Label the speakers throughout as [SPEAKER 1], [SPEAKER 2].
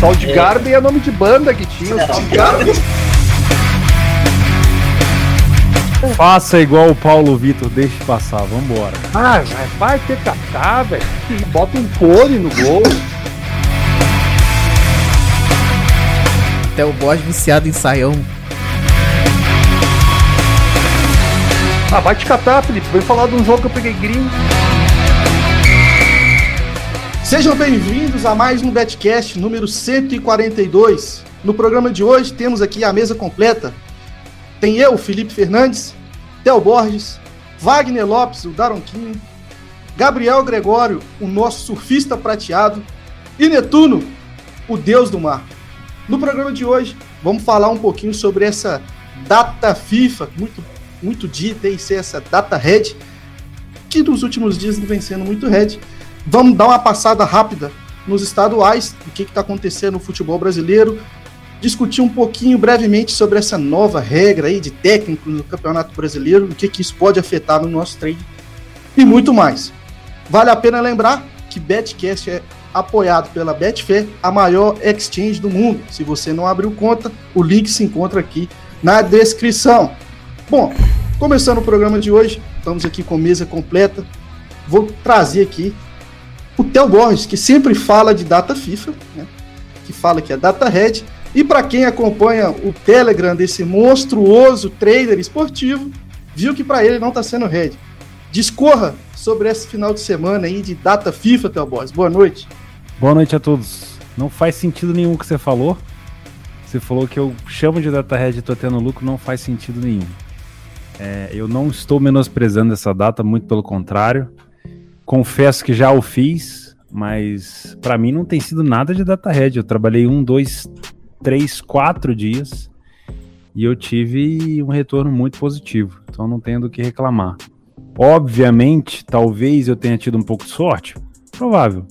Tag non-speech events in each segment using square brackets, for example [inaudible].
[SPEAKER 1] Soundgarden é nome de banda que tinha. o Soundgarden.
[SPEAKER 2] Faça igual o Paulo Vitor, deixe passar, vambora.
[SPEAKER 1] Ah, vai, vai ter cacá, velho. Bota um cone no gol.
[SPEAKER 3] Até o boss viciado em saião.
[SPEAKER 1] Ah, vai te catar, Felipe. Vem falar de um jogo que eu peguei gringo.
[SPEAKER 4] Sejam bem-vindos a mais um Betcast número 142. No programa de hoje temos aqui a mesa completa. Tem eu, Felipe Fernandes, Theo Borges, Wagner Lopes, o Daronquinho, Gabriel Gregório, o nosso surfista prateado, e Netuno, o deus do mar. No programa de hoje vamos falar um pouquinho sobre essa data FIFA, muito, muito dita em ser essa data red, que nos últimos dias vem sendo muito red. Vamos dar uma passada rápida nos estaduais, o que está acontecendo no futebol brasileiro, discutir um pouquinho brevemente sobre essa nova regra aí de técnico no Campeonato Brasileiro, o que, que isso pode afetar no nosso trade e muito mais. Vale a pena lembrar que Betcast é apoiado pela Betfair, a maior exchange do mundo. Se você não abriu conta, o link se encontra aqui na descrição. Bom, começando o programa de hoje, estamos aqui com mesa completa. Vou trazer aqui o Theo Borges, que sempre fala de data FIFA, né? que fala que é data red. E para quem acompanha o Telegram desse monstruoso trader esportivo, viu que para ele não está sendo red. Discorra sobre esse final de semana aí de data FIFA, Theo Borges. Boa noite.
[SPEAKER 2] Boa noite a todos. Não faz sentido nenhum o que você falou. Você falou que eu chamo de data red e tô tendo lucro, não faz sentido nenhum. É, eu não estou menosprezando essa data, muito pelo contrário. Confesso que já o fiz, mas para mim não tem sido nada de data red. Eu trabalhei um, dois, três, quatro dias e eu tive um retorno muito positivo. Então não tenho do que reclamar. Obviamente, talvez eu tenha tido um pouco de sorte, provável.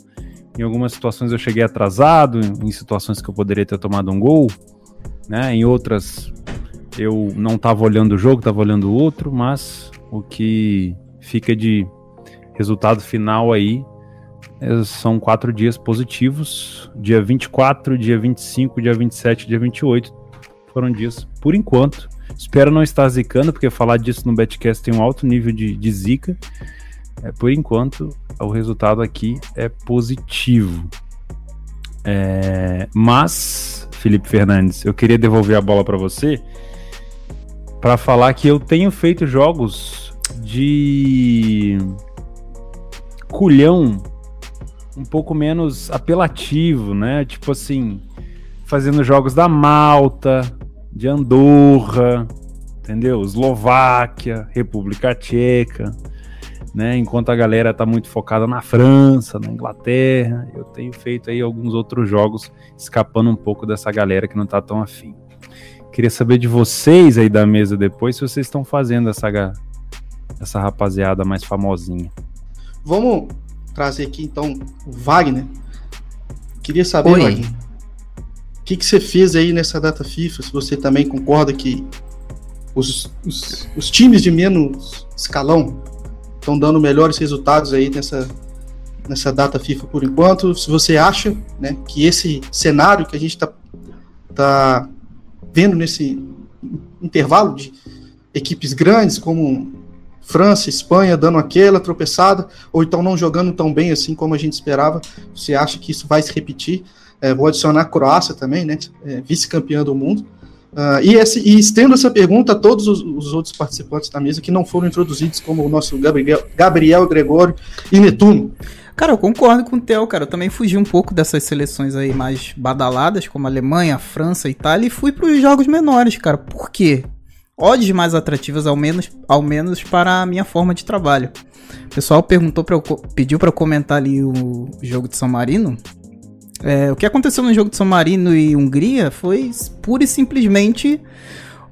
[SPEAKER 2] Em algumas situações eu cheguei atrasado, em situações que eu poderia ter tomado um gol, né? Em outras eu não estava olhando o jogo, estava olhando o outro, mas o que fica de resultado final aí eh, são quatro dias positivos. Dia 24, dia 25, dia 27, dia 28 foram dias, por enquanto. Espero não estar zicando, porque falar disso no Betcast tem um alto nível de, de zica. Eh, por enquanto, o resultado aqui é positivo. É, mas, Felipe Fernandes, eu queria devolver a bola para você para falar que eu tenho feito jogos de culhão um pouco menos apelativo, né? Tipo assim, fazendo jogos da Malta, de Andorra, entendeu? Eslováquia, República Tcheca, né? Enquanto a galera tá muito focada na França, na Inglaterra, eu tenho feito aí alguns outros jogos escapando um pouco dessa galera que não tá tão afim. Queria saber de vocês aí da mesa depois se vocês estão fazendo essa ga- essa rapaziada mais famosinha.
[SPEAKER 4] Vamos trazer aqui então o Wagner. Queria saber,
[SPEAKER 3] Oi.
[SPEAKER 4] Wagner, o que, que você fez aí nessa data FIFA? Se você também concorda que os, os, os times de menos escalão estão dando melhores resultados aí nessa, nessa data FIFA por enquanto. Se você acha né, que esse cenário que a gente está tá vendo nesse intervalo de equipes grandes como França, Espanha dando aquela tropeçada, ou então não jogando tão bem assim como a gente esperava. Você acha que isso vai se repetir? É, vou adicionar a Croácia também, né? É, Vice-campeã do mundo. Ah, e, esse- e estendo essa pergunta a todos os, os outros participantes da mesa que não foram introduzidos, como o nosso Gabriel, Gabriel Gregório e Netuno.
[SPEAKER 3] Cara, eu concordo com o Theo, cara. Eu também fugi um pouco dessas seleções aí mais badaladas, como a Alemanha, a França, a Itália, e fui pros jogos menores, cara. Por quê? Odds mais atrativas, ao menos, ao menos para a minha forma de trabalho. O pessoal perguntou para eu co- pediu para eu comentar ali o jogo de São Marino. É, o que aconteceu no jogo de São Marino e Hungria foi pura e simplesmente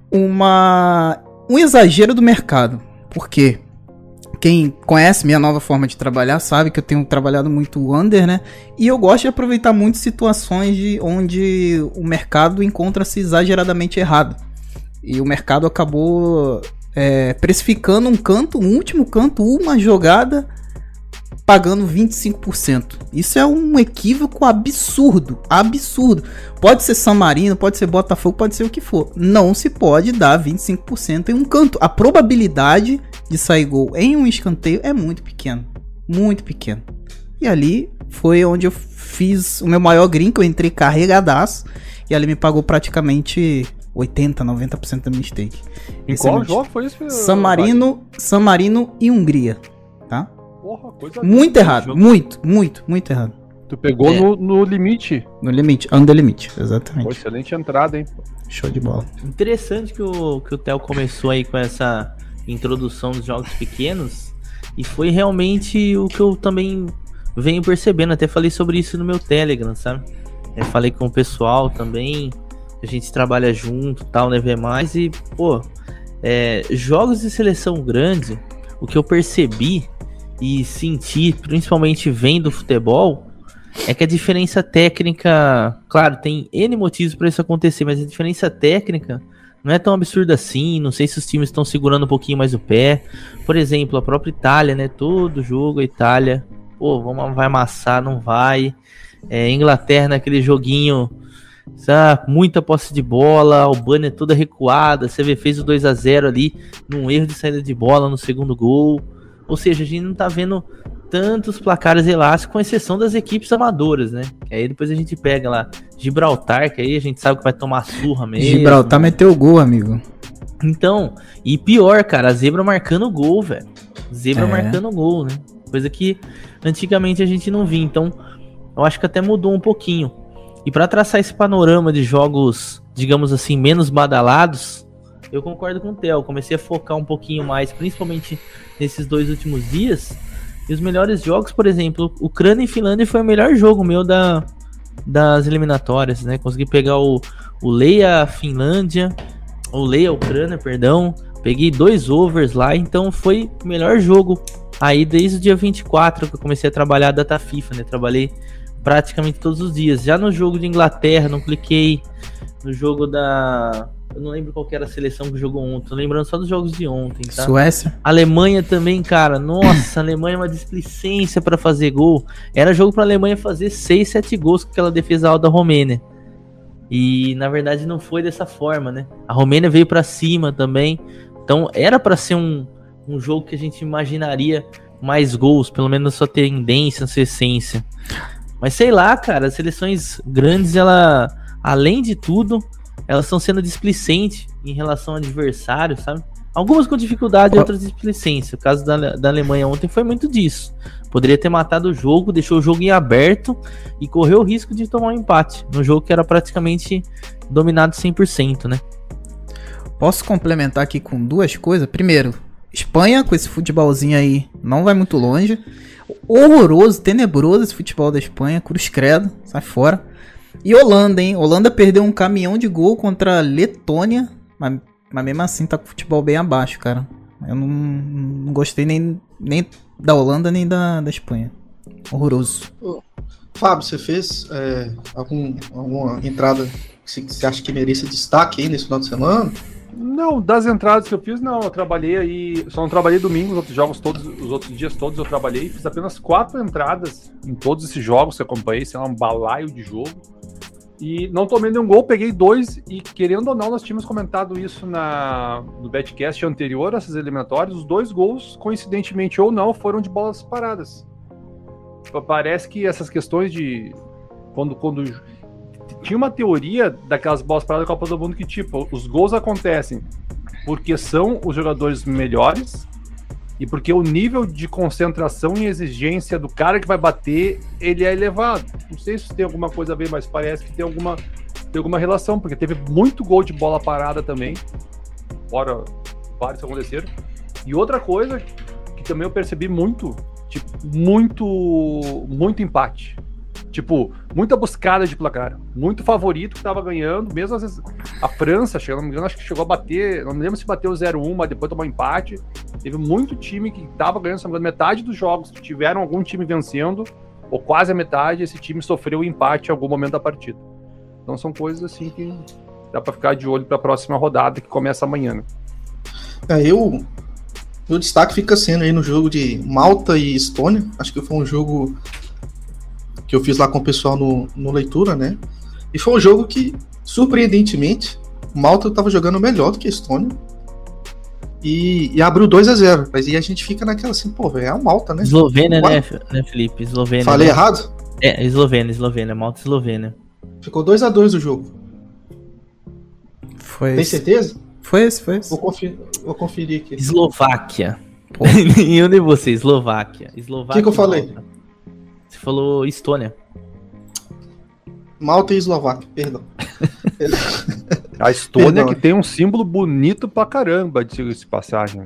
[SPEAKER 3] uma um exagero do mercado. Por quê? quem conhece minha nova forma de trabalhar sabe que eu tenho trabalhado muito under, né? E eu gosto de aproveitar muito situações de onde o mercado encontra-se exageradamente errado. E o mercado acabou é, precificando um canto, um último canto, uma jogada pagando 25%. Isso é um equívoco absurdo, absurdo. Pode ser San Marino, pode ser Botafogo, pode ser o que for. Não se pode dar 25% em um canto. A probabilidade de sair gol em um escanteio é muito pequena, muito pequena. E ali foi onde eu fiz o meu maior green, que eu entrei carregadaço, e ali me pagou praticamente 80, 90% da minha stake.
[SPEAKER 1] Em
[SPEAKER 3] Esse é
[SPEAKER 1] qual
[SPEAKER 3] meu
[SPEAKER 1] jogo foi isso?
[SPEAKER 3] San Marino, San Marino e Hungria, tá?
[SPEAKER 1] Porra, coisa
[SPEAKER 3] Muito
[SPEAKER 1] linda,
[SPEAKER 3] errado,
[SPEAKER 1] jogo.
[SPEAKER 3] muito, muito, muito errado.
[SPEAKER 1] Tu pegou
[SPEAKER 3] É.
[SPEAKER 1] no, no limite.
[SPEAKER 3] No limite, under limite,
[SPEAKER 1] Pô,
[SPEAKER 3] exatamente.
[SPEAKER 1] excelente entrada, hein?
[SPEAKER 3] Show de bola.
[SPEAKER 5] Interessante que o, que o Theo começou aí com essa introdução dos jogos pequenos. E foi realmente o que eu também venho percebendo. Até falei sobre isso no meu Telegram, sabe? Eu falei com o pessoal também. A gente trabalha junto tal, né? Vê mais. E, pô, é, jogos de seleção grande, o que eu percebi e senti, principalmente vendo futebol, é que a diferença técnica, claro, tem N motivos para isso acontecer, mas a diferença técnica não é tão absurda assim. Não sei se os times estão segurando um pouquinho mais o pé. Por exemplo, a própria Itália, né? Todo jogo a Itália, pô, vamos, vai amassar, não vai. É, Inglaterra naquele joguinho, sabe? muita posse de bola, a Albânia toda recuada. Você vê, fez o 2 a 0 ali, num erro de saída de bola no segundo gol. Ou seja, a gente não tá vendo tantos placares elásticos, com exceção das equipes amadoras, né? Que aí depois a gente pega lá Gibraltar, que aí a gente sabe que vai tomar surra mesmo.
[SPEAKER 3] Gibraltar meteu o gol, amigo.
[SPEAKER 5] Então, e pior, cara, a zebra marcando gol, velho. Zebra
[SPEAKER 3] É.
[SPEAKER 5] marcando gol, né? Coisa que antigamente a gente não via. Então, eu acho que até mudou um pouquinho. E pra traçar esse panorama de jogos, digamos assim, menos badalados, eu concordo com o Theo. Comecei a focar um pouquinho mais, principalmente nesses dois últimos dias. E os melhores jogos, por exemplo, Ucrânia e Finlândia foi o melhor jogo meu da, das eliminatórias, né? Consegui pegar o, o Leia Finlândia, o Leia Ucrânia, perdão. Peguei dois overs lá, então foi o melhor jogo aí desde o dia 24 que eu comecei a trabalhar a data FIFA, né? Trabalhei praticamente todos os dias. Já no jogo de Inglaterra, não cliquei. No jogo da. Eu não lembro qual que era a seleção que jogou ontem. Tô lembrando só dos jogos de ontem, tá?
[SPEAKER 3] Suécia.
[SPEAKER 5] Alemanha também, cara. Nossa, a Alemanha é uma displicência pra fazer gol. Era jogo pra Alemanha fazer 6, 7 gols com aquela defesa alta da Romênia. E na verdade não foi dessa forma, né? A Romênia veio pra cima também. Então era pra ser um, um jogo que a gente imaginaria mais gols, pelo menos na sua tendência, na sua essência. Mas sei lá, cara, as seleções grandes, ela, além de tudo, elas estão sendo displicentes em relação ao adversário, sabe? Algumas com dificuldade,
[SPEAKER 4] Ah.
[SPEAKER 5] outras displicência. O caso da, Ale- da Alemanha ontem foi muito disso. Poderia ter matado o jogo, deixou o jogo em aberto e correu o risco de tomar um empate. No jogo que era praticamente dominado 100%, né?
[SPEAKER 3] Posso complementar aqui com duas coisas? Primeiro, Espanha, com esse futebolzinho aí, não vai muito longe. Horroroso, tenebroso esse futebol da Espanha. Cruz credo, sai fora. E Holanda, hein? Holanda perdeu um caminhão de gol contra a Letônia. Mas, mas mesmo assim tá com o futebol bem abaixo, cara. Eu não, não gostei nem, nem da Holanda, nem da, da Espanha. Horroroso.
[SPEAKER 4] Fábio, você fez é, algum- alguma entrada que você- que você acha que merece destaque aí nesse final de semana?
[SPEAKER 1] Não, das entradas que eu fiz, não. Eu trabalhei aí. Só não trabalhei domingo, os outros jogos todos, os outros dias todos eu trabalhei. Fiz apenas quatro entradas em todos esses jogos que eu acompanhei, sei lá, um balaio de jogo. E não tomei nenhum gol, peguei dois. E querendo ou não, nós tínhamos comentado isso na, no Betcast anterior, a essas eliminatórias. Os dois gols, coincidentemente ou não, foram de bolas paradas. Pa- Parece que essas questões de. Quando, quando tinha uma teoria daquelas bolas paradas da Copa do Mundo que, tipo, os gols acontecem porque são os jogadores melhores e porque o nível de concentração e exigência do cara que vai bater, ele é elevado. Não sei se tem alguma coisa a ver, mas parece que tem alguma, tem alguma relação, porque teve muito gol de bola parada também, fora vários que aconteceram. E outra coisa que também eu percebi muito, tipo, muito, muito empate. Tipo, muita buscada de placar. Muito favorito que tava ganhando. Mesmo às vezes a França, se eu não me engano, acho que chegou a bater. Não me lembro se bateu 0-1, mas depois tomou um empate. Teve muito time que tava ganhando, se não me engano, metade dos jogos que tiveram algum time vencendo, ou quase a metade, esse time sofreu um empate em algum momento da partida. Então são coisas assim que dá pra ficar de olho pra próxima rodada que começa amanhã. né?
[SPEAKER 4] É, eu Meu destaque fica sendo aí no jogo de Malta e Estônia. Acho que foi um jogo que eu fiz lá com o pessoal no, no Leitura, né? E foi um jogo que, surpreendentemente, Malta estava jogando melhor do que a Estônia. E, e abriu 2 a 0 Mas aí a gente fica naquela assim, pô, velho, é a Malta, né?
[SPEAKER 5] Eslovênia,
[SPEAKER 4] Ué?
[SPEAKER 5] né, F- né, Felipe? Eslovênia.
[SPEAKER 4] Falei
[SPEAKER 5] né?
[SPEAKER 4] errado?
[SPEAKER 5] É, Eslovênia, Eslovênia, Malta e Eslovênia.
[SPEAKER 4] Ficou 2 a 2 o jogo.
[SPEAKER 3] Foi
[SPEAKER 4] Tem
[SPEAKER 3] esse.
[SPEAKER 4] certeza?
[SPEAKER 3] Foi esse, foi esse.
[SPEAKER 4] Vou conferir, vou conferir aqui.
[SPEAKER 5] [laughs] Eslováquia. Nenhum de vocês, é Eslováquia. Eslováquia.
[SPEAKER 4] Que que eu
[SPEAKER 5] e
[SPEAKER 4] falei?
[SPEAKER 5] Malta. Você falou Estônia.
[SPEAKER 4] Malta e Eslováquia, perdão.
[SPEAKER 1] A Estônia
[SPEAKER 4] Perdão.
[SPEAKER 1] que tem um símbolo bonito pra caramba, diga-se de passagem.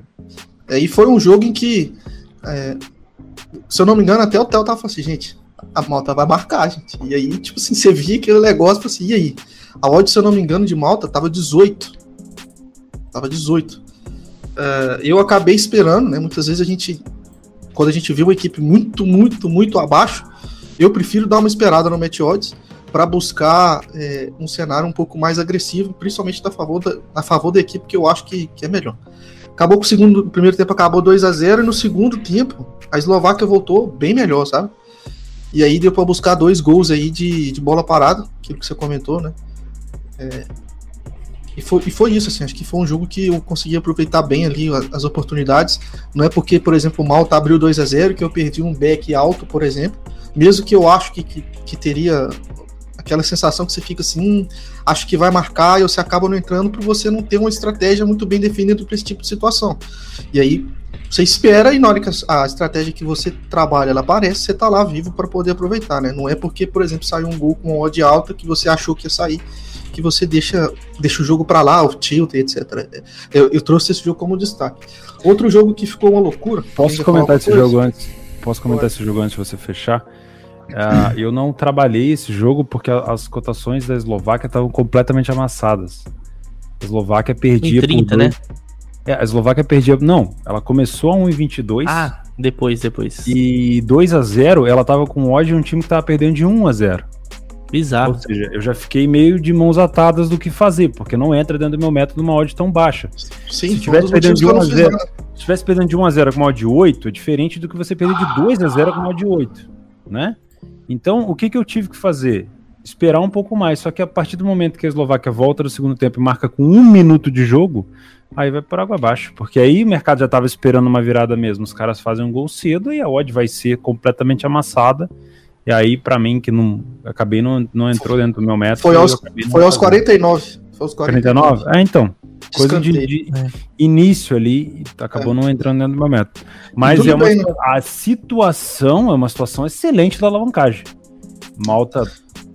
[SPEAKER 4] É, E foi um jogo em que, é, se eu não me engano, até o Theo tava falando assim, gente, a Malta vai marcar, gente. E aí, tipo assim, você via aquele negócio, falou assim, e aí? A odd, se eu não me engano, de Malta tava 18. Tava 18. É, eu acabei esperando, né? Muitas vezes a gente, quando a gente vê uma equipe muito, muito, muito abaixo, eu prefiro dar uma esperada no match odds para buscar é, um cenário um pouco mais agressivo, principalmente da favor da, a favor da equipe que eu acho que- que é melhor. Acabou com o segundo, o primeiro tempo acabou 2 a 0 e no segundo tempo a Eslováquia voltou bem melhor, sabe? E aí deu pra buscar dois gols aí de, de bola parada, aquilo que você comentou, né? É, e, foi, e foi isso, assim, acho que foi um jogo que eu consegui aproveitar bem ali a- as oportunidades. Não é porque, por exemplo, o Malta abriu 2 a 0 que eu perdi um back alto, por exemplo, mesmo que eu acho que, que, que teria aquela sensação que você fica assim, "Hum, acho que vai marcar e você acaba não entrando por você não ter uma estratégia muito bem definida para esse tipo de situação. E aí você espera e na hora que a a estratégia que você trabalha ela aparece, você tá lá vivo para poder aproveitar, né? Não é porque, por exemplo, saiu um gol com uma odd alta que você achou que ia sair, que você deixa, deixa o jogo para lá, o tilt, etc. Eu, eu trouxe esse jogo como destaque. Outro jogo que ficou uma loucura.
[SPEAKER 2] Posso
[SPEAKER 4] Ainda
[SPEAKER 2] comentar
[SPEAKER 4] falar
[SPEAKER 2] esse
[SPEAKER 4] uma coisa?
[SPEAKER 2] jogo antes? Posso comentar esse jogo antes de você fechar? Ah, eu não trabalhei esse jogo porque a- as cotações da Eslováquia estavam completamente amassadas. A Eslováquia perdia
[SPEAKER 5] 1,30,
[SPEAKER 2] por dois- É, a Eslováquia perdia, não, ela começou a 1.22
[SPEAKER 5] Ah, depois, depois.
[SPEAKER 2] e 2 a 0, ela tava com ódio de um time que tava perdendo de 1 a 0.
[SPEAKER 5] Bizarro.
[SPEAKER 2] Ou seja, eu já fiquei meio de mãos atadas do que fazer, porque não entra dentro do meu método uma odd tão baixa.
[SPEAKER 4] Sim,
[SPEAKER 2] Se
[SPEAKER 4] foi um
[SPEAKER 2] tivesse
[SPEAKER 4] dos
[SPEAKER 2] perdendo
[SPEAKER 4] motivos
[SPEAKER 2] de
[SPEAKER 4] que eu
[SPEAKER 2] 1
[SPEAKER 4] não
[SPEAKER 2] a
[SPEAKER 4] fiz
[SPEAKER 2] 0,
[SPEAKER 4] nada.
[SPEAKER 2] se tivesse perdendo de 1 a 0 com uma odd 8, é diferente do que você perder de 2 a 0 com uma odd 8, né? Então, o que, que eu tive que fazer? Esperar um pouco mais, só que a partir do momento que a Eslováquia volta do segundo tempo e marca com um minuto de jogo, aí vai por água abaixo, porque aí o mercado já estava esperando uma virada mesmo, os caras fazem um gol cedo e a odd vai ser completamente amassada, e aí pra mim, que não acabei não, não entrou dentro do meu método...
[SPEAKER 4] Foi aos-
[SPEAKER 2] eu acabei não
[SPEAKER 4] Foi aos
[SPEAKER 2] fazendo.
[SPEAKER 4] 49. Foi aos 49.
[SPEAKER 2] 49? Ah, então coisa de,
[SPEAKER 4] Escanteio. né? É.
[SPEAKER 2] de início ali, e acabou não entrando dentro do meu método. Mas
[SPEAKER 4] Tudo
[SPEAKER 2] é uma,
[SPEAKER 4] bem, né?
[SPEAKER 2] a situação é uma situação excelente da alavancagem. Malta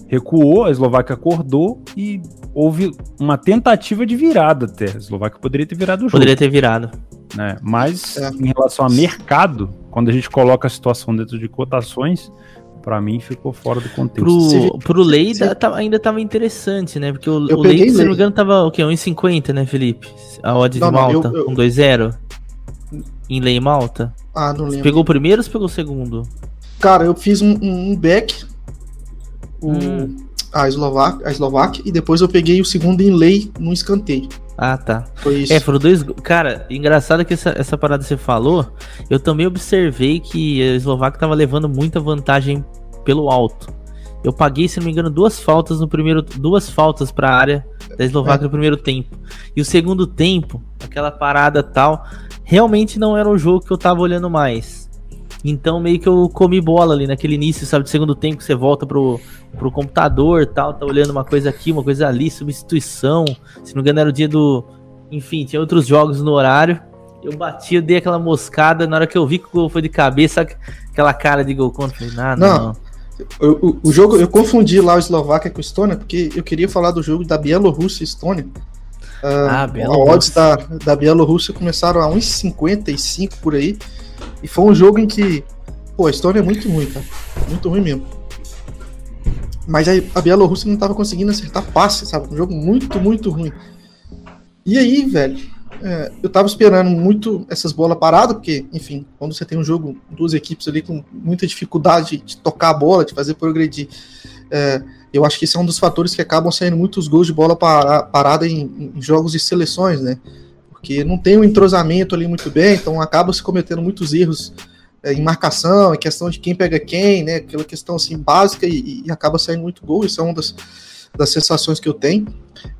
[SPEAKER 2] recuou, a Eslováquia acordou e houve uma tentativa de virada até. A Eslováquia poderia ter virado o jogo,
[SPEAKER 5] Poderia ter virado.
[SPEAKER 2] né? Mas
[SPEAKER 4] É.
[SPEAKER 2] em relação a mercado, quando a gente coloca a situação dentro de cotações, pra mim ficou fora do contexto.
[SPEAKER 4] Se-
[SPEAKER 5] Pro, pro Lei
[SPEAKER 4] se-
[SPEAKER 5] da- tá- ainda tava interessante, né? Porque o,
[SPEAKER 4] Eu
[SPEAKER 5] o Lei,
[SPEAKER 4] peguei
[SPEAKER 5] se não me
[SPEAKER 4] Lei.
[SPEAKER 5] engano, tava o quê? 1,50, né, Felipe? A odd
[SPEAKER 4] Não,
[SPEAKER 5] de
[SPEAKER 4] não, eu-
[SPEAKER 5] Malta.
[SPEAKER 4] eu-
[SPEAKER 5] 1,20. Em Lei Malta.
[SPEAKER 4] Ah, não
[SPEAKER 5] Você
[SPEAKER 4] lembro.
[SPEAKER 5] pegou o primeiro ou você pegou o segundo?
[SPEAKER 4] Cara, eu fiz um, um, um back, o,
[SPEAKER 5] Hum.
[SPEAKER 4] a, Eslováquia, a Eslováquia, e depois eu peguei o segundo em lei num escanteio.
[SPEAKER 5] Ah, tá.
[SPEAKER 4] Foi isso.
[SPEAKER 5] É, foram dois. go- Cara, engraçado que essa, essa parada que você falou, eu também observei que a Eslováquia tava levando muita vantagem pelo alto. Eu paguei, se não me engano, duas faltas no primeiro, duas faltas para área da Eslováquia no primeiro tempo. E o segundo tempo, aquela parada tal, realmente não era o jogo que eu tava olhando mais. Então meio que eu comi bola ali naquele início, sabe, do segundo tempo que você volta pro, pro computador, tal, tá olhando uma coisa aqui, uma coisa ali, substituição. Se não me engano era o dia do, enfim, tinha outros jogos no horário. Eu bati, eu dei aquela moscada, na hora que eu vi que o gol foi de cabeça, aquela cara de gol contra, eu falei, nada,
[SPEAKER 4] Não,
[SPEAKER 5] não.
[SPEAKER 4] Eu- o, o jogo, eu confundi lá o Eslováquia com o Estônia, porque eu queria falar do jogo da Bielorrússia e Estônia.
[SPEAKER 5] Ah,
[SPEAKER 4] A é, odds da, da Bielorrússia começaram a 1,55 por aí. E foi um jogo em que, pô, a Estônia é muito ruim, cara. Muito ruim mesmo. Mas aí a Bielorrússia não tava conseguindo acertar passe, sabe? Um jogo muito, muito ruim. E aí, velho, é, eu tava esperando muito essas bolas paradas, porque, enfim, quando você tem um jogo, duas equipes ali com muita dificuldade de tocar a bola, de fazer progredir. é, eu acho que esse é um dos fatores que acabam saindo muitos gols de bola para- parada em, em jogos de seleções, né? porque não tem um entrosamento ali muito bem, então acaba se cometendo muitos erros é, em marcação, em questão de quem pega quem, né? Aquela questão assim básica e, e acaba saindo muito gol. Isso é uma das, das sensações que eu tenho.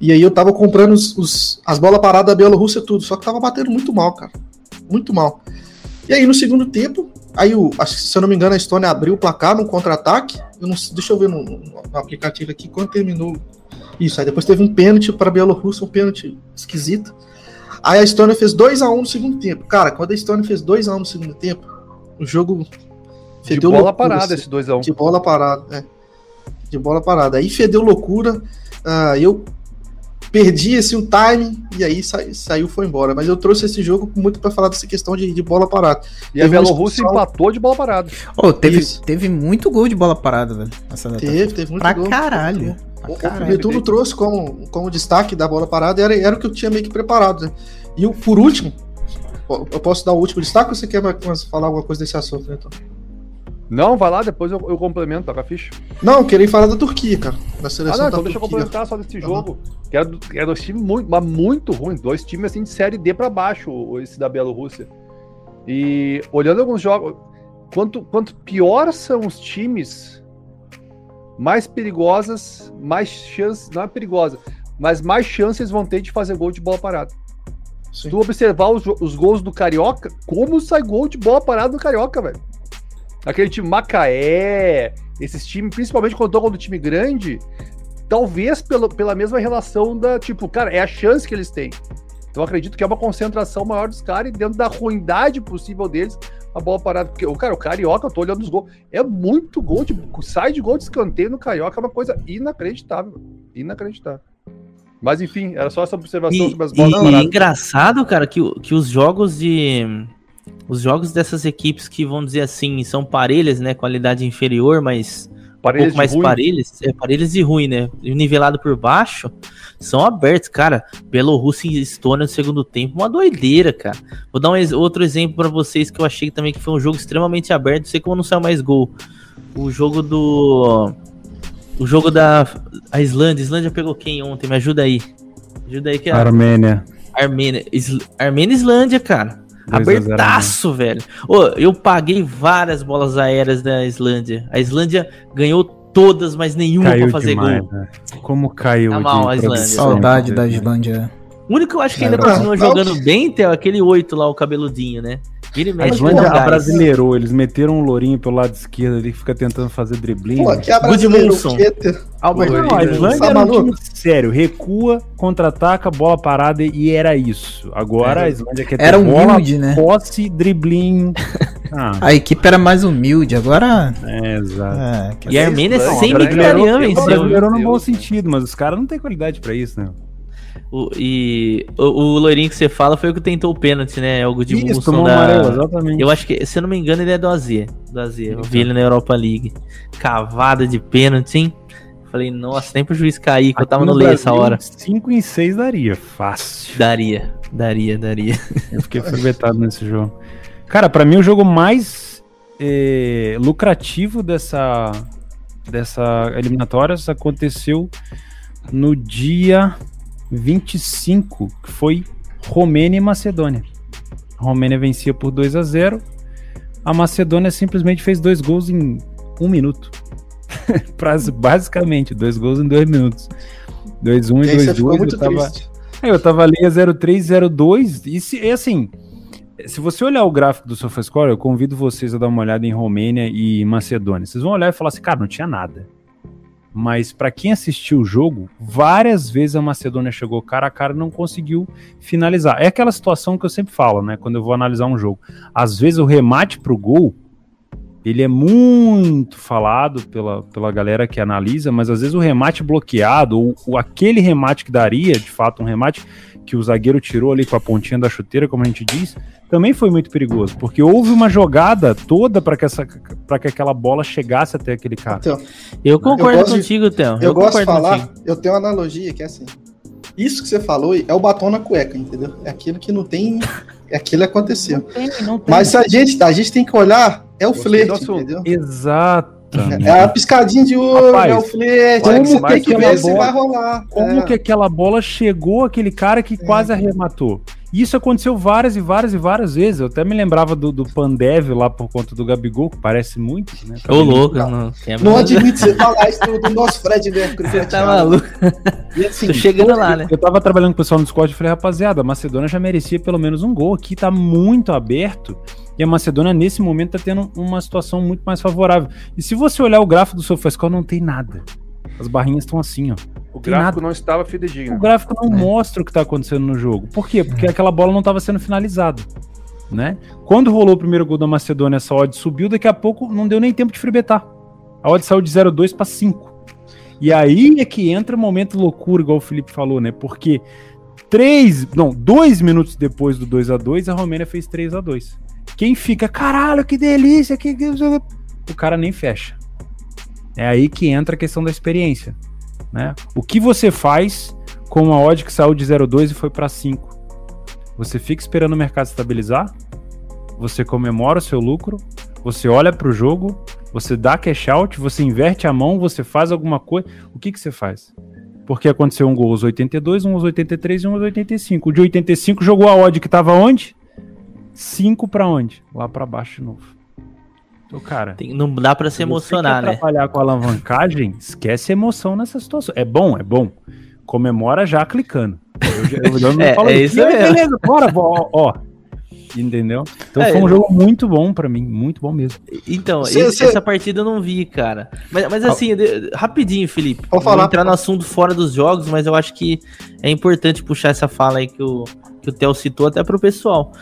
[SPEAKER 4] E aí eu tava comprando os, os- as bolas paradas da Bielorrússia tudo, só que tava batendo muito mal, cara. Muito mal. E aí no segundo tempo, aí o, acho que, se eu não me engano, a Estônia abriu o placar num contra-ataque. Eu não sei- deixa eu ver no, no- no aplicativo aqui quando terminou. Isso, aí depois teve um pênalti para a Bielorrússia, um pênalti esquisito. Aí a Estônia fez 2 a 1 no segundo tempo. Cara, quando a Estônia fez 2 a 1 no segundo tempo, o jogo
[SPEAKER 1] De
[SPEAKER 4] fedeu
[SPEAKER 1] bola
[SPEAKER 4] loucura,
[SPEAKER 1] parada
[SPEAKER 4] assim.
[SPEAKER 1] esse 2x1.
[SPEAKER 4] De bola parada, é. De bola parada. Aí fedeu loucura. ah, eu perdi esse um time e aí sai- saiu foi embora. Mas eu trouxe esse jogo muito pra falar dessa questão de, de bola parada.
[SPEAKER 1] E a
[SPEAKER 4] Teve uma
[SPEAKER 1] Bielorrússia
[SPEAKER 4] expulsão.
[SPEAKER 1] empatou de bola parada.
[SPEAKER 3] Ô, teve,
[SPEAKER 4] Isso.
[SPEAKER 3] teve muito gol de bola parada, velho. Essa
[SPEAKER 5] É, tá.
[SPEAKER 3] data.
[SPEAKER 4] Teve, teve muito
[SPEAKER 3] pra
[SPEAKER 4] gol.
[SPEAKER 3] caralho.
[SPEAKER 4] O,
[SPEAKER 3] Pra
[SPEAKER 4] o
[SPEAKER 3] caralho.
[SPEAKER 1] Teve.
[SPEAKER 4] Betulo trouxe como, como destaque da bola parada, era, era o que eu tinha meio que preparado, né? E o, por último, po- eu posso dar o último destaque ou você quer mais- mais falar alguma coisa desse assunto, né, Tom?
[SPEAKER 1] Não, vai lá, depois eu, eu complemento, tá com a ficha.
[SPEAKER 4] Não, eu queria falar da Turquia, cara. Da
[SPEAKER 1] Ah,
[SPEAKER 4] seleção
[SPEAKER 1] não,
[SPEAKER 4] da
[SPEAKER 1] então deixa eu
[SPEAKER 4] Turquia.
[SPEAKER 1] complementar só desse
[SPEAKER 4] Aham.
[SPEAKER 1] jogo. Que era, do- que era dois times muito, mas muito ruins. Dois times assim de série D pra baixo, o- esse da Bielorrússia. E olhando alguns jogos, quanto, quanto pior são os times, mais perigosas, mais chances. Não é perigosa, mas mais chances vão ter de fazer gol de bola parada. Se
[SPEAKER 4] Sim.
[SPEAKER 1] tu observar os, jo- os gols do Carioca, como sai gol de bola parada do Carioca, velho. Aquele time Macaé, esses times, principalmente quando tocam do time grande, talvez pelo, pela mesma relação da, tipo, cara, é a chance que eles têm. Então eu acredito que é uma concentração maior dos caras e dentro da ruindade possível deles, a bola parada. Porque, o cara, o Carioca, eu tô olhando os gols, é muito gol, de, sai de gol de escanteio no Carioca, é uma coisa inacreditável, inacreditável. Mas enfim, era só essa observação
[SPEAKER 5] E,
[SPEAKER 1] sobre as
[SPEAKER 5] e-
[SPEAKER 1] bolas
[SPEAKER 5] e
[SPEAKER 1] paradas.
[SPEAKER 5] engraçado, cara, que, o- que os jogos de. Os jogos dessas equipes que, vamos dizer assim, são parelhas, né? Qualidade inferior, mas um
[SPEAKER 1] Parelhas
[SPEAKER 5] pouco mais
[SPEAKER 1] de ruim.
[SPEAKER 5] parelhas. É, parelhas e ruim, né? E Nivelado por baixo, são abertos, cara. Bielorrússia e Estônia no segundo tempo, uma doideira, cara. Vou dar um ex- outro exemplo pra vocês que eu achei também que foi um jogo extremamente aberto. Não sei como não saiu mais gol. O jogo do. O jogo da a Islândia. A Islândia pegou quem ontem? Me ajuda aí. Ajuda aí que é a
[SPEAKER 2] Armênia.
[SPEAKER 5] Armênia. Isl- Armênia e Islândia, cara.
[SPEAKER 2] 2 a né? 0
[SPEAKER 5] Abertaço, velho. Ô, eu paguei várias bolas aéreas da Islândia. A Islândia ganhou todas, mas nenhuma
[SPEAKER 2] Caiu
[SPEAKER 5] pra fazer
[SPEAKER 2] demais,
[SPEAKER 5] gol.
[SPEAKER 2] né? Como caiu
[SPEAKER 5] Tá
[SPEAKER 2] de
[SPEAKER 5] mal a Islândia.
[SPEAKER 2] produção,
[SPEAKER 3] Saudade
[SPEAKER 2] né?
[SPEAKER 3] da Islândia.
[SPEAKER 5] O único que eu acho que ainda
[SPEAKER 4] Cara,
[SPEAKER 5] continua
[SPEAKER 4] tá
[SPEAKER 5] jogando
[SPEAKER 4] ok.
[SPEAKER 5] bem, Theo, é aquele 8 lá, o cabeludinho, né? Vira e
[SPEAKER 2] A
[SPEAKER 5] mexe,
[SPEAKER 2] É Islândia
[SPEAKER 5] dá um gás.
[SPEAKER 2] abrasileirou, eles meteram um lourinho pelo lado esquerdo ali que fica tentando fazer driblinho.
[SPEAKER 4] Pô, que brasileiro,
[SPEAKER 5] Gudmundsson.
[SPEAKER 4] que-
[SPEAKER 5] Albert
[SPEAKER 2] Ah, Não, a
[SPEAKER 5] Wilson.
[SPEAKER 2] Islândia
[SPEAKER 4] Tá
[SPEAKER 2] era um
[SPEAKER 4] maluco?
[SPEAKER 2] time sério, recua, contra-ataca, bola parada e era isso. Agora
[SPEAKER 5] Era.
[SPEAKER 2] a Islândia quer ter
[SPEAKER 3] Era
[SPEAKER 2] bola,
[SPEAKER 3] humilde, né?
[SPEAKER 2] posse, driblinho. [laughs] Ah,
[SPEAKER 3] A equipe era mais humilde, agora.
[SPEAKER 2] é, exato.
[SPEAKER 3] É, quer
[SPEAKER 5] E a Armênia
[SPEAKER 1] Não,
[SPEAKER 5] sem
[SPEAKER 1] Brasileirão-
[SPEAKER 5] Mictarian
[SPEAKER 1] Brasileirão-
[SPEAKER 5] venceu. viu?
[SPEAKER 2] Brasileiro no bom
[SPEAKER 1] Deus.
[SPEAKER 2] sentido, mas os caras não têm qualidade pra isso, né?
[SPEAKER 5] O- E o, o loirinho que você fala foi o que tentou o pênalti, né? É O
[SPEAKER 2] Isso,
[SPEAKER 5] Gudmundsson
[SPEAKER 2] tomou
[SPEAKER 5] da...
[SPEAKER 2] amarelo, exatamente.
[SPEAKER 5] Eu acho que, se eu não me engano, ele é do Azia. Do Azia. Eu vi
[SPEAKER 2] Então.
[SPEAKER 5] ele na Europa League. Cavada de pênalti, hein? Falei, nossa, nem pro juiz cair, que eu tava no, lei essa hora.
[SPEAKER 2] 5 em 6 daria, fácil.
[SPEAKER 5] Daria, daria, daria.
[SPEAKER 2] Eu
[SPEAKER 4] [laughs]
[SPEAKER 2] fiquei sorvetado nesse jogo. Cara, pra mim o jogo mais eh, lucrativo dessa dessa eliminatória aconteceu no dia 25, que foi Romênia e Macedônia. A Romênia vencia por 2 a 0. A Macedônia simplesmente fez dois gols em um minuto. [laughs] Pra- Basicamente, dois gols em dois minutos. 2-1
[SPEAKER 4] E
[SPEAKER 2] e
[SPEAKER 4] aí você
[SPEAKER 2] 2-2.
[SPEAKER 4] ficou
[SPEAKER 2] eu
[SPEAKER 4] muito
[SPEAKER 2] tava-
[SPEAKER 4] triste.
[SPEAKER 2] Aí eu tava ali a 0302 e se, e assim, se você olhar o gráfico do SofaScore, eu convido vocês a dar uma olhada em Romênia e Macedônia. Vocês vão olhar e falar assim, cara, não tinha nada. Mas pra quem assistiu o jogo, várias vezes a Macedônia chegou cara a cara e não conseguiu finalizar. É aquela situação que eu sempre falo, né, quando eu vou analisar um jogo. Às vezes o remate pro gol, ele é muito falado pela, pela galera que analisa, mas às vezes o remate bloqueado, ou, ou aquele remate que daria, de fato, um remate que o zagueiro tirou ali com a pontinha da chuteira, como a gente diz, também foi muito perigoso, porque houve uma jogada toda para que, essa- pra que aquela bola chegasse até aquele cara.
[SPEAKER 4] Então,
[SPEAKER 5] Eu concordo
[SPEAKER 4] gosto de-
[SPEAKER 5] contigo, Theo.
[SPEAKER 4] eu, gosto de
[SPEAKER 5] concordo
[SPEAKER 4] falar,
[SPEAKER 5] contigo.
[SPEAKER 4] eu tenho uma analogia que é assim. Isso que você falou é o batom na cueca, entendeu? É aquilo que não tem. É aquilo que aconteceu.
[SPEAKER 3] é,
[SPEAKER 4] Mas se a gente, a gente tem que olhar, é o
[SPEAKER 1] Gostei do
[SPEAKER 4] flerte,
[SPEAKER 1] assunto.
[SPEAKER 4] entendeu?
[SPEAKER 2] Exatamente.
[SPEAKER 4] É a piscadinha de olho,
[SPEAKER 2] Rapaz,
[SPEAKER 4] é o flerte,
[SPEAKER 1] olha
[SPEAKER 4] é
[SPEAKER 1] que
[SPEAKER 4] que você
[SPEAKER 1] mais
[SPEAKER 4] tem que
[SPEAKER 1] que é
[SPEAKER 4] ver
[SPEAKER 1] uma
[SPEAKER 4] se
[SPEAKER 2] boa.
[SPEAKER 4] vai rolar.
[SPEAKER 2] Como
[SPEAKER 4] É.
[SPEAKER 2] que aquela bola chegou àquele cara que quase arrematou? E isso aconteceu várias e várias e várias vezes. Eu até me lembrava do, do Pandev lá por conta do Gabigol, que parece muito, né?
[SPEAKER 5] Ô, louco, não. quem é
[SPEAKER 4] Não
[SPEAKER 5] maluco?
[SPEAKER 4] admito você falar isso do, do nosso Fred Mercury.
[SPEAKER 5] Você tá
[SPEAKER 4] prateado.
[SPEAKER 5] maluco?
[SPEAKER 4] E assim,
[SPEAKER 5] Tô chegando lá, né?
[SPEAKER 2] Eu tava trabalhando com o pessoal no Discord e falei, rapaziada, a Macedônia já merecia pelo menos um gol. Aqui tá muito aberto. E a Macedônia, nesse momento, tá tendo uma situação muito mais favorável. E se você olhar o gráfico do SofaScore, não tem nada. As barrinhas estão assim, ó.
[SPEAKER 1] O
[SPEAKER 2] Tem
[SPEAKER 1] gráfico
[SPEAKER 2] nada.
[SPEAKER 1] não estava
[SPEAKER 2] O
[SPEAKER 1] fidedigno.
[SPEAKER 2] gráfico não mostra o que tá acontecendo no jogo. Por quê? Porque aquela bola não tava sendo finalizada. Né? Quando rolou o primeiro gol da Macedônia, essa odd subiu, daqui a pouco não deu nem tempo de fribetar. A odd saiu de 0,2 para 5. E aí é que entra o momento loucura, igual o Felipe falou, né? Porque três, não, dois minutos depois do 2 a 2 a Romênia fez 3 a 2 Quem fica, caralho, que delícia, que... que- o cara nem fecha. É aí que entra a questão da experiência. Né? O que você faz com uma odd que saiu de 0,2 e foi para 5? Você fica esperando o mercado estabilizar? Você comemora o seu lucro? Você olha para o jogo? Você dá cash out? Você inverte a mão? Você faz alguma coisa? O que, que você faz? Porque aconteceu um gol aos 82, um aos 83 e um aos 85. O de 85 jogou a odd que estava onde? 5 para onde? Lá para baixo de novo. Então, cara
[SPEAKER 5] Tem- não dá pra se
[SPEAKER 2] você
[SPEAKER 5] emocionar,
[SPEAKER 2] quer
[SPEAKER 5] né?
[SPEAKER 2] trabalhar com alavancagem, esquece emoção nessa situação. É bom, é bom. Comemora já clicando. Eu, já- eu,
[SPEAKER 5] [laughs]
[SPEAKER 2] já não
[SPEAKER 5] É,
[SPEAKER 2] falo
[SPEAKER 5] é
[SPEAKER 2] isso.
[SPEAKER 5] isso
[SPEAKER 2] E aí,
[SPEAKER 5] mesmo.
[SPEAKER 2] Beleza, bora, ó, ó. Entendeu? Então
[SPEAKER 5] É,
[SPEAKER 2] foi um
[SPEAKER 5] eu-
[SPEAKER 2] jogo muito bom pra mim, muito bom mesmo.
[SPEAKER 5] Então,
[SPEAKER 4] Cê-
[SPEAKER 5] esse-
[SPEAKER 4] cê-
[SPEAKER 5] essa partida eu não vi, cara. Mas, mas assim, de- rapidinho, Felipe.
[SPEAKER 4] Pode
[SPEAKER 5] Vou
[SPEAKER 4] falar.
[SPEAKER 5] entrar no assunto fora dos jogos, mas eu acho que é importante puxar essa fala aí que o, que o Theo citou até pro pessoal.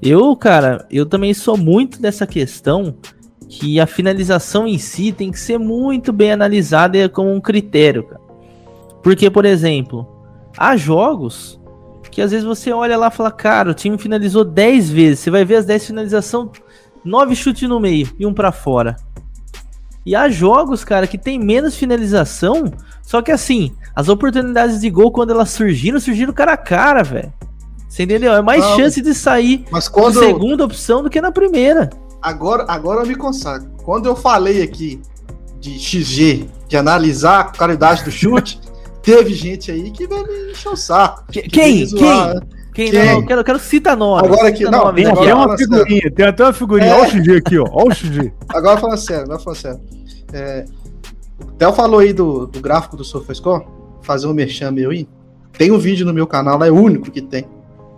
[SPEAKER 5] Eu, cara, eu também sou muito dessa questão que a finalização em si tem que ser muito bem analisada como um critério, cara. Porque, por exemplo, há jogos que às vezes você olha lá e fala, cara, o time finalizou 10 vezes. Você vai ver as 10 finalizações, 9 chutes no meio e um pra fora. E há jogos, cara, que tem menos finalização, só que assim, as oportunidades de gol, quando elas surgiram, surgiram cara a cara, velho. Você entendeu? É mais
[SPEAKER 4] Não.
[SPEAKER 5] chance de sair
[SPEAKER 4] Mas
[SPEAKER 5] na
[SPEAKER 4] quando. eu-
[SPEAKER 5] segunda opção do que na primeira.
[SPEAKER 4] Agora, agora eu me consagro. Quando eu falei aqui de XG, de analisar a qualidade do chute, [laughs] teve gente aí que veio me encher o saco.
[SPEAKER 5] Que-
[SPEAKER 4] que veio
[SPEAKER 5] Quem?
[SPEAKER 4] me
[SPEAKER 5] Quem?
[SPEAKER 4] zoar.
[SPEAKER 5] Quem?
[SPEAKER 4] Quem?
[SPEAKER 5] Não, eu quero, eu quero citar nome.
[SPEAKER 4] Agora que- não,
[SPEAKER 5] nome,
[SPEAKER 4] [laughs] tem
[SPEAKER 5] agora.
[SPEAKER 4] até uma Nossa.
[SPEAKER 2] figurinha, tem até uma figurinha.
[SPEAKER 4] É.
[SPEAKER 2] o XG aqui, ó. Ó o XG.
[SPEAKER 4] Agora falando sério, agora falando sério. É, o Theo falou aí do, do gráfico do SofaScore, fazer um merchan meu aí. Tem um vídeo no meu canal, lá é o único que tem,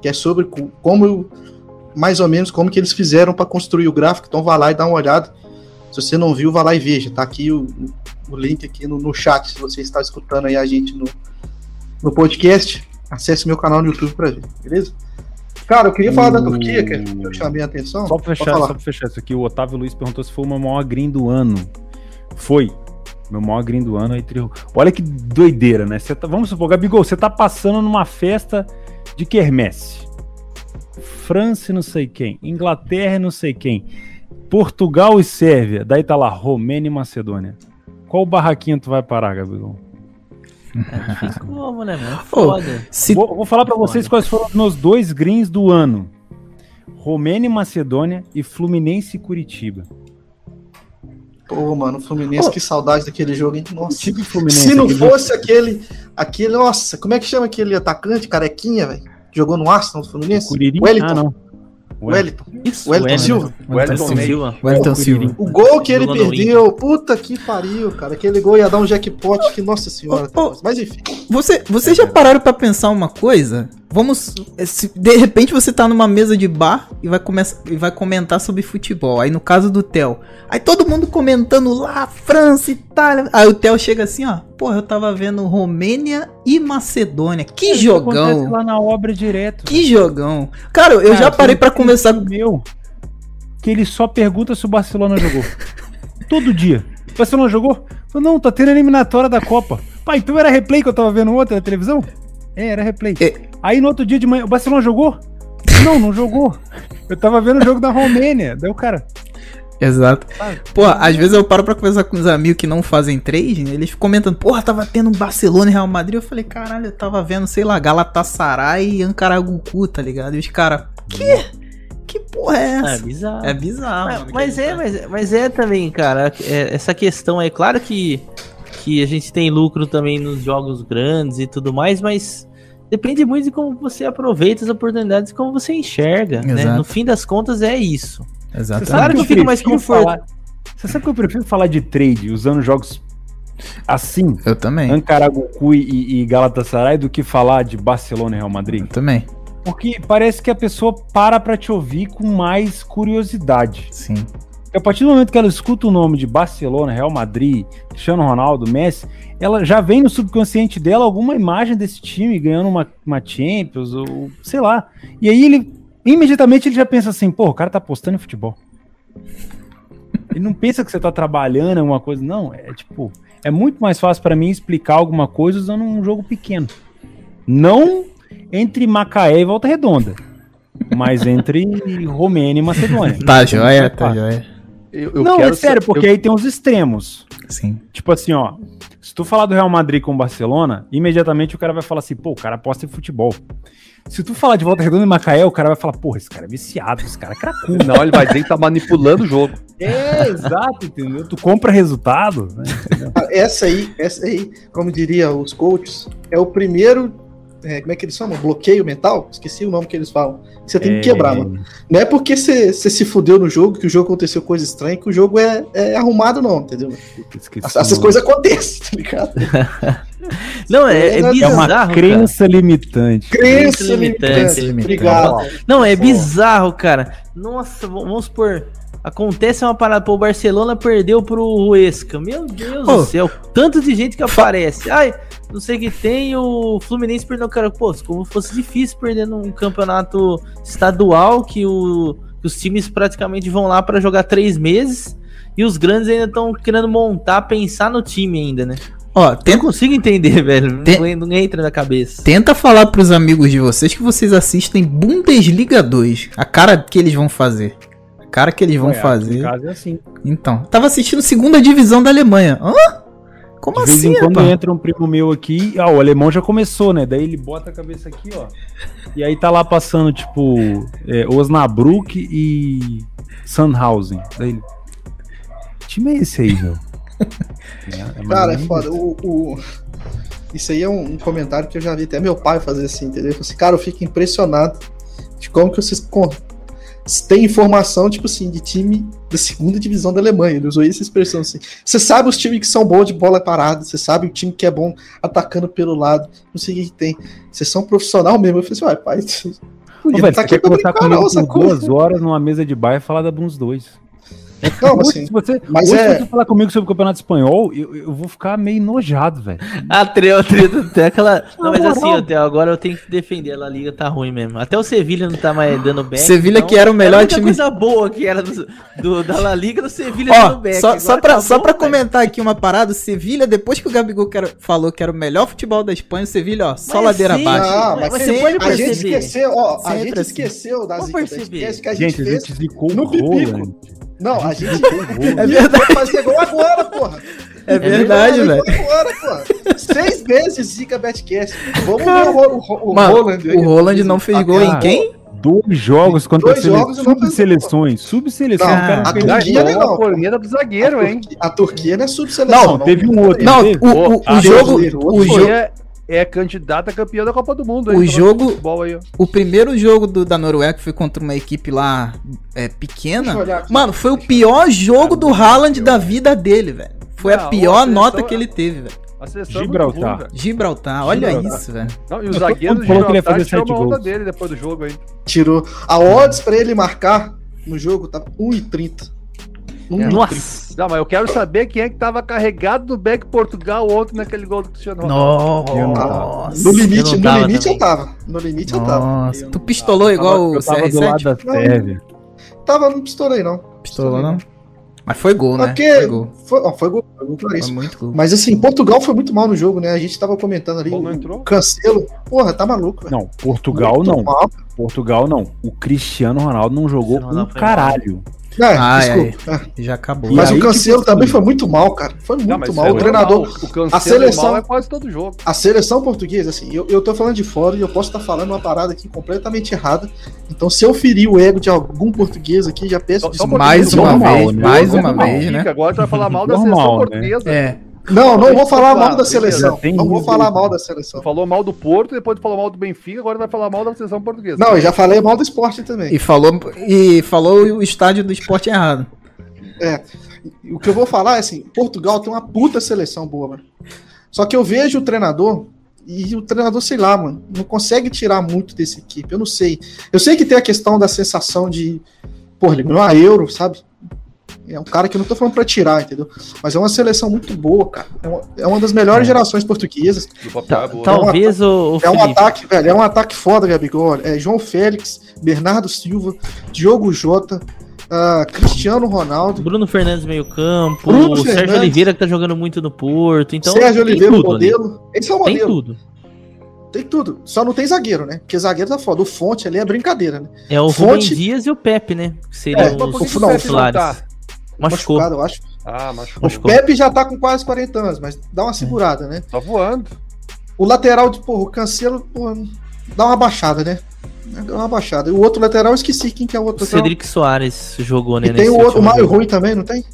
[SPEAKER 4] que é sobre co- como, eu- mais ou menos, como que eles fizeram para construir o gráfico. Então vai lá e dá uma olhada. Se você não viu, vai lá e veja. Tá aqui o, o link aqui no, no chat, se você está escutando aí a gente no, no podcast. Acesse meu canal no YouTube pra ver, beleza? Cara, eu queria falar da
[SPEAKER 2] Hum.
[SPEAKER 4] Turquia, que eu chamei a atenção.
[SPEAKER 2] Só pra
[SPEAKER 4] Pode
[SPEAKER 2] fechar,
[SPEAKER 4] falar.
[SPEAKER 2] só pra fechar isso aqui, o Otávio Luiz perguntou se foi o meu maior green do ano. Foi. Meu maior green do ano aí trio. Olha que doideira, né? Você tá- vamos supor, Gabigol, você tá passando numa festa de quermesse. França e não sei quem, Inglaterra e não sei quem, Portugal e Sérvia, daí tá lá Romênia e Macedônia. Qual barraquinho tu vai parar, Gabigol?
[SPEAKER 5] Difícil Como, né, mano? Foda.
[SPEAKER 3] Se
[SPEAKER 2] Vou, vou falar pra vocês
[SPEAKER 5] Olha.
[SPEAKER 2] quais foram os meus dois greens do ano. Romênia e Macedônia e Fluminense e Curitiba.
[SPEAKER 4] Pô, mano, o Fluminense,
[SPEAKER 5] Ô.
[SPEAKER 4] que saudade daquele jogo, hein? Nossa.
[SPEAKER 2] Curitiba e Fluminense.
[SPEAKER 4] Se não
[SPEAKER 2] aquele
[SPEAKER 4] fosse aquele, aquele, nossa, como é que chama aquele atacante, carequinha, velho? que Jogou no Arsenal do Fluminense?
[SPEAKER 2] Curirim?
[SPEAKER 4] Wellington.
[SPEAKER 2] Ah, não. né?
[SPEAKER 4] Wellington.
[SPEAKER 5] Isso,
[SPEAKER 4] Wellington Silva.
[SPEAKER 1] Wellington
[SPEAKER 3] Wellington
[SPEAKER 1] Silva.
[SPEAKER 3] Wellington Então, Silva.
[SPEAKER 4] O gol que ele
[SPEAKER 5] Jogou no
[SPEAKER 4] perdeu, puta que pariu, cara. Aquele gol ia dar um jackpot que, nossa senhora.
[SPEAKER 3] Ô, ô.
[SPEAKER 4] Mas enfim,
[SPEAKER 3] Você, vocês já pararam pra pensar uma coisa? Vamos. é, se- de repente você tá numa mesa de bar e vai, começar, e vai comentar sobre futebol. Aí no caso do Theo. Aí todo mundo comentando lá, França, Itália. Aí o Theo chega assim, ó. Porra, eu tava vendo Romênia e Macedônia. Que
[SPEAKER 2] É, Isso acontece
[SPEAKER 3] jogão!
[SPEAKER 2] lá na obra direto.
[SPEAKER 3] Que jogão! Cara, eu já parei pra
[SPEAKER 2] um
[SPEAKER 3] conversar com.
[SPEAKER 2] meu que ele só pergunta se o Barcelona jogou. Todo dia. O Barcelona jogou? Falei, não, tá tendo eliminatória da Copa. Pai, então era replay que eu tava vendo ontem na televisão? É, era replay.
[SPEAKER 3] É.
[SPEAKER 2] Aí no outro dia de manhã, o Barcelona jogou? Não, não jogou. Eu tava vendo o jogo da Romênia. Daí o cara.
[SPEAKER 3] Exato. Pô, às vezes eu paro pra conversar com os amigos que não fazem trading, eles ficam comentando, porra, tava tendo um Barcelona e Real Madrid. Eu falei, caralho, eu tava vendo, sei lá, Galatasaray e Ancaragucu, tá ligado? E os caras, que? Que porra é
[SPEAKER 5] É
[SPEAKER 3] essa?
[SPEAKER 5] bizarro.
[SPEAKER 3] É, bizarro.
[SPEAKER 5] Mas-
[SPEAKER 3] mano,
[SPEAKER 5] mas
[SPEAKER 3] que
[SPEAKER 5] é, mas, é- mas é também, cara, é- essa questão é claro que, que a gente tem lucro também nos jogos grandes e tudo mais, mas Depende muito de como você aproveita as oportunidades e como você enxerga, né?
[SPEAKER 3] Exato.
[SPEAKER 5] No fim das contas é isso.
[SPEAKER 2] tá.
[SPEAKER 3] Exatamente.
[SPEAKER 5] Claro que eu fico mais
[SPEAKER 2] prefiro
[SPEAKER 5] conforto-
[SPEAKER 2] falar- Você sabe que eu prefiro falar de trade usando jogos assim,
[SPEAKER 3] Eu também.
[SPEAKER 2] Ankara Goku e, e Galatasaray, do que falar de Barcelona e Real Madrid?
[SPEAKER 3] Eu também.
[SPEAKER 2] Porque parece que a pessoa para pra te ouvir com mais curiosidade.
[SPEAKER 3] Sim.
[SPEAKER 2] Porque a partir do momento que ela escuta o nome de Barcelona, Real Madrid, Cristiano Ronaldo, Messi, ela já vem no subconsciente dela alguma imagem desse time ganhando uma, uma Champions, ou sei lá. E aí ele, imediatamente, ele já pensa assim: pô, o cara tá apostando em futebol. Ele não pensa que você tá trabalhando em alguma coisa, não. É tipo, é muito mais fácil pra mim explicar alguma coisa usando um jogo pequeno. Não entre Macaé e Volta Redonda, mas entre Romênia e Macedônia.
[SPEAKER 3] Tá joia,
[SPEAKER 2] Ah.
[SPEAKER 3] tá joia.
[SPEAKER 1] Eu, eu
[SPEAKER 2] não,
[SPEAKER 1] quero
[SPEAKER 2] é sério,
[SPEAKER 1] sa-
[SPEAKER 2] porque aí tem os extremos.
[SPEAKER 3] Sim.
[SPEAKER 2] Tipo assim, ó. Se tu falar do Real Madrid com o Barcelona, imediatamente o cara vai falar assim, pô, o cara aposta em futebol. Se tu falar de Volta Redonda e Macaé, o cara vai falar, porra, esse cara é viciado, esse cara é cracudo.
[SPEAKER 1] Eu... Não, ele vai dizer que tá manipulando o jogo.
[SPEAKER 2] [laughs] É, exato, entendeu? Tu compra resultado, né?
[SPEAKER 4] Ah, Essa aí, essa aí, como diria os coaches, é o primeiro. é, como é que eles chamam? Bloqueio mental? Esqueci o nome que eles falam. Que Você tem que quebrar, mano. Não é porque você você se fudeu no jogo, que o jogo aconteceu coisa estranha, que o jogo é, é arrumado, não, entendeu? Essas essas coisas acontecem, tá ligado?
[SPEAKER 5] Não, é, é
[SPEAKER 4] É uma
[SPEAKER 2] É
[SPEAKER 5] bizarro.
[SPEAKER 2] uma
[SPEAKER 5] cara.
[SPEAKER 2] crença limitante.
[SPEAKER 4] Crença
[SPEAKER 5] limitante.
[SPEAKER 4] limitante. Obrigado.
[SPEAKER 5] Não, é
[SPEAKER 4] Pô.
[SPEAKER 5] bizarro, cara. Nossa, v- vamos supor. Acontece uma parada, pô, o Barcelona perdeu pro Huesca. Meu Deus
[SPEAKER 3] Ô.
[SPEAKER 5] do céu, tanto de gente que aparece. Ai, não sei o que tem, o Fluminense perdeu o cara. Pô, como fosse difícil perder num campeonato estadual que, o- que os times praticamente vão lá pra jogar três meses e os grandes ainda estão querendo montar, pensar no time ainda, né?
[SPEAKER 3] Ó,
[SPEAKER 5] Eu não
[SPEAKER 3] tenta,
[SPEAKER 5] consigo entender, [laughs] velho. Não-
[SPEAKER 3] Tem-
[SPEAKER 5] Não, entra na cabeça.
[SPEAKER 3] tenta falar pros amigos de vocês que vocês assistem Bundesliga 2. A cara que eles vão fazer. A cara que eles vão
[SPEAKER 2] É,
[SPEAKER 3] fazer.
[SPEAKER 2] No caso é assim.
[SPEAKER 3] Então, tava assistindo segunda divisão da Alemanha. Hã? Como
[SPEAKER 2] De vez
[SPEAKER 3] assim,
[SPEAKER 2] em quando
[SPEAKER 3] rapaz?
[SPEAKER 2] entra um primo meu aqui, ah, o alemão já começou, né? Daí ele bota a cabeça aqui, ó. E aí tá lá passando, tipo, é, Osnabrück e Sandhausen. Daí ele. "Que time é esse aí,
[SPEAKER 3] [laughs]
[SPEAKER 2] meu? É, mais ou
[SPEAKER 4] Cara, é
[SPEAKER 2] menos
[SPEAKER 4] foda. O, o- Isso aí é um, um comentário que eu já vi até meu pai fazer assim, entendeu? Ele falou assim, cara, eu fico impressionado de como que vocês con- têm informação, tipo assim, de time da segunda divisão da Alemanha. Ele usou essa expressão assim. Você sabe os times que são bons de bola parada, você sabe o time que é bom atacando pelo lado, não sei o que, que tem. Vocês são profissional mesmo. Eu falei assim, ué, pai, você
[SPEAKER 2] Ô,
[SPEAKER 4] podia
[SPEAKER 2] velho, você
[SPEAKER 4] tá aqui
[SPEAKER 2] quer
[SPEAKER 4] pra
[SPEAKER 2] conversar
[SPEAKER 4] brincar, não,
[SPEAKER 2] comigo por
[SPEAKER 4] sacou?
[SPEAKER 2] duas
[SPEAKER 4] [laughs]
[SPEAKER 2] horas numa mesa de bar e falar da Buns 2.
[SPEAKER 4] Não,
[SPEAKER 2] Hoje,
[SPEAKER 4] assim,
[SPEAKER 2] se você,
[SPEAKER 4] mas
[SPEAKER 2] hoje,
[SPEAKER 4] é-
[SPEAKER 2] se você falar comigo sobre o Campeonato Espanhol, eu, eu vou ficar meio enojado, velho.
[SPEAKER 5] A treta, a treta, tem é aquela. Não, mas
[SPEAKER 2] moral.
[SPEAKER 5] assim, eu tenho- agora eu tenho que defender. A La Liga tá ruim mesmo. Até o Sevilha não tá mais dando back.
[SPEAKER 3] Sevilha
[SPEAKER 4] é
[SPEAKER 5] então,
[SPEAKER 3] que era o
[SPEAKER 5] a
[SPEAKER 3] melhor
[SPEAKER 5] única
[SPEAKER 3] time.
[SPEAKER 5] coisa boa que era do, do- da La Liga do Sevilha dando
[SPEAKER 3] Ó,
[SPEAKER 5] back.
[SPEAKER 3] só,
[SPEAKER 5] Agora
[SPEAKER 3] só, pra, só
[SPEAKER 5] acabou,
[SPEAKER 3] pra
[SPEAKER 5] velho.
[SPEAKER 3] comentar aqui uma parada, o Sevilha, depois que o Gabigol que era- falou que era o melhor futebol da Espanha, o Sevilha, ó, só
[SPEAKER 5] Mas é
[SPEAKER 3] ladeira
[SPEAKER 5] sempre,
[SPEAKER 3] abaixo.
[SPEAKER 4] Ah,
[SPEAKER 5] mas,
[SPEAKER 4] mas
[SPEAKER 5] você
[SPEAKER 3] sempre
[SPEAKER 5] pode
[SPEAKER 4] a gente
[SPEAKER 5] perceber.
[SPEAKER 4] esqueceu, ó, a
[SPEAKER 3] Sempre
[SPEAKER 4] gente
[SPEAKER 3] assim.
[SPEAKER 4] esqueceu da
[SPEAKER 5] Vou
[SPEAKER 4] zica, a gente
[SPEAKER 5] perceber.
[SPEAKER 4] esquece que a gente
[SPEAKER 2] Gente, a
[SPEAKER 4] fez.
[SPEAKER 2] gente zicou
[SPEAKER 4] no
[SPEAKER 2] o
[SPEAKER 4] pipico.
[SPEAKER 2] Roland.
[SPEAKER 3] [laughs]
[SPEAKER 4] Não, a gente
[SPEAKER 3] É
[SPEAKER 4] é
[SPEAKER 3] verdade.
[SPEAKER 4] verdade. fazer gol agora, porra.
[SPEAKER 3] É verdade, velho.
[SPEAKER 4] Agora, porra. Seis meses Zica Betcast. Vamos ver o, o, o
[SPEAKER 3] Mano,
[SPEAKER 4] Roland aí.
[SPEAKER 3] o Roland não fez gol em
[SPEAKER 2] cara.
[SPEAKER 3] quem?
[SPEAKER 2] Dois jogos contra
[SPEAKER 4] Dois
[SPEAKER 2] sele...
[SPEAKER 4] jogos e não fez
[SPEAKER 2] subseleções. Subseleção,
[SPEAKER 4] Não,
[SPEAKER 2] o cara
[SPEAKER 4] a
[SPEAKER 2] fez
[SPEAKER 4] Turquia
[SPEAKER 1] Tá,
[SPEAKER 2] nada.
[SPEAKER 4] não é legal.
[SPEAKER 1] corneta do
[SPEAKER 4] A
[SPEAKER 1] zagueiro, hein?
[SPEAKER 4] Turquia- A Turquia não é subseleção.
[SPEAKER 2] Não, teve um outro.
[SPEAKER 3] Não,
[SPEAKER 2] teve?
[SPEAKER 3] o, o- o
[SPEAKER 4] Ah,
[SPEAKER 3] jogo,
[SPEAKER 4] brasileiro, outro
[SPEAKER 3] o,
[SPEAKER 4] jogo.
[SPEAKER 3] jogo,
[SPEAKER 1] Turquia é candidata a campeã da Copa do Mundo,
[SPEAKER 3] O
[SPEAKER 1] Tá falando
[SPEAKER 3] jogo-
[SPEAKER 1] de futebol aí, ó.
[SPEAKER 3] o primeiro jogo do- da Noruega que foi contra uma equipe lá é, pequena, mano, foi o pior jogo do Haaland da vida dele, velho. Foi a
[SPEAKER 1] Não,
[SPEAKER 3] pior
[SPEAKER 1] a seleção
[SPEAKER 3] nota
[SPEAKER 1] é-
[SPEAKER 3] que ele teve, velho.
[SPEAKER 1] A seleção é muito
[SPEAKER 2] Gibraltar.
[SPEAKER 1] velho.
[SPEAKER 3] Gibraltar, olha
[SPEAKER 2] Gibraltar.
[SPEAKER 3] isso, velho.
[SPEAKER 1] Não, e o
[SPEAKER 2] Todo
[SPEAKER 1] zagueiro
[SPEAKER 2] mundo falou que ele ia
[SPEAKER 1] Gibraltar
[SPEAKER 2] fazer
[SPEAKER 1] tirou
[SPEAKER 2] sete
[SPEAKER 1] uma onda
[SPEAKER 2] gols.
[SPEAKER 1] dele depois do jogo, hein?
[SPEAKER 4] Tirou. A odds pra ele marcar no jogo tá um tava 1,30.
[SPEAKER 1] É.
[SPEAKER 5] Nossa.
[SPEAKER 1] Não, mas eu quero saber quem é que tava carregado do back Portugal ontem naquele gol do Cristiano Ronaldo.
[SPEAKER 3] Nossa.
[SPEAKER 4] No limite,
[SPEAKER 5] eu não
[SPEAKER 4] no
[SPEAKER 5] tava
[SPEAKER 4] limite eu
[SPEAKER 5] também.
[SPEAKER 4] tava. No limite Então tá. eu tava.
[SPEAKER 3] Nossa, tu pistolou igual o
[SPEAKER 2] eu tava do lado
[SPEAKER 3] CR7?
[SPEAKER 2] da Sérvia.
[SPEAKER 4] Tava, não estourei, não.
[SPEAKER 3] Pistolou, não? Mas foi gol, né?
[SPEAKER 4] Porque
[SPEAKER 3] Foi gol.
[SPEAKER 4] foi, ó, foi gol, foi gol claríssimo.
[SPEAKER 3] Foi muito gol.
[SPEAKER 4] Mas assim, Portugal foi muito mal no jogo, né? A gente tava comentando ali.
[SPEAKER 1] Bom,
[SPEAKER 4] O
[SPEAKER 1] não entrou?
[SPEAKER 4] Cancelo. Porra, tá maluco, velho.
[SPEAKER 2] Não, Portugal
[SPEAKER 4] Muito
[SPEAKER 2] não.
[SPEAKER 4] mal.
[SPEAKER 2] Portugal não. O Cristiano Ronaldo não jogou
[SPEAKER 5] Cristiano Ronaldo
[SPEAKER 2] um
[SPEAKER 5] foi mal.
[SPEAKER 2] caralho.
[SPEAKER 4] É,
[SPEAKER 3] Ai,
[SPEAKER 4] desculpa. É.
[SPEAKER 3] Já acabou.
[SPEAKER 4] Mas
[SPEAKER 2] E aí
[SPEAKER 4] o
[SPEAKER 2] que
[SPEAKER 4] Cancelo
[SPEAKER 2] foi
[SPEAKER 4] também
[SPEAKER 2] tudo.
[SPEAKER 4] foi muito mal, cara. Foi muito
[SPEAKER 1] Não, mas
[SPEAKER 4] mal.
[SPEAKER 1] isso
[SPEAKER 4] o
[SPEAKER 1] é
[SPEAKER 4] treinador.
[SPEAKER 1] normal. o Cancelo
[SPEAKER 4] a seleção-
[SPEAKER 1] é mal é quase todo jogo.
[SPEAKER 4] A seleção portuguesa, assim, eu, eu tô falando de fora e eu posso estar falando uma parada aqui completamente errada. Então, se eu ferir o ego de algum português aqui, já peço
[SPEAKER 1] Só- um só
[SPEAKER 4] desculpa.
[SPEAKER 1] português,
[SPEAKER 3] mais uma
[SPEAKER 1] normal,
[SPEAKER 3] vez,
[SPEAKER 2] né?
[SPEAKER 3] mais uma
[SPEAKER 2] Normal.
[SPEAKER 3] vez, né?
[SPEAKER 1] Agora tu vai falar mal da
[SPEAKER 2] Normal,
[SPEAKER 1] seleção
[SPEAKER 2] né?
[SPEAKER 1] portuguesa.
[SPEAKER 3] É.
[SPEAKER 4] Não, não vou falar mal
[SPEAKER 1] Claro,
[SPEAKER 4] da seleção.
[SPEAKER 2] já tem
[SPEAKER 4] Não vou
[SPEAKER 2] isso,
[SPEAKER 4] falar
[SPEAKER 2] né?
[SPEAKER 4] mal da
[SPEAKER 1] Tu
[SPEAKER 4] seleção.
[SPEAKER 1] falou mal do Porto, depois tu falou mal do Benfica, agora vai falar mal da seleção portuguesa.
[SPEAKER 4] Não, eu já falei mal do esporte também.
[SPEAKER 3] E falou, e falou o estádio do esporte errado.
[SPEAKER 4] E O que eu vou falar é assim, Portugal tem uma puta seleção boa, mano. Só que eu vejo o treinador e o treinador, sei lá, mano, não consegue tirar muito dessa equipe. Eu não sei. Eu sei que tem a questão da sensação de, pô, ele ganhou a Euro, sabe? É um cara que eu não tô falando pra tirar, entendeu? Mas é uma seleção muito boa, cara. É uma, é uma das melhores gerações portuguesas.
[SPEAKER 1] Do papel
[SPEAKER 5] Ta-
[SPEAKER 1] é boa.
[SPEAKER 5] Tá, talvez o, o
[SPEAKER 4] É um
[SPEAKER 5] Felipe-
[SPEAKER 4] ataque, velho, é um ataque foda, Gabigol. Olha, É João Félix, Bernardo Silva, Diogo Jota, ah, Cristiano Ronaldo,
[SPEAKER 5] Bruno Fernandes meio campo,
[SPEAKER 4] Bruno
[SPEAKER 5] o Sérgio
[SPEAKER 4] Fernandes.
[SPEAKER 5] Oliveira que tá jogando muito no Porto, então
[SPEAKER 4] Sérgio Oliveira, o
[SPEAKER 5] tudo ali.
[SPEAKER 4] modelo. Esse é o
[SPEAKER 5] Tem
[SPEAKER 4] modelo.
[SPEAKER 5] tudo.
[SPEAKER 4] Tem tudo. Só não tem zagueiro, né? Porque zagueiro tá foda. O Fonte ali é brincadeira, né?
[SPEAKER 5] É o Rubem
[SPEAKER 4] Fonte-
[SPEAKER 5] Dias e o Pepe, né? Que seriam
[SPEAKER 4] É,
[SPEAKER 5] os
[SPEAKER 4] mas por que que o
[SPEAKER 5] não,
[SPEAKER 4] Pepe não
[SPEAKER 5] titulares.
[SPEAKER 1] tá?
[SPEAKER 5] Machucou.
[SPEAKER 4] Machucado, eu acho.
[SPEAKER 1] Ah, machucou.
[SPEAKER 5] Machucou.
[SPEAKER 4] Pepe já tá com quase 40 anos, mas dá
[SPEAKER 5] É.
[SPEAKER 4] uma segurada, né?
[SPEAKER 1] Tá voando.
[SPEAKER 4] O lateral, do- porra, o Cancelo, porra, dá uma baixada, né? Dá uma baixada. E o outro lateral, eu esqueci quem que é o
[SPEAKER 5] O
[SPEAKER 4] outro lateral.
[SPEAKER 5] Cedric Soares jogou, né?
[SPEAKER 4] E tem o outro, o
[SPEAKER 5] último
[SPEAKER 4] Mário
[SPEAKER 5] jogo.
[SPEAKER 4] Rui também, não tem?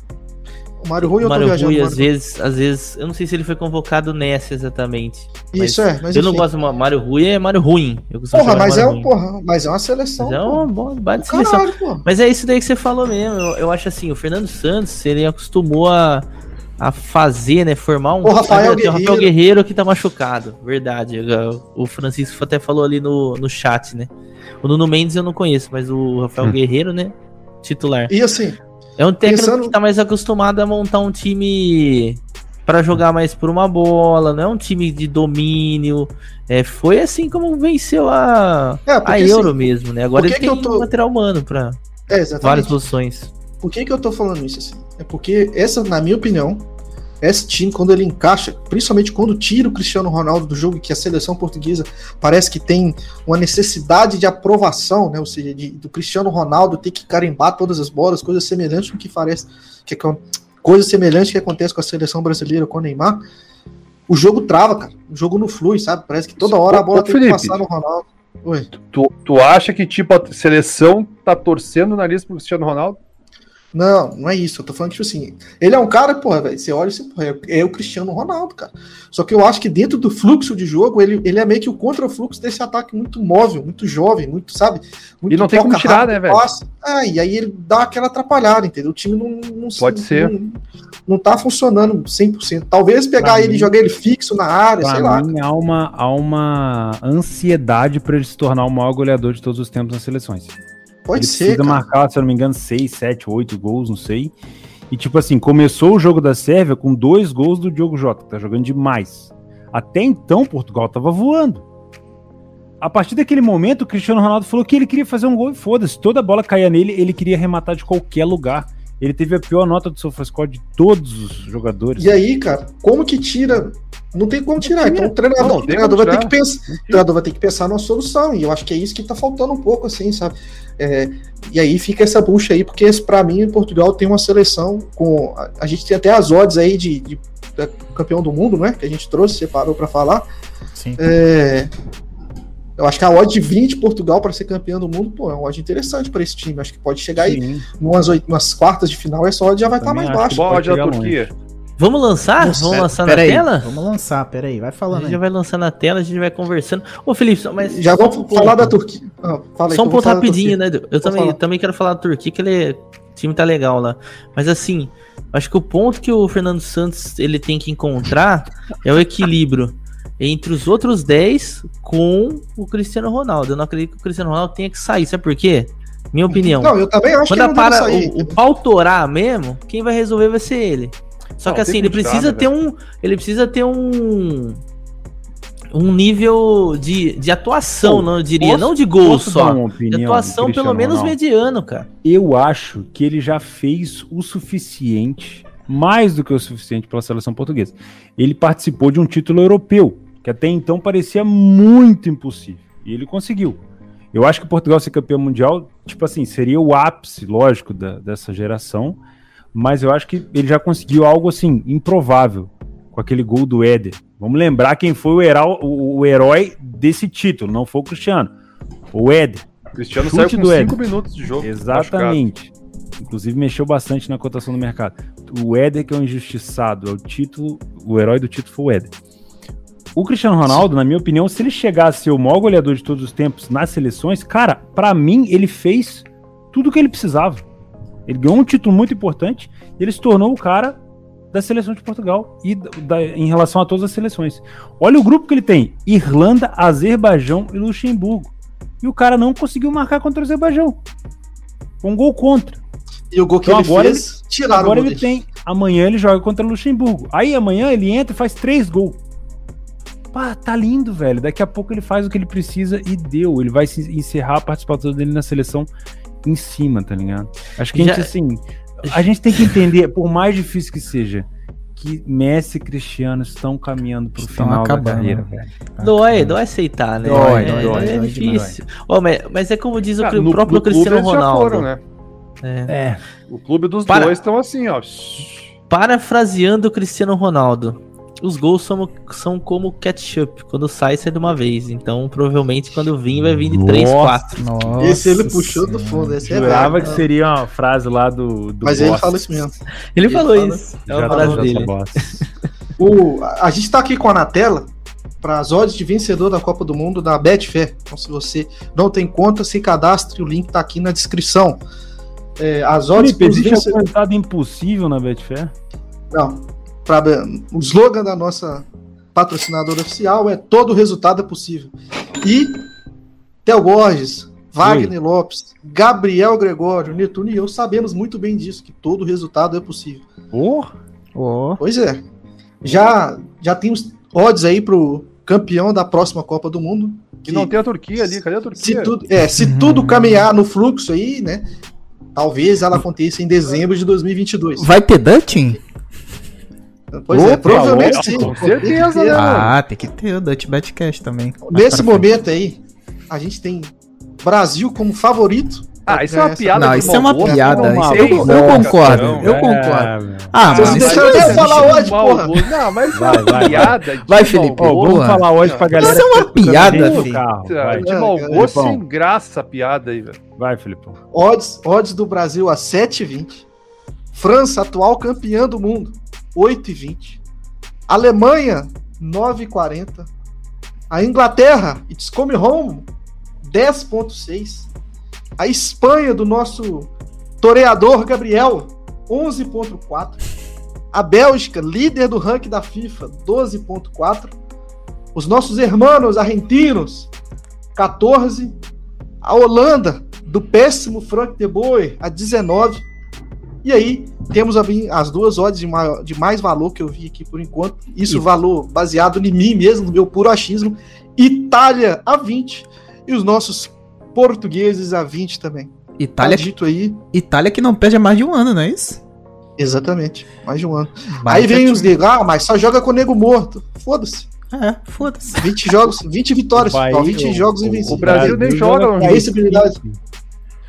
[SPEAKER 4] O Mário Rui, eu
[SPEAKER 5] O
[SPEAKER 4] tô
[SPEAKER 5] Mário
[SPEAKER 4] viajando. né?
[SPEAKER 5] Rui,
[SPEAKER 4] Mário
[SPEAKER 5] às vezes, às vezes, eu não sei se ele foi convocado nessa exatamente. mas
[SPEAKER 4] Isso é, mas
[SPEAKER 5] eu não
[SPEAKER 4] enfim.
[SPEAKER 5] gosto do Mário Rui, é Mário Ruim. Eu costumo
[SPEAKER 4] Porra,
[SPEAKER 5] chamar de
[SPEAKER 4] mas é,
[SPEAKER 5] Mário
[SPEAKER 4] um-
[SPEAKER 5] Ruim.
[SPEAKER 4] porra, mas é uma seleção.
[SPEAKER 5] Mas é
[SPEAKER 4] porra.
[SPEAKER 5] uma boa, baita seleção.
[SPEAKER 4] Caralho, porra.
[SPEAKER 5] Mas é isso daí que você falou mesmo. Eu, eu acho assim, o Fernando Santos, ele acostumou a, a fazer, né? Formar um.
[SPEAKER 4] O Rafael
[SPEAKER 5] Tem o Rafael
[SPEAKER 4] Guerreiro.
[SPEAKER 5] Guerreiro que tá machucado. Verdade. Eu- O Francisco até falou ali no, no chat, né? O Nuno Mendes eu não conheço, mas o Rafael
[SPEAKER 2] Hum.
[SPEAKER 5] Guerreiro, né? Titular.
[SPEAKER 4] E assim,
[SPEAKER 5] É um técnico
[SPEAKER 4] Pensando-
[SPEAKER 5] que tá mais acostumado a montar um time pra jogar mais por uma bola, não é um time de domínio. É, foi assim como venceu a,
[SPEAKER 4] é, porque
[SPEAKER 5] a
[SPEAKER 4] assim,
[SPEAKER 5] Ah, Euro mesmo, né? Agora
[SPEAKER 4] por que
[SPEAKER 5] ele tem
[SPEAKER 4] que eu tô-
[SPEAKER 5] um material humano pra
[SPEAKER 4] é, exatamente.
[SPEAKER 5] várias posições.
[SPEAKER 4] Por que, que eu tô falando isso assim? É porque essa, na minha opinião, esse time, quando ele encaixa, principalmente quando tira o Cristiano Ronaldo do jogo, que a seleção portuguesa parece que tem uma necessidade de aprovação, né? Ou seja, de- do Cristiano Ronaldo ter que carimbar todas as bolas, coisas semelhantes com o que parece. Que, acon- coisa semelhante que acontece com a seleção brasileira com o Neymar. O jogo trava, cara. O jogo não flui, sabe? Parece que toda hora a bola
[SPEAKER 1] Ô,
[SPEAKER 4] tem que
[SPEAKER 1] Felipe.
[SPEAKER 4] passar no Ronaldo. Oi.
[SPEAKER 1] Tu, tu acha que, tipo, a seleção tá torcendo o nariz pro Cristiano Ronaldo?
[SPEAKER 4] Não, não é isso. Eu tô falando, tipo assim, ele é um cara, porra, velho. Você olha e você, porra, é, é o Cristiano Ronaldo, cara. Só que eu acho que dentro do fluxo de jogo, ele, ele é meio que o contrafluxo desse ataque muito móvel, muito jovem, muito, sabe? Muito
[SPEAKER 1] E não tem como
[SPEAKER 4] toca
[SPEAKER 1] tirar,
[SPEAKER 4] rápido,
[SPEAKER 1] né, velho?
[SPEAKER 4] passa. É, e aí ele dá aquela atrapalhada, entendeu? O time não. não
[SPEAKER 1] Pode
[SPEAKER 4] não-
[SPEAKER 1] ser.
[SPEAKER 4] Não, não tá funcionando 100%. Talvez pegar
[SPEAKER 2] Pra
[SPEAKER 4] ele
[SPEAKER 2] mim-
[SPEAKER 4] e jogar ele fixo na área, sei
[SPEAKER 2] Pra
[SPEAKER 4] lá.
[SPEAKER 2] mim, há uma, há uma ansiedade pra ele se tornar o maior goleador de todos os tempos nas seleções.
[SPEAKER 4] Pode
[SPEAKER 2] ele
[SPEAKER 4] ser.
[SPEAKER 2] precisa
[SPEAKER 4] Cara.
[SPEAKER 2] marcar, se eu não me engano, 6, 7, 8 gols, não sei. E tipo assim, começou o jogo da Sérvia com dois gols do Diogo Jota, que tá jogando demais. Até então, Portugal tava voando. A partir daquele momento, o Cristiano Ronaldo falou que ele queria fazer um gol e foda-se. Toda bola caía nele, ele queria arrematar de qualquer lugar. Ele teve a pior nota do SofaScore de todos os jogadores.
[SPEAKER 4] E aí, cara, como que tira? Não tem como tirar. Então o treinador,
[SPEAKER 1] Não, não
[SPEAKER 4] o
[SPEAKER 1] tem
[SPEAKER 4] treinador
[SPEAKER 1] como
[SPEAKER 4] vai ter que
[SPEAKER 1] tirar.
[SPEAKER 4] pensar. O treinador vai ter que pensar numa solução, e eu acho que é isso que tá faltando um pouco, assim, sabe? É, e aí fica essa bucha aí, porque para mim, Portugal tem uma seleção com. A, a gente tem até as odds aí de, de- da campeão do mundo, né? Que a gente trouxe, separou para falar.
[SPEAKER 2] Sim.
[SPEAKER 4] É, eu acho que a odd de 20 Portugal para ser campeão do mundo, pô, é uma odd interessante para esse time. Acho que pode chegar aí
[SPEAKER 2] Sim,
[SPEAKER 4] umas, oit- umas quartas de final, essa odd já vai estar
[SPEAKER 2] Também
[SPEAKER 4] mais
[SPEAKER 2] acho que
[SPEAKER 4] baixa.
[SPEAKER 1] Boa
[SPEAKER 2] pode
[SPEAKER 1] da
[SPEAKER 2] chegar
[SPEAKER 1] Turquia.
[SPEAKER 5] Vamos lançar?
[SPEAKER 4] Nossa,
[SPEAKER 5] Vamos
[SPEAKER 4] pera- né?
[SPEAKER 5] lançar na
[SPEAKER 3] Pera aí,
[SPEAKER 5] tela?
[SPEAKER 3] vamos lançar, pera aí, vai
[SPEAKER 5] A
[SPEAKER 3] falando
[SPEAKER 5] gente
[SPEAKER 3] aí.
[SPEAKER 5] já vai lançar na tela, a gente vai conversando. Ô, Felipe, só- mas.
[SPEAKER 4] Já
[SPEAKER 5] só
[SPEAKER 4] vamos
[SPEAKER 5] um
[SPEAKER 4] falar
[SPEAKER 5] ponto.
[SPEAKER 4] da Turquia. Ah, fala aí,
[SPEAKER 5] Só
[SPEAKER 4] que
[SPEAKER 5] um
[SPEAKER 4] eu vou
[SPEAKER 5] ponto
[SPEAKER 4] falar da
[SPEAKER 5] rapidinho,
[SPEAKER 4] Turquia.
[SPEAKER 5] né? Edu? Eu também,
[SPEAKER 4] falar.
[SPEAKER 5] também quero falar da Turquia, que ele é, o time tá legal lá. Mas assim, acho que o ponto que o Fernando Santos ele tem que encontrar é o equilíbrio entre os outros 10 com o Cristiano Ronaldo. Eu não acredito que o Cristiano Ronaldo tenha que sair, sabe por quê? Minha opinião.
[SPEAKER 4] Não, eu também acho
[SPEAKER 5] Quando
[SPEAKER 4] que
[SPEAKER 5] a
[SPEAKER 4] não deve
[SPEAKER 5] para
[SPEAKER 4] sair.
[SPEAKER 5] o, o pau torar mesmo, quem vai resolver vai ser ele. Só
[SPEAKER 1] Não, tem
[SPEAKER 5] que assim,
[SPEAKER 1] que
[SPEAKER 5] ele
[SPEAKER 1] mudar,
[SPEAKER 5] precisa
[SPEAKER 1] né,
[SPEAKER 5] ter um. Ele precisa ter um. Um nível de, de atuação,
[SPEAKER 2] Pô,
[SPEAKER 5] não, eu diria.
[SPEAKER 2] posso-
[SPEAKER 5] não de gol
[SPEAKER 2] Posso
[SPEAKER 5] só.
[SPEAKER 2] dar uma
[SPEAKER 5] De
[SPEAKER 2] opinião do
[SPEAKER 5] atuação pelo
[SPEAKER 2] Cristiano
[SPEAKER 5] menos
[SPEAKER 2] Ronaldo?
[SPEAKER 5] mediano, cara.
[SPEAKER 2] Eu acho que ele já fez o suficiente, mais do que o suficiente pela seleção portuguesa. Ele participou de um título europeu, que até então parecia muito impossível, e ele conseguiu. Eu acho que Portugal ser campeão mundial, tipo assim, seria o ápice, lógico, da- dessa geração, mas eu acho que ele já conseguiu algo assim, improvável, com aquele gol do Éder. Vamos lembrar quem foi o heral- o- o herói desse título, não foi o Cristiano, o Éder.
[SPEAKER 1] Cristiano
[SPEAKER 2] Chute
[SPEAKER 1] saiu
[SPEAKER 2] do
[SPEAKER 1] com 5
[SPEAKER 2] Eder.
[SPEAKER 1] minutos de jogo.
[SPEAKER 2] Exatamente. Inclusive mexeu bastante na cotação do mercado. O Éder que é um injustiçado, é o título, o herói do título foi o Éder. O Cristiano Ronaldo, na minha opinião, se ele chegasse a ser o maior goleador de todos os tempos nas seleções, cara, pra mim ele fez tudo o que ele precisava. Ele ganhou um título muito importante e ele se tornou o cara da seleção de Portugal e da- da- em relação a todas as seleções. Olha o grupo que ele tem: Irlanda, Azerbaijão e Luxemburgo. E o cara não conseguiu marcar contra o Azerbaijão. Foi Um gol contra.
[SPEAKER 4] E o gol que
[SPEAKER 2] Então
[SPEAKER 4] ele
[SPEAKER 2] agora
[SPEAKER 4] fez, tiraram
[SPEAKER 2] Agora
[SPEAKER 4] o gol
[SPEAKER 2] ele
[SPEAKER 4] dele.
[SPEAKER 2] tem. Amanhã ele joga contra o Luxemburgo. Aí amanhã ele entra e faz três gols. Pá, tá lindo, velho. Daqui a pouco ele faz o que ele precisa e deu. Ele vai se encerrar a participação dele na seleção em cima, tá ligado? Acho que a
[SPEAKER 5] Já-
[SPEAKER 2] gente, assim. A gente tem que entender, por mais difícil que seja, que Messi e Cristiano estão caminhando pro
[SPEAKER 3] Estão
[SPEAKER 2] final da
[SPEAKER 3] acabando,
[SPEAKER 2] carreira,
[SPEAKER 3] né?
[SPEAKER 2] velho. Ah,
[SPEAKER 5] Dói, dói aceitar, né?
[SPEAKER 1] Dói,
[SPEAKER 5] é,
[SPEAKER 1] dói, dói,
[SPEAKER 5] é é
[SPEAKER 3] dói
[SPEAKER 5] difícil. Ô, mas, mas é como diz o,
[SPEAKER 1] Cara,
[SPEAKER 5] cri- o
[SPEAKER 1] Ah, no-
[SPEAKER 5] próprio
[SPEAKER 1] no clube
[SPEAKER 5] Cristiano
[SPEAKER 1] eles já
[SPEAKER 5] Ronaldo.
[SPEAKER 1] foram, né?
[SPEAKER 5] É.
[SPEAKER 2] É.
[SPEAKER 1] O clube dos
[SPEAKER 5] Para.
[SPEAKER 1] dois estão assim, ó.
[SPEAKER 5] Parafraseando o Cristiano Ronaldo, os gols são, são como ketchup, quando sai, sai de uma vez. Então, provavelmente, quando vir, vai vir de três,
[SPEAKER 2] Nossa.
[SPEAKER 5] quatro.
[SPEAKER 3] Nossa
[SPEAKER 4] Esse ele puxou do
[SPEAKER 3] Senhora.
[SPEAKER 4] fundo, esse é
[SPEAKER 2] Jurava
[SPEAKER 4] brabo.
[SPEAKER 2] que seria uma frase lá do. do
[SPEAKER 4] Mas ele
[SPEAKER 2] Boss.
[SPEAKER 4] fala isso mesmo.
[SPEAKER 5] Ele
[SPEAKER 4] Ele
[SPEAKER 5] falou
[SPEAKER 4] fala-
[SPEAKER 5] isso. É
[SPEAKER 2] Já
[SPEAKER 5] uma
[SPEAKER 2] tá,
[SPEAKER 5] frase
[SPEAKER 2] já tá,
[SPEAKER 5] dele.
[SPEAKER 2] Boss.
[SPEAKER 4] O, a a gente tá aqui com a Anatela para as odds de vencedor da Copa do Mundo da Betfair. Então, se você não tem conta, se cadastre, o link tá aqui na descrição. É, as odds
[SPEAKER 2] Felipe,
[SPEAKER 4] pros
[SPEAKER 2] existe
[SPEAKER 4] vencedores.
[SPEAKER 2] algum resultado impossível na Betfair?
[SPEAKER 4] Não, pra, o slogan da nossa patrocinadora oficial é todo resultado é possível. E Theo Borges, Wagner Lopes, Gabriel Gregório, Netuno e eu sabemos muito bem disso, que todo resultado é possível.
[SPEAKER 2] Porra!
[SPEAKER 3] Ó,
[SPEAKER 4] Pois é. Já, já tem os odds aí pro campeão da próxima Copa do Mundo.
[SPEAKER 1] E não tem a Turquia ali. Cadê a
[SPEAKER 4] se
[SPEAKER 1] Turquia?
[SPEAKER 4] tudo, é, se tudo caminhar no fluxo aí, né? Talvez ela aconteça em dezembro de 2022.
[SPEAKER 3] Vai ter Dutting?
[SPEAKER 4] Pois é,
[SPEAKER 2] Opa,
[SPEAKER 4] provavelmente
[SPEAKER 2] olha,
[SPEAKER 4] sim.
[SPEAKER 1] com certeza,
[SPEAKER 4] Tem que ter.
[SPEAKER 1] né?
[SPEAKER 3] Ah, tem que ter o Dutch Betcast também.
[SPEAKER 4] Nesse momento aí, a gente tem Brasil como favorito.
[SPEAKER 1] Ah, isso é uma
[SPEAKER 4] Essa-
[SPEAKER 1] piada.
[SPEAKER 3] Não,
[SPEAKER 1] de
[SPEAKER 3] isso
[SPEAKER 1] mau
[SPEAKER 3] é uma
[SPEAKER 1] gosto, um
[SPEAKER 3] piada.
[SPEAKER 1] uma
[SPEAKER 3] isso eu- eu,
[SPEAKER 1] bosta,
[SPEAKER 3] concordo,
[SPEAKER 1] não,
[SPEAKER 3] eu
[SPEAKER 1] é.
[SPEAKER 3] concordo. Ah,
[SPEAKER 4] Vocês
[SPEAKER 3] mano, isso
[SPEAKER 4] deixaram
[SPEAKER 3] aí-
[SPEAKER 4] eu falar hoje,
[SPEAKER 1] Mau
[SPEAKER 4] porra.
[SPEAKER 1] gosto. Não, mas
[SPEAKER 2] Vai,
[SPEAKER 1] é uma
[SPEAKER 2] vai,
[SPEAKER 1] piada. de
[SPEAKER 3] Vai,
[SPEAKER 1] mau
[SPEAKER 3] Felipe,
[SPEAKER 1] gosto.
[SPEAKER 2] Ó, vamos
[SPEAKER 3] Boa.
[SPEAKER 2] falar hoje pra galera.
[SPEAKER 3] Isso é uma piada,
[SPEAKER 2] Dentro do
[SPEAKER 3] filho.
[SPEAKER 2] carro, Vai,
[SPEAKER 1] De mau
[SPEAKER 4] É,
[SPEAKER 1] gosto
[SPEAKER 2] Felipão.
[SPEAKER 1] sem graça essa piada aí, velho.
[SPEAKER 2] vai Filipão.
[SPEAKER 4] Odds, odds do Brasil a 7,20. França, atual campeã do mundo, 8,20. Alemanha, 9,40. A Inglaterra, It's Come Home, 10,6. A Espanha, do nosso toreador Gabriel, 11,4. A Bélgica, líder do ranking da FIFA, 12,4. Os nossos irmãos argentinos, 14. A Holanda, do péssimo Frank de Boer, a 19. E aí, temos ali as duas odds de, maior- de mais valor que eu vi aqui por enquanto. Isso, valor baseado em mim mesmo, no meu puro achismo. Itália a 20 e os nossos portugueses a 20 também. Tá
[SPEAKER 3] Itália,
[SPEAKER 4] dito aí.
[SPEAKER 3] Itália que não perde há mais de um ano, não é isso?
[SPEAKER 4] Exatamente. Mais de um ano. aí
[SPEAKER 5] é
[SPEAKER 4] vem os negros, ah, mas só joga com o nego morto. Foda-se.
[SPEAKER 3] É, foda-se.
[SPEAKER 4] 20 [laughs] jogos, 20 vitórias.
[SPEAKER 2] Vai,
[SPEAKER 4] ó, 20
[SPEAKER 2] o-
[SPEAKER 4] jogos
[SPEAKER 2] o-
[SPEAKER 1] O
[SPEAKER 4] invencíveis.
[SPEAKER 1] Brasil nem joga, não.
[SPEAKER 4] com a invencibilidade.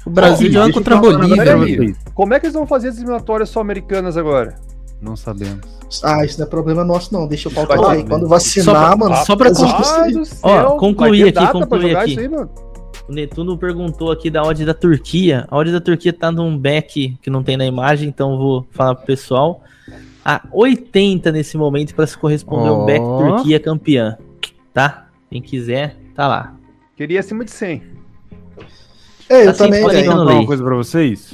[SPEAKER 3] O Brasil
[SPEAKER 2] Ó,
[SPEAKER 3] joga
[SPEAKER 2] deixa eu
[SPEAKER 3] contra a
[SPEAKER 2] falar um
[SPEAKER 3] Bolívia.
[SPEAKER 2] negócio pra
[SPEAKER 1] velho.
[SPEAKER 2] vocês.
[SPEAKER 1] Como é que eles vão fazer as eliminatórias só americanas agora?
[SPEAKER 2] Não sabemos.
[SPEAKER 4] Ah, isso não é problema nosso, não. Deixa eu
[SPEAKER 1] Vai
[SPEAKER 4] pautar
[SPEAKER 1] ter,
[SPEAKER 4] aí.
[SPEAKER 2] né?
[SPEAKER 4] Quando vacinar,
[SPEAKER 5] Só pra-
[SPEAKER 4] mano.
[SPEAKER 5] só pra
[SPEAKER 4] as
[SPEAKER 5] concluir.
[SPEAKER 4] outras-
[SPEAKER 1] Ai, do
[SPEAKER 5] Ó, concluí
[SPEAKER 1] vai ter
[SPEAKER 5] aqui,
[SPEAKER 1] data pra
[SPEAKER 5] concluí
[SPEAKER 1] jogar
[SPEAKER 5] aqui.
[SPEAKER 1] isso aí, mano?
[SPEAKER 5] O Netuno perguntou aqui da odd da Turquia. A odd da Turquia tá num back que não tem na imagem, então eu vou falar pro pessoal. A 80 nesse momento pra se corresponder
[SPEAKER 3] Ó.
[SPEAKER 5] um back Turquia campeã. Tá? Quem quiser, tá lá.
[SPEAKER 1] Queria acima de 100.
[SPEAKER 4] É, eu
[SPEAKER 5] Assim,
[SPEAKER 4] também,
[SPEAKER 5] pode
[SPEAKER 2] Deixa
[SPEAKER 4] velho.
[SPEAKER 3] Tá
[SPEAKER 2] eu
[SPEAKER 5] não
[SPEAKER 2] falar
[SPEAKER 5] leio.
[SPEAKER 2] uma coisa pra vocês.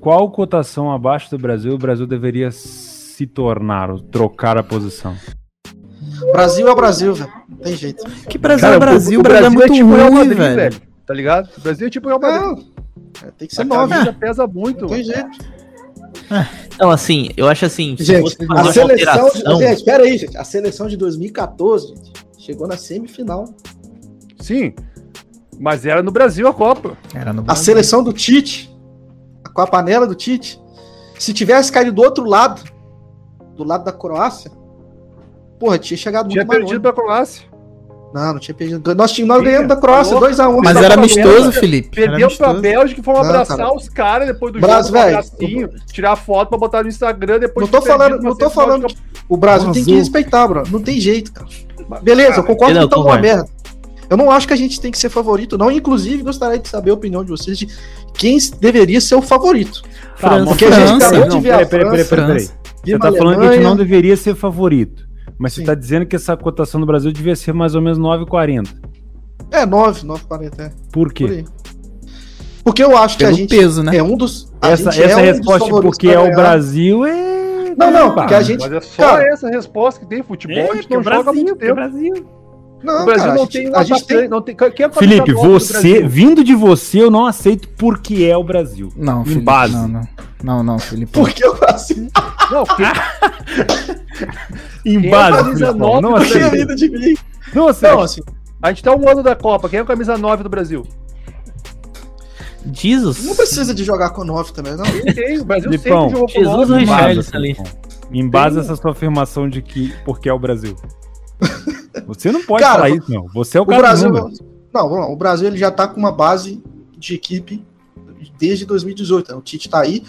[SPEAKER 2] Qual cotação abaixo do Brasil o Brasil deveria se tornar, ou trocar a posição?
[SPEAKER 4] Brasil é Brasil, velho. Não tem jeito.
[SPEAKER 3] Que Brasil é
[SPEAKER 1] o-
[SPEAKER 3] Brasil,
[SPEAKER 1] o tipo
[SPEAKER 3] o Brasil é muito
[SPEAKER 1] o Real
[SPEAKER 3] ruim,
[SPEAKER 1] Madrid,
[SPEAKER 3] velho.
[SPEAKER 1] Tá ligado? O Brasil é tipo o Real Madrid.
[SPEAKER 4] Não. É, tem que ser
[SPEAKER 1] a
[SPEAKER 4] nove.
[SPEAKER 1] camisa pesa muito.
[SPEAKER 4] Não tem jeito.
[SPEAKER 5] Então, assim, eu acho assim. se
[SPEAKER 4] Gente,
[SPEAKER 5] fosse fazer
[SPEAKER 4] a
[SPEAKER 5] uma
[SPEAKER 4] seleção.
[SPEAKER 5] alteração-
[SPEAKER 4] Gente, espera aí, gente. A seleção de 2014, gente, chegou na semifinal.
[SPEAKER 1] Sim. Mas era no Brasil a Copa.
[SPEAKER 3] Era no
[SPEAKER 4] A
[SPEAKER 3] Brasil.
[SPEAKER 4] seleção do Tite, com a panela do Tite, se tivesse caído do outro lado, do lado da Croácia, porra, tinha chegado
[SPEAKER 1] Tinha
[SPEAKER 4] muito mais
[SPEAKER 1] perdido
[SPEAKER 4] longe.
[SPEAKER 1] pra Croácia.
[SPEAKER 4] Não, não tinha perdido. Nós, tínhamos, nós
[SPEAKER 1] Tinha.
[SPEAKER 4] ganhamos da Croácia
[SPEAKER 1] Alô?
[SPEAKER 4] 2x1.
[SPEAKER 3] Mas
[SPEAKER 1] Tá
[SPEAKER 3] era
[SPEAKER 1] falando,
[SPEAKER 3] amistoso,
[SPEAKER 1] né?
[SPEAKER 3] Felipe. Era
[SPEAKER 1] Perdemos pra
[SPEAKER 3] amistoso.
[SPEAKER 1] Bélgica e fomos
[SPEAKER 4] Não,
[SPEAKER 1] abraçar
[SPEAKER 4] cara.
[SPEAKER 1] os caras depois do
[SPEAKER 4] Braço,
[SPEAKER 1] dar um
[SPEAKER 4] velho.
[SPEAKER 1] abracinho, tirar foto pra botar no Instagram depois
[SPEAKER 4] Não tô
[SPEAKER 1] de ter
[SPEAKER 4] falando-
[SPEAKER 1] perdido
[SPEAKER 4] não
[SPEAKER 1] uma
[SPEAKER 4] tô
[SPEAKER 1] semifinal
[SPEAKER 4] falando
[SPEAKER 1] de
[SPEAKER 4] O Brasil tem que
[SPEAKER 3] Azul.
[SPEAKER 4] respeitar, bro. Não tem jeito, cara. Beleza, eu concordo
[SPEAKER 5] Não,
[SPEAKER 4] que tá uma
[SPEAKER 5] concordo.
[SPEAKER 4] merda. Eu não acho que a gente tem que ser favorito, não. Inclusive, gostaria de saber a opinião de vocês de quem deveria ser o favorito.
[SPEAKER 2] Tá,
[SPEAKER 3] França.
[SPEAKER 2] mas-
[SPEAKER 4] Porque a gente
[SPEAKER 3] Tá, França.
[SPEAKER 4] acabou
[SPEAKER 2] Não,
[SPEAKER 4] de ver a
[SPEAKER 2] peraí, peraí, peraí,
[SPEAKER 4] França.
[SPEAKER 2] peraí, peraí. Você tá
[SPEAKER 4] Alemanha.
[SPEAKER 2] falando que a gente não deveria ser favorito. Mas
[SPEAKER 4] Sim.
[SPEAKER 2] você tá dizendo que essa cotação do Brasil devia ser mais ou menos 9,40.
[SPEAKER 4] É, 9, 9,40, é.
[SPEAKER 2] Por
[SPEAKER 4] Por
[SPEAKER 2] quê?
[SPEAKER 4] aí. Porque eu acho que a
[SPEAKER 3] Pelo
[SPEAKER 4] gente
[SPEAKER 3] peso, né?
[SPEAKER 4] é um dos. a
[SPEAKER 2] Essa,
[SPEAKER 4] gente é
[SPEAKER 2] essa
[SPEAKER 4] um dos
[SPEAKER 2] resposta de
[SPEAKER 4] favoritos
[SPEAKER 2] porque
[SPEAKER 4] pra
[SPEAKER 2] é o
[SPEAKER 4] ganhar.
[SPEAKER 2] Brasil é.
[SPEAKER 4] Não, não, porque a gente-
[SPEAKER 1] Mas é só
[SPEAKER 4] cara-
[SPEAKER 1] essa resposta que tem. Futebol a gente não joga há muito
[SPEAKER 2] porque é
[SPEAKER 1] tempo.
[SPEAKER 2] Brasil.
[SPEAKER 4] Não,
[SPEAKER 1] o Brasil
[SPEAKER 4] cara,
[SPEAKER 1] não
[SPEAKER 4] a gente,
[SPEAKER 1] tem um
[SPEAKER 4] a gente tem.
[SPEAKER 1] atacante, não tem. Quem é o
[SPEAKER 2] Felipe,
[SPEAKER 1] capitão do
[SPEAKER 2] você,
[SPEAKER 1] Brasil?
[SPEAKER 2] vindo de você, eu não aceito porque é o Brasil.
[SPEAKER 3] Não,
[SPEAKER 2] Em
[SPEAKER 3] Felipe.
[SPEAKER 2] base.
[SPEAKER 3] Não, não. Não, não, Felipe.
[SPEAKER 4] Porque o Brasil
[SPEAKER 1] Não, quem-
[SPEAKER 2] Em
[SPEAKER 1] Quem é
[SPEAKER 2] base,
[SPEAKER 1] o camisa
[SPEAKER 2] Filipão,
[SPEAKER 1] nove
[SPEAKER 2] não
[SPEAKER 1] do
[SPEAKER 4] tem
[SPEAKER 2] aceito.
[SPEAKER 4] vida de mim.
[SPEAKER 2] Não aceito.
[SPEAKER 4] Não, assim,
[SPEAKER 1] a gente tá um ano da Copa. Quem é o camisa 9 do Brasil?
[SPEAKER 5] Jesus.
[SPEAKER 4] não precisa de jogar com 9 também, não.
[SPEAKER 1] Tem, o Brasil
[SPEAKER 2] Filipão,
[SPEAKER 1] sempre jogou É, com
[SPEAKER 5] Jesus
[SPEAKER 1] nove.
[SPEAKER 5] ou
[SPEAKER 2] Em base,
[SPEAKER 5] Richarlison ali.
[SPEAKER 2] Filipão. Em base essa sua afirmação de que porque é o
[SPEAKER 4] [laughs]
[SPEAKER 2] Brasil. Você não pode
[SPEAKER 4] Cara,
[SPEAKER 2] falar isso, não. Você é o
[SPEAKER 4] O
[SPEAKER 2] cara do
[SPEAKER 4] Brasil.
[SPEAKER 2] número.
[SPEAKER 4] Não, vamos lá, o Brasil ele já tá com uma base de equipe desde 2018. né? O Tite tá aí.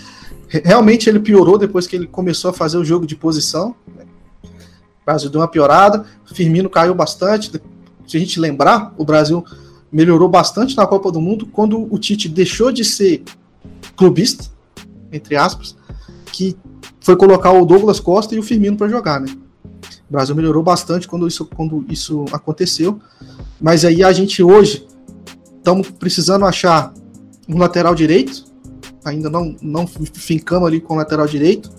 [SPEAKER 4] Re- Realmente ele piorou depois que ele começou a fazer o jogo de posição. né? O Brasil deu uma piorada. Firmino caiu bastante. Se a gente lembrar, o Brasil melhorou bastante na Copa do Mundo quando o Tite deixou de ser clubista, entre aspas, que foi colocar o Douglas Costa e o Firmino para jogar, né? O Brasil melhorou bastante quando isso, quando isso aconteceu. Mas aí a gente hoje estamos precisando achar um lateral direito. Ainda não, não fincamos ali com o lateral direito.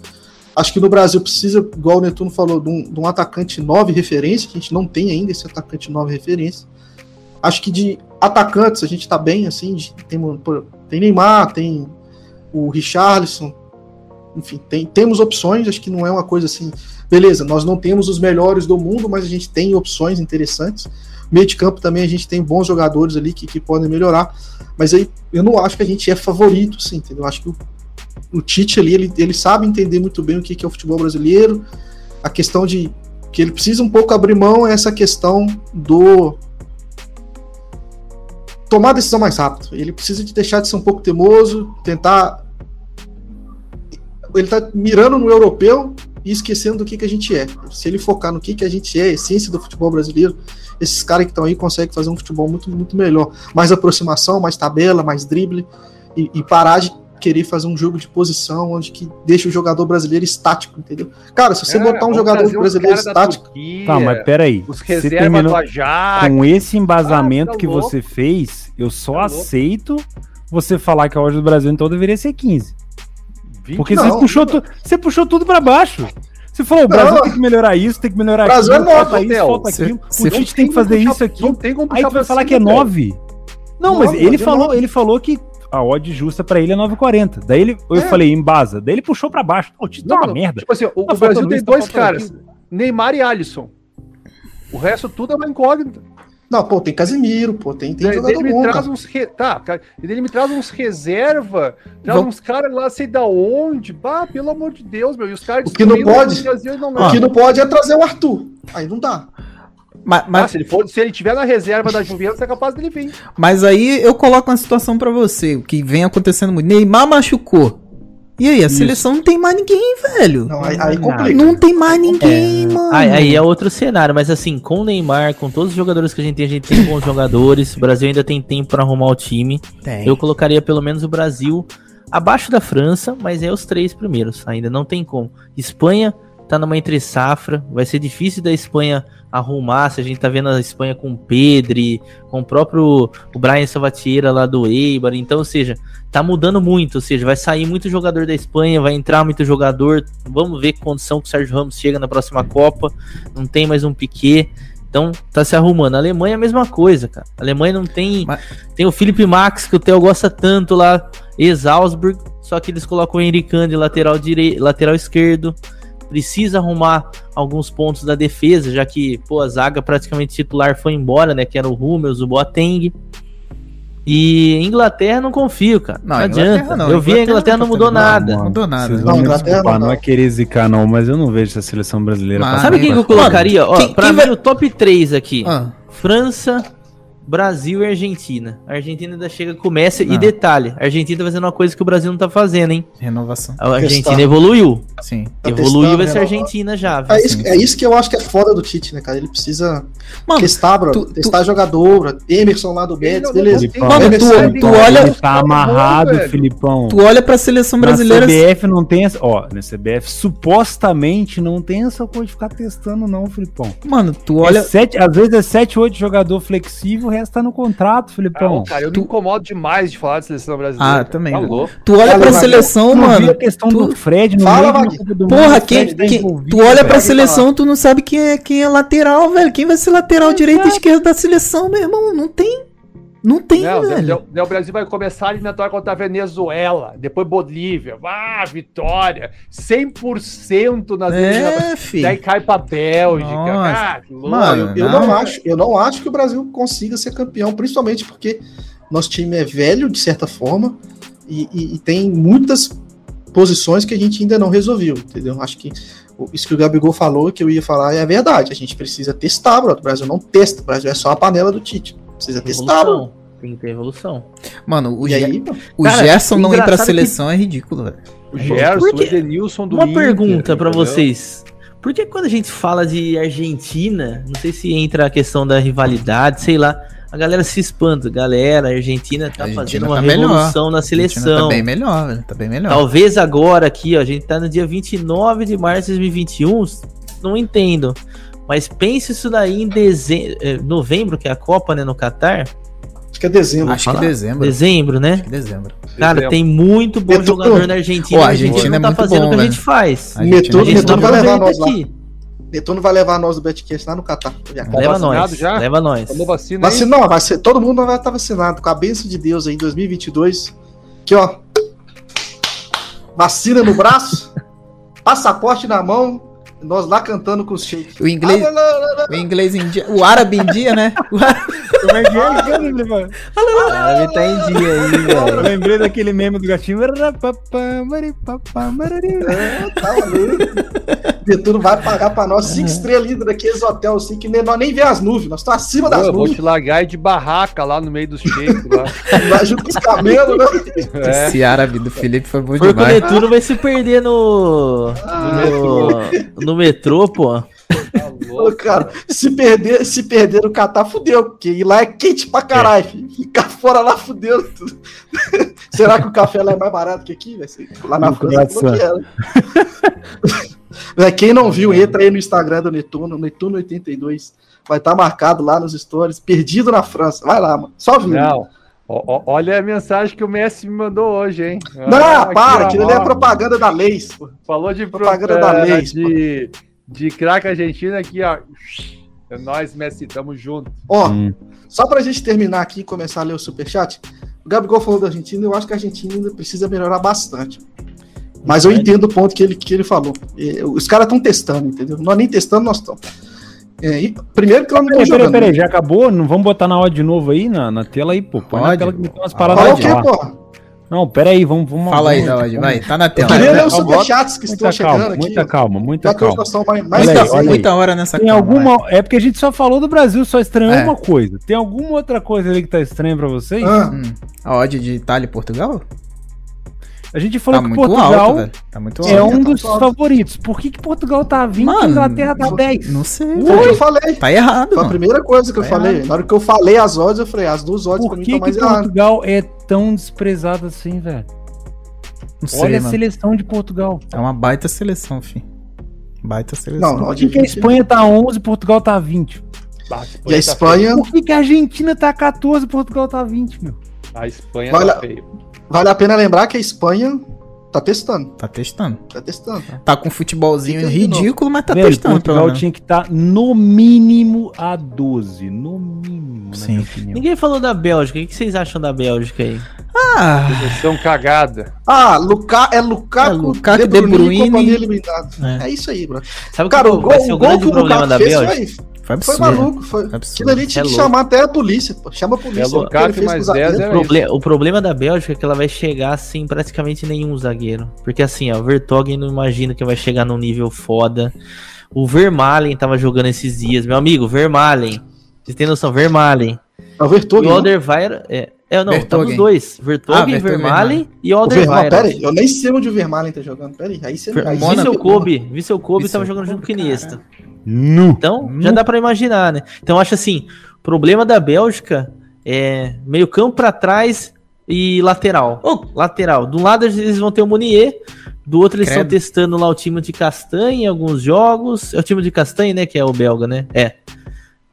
[SPEAKER 4] Acho que no Brasil precisa, igual o Netuno falou, de um, de um atacante 9 referência. que A gente não tem ainda esse atacante 9 referência. Acho que de atacantes a gente está bem, assim. de- tem, o- pô, tem Neymar, tem o Richarlison. Enfim, tem, temos opções. Acho que não é uma coisa assim. Beleza, nós não temos os melhores do mundo, mas a gente tem opções interessantes. Meio de campo também a gente tem bons jogadores ali que, que podem melhorar. Mas aí eu não acho que a gente é favorito, sim, entendeu? Eu acho que o, o Tite ali, ele, ele sabe entender muito bem o que, que é o futebol brasileiro. A questão de. que ele precisa um pouco abrir mão é essa questão do. tomar a decisão mais rápido. Ele precisa de deixar de ser um pouco teimoso, tentar. Ele tá mirando no europeu e esquecendo do que, que a gente é. Se ele focar no que, que a gente é, a essência do futebol brasileiro esses caras que estão aí conseguem fazer um futebol muito, muito melhor. Mais aproximação, mais tabela, mais drible e, e parar de querer fazer um jogo de posição onde que deixa o jogador brasileiro estático, entendeu? Cara, se você
[SPEAKER 1] Cara,
[SPEAKER 4] botar um
[SPEAKER 1] É, vamos
[SPEAKER 4] jogador
[SPEAKER 1] trazer uns
[SPEAKER 4] brasileiro
[SPEAKER 1] cara da
[SPEAKER 4] estático,
[SPEAKER 1] Turquia,
[SPEAKER 2] Tá, mas peraí.
[SPEAKER 1] É, Os
[SPEAKER 2] Você
[SPEAKER 1] reservas do
[SPEAKER 2] terminou
[SPEAKER 1] Ajax.
[SPEAKER 2] com um- esse embasamento
[SPEAKER 1] Ah, tá
[SPEAKER 2] que
[SPEAKER 1] louco.
[SPEAKER 2] você fez, eu só
[SPEAKER 1] Tá louco.
[SPEAKER 2] aceito você falar que a odd do Brasil então deveria ser 15.
[SPEAKER 1] 20.
[SPEAKER 2] Porque
[SPEAKER 4] Não,
[SPEAKER 2] você puxou tu- você puxou tudo pra baixo. Você falou, o Brasil
[SPEAKER 4] Não.
[SPEAKER 2] tem que melhorar isso, tem que melhorar
[SPEAKER 4] Brasil é nove,
[SPEAKER 2] falta isso,
[SPEAKER 1] Theo.
[SPEAKER 2] falta
[SPEAKER 3] Cê-
[SPEAKER 2] aquilo.
[SPEAKER 3] cê
[SPEAKER 2] o
[SPEAKER 1] Não
[SPEAKER 2] Tite tem que
[SPEAKER 1] como
[SPEAKER 2] fazer
[SPEAKER 1] puxar-
[SPEAKER 2] isso, aquilo.
[SPEAKER 1] Não tem como
[SPEAKER 2] Aí
[SPEAKER 1] puxar
[SPEAKER 2] tu vai
[SPEAKER 1] pra
[SPEAKER 2] falar
[SPEAKER 1] cima,
[SPEAKER 2] que é
[SPEAKER 1] velho.
[SPEAKER 2] 9. Não, mas
[SPEAKER 4] Não,
[SPEAKER 2] ele
[SPEAKER 4] mas é
[SPEAKER 2] falou,
[SPEAKER 4] nove.
[SPEAKER 2] ele falou que a odd justa pra ele é 9,40. Daí ele, eu
[SPEAKER 4] É.
[SPEAKER 2] falei, embasa. Daí ele puxou pra baixo. Ô, Tite tá
[SPEAKER 1] Não,
[SPEAKER 2] uma
[SPEAKER 1] não,
[SPEAKER 2] merda.
[SPEAKER 1] Tipo assim, o,
[SPEAKER 2] Tá
[SPEAKER 1] o Brasil
[SPEAKER 2] faltando
[SPEAKER 1] tem
[SPEAKER 2] isso, tá
[SPEAKER 1] dois
[SPEAKER 2] faltando
[SPEAKER 1] caras, Neymar e Alisson. O resto tudo é uma incógnita.
[SPEAKER 4] não, pô, tem Casemiro, pô, tem, tem
[SPEAKER 1] Daí
[SPEAKER 4] jogador
[SPEAKER 1] ele me
[SPEAKER 4] bom,
[SPEAKER 1] traz
[SPEAKER 4] cara.
[SPEAKER 1] uns re... tá, cara. ele me traz uns reserva, traz
[SPEAKER 3] Vamos-
[SPEAKER 1] uns caras lá sei da onde, bah, pelo amor de Deus, meu. E os caras
[SPEAKER 4] O que não
[SPEAKER 1] destruindo
[SPEAKER 4] pode-
[SPEAKER 1] o Brasil e não
[SPEAKER 4] O
[SPEAKER 1] ganham.
[SPEAKER 4] que não pode é trazer o Arthur. Aí não dá.
[SPEAKER 3] Mas,
[SPEAKER 1] Ah,
[SPEAKER 3] mas,
[SPEAKER 1] se ele for, se ele tiver na reserva da Juventus, é capaz dele vir.
[SPEAKER 3] mas aí eu coloco uma situação pra você, o que vem acontecendo muito. Neymar machucou. E aí, a
[SPEAKER 2] Isso.
[SPEAKER 3] seleção não tem mais ninguém, velho.
[SPEAKER 4] Não, é aí, aí
[SPEAKER 2] Não.
[SPEAKER 4] complica.
[SPEAKER 3] Não tem mais ninguém, mano.
[SPEAKER 5] Aí, aí é outro cenário, mas assim, com o Neymar, com todos os jogadores que a gente tem, a gente tem bons jogadores, o Brasil ainda tem tempo pra arrumar o time.
[SPEAKER 3] Tem.
[SPEAKER 5] Eu colocaria pelo menos o Brasil abaixo da França, mas é os três primeiros, ainda não tem como. Espanha tá numa entre safra, vai ser difícil da Espanha arrumar, se a gente tá vendo a Espanha com o Pedri, com o próprio o Brian Savatiera lá do Eibar, então, ou seja, tá mudando muito, ou seja, vai sair muito jogador da Espanha, vai entrar muito jogador, vamos ver que condição que o Sérgio Ramos chega na próxima Copa, não tem mais um Piquet, então tá se arrumando. A Alemanha é a mesma coisa, cara. A Alemanha não tem...
[SPEAKER 3] Mas-
[SPEAKER 5] Tem o Felipe Max, que o Theo gosta tanto lá, ex-Augsburg, só que eles colocam o Henrique Khan de lateral, dire... lateral esquerdo, precisa arrumar alguns pontos da defesa, já que, pô, a zaga praticamente titular foi embora, né, que era o Hummels, o Boateng, e Inglaterra não confio, cara. Não,
[SPEAKER 3] Não, Inglaterra
[SPEAKER 5] adianta.
[SPEAKER 3] não,
[SPEAKER 5] Eu vi a Inglaterra não mudou
[SPEAKER 3] Inglaterra não tá
[SPEAKER 5] nada.
[SPEAKER 3] Não dou nada.
[SPEAKER 2] Vocês
[SPEAKER 3] Não,
[SPEAKER 2] vão me
[SPEAKER 4] Inglaterra
[SPEAKER 2] desculpar,
[SPEAKER 4] não dá.
[SPEAKER 2] não é querer zicar, não, mas eu não vejo essa seleção brasileira
[SPEAKER 3] Mas-
[SPEAKER 2] passando
[SPEAKER 5] Sabe
[SPEAKER 3] Ah,
[SPEAKER 5] quem Ah. que eu
[SPEAKER 2] por essa fase.
[SPEAKER 5] colocaria? Ó,
[SPEAKER 3] Quem-
[SPEAKER 5] pra
[SPEAKER 3] quem
[SPEAKER 5] mim
[SPEAKER 3] vai-
[SPEAKER 5] o top 3 aqui.
[SPEAKER 3] Ah,
[SPEAKER 5] França, Brasil e Argentina. A Argentina ainda chega, começa. E detalhe: a Argentina tá fazendo uma coisa que o Brasil não tá fazendo, hein?
[SPEAKER 3] Renovação.
[SPEAKER 5] A
[SPEAKER 4] Testar.
[SPEAKER 5] Argentina evoluiu.
[SPEAKER 3] Sim.
[SPEAKER 4] Tá
[SPEAKER 5] evoluiu
[SPEAKER 4] testando,
[SPEAKER 5] essa
[SPEAKER 4] né?
[SPEAKER 5] Argentina já. viu?
[SPEAKER 4] É isso, é isso que eu acho que é foda do Tite, né, cara? Ele precisa
[SPEAKER 3] Mano,
[SPEAKER 4] testar, bro.
[SPEAKER 3] tu-
[SPEAKER 4] testar jogador. Emerson lá do Betis, beleza.
[SPEAKER 2] Ele
[SPEAKER 4] Tem
[SPEAKER 2] fala-
[SPEAKER 4] Emerson,
[SPEAKER 3] Mano,
[SPEAKER 4] tem-
[SPEAKER 3] tu olha-
[SPEAKER 2] Ele tá amarrado,
[SPEAKER 1] velho.
[SPEAKER 2] Filipão.
[SPEAKER 3] Tu olha pra seleção brasileira.
[SPEAKER 2] Na CBF não tem essa. Ó, na CBF supostamente não tem essa coisa de ficar testando, não, Filipão.
[SPEAKER 3] Mano, tu
[SPEAKER 2] Olha...
[SPEAKER 3] olha.
[SPEAKER 2] sete, às vezes é 7, 8 jogador flexível, o resto tá no contrato, Filipão.
[SPEAKER 1] Ah, cara, eu
[SPEAKER 3] tu-
[SPEAKER 1] me incomodo demais de falar de seleção brasileira.
[SPEAKER 3] Ah, também.
[SPEAKER 1] Tá
[SPEAKER 3] né?
[SPEAKER 1] louco.
[SPEAKER 3] Tu olha
[SPEAKER 4] Fala,
[SPEAKER 3] pra
[SPEAKER 4] Wagner.
[SPEAKER 3] seleção,
[SPEAKER 2] Tu não
[SPEAKER 3] mano.
[SPEAKER 2] vê a questão
[SPEAKER 3] tu-
[SPEAKER 2] do Fred no
[SPEAKER 4] Fala,
[SPEAKER 2] meio de uma
[SPEAKER 4] Wagner.
[SPEAKER 2] Copa do Mundo,
[SPEAKER 3] Porra,
[SPEAKER 2] o
[SPEAKER 3] quem,
[SPEAKER 2] Fred tá
[SPEAKER 3] quem-
[SPEAKER 2] envolvido,
[SPEAKER 3] tu olha pra
[SPEAKER 2] velho.
[SPEAKER 3] seleção, tu não sabe quem é, quem é lateral, velho. Quem vai ser lateral direito e esquerdo da seleção, meu irmão? Não tem. Não tem,
[SPEAKER 1] Não, um
[SPEAKER 3] velho.
[SPEAKER 1] daí- daí Né, o Brasil vai começar a eliminatória contra a Venezuela, depois Bolívia. Ah, vitória! 100% nas eliminatórias.
[SPEAKER 3] É,
[SPEAKER 1] Daí
[SPEAKER 3] filho.
[SPEAKER 1] cai pra Bélgica.
[SPEAKER 3] Nossa.
[SPEAKER 1] Ah, que louco.
[SPEAKER 4] Não,
[SPEAKER 3] Mano,
[SPEAKER 4] eu, eu não
[SPEAKER 3] Não.
[SPEAKER 4] acho, eu não acho que o Brasil consiga ser campeão, principalmente porque nosso time é velho, de certa forma, e, e- e tem muitas posições que a gente ainda não resolveu, entendeu? Acho que o- isso que o Gabigol falou, que eu ia falar, é verdade. A gente precisa testar, bro. O Brasil não testa, o Brasil é só a panela do Tite. Precisa testar, bro.
[SPEAKER 5] Evolução. Tem que ter evolução.
[SPEAKER 3] Mano, o,
[SPEAKER 4] E
[SPEAKER 3] Ge-
[SPEAKER 4] aí, mano,
[SPEAKER 3] o
[SPEAKER 5] Cara,
[SPEAKER 3] Gerson não ir pra
[SPEAKER 5] engraçado que-
[SPEAKER 3] seleção é ridículo, velho.
[SPEAKER 1] O Gerson,
[SPEAKER 5] Por
[SPEAKER 1] o
[SPEAKER 5] quê?
[SPEAKER 1] Edenilson do
[SPEAKER 5] Uma
[SPEAKER 1] Inter,
[SPEAKER 5] pergunta pra
[SPEAKER 1] entendeu?
[SPEAKER 5] vocês. Por que quando a gente fala de Argentina, não sei se entra a questão da rivalidade, sei lá, a galera se espanta. Galera, a Argentina tá
[SPEAKER 3] Argentina
[SPEAKER 5] fazendo uma
[SPEAKER 3] tá melhor.
[SPEAKER 5] revolução na
[SPEAKER 3] Argentina
[SPEAKER 5] seleção.
[SPEAKER 3] Tá bem melhor, velho. Tá bem melhor.
[SPEAKER 5] Talvez agora aqui, ó, a gente tá no dia 29 de março de 2021, não entendo. Mas pense isso daí em dezembro, novembro, que é a Copa, né, no Catar.
[SPEAKER 4] acho que é dezembro.
[SPEAKER 3] Acho que
[SPEAKER 5] falar.
[SPEAKER 3] dezembro.
[SPEAKER 5] Dezembro, né?
[SPEAKER 3] Acho que dezembro.
[SPEAKER 5] Cara,
[SPEAKER 1] Dezembro.
[SPEAKER 5] tem muito bom
[SPEAKER 4] Metudo.
[SPEAKER 5] jogador na Argentina.
[SPEAKER 3] Ó, a
[SPEAKER 5] e gente
[SPEAKER 3] Argentina é
[SPEAKER 5] não
[SPEAKER 3] muito
[SPEAKER 5] tá fazendo
[SPEAKER 3] bom,
[SPEAKER 5] o que a
[SPEAKER 3] velho.
[SPEAKER 5] gente faz.
[SPEAKER 3] A gente-
[SPEAKER 4] Metudo,
[SPEAKER 5] A
[SPEAKER 3] a gente
[SPEAKER 5] gente
[SPEAKER 4] metudo
[SPEAKER 5] não
[SPEAKER 3] tá
[SPEAKER 4] vai levar nós
[SPEAKER 5] aproveita
[SPEAKER 4] lá.
[SPEAKER 5] aqui.
[SPEAKER 4] Netuno vai levar nós do Betcast lá no Catar.
[SPEAKER 3] É.
[SPEAKER 5] Leva
[SPEAKER 1] vacinado
[SPEAKER 5] nós.
[SPEAKER 1] já?
[SPEAKER 5] Leva nós.
[SPEAKER 1] Tomou vacina aí?
[SPEAKER 4] Vacina, não, vai ser, todo mundo vai estar vacinado, com a bênção de Deus aí em 2022. Aqui, ó. Vacina no braço,
[SPEAKER 3] [laughs]
[SPEAKER 4] passaporte na mão, nós lá cantando com os shakes.
[SPEAKER 3] O inglês,
[SPEAKER 4] Ah, lá, lá, lá,
[SPEAKER 3] o inglês em dia, o árabe em dia, né? O árabe-
[SPEAKER 2] [laughs] Como é que é, cara, Filipão?
[SPEAKER 5] O árabe tá em dia aí,
[SPEAKER 3] É.
[SPEAKER 2] Eu
[SPEAKER 5] velho.
[SPEAKER 2] lembrei daquele meme do gatinho. Marapapá, maripapá, marari.
[SPEAKER 3] [laughs]
[SPEAKER 4] tá maluco. Netuno vai pagar pra nós cinco estrelas lindas daqueles hotel assim que nem, nós nem vê as nuvens, nós estamos acima
[SPEAKER 1] Pô,
[SPEAKER 4] é das
[SPEAKER 1] eu vou
[SPEAKER 4] nuvens,
[SPEAKER 1] te largar de barraca lá no meio dos shakes
[SPEAKER 4] [laughs]
[SPEAKER 1] lá.
[SPEAKER 4] lá junto com os cabelos, né?
[SPEAKER 1] É.
[SPEAKER 3] Esse árabe do Felipe foi bom
[SPEAKER 5] Porque o
[SPEAKER 3] demais.
[SPEAKER 5] Netuno vai se perder no.
[SPEAKER 1] No
[SPEAKER 5] No, no metrô, pô.
[SPEAKER 1] Tá
[SPEAKER 4] Ô,
[SPEAKER 1] louco.
[SPEAKER 4] cara, se perder, se perder no Catar, fudeu, porque ir lá é quente pra caralho. filho. Ficar fora lá, fudeu. tudo. [laughs] Será que o café lá é mais barato que aqui? velho? Sei lá na
[SPEAKER 2] No
[SPEAKER 4] França falou
[SPEAKER 2] coração.
[SPEAKER 4] que era. [laughs] Velho, Quem não viu, entra aí no Instagram do Netuno, Netuno82. Vai estar marcado lá nos stories, perdido na França. Vai lá, mano. Só viu. Não,
[SPEAKER 1] Não. Ó, ó, olha a mensagem que o Messi me mandou hoje, hein? Ah, aqui,
[SPEAKER 4] para, aquilo
[SPEAKER 1] ó.
[SPEAKER 4] ali é propaganda da Leis. pô.
[SPEAKER 1] Falou de
[SPEAKER 4] Propaganda
[SPEAKER 1] pro-
[SPEAKER 4] da
[SPEAKER 1] eh,
[SPEAKER 4] Leis,
[SPEAKER 1] De, de craque argentino aqui, ó. É nóis, Messi, tamo junto.
[SPEAKER 4] Ó,
[SPEAKER 2] Hum.
[SPEAKER 4] Só pra gente terminar aqui e começar a ler o superchat, o Gabigol falou da Argentina, eu acho que a Argentina ainda precisa melhorar bastante. Mas eu entendo o ponto que ele, que ele falou. É, os caras estão testando, entendeu? Nós nem testando, nós estamos. primeiro que
[SPEAKER 3] Tá
[SPEAKER 4] nós não
[SPEAKER 2] Peraí, peraí,
[SPEAKER 4] estamos jogando.
[SPEAKER 2] peraí,
[SPEAKER 3] né?
[SPEAKER 2] já acabou? Não vamos botar na hora de novo aí, na, na tela aí, pô. Põe na
[SPEAKER 3] Pode.
[SPEAKER 2] tela que me tem umas
[SPEAKER 4] Falar
[SPEAKER 2] paradas
[SPEAKER 4] o
[SPEAKER 2] de
[SPEAKER 4] quê,
[SPEAKER 2] lá.
[SPEAKER 4] porra?
[SPEAKER 2] Não, peraí, vamos... vamos
[SPEAKER 3] Fala aí,
[SPEAKER 2] vamos-
[SPEAKER 3] Jorge, vai, tá na
[SPEAKER 4] Eu
[SPEAKER 3] tela.
[SPEAKER 4] queria ler é os
[SPEAKER 2] Calma,
[SPEAKER 4] superchats que estão
[SPEAKER 2] Muita
[SPEAKER 4] chegando
[SPEAKER 2] calma,
[SPEAKER 4] aqui.
[SPEAKER 2] muita calma,
[SPEAKER 3] Tá
[SPEAKER 2] muita
[SPEAKER 4] já que hoje
[SPEAKER 2] calma.
[SPEAKER 4] nós estamos mais, mais
[SPEAKER 3] Mas
[SPEAKER 2] Olha aí,
[SPEAKER 4] café.
[SPEAKER 3] tá
[SPEAKER 2] olha aí.
[SPEAKER 3] muita hora nessa
[SPEAKER 2] Tem
[SPEAKER 3] cama, vai.
[SPEAKER 2] alguma... É porque a gente só falou do Brasil, só estranhou
[SPEAKER 3] É.
[SPEAKER 2] uma coisa. Tem alguma outra coisa ali que tá estranha pra vocês?
[SPEAKER 4] Ah,
[SPEAKER 3] Hum, a odd de Itália e Portugal?
[SPEAKER 2] A gente
[SPEAKER 3] Tá
[SPEAKER 2] falou que
[SPEAKER 3] muito
[SPEAKER 2] Portugal
[SPEAKER 3] alto, velho. Tá muito alto.
[SPEAKER 2] é
[SPEAKER 4] Olha,
[SPEAKER 2] um
[SPEAKER 4] tá
[SPEAKER 2] dos
[SPEAKER 4] alto.
[SPEAKER 2] favoritos. Por que, que Portugal tá 20 e
[SPEAKER 3] Mano,
[SPEAKER 2] Inglaterra tá
[SPEAKER 4] eu-
[SPEAKER 2] 10?
[SPEAKER 3] Não sei.
[SPEAKER 4] foi o que
[SPEAKER 3] velho.
[SPEAKER 4] eu falei.
[SPEAKER 3] Tá errado,
[SPEAKER 4] Foi a
[SPEAKER 3] mano.
[SPEAKER 4] primeira coisa que eu
[SPEAKER 3] Tá
[SPEAKER 4] falei. Na hora que eu falei as odds, eu falei, as duas odds
[SPEAKER 2] Por
[SPEAKER 4] pra mim
[SPEAKER 2] que,
[SPEAKER 4] estão
[SPEAKER 2] que
[SPEAKER 4] mais erradas.
[SPEAKER 2] Portugal é tão desprezado assim, velho?
[SPEAKER 3] Não sei,
[SPEAKER 2] Olha a
[SPEAKER 3] mano.
[SPEAKER 2] seleção de Portugal.
[SPEAKER 3] É uma baita seleção, filho. Baita seleção.
[SPEAKER 4] Não, não,
[SPEAKER 2] Por que, que a Espanha tá 11 e Portugal tá 20?
[SPEAKER 1] Ah,
[SPEAKER 4] E a
[SPEAKER 1] tá-
[SPEAKER 4] Espanha,
[SPEAKER 2] Por que, que a Argentina tá 14 e Portugal tá 20, meu?
[SPEAKER 1] A Espanha
[SPEAKER 4] Olha-
[SPEAKER 1] tá feia.
[SPEAKER 4] vale a pena lembrar que a Espanha tá testando.
[SPEAKER 3] Tá testando.
[SPEAKER 4] Tá testando.
[SPEAKER 3] Tá com um futebolzinho
[SPEAKER 4] Fica aí de
[SPEAKER 3] ridículo, mas tá
[SPEAKER 2] Velho,
[SPEAKER 3] testando, pelo
[SPEAKER 2] Portugal
[SPEAKER 3] menos.
[SPEAKER 2] tinha que estar no mínimo a 12. No mínimo, né? na
[SPEAKER 3] Sim.
[SPEAKER 2] minha opinião.
[SPEAKER 5] Ninguém falou da Bélgica. O que vocês acham da Bélgica aí?
[SPEAKER 3] Ah,
[SPEAKER 1] Seleção cagada.
[SPEAKER 4] Ah, Luca, é Lukaku,
[SPEAKER 3] É Lukaku,
[SPEAKER 4] De Bruyne,
[SPEAKER 3] De Bruyne.
[SPEAKER 4] companhia limitada.
[SPEAKER 5] É.
[SPEAKER 4] É. isso aí, bro.
[SPEAKER 5] Sabe
[SPEAKER 4] Cara,
[SPEAKER 5] qual
[SPEAKER 4] o
[SPEAKER 5] que
[SPEAKER 4] gol,
[SPEAKER 5] vai ser o
[SPEAKER 4] o gol
[SPEAKER 5] grande
[SPEAKER 4] que o
[SPEAKER 5] problema da
[SPEAKER 4] Lukaku fez
[SPEAKER 5] Bélgica?
[SPEAKER 4] foi,
[SPEAKER 3] foi
[SPEAKER 4] foi
[SPEAKER 3] absurdo.
[SPEAKER 4] maluco. Foi,
[SPEAKER 3] Absurdo.
[SPEAKER 4] aquilo ali tinha
[SPEAKER 5] É
[SPEAKER 4] que
[SPEAKER 5] louco.
[SPEAKER 4] chamar até a polícia. Pô. Chama a polícia.
[SPEAKER 1] É
[SPEAKER 4] porque ele
[SPEAKER 1] Lukaku
[SPEAKER 4] fez com
[SPEAKER 1] mais
[SPEAKER 4] o zagueiro.
[SPEAKER 1] 10 era isso.
[SPEAKER 5] Proble- o problema da Bélgica é que ela vai chegar sem praticamente nenhum zagueiro. Porque assim, ó, o Vertonghen não imagina que vai chegar num nível foda. O Vermaelen tava jogando esses dias. Meu amigo, Vermaelen. Vocês têm noção, Vermaelen.
[SPEAKER 4] É o Vertonghen.
[SPEAKER 5] E o
[SPEAKER 4] né?
[SPEAKER 5] Alderweireld... É, é, não, tá
[SPEAKER 3] Vertonghen.
[SPEAKER 5] os dois. Vertonghen,
[SPEAKER 3] Ah, Vertonghen,
[SPEAKER 5] Vermaelen e
[SPEAKER 4] O Vermaelen, pera
[SPEAKER 5] Alderweireld.
[SPEAKER 4] aí, eu nem sei onde o Vermaelen tá jogando. Pera aí, aí você
[SPEAKER 3] Ver-
[SPEAKER 4] aí você-
[SPEAKER 3] Mônaco.
[SPEAKER 5] Vissel Kobe. Vissel Kobe
[SPEAKER 3] Vissel
[SPEAKER 5] tava jogando junto com o
[SPEAKER 3] Kobe,
[SPEAKER 5] Iniesta.
[SPEAKER 2] Nu.
[SPEAKER 5] Então,
[SPEAKER 3] Hum.
[SPEAKER 5] já dá pra imaginar, né? Então, acho assim, o problema da Bélgica é meio campo pra trás e lateral.
[SPEAKER 3] Oh.
[SPEAKER 5] lateral. De um lado eles vão ter o Munier, do outro eles estão
[SPEAKER 3] Credo.
[SPEAKER 5] testando lá o time de Castanha em alguns jogos. É o time de Castanha, né? Que é o belga, né? É.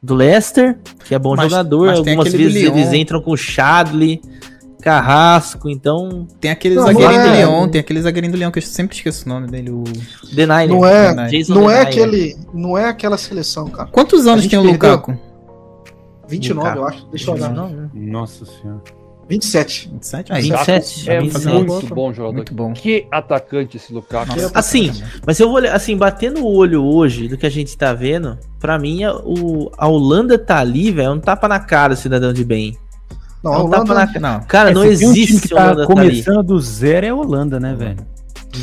[SPEAKER 5] Do Leicester, que é bom
[SPEAKER 3] Mas-
[SPEAKER 5] jogador.
[SPEAKER 3] mas tem
[SPEAKER 5] Algumas
[SPEAKER 3] aquele do
[SPEAKER 5] vezes
[SPEAKER 3] Lyon.
[SPEAKER 5] eles entram com o Chadli, Carrasco, então...
[SPEAKER 3] Tem aquele
[SPEAKER 4] Não,
[SPEAKER 3] zagueirinho
[SPEAKER 4] não é-
[SPEAKER 3] do Leão, tem aquele zagueirinho do Leão que eu sempre esqueço o nome dele. o-
[SPEAKER 5] Denai,
[SPEAKER 4] Não é,
[SPEAKER 3] Verdade.
[SPEAKER 5] né? Jason
[SPEAKER 4] não é
[SPEAKER 5] Denai,
[SPEAKER 4] aquele, não é aquela seleção, cara.
[SPEAKER 3] Quantos anos
[SPEAKER 4] gente
[SPEAKER 3] tem o
[SPEAKER 4] perdeu.
[SPEAKER 3] Lukaku?
[SPEAKER 4] 29, eu acho. Deixa eu olhar.
[SPEAKER 5] Não, não.
[SPEAKER 2] Nossa senhora.
[SPEAKER 4] 27.
[SPEAKER 3] 27? Aí,
[SPEAKER 5] 27.
[SPEAKER 1] É
[SPEAKER 5] 27.
[SPEAKER 1] muito bom jogador.
[SPEAKER 3] Muito bom.
[SPEAKER 1] Que atacante esse Lukaku.
[SPEAKER 4] Nossa.
[SPEAKER 5] Assim, mas se eu vou olhar, assim, batendo o olho hoje do que a gente tá vendo, pra mim a, o, a Holanda tá ali, velho, é um tapa na cara do cidadão de bem.
[SPEAKER 4] Não,
[SPEAKER 5] É
[SPEAKER 4] a
[SPEAKER 5] um tapa
[SPEAKER 4] Holanda...
[SPEAKER 5] na cara.
[SPEAKER 3] Não.
[SPEAKER 5] Cara,
[SPEAKER 2] É,
[SPEAKER 5] não
[SPEAKER 2] se tem um time que
[SPEAKER 5] existe a
[SPEAKER 2] tá
[SPEAKER 5] Holanda tá ali.
[SPEAKER 2] começando do zero é a Holanda, né, velho?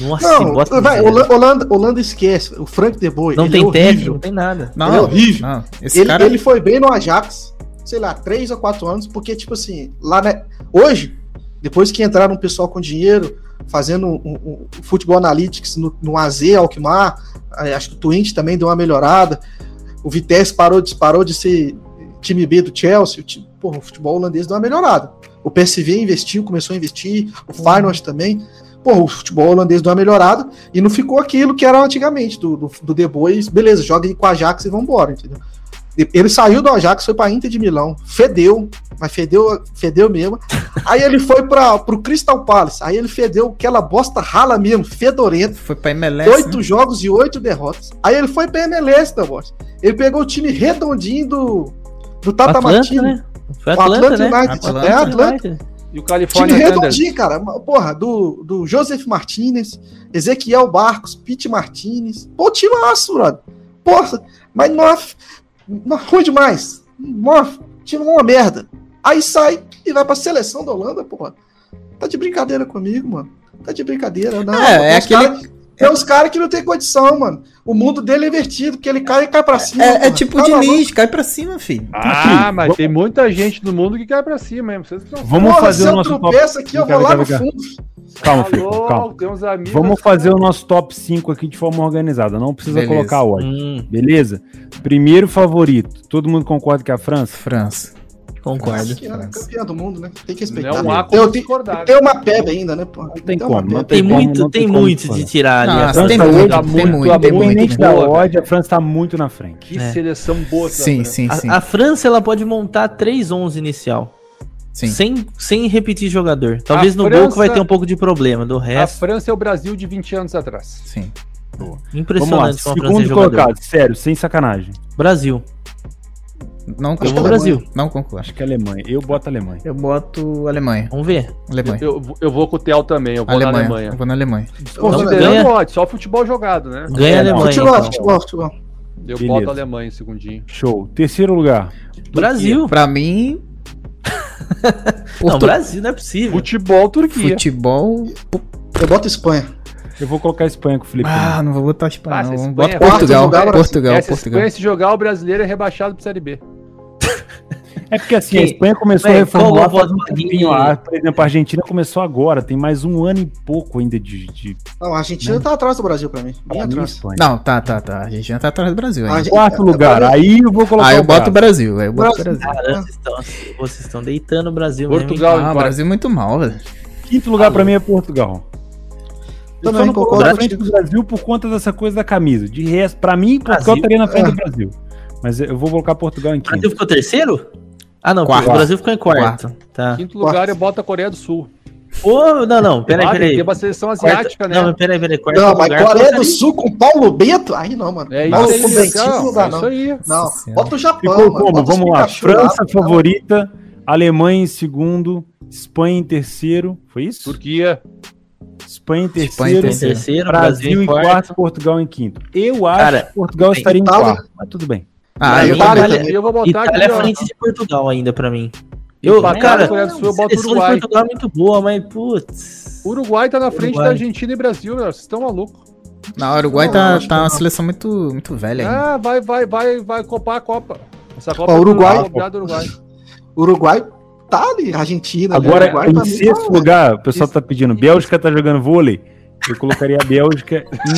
[SPEAKER 5] Nossa,
[SPEAKER 4] Não,
[SPEAKER 5] bota
[SPEAKER 4] vai,
[SPEAKER 5] no zero.
[SPEAKER 4] Holan- Holanda, Holanda esquece. O Frank De Boer,
[SPEAKER 5] não
[SPEAKER 4] ele
[SPEAKER 5] tem
[SPEAKER 4] é horrível.
[SPEAKER 5] técnico, não tem nada.
[SPEAKER 3] Não,
[SPEAKER 4] Ele é horrível.
[SPEAKER 3] não. Esse
[SPEAKER 4] Ele,
[SPEAKER 3] cara. é
[SPEAKER 4] ele foi bem no Ajax, sei lá, 3 ou 4 anos, porque, tipo assim, lá na... Hoje, depois que entraram um pessoal com dinheiro, fazendo um, um- um futebol analytics no, no AZ, Alkmaar, eh, acho que o Twente também deu uma melhorada, o Vitesse parou de, parou de ser time B do Chelsea, o, time, porra, o futebol holandês deu uma melhorada. O PSV investiu, começou a investir, o
[SPEAKER 5] Uhum.
[SPEAKER 4] Feyenoord também. Porra, o futebol holandês deu uma melhorada e não ficou aquilo que era antigamente, do, do, do The Boys, beleza, joga aí com a Ajax e vambora, entendeu? Ele saiu do Ajax, foi pra Inter de Milão, fedeu, mas fedeu, fedeu mesmo. Aí ele foi pra, pro Crystal Palace, aí ele fedeu aquela bosta rala mesmo, fedorenta.
[SPEAKER 3] Foi pra MLS.
[SPEAKER 4] Oito
[SPEAKER 3] né?
[SPEAKER 4] jogos e oito derrotas. Aí ele foi pra MLS, tá, bosta? Ele pegou o time redondinho do, do Tata Martino.
[SPEAKER 5] Atlanta, né? Foi
[SPEAKER 4] Tá O
[SPEAKER 5] Atlanta, né?
[SPEAKER 4] United.
[SPEAKER 3] Atlanta.
[SPEAKER 4] É, Atlanta.
[SPEAKER 5] United.
[SPEAKER 1] E o
[SPEAKER 4] Time
[SPEAKER 1] California Thunder.
[SPEAKER 4] redondinho, cara. Porra, do, do Joseph Martinez, Ezequiel Barcos, Pete Martinez. Pô, time aço, brother. Porra, mas não é, não é ruim demais. Não é- time é uma merda. Aí sai e vai pra seleção da Holanda, porra. Tá de brincadeira comigo, mano. Tá de brincadeira, não.
[SPEAKER 3] É, é
[SPEAKER 4] uns
[SPEAKER 3] aquele-
[SPEAKER 4] cara- é uns caras que não tem condição, mano. O mundo dele é invertido, porque ele cai e cai pra cima.
[SPEAKER 3] É, é
[SPEAKER 4] porra.
[SPEAKER 3] tipo o
[SPEAKER 4] Tá maluco?
[SPEAKER 3] Diniz, cai pra cima, filho.
[SPEAKER 1] Ah, mas tem muita gente no mundo que cai pra cima, hein? Vocês não
[SPEAKER 2] Vamos
[SPEAKER 4] Porra,
[SPEAKER 2] fazer
[SPEAKER 4] se
[SPEAKER 2] o
[SPEAKER 4] eu
[SPEAKER 2] nosso top.
[SPEAKER 4] tropeço aqui, eu
[SPEAKER 2] Vem cá,
[SPEAKER 4] vou lá
[SPEAKER 2] vem
[SPEAKER 4] no
[SPEAKER 2] cá,
[SPEAKER 4] fundo.
[SPEAKER 2] Calma, Fico,
[SPEAKER 1] Alô,
[SPEAKER 2] calma.
[SPEAKER 1] tem uns amigos-
[SPEAKER 2] Vamos fazer o nosso top 5 aqui de forma organizada. Não precisa
[SPEAKER 3] Beleza.
[SPEAKER 2] colocar ordem.
[SPEAKER 5] Hum,
[SPEAKER 2] Beleza? Primeiro favorito. Todo mundo concorda que é a França?
[SPEAKER 3] França.
[SPEAKER 5] concordo.
[SPEAKER 4] Que é, era campeã do mundo, né? Tem que respeitar.
[SPEAKER 1] Não há
[SPEAKER 4] tem,
[SPEAKER 1] como
[SPEAKER 4] tem,
[SPEAKER 1] discordar.
[SPEAKER 4] tem uma pebe ainda, né? Pô?
[SPEAKER 2] tem
[SPEAKER 4] uma
[SPEAKER 2] como, não
[SPEAKER 4] pebe.
[SPEAKER 5] Tem
[SPEAKER 2] como,
[SPEAKER 5] muito,
[SPEAKER 2] não tem
[SPEAKER 5] tem
[SPEAKER 2] como Ah,
[SPEAKER 5] muito
[SPEAKER 2] falar.
[SPEAKER 5] de tirar ali.
[SPEAKER 3] Nossa,
[SPEAKER 5] Atlanta.
[SPEAKER 3] Ah, tem
[SPEAKER 2] França
[SPEAKER 3] muito,
[SPEAKER 1] tá
[SPEAKER 3] tem
[SPEAKER 1] muito,
[SPEAKER 3] muito,
[SPEAKER 1] tá
[SPEAKER 3] tem
[SPEAKER 1] muito
[SPEAKER 3] muito.
[SPEAKER 2] Independente da
[SPEAKER 1] boa, velho.
[SPEAKER 2] ordem, a França tá muito na frente.
[SPEAKER 1] Que
[SPEAKER 5] É.
[SPEAKER 1] seleção boa. essa
[SPEAKER 3] Sim,
[SPEAKER 1] França.
[SPEAKER 3] sim, sim.
[SPEAKER 5] A, a França ela pode montar 3-11 inicial,
[SPEAKER 3] Sim.
[SPEAKER 5] sem, sem repetir jogador. Talvez
[SPEAKER 1] A
[SPEAKER 5] no gol
[SPEAKER 1] França-
[SPEAKER 5] que vai ter um pouco de problema, do
[SPEAKER 1] A
[SPEAKER 5] resto,
[SPEAKER 1] França é o Brasil de 20 anos atrás.
[SPEAKER 3] Sim.
[SPEAKER 2] Vamos lá,
[SPEAKER 5] impressionante como a França é
[SPEAKER 2] segundo
[SPEAKER 5] jogador.
[SPEAKER 2] colocado, sério, sem sacanagem.
[SPEAKER 5] Brasil.
[SPEAKER 3] Não
[SPEAKER 4] que
[SPEAKER 5] Eu
[SPEAKER 3] concordo.
[SPEAKER 5] vou
[SPEAKER 4] Alemanha.
[SPEAKER 5] Brasil.
[SPEAKER 3] Não concordo.
[SPEAKER 2] Acho que é Alemanha. Eu boto Alemanha.
[SPEAKER 3] Eu boto Alemanha.
[SPEAKER 5] Vamos ver.
[SPEAKER 3] Alemanha.
[SPEAKER 1] Eu, eu vou com o Theo também, eu vou
[SPEAKER 3] Alemanha.
[SPEAKER 1] na Alemanha.
[SPEAKER 3] Eu vou na Alemanha.
[SPEAKER 1] Considerando o
[SPEAKER 5] Ganha.
[SPEAKER 1] ódio, só futebol jogado, né?
[SPEAKER 5] Ganha a
[SPEAKER 2] É, não.
[SPEAKER 5] Alemanha.
[SPEAKER 4] Futebol,
[SPEAKER 5] então.
[SPEAKER 4] futebol, futebol.
[SPEAKER 1] Eu
[SPEAKER 2] Beleza.
[SPEAKER 1] boto a Alemanha em segundinho.
[SPEAKER 2] Show. Terceiro lugar.
[SPEAKER 5] Brasil.
[SPEAKER 3] Pra mim. [laughs]
[SPEAKER 5] Não,
[SPEAKER 3] Portu-
[SPEAKER 5] Brasil não é possível.
[SPEAKER 1] Futebol, Turquia.
[SPEAKER 3] Futebol.
[SPEAKER 4] Eu boto Espanha.
[SPEAKER 2] Eu vou colocar a Espanha com o Felipe.
[SPEAKER 3] Ah, não vou botar Espanha,
[SPEAKER 1] Ah,
[SPEAKER 3] não.
[SPEAKER 1] essa Espanha
[SPEAKER 3] Bota
[SPEAKER 1] é
[SPEAKER 3] Portugal.
[SPEAKER 4] quarto lugar,
[SPEAKER 3] Portugal,
[SPEAKER 1] Essa
[SPEAKER 3] Portugal.
[SPEAKER 1] Espanha, se jogar, o brasileiro é rebaixado pra Série B.
[SPEAKER 2] é porque assim, a
[SPEAKER 5] Quem-
[SPEAKER 2] Espanha começou
[SPEAKER 5] Véi,
[SPEAKER 2] a reformular
[SPEAKER 5] qual eu
[SPEAKER 2] faz um
[SPEAKER 5] voto pra mim?
[SPEAKER 2] tempinho. A, por exemplo, a Argentina começou agora, tem mais um ano e pouco ainda de, de
[SPEAKER 4] Não, a Argentina tá atrás do Brasil pra mim. Bem
[SPEAKER 2] pra mim,
[SPEAKER 4] atrás.
[SPEAKER 2] Espanha.
[SPEAKER 3] Não, tá, tá, tá. A gente já tá atrás do Brasil
[SPEAKER 4] A
[SPEAKER 3] ainda.
[SPEAKER 4] Arge-
[SPEAKER 2] Quarto lugar,
[SPEAKER 4] Agora,
[SPEAKER 2] aí eu vou colocar
[SPEAKER 3] Ah, eu
[SPEAKER 2] o
[SPEAKER 3] boto o
[SPEAKER 2] Brasil.
[SPEAKER 3] Brasil, aí eu boto o
[SPEAKER 4] Brasil.
[SPEAKER 3] Brasil.
[SPEAKER 5] Caramba, vocês estão, vocês estão deitando o Brasil. mesmo, hein?
[SPEAKER 1] Portugal em
[SPEAKER 3] Ah, o
[SPEAKER 1] quarto.
[SPEAKER 3] Brasil muito mal, velho.
[SPEAKER 2] Quinto lugar pra mim é Portugal. Eu
[SPEAKER 4] Também
[SPEAKER 2] só não
[SPEAKER 4] concordo
[SPEAKER 2] coloco na
[SPEAKER 4] contigo.
[SPEAKER 2] frente do Brasil por conta dessa coisa da camisa. De resto, pra mim, Portugal
[SPEAKER 5] Brasil.
[SPEAKER 2] estaria na frente do Brasil. Mas eu vou colocar Portugal em
[SPEAKER 5] O Brasil
[SPEAKER 2] quinto.
[SPEAKER 5] ficou terceiro? Ah, não,
[SPEAKER 3] Quarto.
[SPEAKER 5] o Brasil ficou em quarto. Tá.
[SPEAKER 1] Quinto lugar, eu boto a Coreia do Sul.
[SPEAKER 5] Ô, não, não, peraí,
[SPEAKER 1] Ah,
[SPEAKER 5] peraí.
[SPEAKER 1] Tem uma seleção
[SPEAKER 5] Quarto-
[SPEAKER 1] asiática, né?
[SPEAKER 5] Não, mas peraí, peraí. Quarto
[SPEAKER 4] Não, mas é
[SPEAKER 5] lugar,
[SPEAKER 4] Coreia do
[SPEAKER 5] colocaria-
[SPEAKER 4] Sul com Paulo Bento? Aí não, mano.
[SPEAKER 1] É
[SPEAKER 4] Paulo
[SPEAKER 1] isso
[SPEAKER 4] com
[SPEAKER 1] aí.
[SPEAKER 4] Bentinho não
[SPEAKER 1] Não,
[SPEAKER 4] dá, não.
[SPEAKER 1] isso aí.
[SPEAKER 4] Não,
[SPEAKER 3] Nossa Senhora.
[SPEAKER 4] bota o
[SPEAKER 2] Ficou
[SPEAKER 4] Japão. mano,
[SPEAKER 2] como?
[SPEAKER 4] bota os
[SPEAKER 2] Vamos lá.
[SPEAKER 4] Pikachu lá,
[SPEAKER 2] França favorita, Alemanha em segundo, Espanha em terceiro. Foi isso?
[SPEAKER 1] Turquia.
[SPEAKER 2] Espanha em
[SPEAKER 3] Espanha em
[SPEAKER 2] terceiro,
[SPEAKER 5] Em terceiro,
[SPEAKER 2] Brasil em quarto, Portugal em quinto. Eu acho
[SPEAKER 5] Cara,
[SPEAKER 2] que Portugal
[SPEAKER 5] bem,
[SPEAKER 2] estaria em
[SPEAKER 4] Itália-
[SPEAKER 2] quarto, mas tudo bem.
[SPEAKER 3] Ah, eu,
[SPEAKER 4] Itália
[SPEAKER 5] Itália-
[SPEAKER 4] também.
[SPEAKER 1] Eu vou botar
[SPEAKER 5] Itália à
[SPEAKER 1] tá aqui, ó.
[SPEAKER 5] frente de Portugal ainda pra mim. Eu,
[SPEAKER 1] Empatar
[SPEAKER 5] cara,
[SPEAKER 1] a Coreia do Sul, eu
[SPEAKER 5] a
[SPEAKER 1] boto o
[SPEAKER 5] seleção de [laughs]
[SPEAKER 1] Uruguai.
[SPEAKER 5] Portugal é muito boa, mas putz.
[SPEAKER 1] Uruguai tá na frente
[SPEAKER 5] Uruguai.
[SPEAKER 1] da Argentina e Brasil, meu. Vocês estão malucos.
[SPEAKER 3] na Uruguai
[SPEAKER 4] Não,
[SPEAKER 3] tá,
[SPEAKER 4] acho que
[SPEAKER 3] tá uma
[SPEAKER 4] não.
[SPEAKER 3] seleção muito, muito velha ainda.
[SPEAKER 1] Ah, vai, vai, vai, vai copar a Copa. Essa Copa
[SPEAKER 4] Ó, Uruguai.
[SPEAKER 1] é do Uruguai.
[SPEAKER 4] O Uruguai tá ali, Argentina. ali,
[SPEAKER 2] Agora,
[SPEAKER 4] Uruguai,
[SPEAKER 2] em
[SPEAKER 4] pra mim,
[SPEAKER 2] sexto
[SPEAKER 4] tá-
[SPEAKER 2] lugar, o pessoal tá pedindo. Bélgica tá jogando vôlei. Eu colocaria a Bélgica em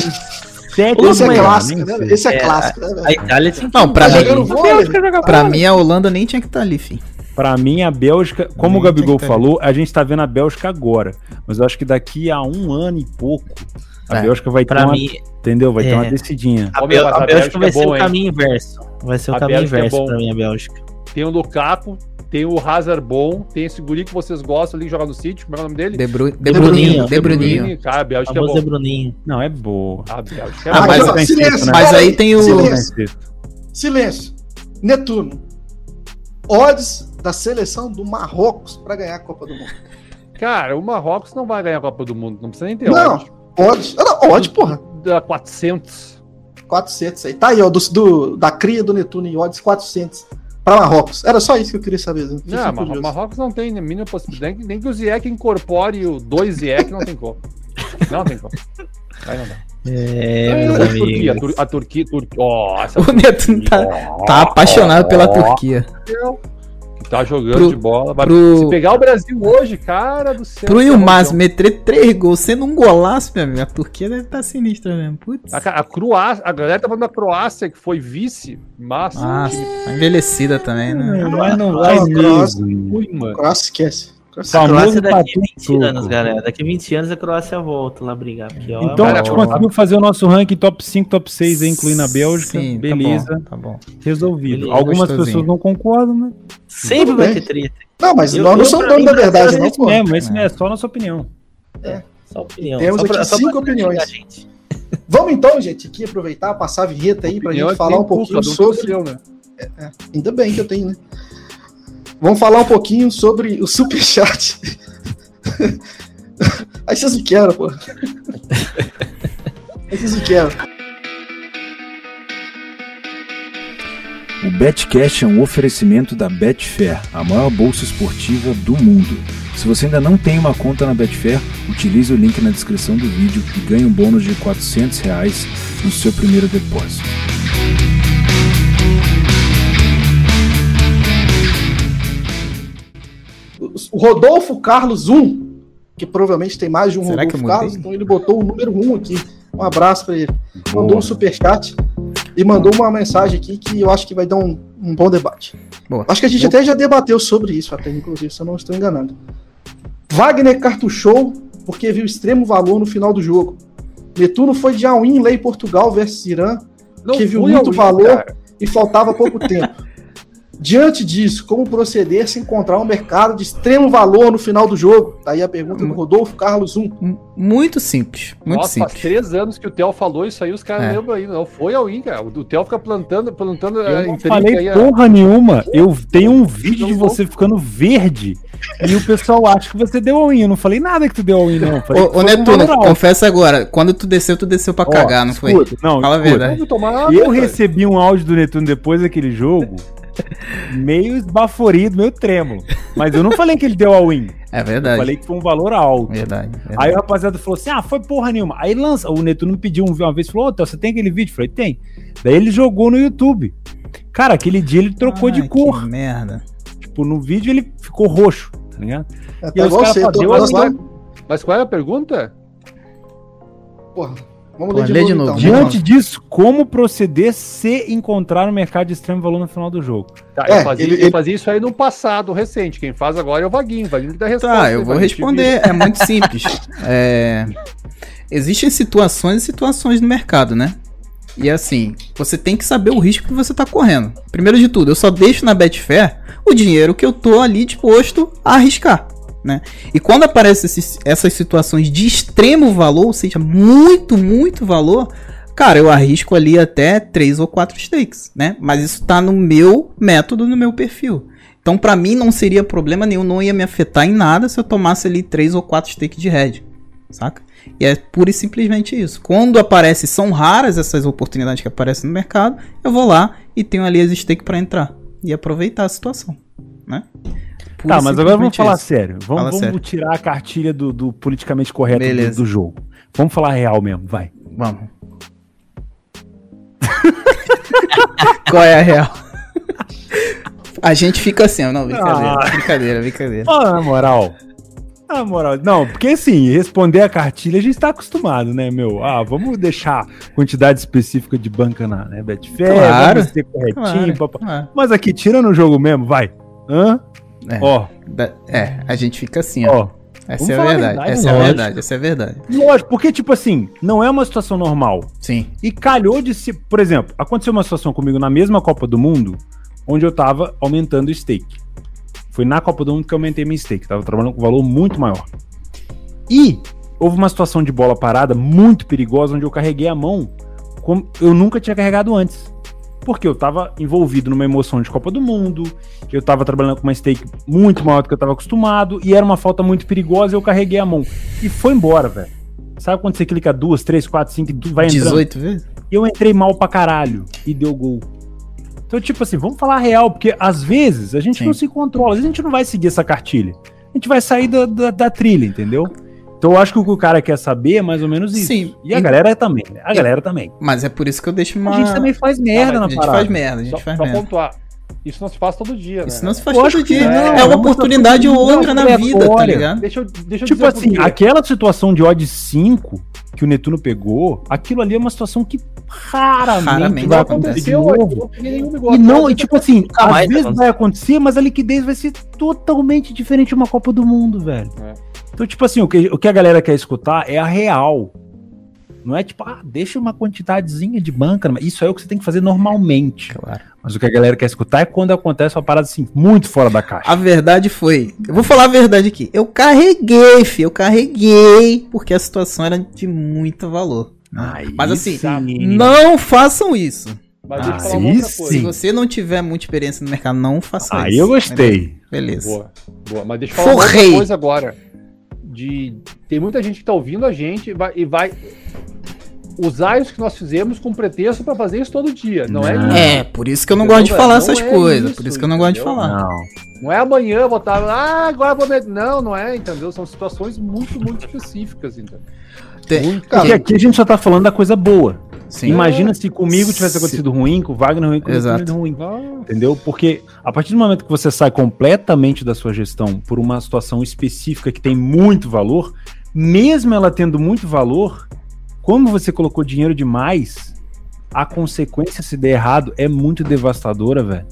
[SPEAKER 2] sétimo.
[SPEAKER 4] Esse é
[SPEAKER 2] lugar,
[SPEAKER 4] clássico,
[SPEAKER 2] nem
[SPEAKER 4] né?
[SPEAKER 2] sei.
[SPEAKER 4] Esse é,
[SPEAKER 5] É,
[SPEAKER 4] clássico, né, velho?
[SPEAKER 5] A Itália tinha que-
[SPEAKER 3] Não, pra
[SPEAKER 4] Tá
[SPEAKER 3] mim-
[SPEAKER 4] jogando vôlei, velho.
[SPEAKER 3] Pra mim, a Holanda nem tinha que estar ali, fim.
[SPEAKER 2] Pra mim, a Bélgica, como o
[SPEAKER 3] Gente,
[SPEAKER 2] Gabigol
[SPEAKER 3] tá.
[SPEAKER 2] falou, a gente tá vendo a Bélgica agora. Mas eu acho que daqui a um ano e pouco, a
[SPEAKER 3] É,
[SPEAKER 2] Bélgica vai ter
[SPEAKER 5] Pra
[SPEAKER 2] uma.
[SPEAKER 5] mim,
[SPEAKER 2] Entendeu? Vai ter
[SPEAKER 5] é.
[SPEAKER 2] uma decidinha.
[SPEAKER 5] a,
[SPEAKER 1] Ô, meu,
[SPEAKER 5] Bel-
[SPEAKER 1] mas
[SPEAKER 5] a
[SPEAKER 1] a Bélgica
[SPEAKER 5] Bélgica vai
[SPEAKER 1] é
[SPEAKER 5] ser
[SPEAKER 1] boa,
[SPEAKER 5] o
[SPEAKER 1] hein?
[SPEAKER 5] caminho inverso. Vai ser o
[SPEAKER 1] A
[SPEAKER 5] caminho
[SPEAKER 1] Bélgica é
[SPEAKER 5] inverso
[SPEAKER 1] bom.
[SPEAKER 5] pra mim, a Bélgica.
[SPEAKER 1] Tem o Lukaku, tem o Hazard bom, tem esse guri que vocês gostam ali que joga no City, como é o nome dele?
[SPEAKER 3] De, Bru... de,
[SPEAKER 5] De
[SPEAKER 3] Bruninho,
[SPEAKER 5] Bruninho,
[SPEAKER 3] de Bruninho.
[SPEAKER 1] Cara, a Bélgica é
[SPEAKER 5] Famoso
[SPEAKER 1] bom.
[SPEAKER 5] de Bruninho.
[SPEAKER 2] Não, é boa.
[SPEAKER 1] A Bélgica é
[SPEAKER 3] Ah,
[SPEAKER 1] boa.
[SPEAKER 2] mas-
[SPEAKER 4] ó,
[SPEAKER 2] tá em sexto,
[SPEAKER 4] silêncio,
[SPEAKER 2] né?
[SPEAKER 4] pera
[SPEAKER 3] Mas aí tem o-
[SPEAKER 2] Tá em
[SPEAKER 4] Silêncio,
[SPEAKER 2] sexto.
[SPEAKER 4] silêncio. Netuno. Odds da seleção do Marrocos pra ganhar a Copa do Mundo.
[SPEAKER 1] Cara, o Marrocos não vai ganhar a Copa do Mundo, não precisa nem ter
[SPEAKER 4] Não.
[SPEAKER 1] ódio.
[SPEAKER 4] Odds. Ah, não, odds, porra.
[SPEAKER 1] Dá 400.
[SPEAKER 4] 400 aí. Tá aí, ó, do, do- da cria do Netuno em odds 400 pra Marrocos. Era só isso que eu queria saber. Zé. Fiquei
[SPEAKER 1] Não,
[SPEAKER 4] curioso.
[SPEAKER 1] Marro Marrocos não tem a mínima possibilidade, nem- nem que o Ziek incorpore o 2 Ziek, não tem como. Não tem como. Aí não dá.
[SPEAKER 5] É,
[SPEAKER 1] É,
[SPEAKER 5] meus
[SPEAKER 1] a Turquia, a,
[SPEAKER 5] amigos.
[SPEAKER 1] Tur a Turquia, Turquia, ó, essa
[SPEAKER 3] O Neto tá, tá apaixonado pela Turquia.
[SPEAKER 1] que tá jogando
[SPEAKER 3] Pro-
[SPEAKER 1] de bola. vai-
[SPEAKER 3] pro-
[SPEAKER 1] Se pegar o Brasil hoje, cara do céu.
[SPEAKER 3] Pro
[SPEAKER 1] tá
[SPEAKER 3] Yilmaz
[SPEAKER 1] campeão.
[SPEAKER 3] meter três gols sendo um golaço, meu amigo, a Turquia deve estar sinistra mesmo. Putz.
[SPEAKER 1] A, ca- a Croácia, a galera tá falando da Croácia que foi vice, mas
[SPEAKER 3] Ah, tá envelhecida também, né?
[SPEAKER 2] Mas não
[SPEAKER 4] vai
[SPEAKER 2] vai
[SPEAKER 4] mesmo.
[SPEAKER 2] mesmo.
[SPEAKER 1] ruim, mano.
[SPEAKER 4] Croácia esquece. Croácia-
[SPEAKER 5] A
[SPEAKER 2] Famoso
[SPEAKER 5] Croácia daqui
[SPEAKER 2] patinho
[SPEAKER 5] 20 anos,
[SPEAKER 2] turco.
[SPEAKER 5] galera. Daqui 20 anos a Croácia volta lá brigar. Porque, ó,
[SPEAKER 2] Então,
[SPEAKER 5] é
[SPEAKER 1] Cara,
[SPEAKER 2] a gente
[SPEAKER 1] eu-
[SPEAKER 2] conseguiu fazer o nosso ranking top 5, top 6, aí, incluindo a Bélgica.
[SPEAKER 3] Sim, tá
[SPEAKER 2] Beleza,
[SPEAKER 3] bom, Tá bom.
[SPEAKER 2] resolvido.
[SPEAKER 5] Beleza,
[SPEAKER 2] Algumas
[SPEAKER 3] gostosinho.
[SPEAKER 2] pessoas não concordam, né?
[SPEAKER 5] Sempre vai ter treta.
[SPEAKER 4] Não, mas
[SPEAKER 5] Eu-
[SPEAKER 4] nós não
[SPEAKER 5] eu,
[SPEAKER 4] somos
[SPEAKER 5] pra
[SPEAKER 4] donos
[SPEAKER 5] mim,
[SPEAKER 4] da verdade, não,
[SPEAKER 2] Esse
[SPEAKER 4] pô.
[SPEAKER 2] mesmo, esse mesmo, é só a nossa opinião.
[SPEAKER 5] Só opinião.
[SPEAKER 4] Temos
[SPEAKER 5] só pra-
[SPEAKER 4] aqui
[SPEAKER 5] só pra
[SPEAKER 4] cinco
[SPEAKER 5] não
[SPEAKER 4] opiniões.
[SPEAKER 5] xingar a gente.
[SPEAKER 4] Vamos então, gente, aqui aproveitar, passar a vinheta aí pra
[SPEAKER 1] Opinião
[SPEAKER 4] gente
[SPEAKER 1] é
[SPEAKER 4] falar
[SPEAKER 1] quem
[SPEAKER 4] um pouquinho
[SPEAKER 1] cuca, do
[SPEAKER 4] sobre.
[SPEAKER 1] seu, né?
[SPEAKER 4] Ainda bem que eu tenho, né? Vamos falar um pouquinho sobre o Superchat. Aí vocês me querem, pô. Aí vocês me querem.
[SPEAKER 6] O Betcast é um oferecimento da Betfair, a maior bolsa esportiva do mundo. Se você ainda não tem uma conta na Betfair, utilize o link na descrição do vídeo e ganhe um bônus de R$ 400 reais no seu primeiro depósito.
[SPEAKER 4] O Rodolfo Carlos 1, que provavelmente tem mais de um
[SPEAKER 3] Será que eu
[SPEAKER 4] Rodolfo
[SPEAKER 3] mudei?
[SPEAKER 4] Carlos, então ele botou o número 1 aqui. Um abraço pra ele. Mandou
[SPEAKER 2] Boa.
[SPEAKER 4] um superchat e mandou uma mensagem aqui que eu acho que vai dar um, um bom debate.
[SPEAKER 3] Boa.
[SPEAKER 4] Acho que a gente até já debateu sobre isso, até inclusive, se eu não estou enganado. Wagner cartuchou porque viu extremo valor no final do jogo. Netuno foi de all-in lei Portugal versus Irã
[SPEAKER 1] Não
[SPEAKER 4] Que viu
[SPEAKER 1] fui
[SPEAKER 4] muito
[SPEAKER 1] ao Inter,
[SPEAKER 4] valor.
[SPEAKER 1] cara.
[SPEAKER 4] e
[SPEAKER 3] [laughs]
[SPEAKER 4] faltava pouco tempo. Diante disso, como proceder se encontrar um mercado de extremo valor no final do jogo? Daí a pergunta do Rodolfo Carlos 1.
[SPEAKER 3] M- Muito simples, muito
[SPEAKER 1] Nossa, faz
[SPEAKER 3] simples.
[SPEAKER 1] três anos que o Theo falou isso aí, os caras
[SPEAKER 3] É.
[SPEAKER 1] lembram ainda. Não foi ao Inca. O o Theo fica plantando, plantando a
[SPEAKER 2] Eu não
[SPEAKER 1] intriga aí, é,
[SPEAKER 3] é-
[SPEAKER 2] falei
[SPEAKER 1] a-
[SPEAKER 2] porra nenhuma. Eu tenho um vídeo
[SPEAKER 1] Não
[SPEAKER 2] de
[SPEAKER 1] vou.
[SPEAKER 2] você ficando verde e o pessoal acha que você deu all-in. Eu não falei nada que tu deu all-in, não. Eu Falei,
[SPEAKER 3] Ô, ô Netuno, confessa agora, quando tu desceu, tu desceu pra cagar, não foi?
[SPEAKER 2] Escuta, não,
[SPEAKER 3] Fala a
[SPEAKER 2] escuta.
[SPEAKER 3] verdade.
[SPEAKER 1] Vamos tomar água,
[SPEAKER 2] Eu
[SPEAKER 1] cara.
[SPEAKER 2] recebi um áudio do Netuno depois daquele jogo, meio esbaforido, meio trêmulo. Mas eu não falei que ele deu all-in.
[SPEAKER 3] É
[SPEAKER 2] Eu
[SPEAKER 3] verdade.
[SPEAKER 2] falei que foi um valor alto.
[SPEAKER 3] Verdade. verdade.
[SPEAKER 2] Aí o rapaziada falou assim: ah, foi porra nenhuma. Aí lança, o Netuno me pediu um- uma vez, falou: Ô, Theo, você tem aquele vídeo? Eu falei: tem. Daí ele jogou no YouTube. Cara, aquele dia ele trocou
[SPEAKER 3] Ai,
[SPEAKER 2] de cor.
[SPEAKER 3] Que merda.
[SPEAKER 2] Tipo, no vídeo ele ficou roxo, tá ligado?
[SPEAKER 4] É,
[SPEAKER 2] E aí os caras né? falam,
[SPEAKER 4] tô-
[SPEAKER 2] deu
[SPEAKER 4] nós
[SPEAKER 2] agora.
[SPEAKER 4] tamo-
[SPEAKER 1] Mas qual é a pergunta?
[SPEAKER 4] Porra, vamos
[SPEAKER 3] Pô,
[SPEAKER 4] ler de,
[SPEAKER 3] lê
[SPEAKER 4] novo,
[SPEAKER 3] de novo.
[SPEAKER 4] então.
[SPEAKER 2] Diante disso, como proceder se encontrar no mercado de extremo valor no final do jogo?
[SPEAKER 1] Tá,
[SPEAKER 4] É,
[SPEAKER 1] eu, fazia,
[SPEAKER 4] ele-
[SPEAKER 1] eu
[SPEAKER 4] ele-
[SPEAKER 1] fazia isso aí no passado recente. Quem faz agora é o Vaguinho. O Vaguinho que dá resposta. né?
[SPEAKER 3] Tá, eu vou
[SPEAKER 1] Vaguinho, te vi.
[SPEAKER 3] responder. É muito simples. É, Existem situações e situações no mercado, né? E assim, você tem que saber o risco que você tá correndo. Primeiro de tudo, eu só deixo na Betfair o dinheiro que eu tô ali disposto a arriscar, né? E quando aparecem esses- essas situações de extremo valor, ou seja, muito, muito valor, cara, eu arrisco ali até três ou quatro stakes, né? Mas isso tá no meu método, no meu perfil. Então, pra mim, não seria problema nenhum, não ia me afetar em nada se eu tomasse ali três ou quatro stakes de head, saca? E é pura e simplesmente isso. Quando aparece, são raras essas oportunidades que aparecem no mercado, eu vou lá e tenho ali as stakes pra entrar e aproveitar a situação, né? Pura
[SPEAKER 2] tá,
[SPEAKER 3] e
[SPEAKER 2] mas agora vamos
[SPEAKER 3] simplesmente
[SPEAKER 2] falar
[SPEAKER 3] isso.
[SPEAKER 2] sério. Vamos,
[SPEAKER 3] Fala
[SPEAKER 2] vamos
[SPEAKER 3] sério.
[SPEAKER 2] tirar a cartilha do, do politicamente correto do,
[SPEAKER 3] Beleza.
[SPEAKER 2] do jogo. Vamos falar real mesmo, vai.
[SPEAKER 3] [laughs] Vamos. Qual é a real? A gente fica assim, ó, não, brincadeira,
[SPEAKER 2] Ah.
[SPEAKER 3] brincadeira, brincadeira.
[SPEAKER 2] Ó, na moral. Na moral. Não, porque assim, responder a cartilha a gente tá acostumado, né, meu? Ah, vamos deixar quantidade específica de banca na né, Betfair,
[SPEAKER 3] Claro.
[SPEAKER 2] vamos ser corretinho,
[SPEAKER 3] Claro.
[SPEAKER 2] papá.
[SPEAKER 3] Ah,
[SPEAKER 2] Mas aqui, tirando o jogo mesmo, vai. Hã?
[SPEAKER 3] É.
[SPEAKER 2] Ó,
[SPEAKER 3] da- É, a gente fica assim, ó.
[SPEAKER 2] ó.
[SPEAKER 3] Essa é a
[SPEAKER 2] falar a
[SPEAKER 3] verdade,
[SPEAKER 2] verdade,
[SPEAKER 3] essa é a
[SPEAKER 2] lógico.
[SPEAKER 3] verdade, essa é a verdade.
[SPEAKER 2] Lógico, porque, tipo assim, não é uma situação normal.
[SPEAKER 3] Sim.
[SPEAKER 2] E calhou de se. Por exemplo, aconteceu uma situação comigo na mesma Copa do Mundo, onde eu tava aumentando o stake. Foi na Copa do Mundo que eu aumentei meu stake. Tava trabalhando com um valor muito maior. E houve uma situação de bola parada muito perigosa, onde eu carreguei a mão como eu nunca tinha carregado antes. Porque eu tava envolvido numa emoção de Copa do Mundo, eu tava trabalhando com uma stake muito maior do que eu tava acostumado, e era uma falta muito perigosa, e eu carreguei a mão. E foi embora, velho. Sabe quando você clica duas, três, quatro, cinco, e tu vai entrando?
[SPEAKER 3] 18 vezes?
[SPEAKER 2] E eu entrei mal pra caralho e deu gol. Então, tipo assim, vamos falar a real, porque às vezes a gente
[SPEAKER 3] Sim.
[SPEAKER 2] não se controla, às vezes a gente não vai seguir essa cartilha. A gente vai sair da, da, da trilha, entendeu? Então eu acho que o que o cara quer saber é mais ou menos isso.
[SPEAKER 3] Sim.
[SPEAKER 2] E a galera também, né? A galera também. tá,
[SPEAKER 3] Mas é por isso que eu deixo uma.
[SPEAKER 2] A gente também faz merda
[SPEAKER 3] a
[SPEAKER 2] na
[SPEAKER 3] gente
[SPEAKER 2] parada.
[SPEAKER 3] faz merda, a gente
[SPEAKER 1] Só,
[SPEAKER 3] faz
[SPEAKER 1] só
[SPEAKER 3] merda.
[SPEAKER 1] pontuar. Isso não se faz todo dia,
[SPEAKER 3] Isso
[SPEAKER 1] né?
[SPEAKER 3] não se faz
[SPEAKER 2] Lógico
[SPEAKER 3] todo
[SPEAKER 2] que
[SPEAKER 3] dia.
[SPEAKER 2] não,
[SPEAKER 3] É,
[SPEAKER 2] é
[SPEAKER 3] uma
[SPEAKER 2] uma
[SPEAKER 3] oportunidade ou
[SPEAKER 2] oportunidade
[SPEAKER 3] outra na vida, tá
[SPEAKER 2] aleatória.
[SPEAKER 3] ligado?
[SPEAKER 1] Deixa eu, deixa eu
[SPEAKER 2] Tipo
[SPEAKER 1] dizer por
[SPEAKER 2] assim,
[SPEAKER 1] quê.
[SPEAKER 2] aquela situação de odd 5 que o Netuno pegou, aquilo ali é uma situação que raramente,
[SPEAKER 3] Raramente
[SPEAKER 2] vai acontecer de
[SPEAKER 1] aconteceu,
[SPEAKER 2] novo.
[SPEAKER 1] eu não peguei nenhum igual.
[SPEAKER 2] E não, e tipo assim, às
[SPEAKER 5] mais,
[SPEAKER 2] vezes
[SPEAKER 5] Afonso.
[SPEAKER 2] vai acontecer, mas a liquidez vai ser totalmente diferente de uma Copa do Mundo, velho.
[SPEAKER 1] É.
[SPEAKER 2] Então, tipo assim, o que, o que a galera quer escutar é a real. Não é tipo, ah, deixa uma quantidadezinha de banca. mas Isso é o que você tem que fazer normalmente.
[SPEAKER 3] Claro.
[SPEAKER 2] Mas o que a galera quer escutar é quando acontece uma parada assim, muito fora da caixa.
[SPEAKER 3] A verdade foi. Eu vou falar a verdade aqui. Eu carreguei, fi, eu carreguei, porque a situação era de muito valor. Mas assim, não façam isso.
[SPEAKER 1] Mas deixa eu
[SPEAKER 2] Ah,
[SPEAKER 1] falar uma outra
[SPEAKER 2] aí
[SPEAKER 1] coisa.
[SPEAKER 3] Se
[SPEAKER 2] Sim.
[SPEAKER 3] você não tiver muita experiência no mercado, não faça isso.
[SPEAKER 2] Aí eu gostei.
[SPEAKER 3] Beleza.
[SPEAKER 1] Boa, boa. Mas deixa eu falar
[SPEAKER 3] Forrei.
[SPEAKER 1] uma outra coisa agora. De... Tem muita gente que tá ouvindo a gente e vai, e vai usar isso que nós fizemos como pretexto pra fazer isso todo dia. Não, é isso.
[SPEAKER 3] É, por isso que eu não
[SPEAKER 1] Entendeu,
[SPEAKER 3] gosto de
[SPEAKER 1] velho?
[SPEAKER 3] falar
[SPEAKER 1] Não
[SPEAKER 3] essas
[SPEAKER 1] é
[SPEAKER 3] coisas.
[SPEAKER 1] isso,
[SPEAKER 3] por isso que eu não gosto de
[SPEAKER 1] entendeu?
[SPEAKER 3] falar.
[SPEAKER 2] Não.
[SPEAKER 1] Não é amanhã eu vou estar lá, ah, agora eu vou... me- Não, não é, entendeu? São situações muito, muito específicas, entendeu?
[SPEAKER 3] Tem-
[SPEAKER 1] Muito-
[SPEAKER 4] Cara,
[SPEAKER 2] Porque aqui a gente só tá falando da coisa boa.
[SPEAKER 3] Sim.
[SPEAKER 2] Imagina se comigo tivesse
[SPEAKER 3] Se-
[SPEAKER 2] acontecido ruim, com o Wagner ruim, com o
[SPEAKER 3] Exato.
[SPEAKER 2] Netuno ruim. Entendeu? Porque a partir do momento que você sai completamente da sua gestão por uma situação específica que tem muito valor, mesmo ela tendo muito valor, como você colocou dinheiro demais, a consequência se der errado é muito devastadora, velho.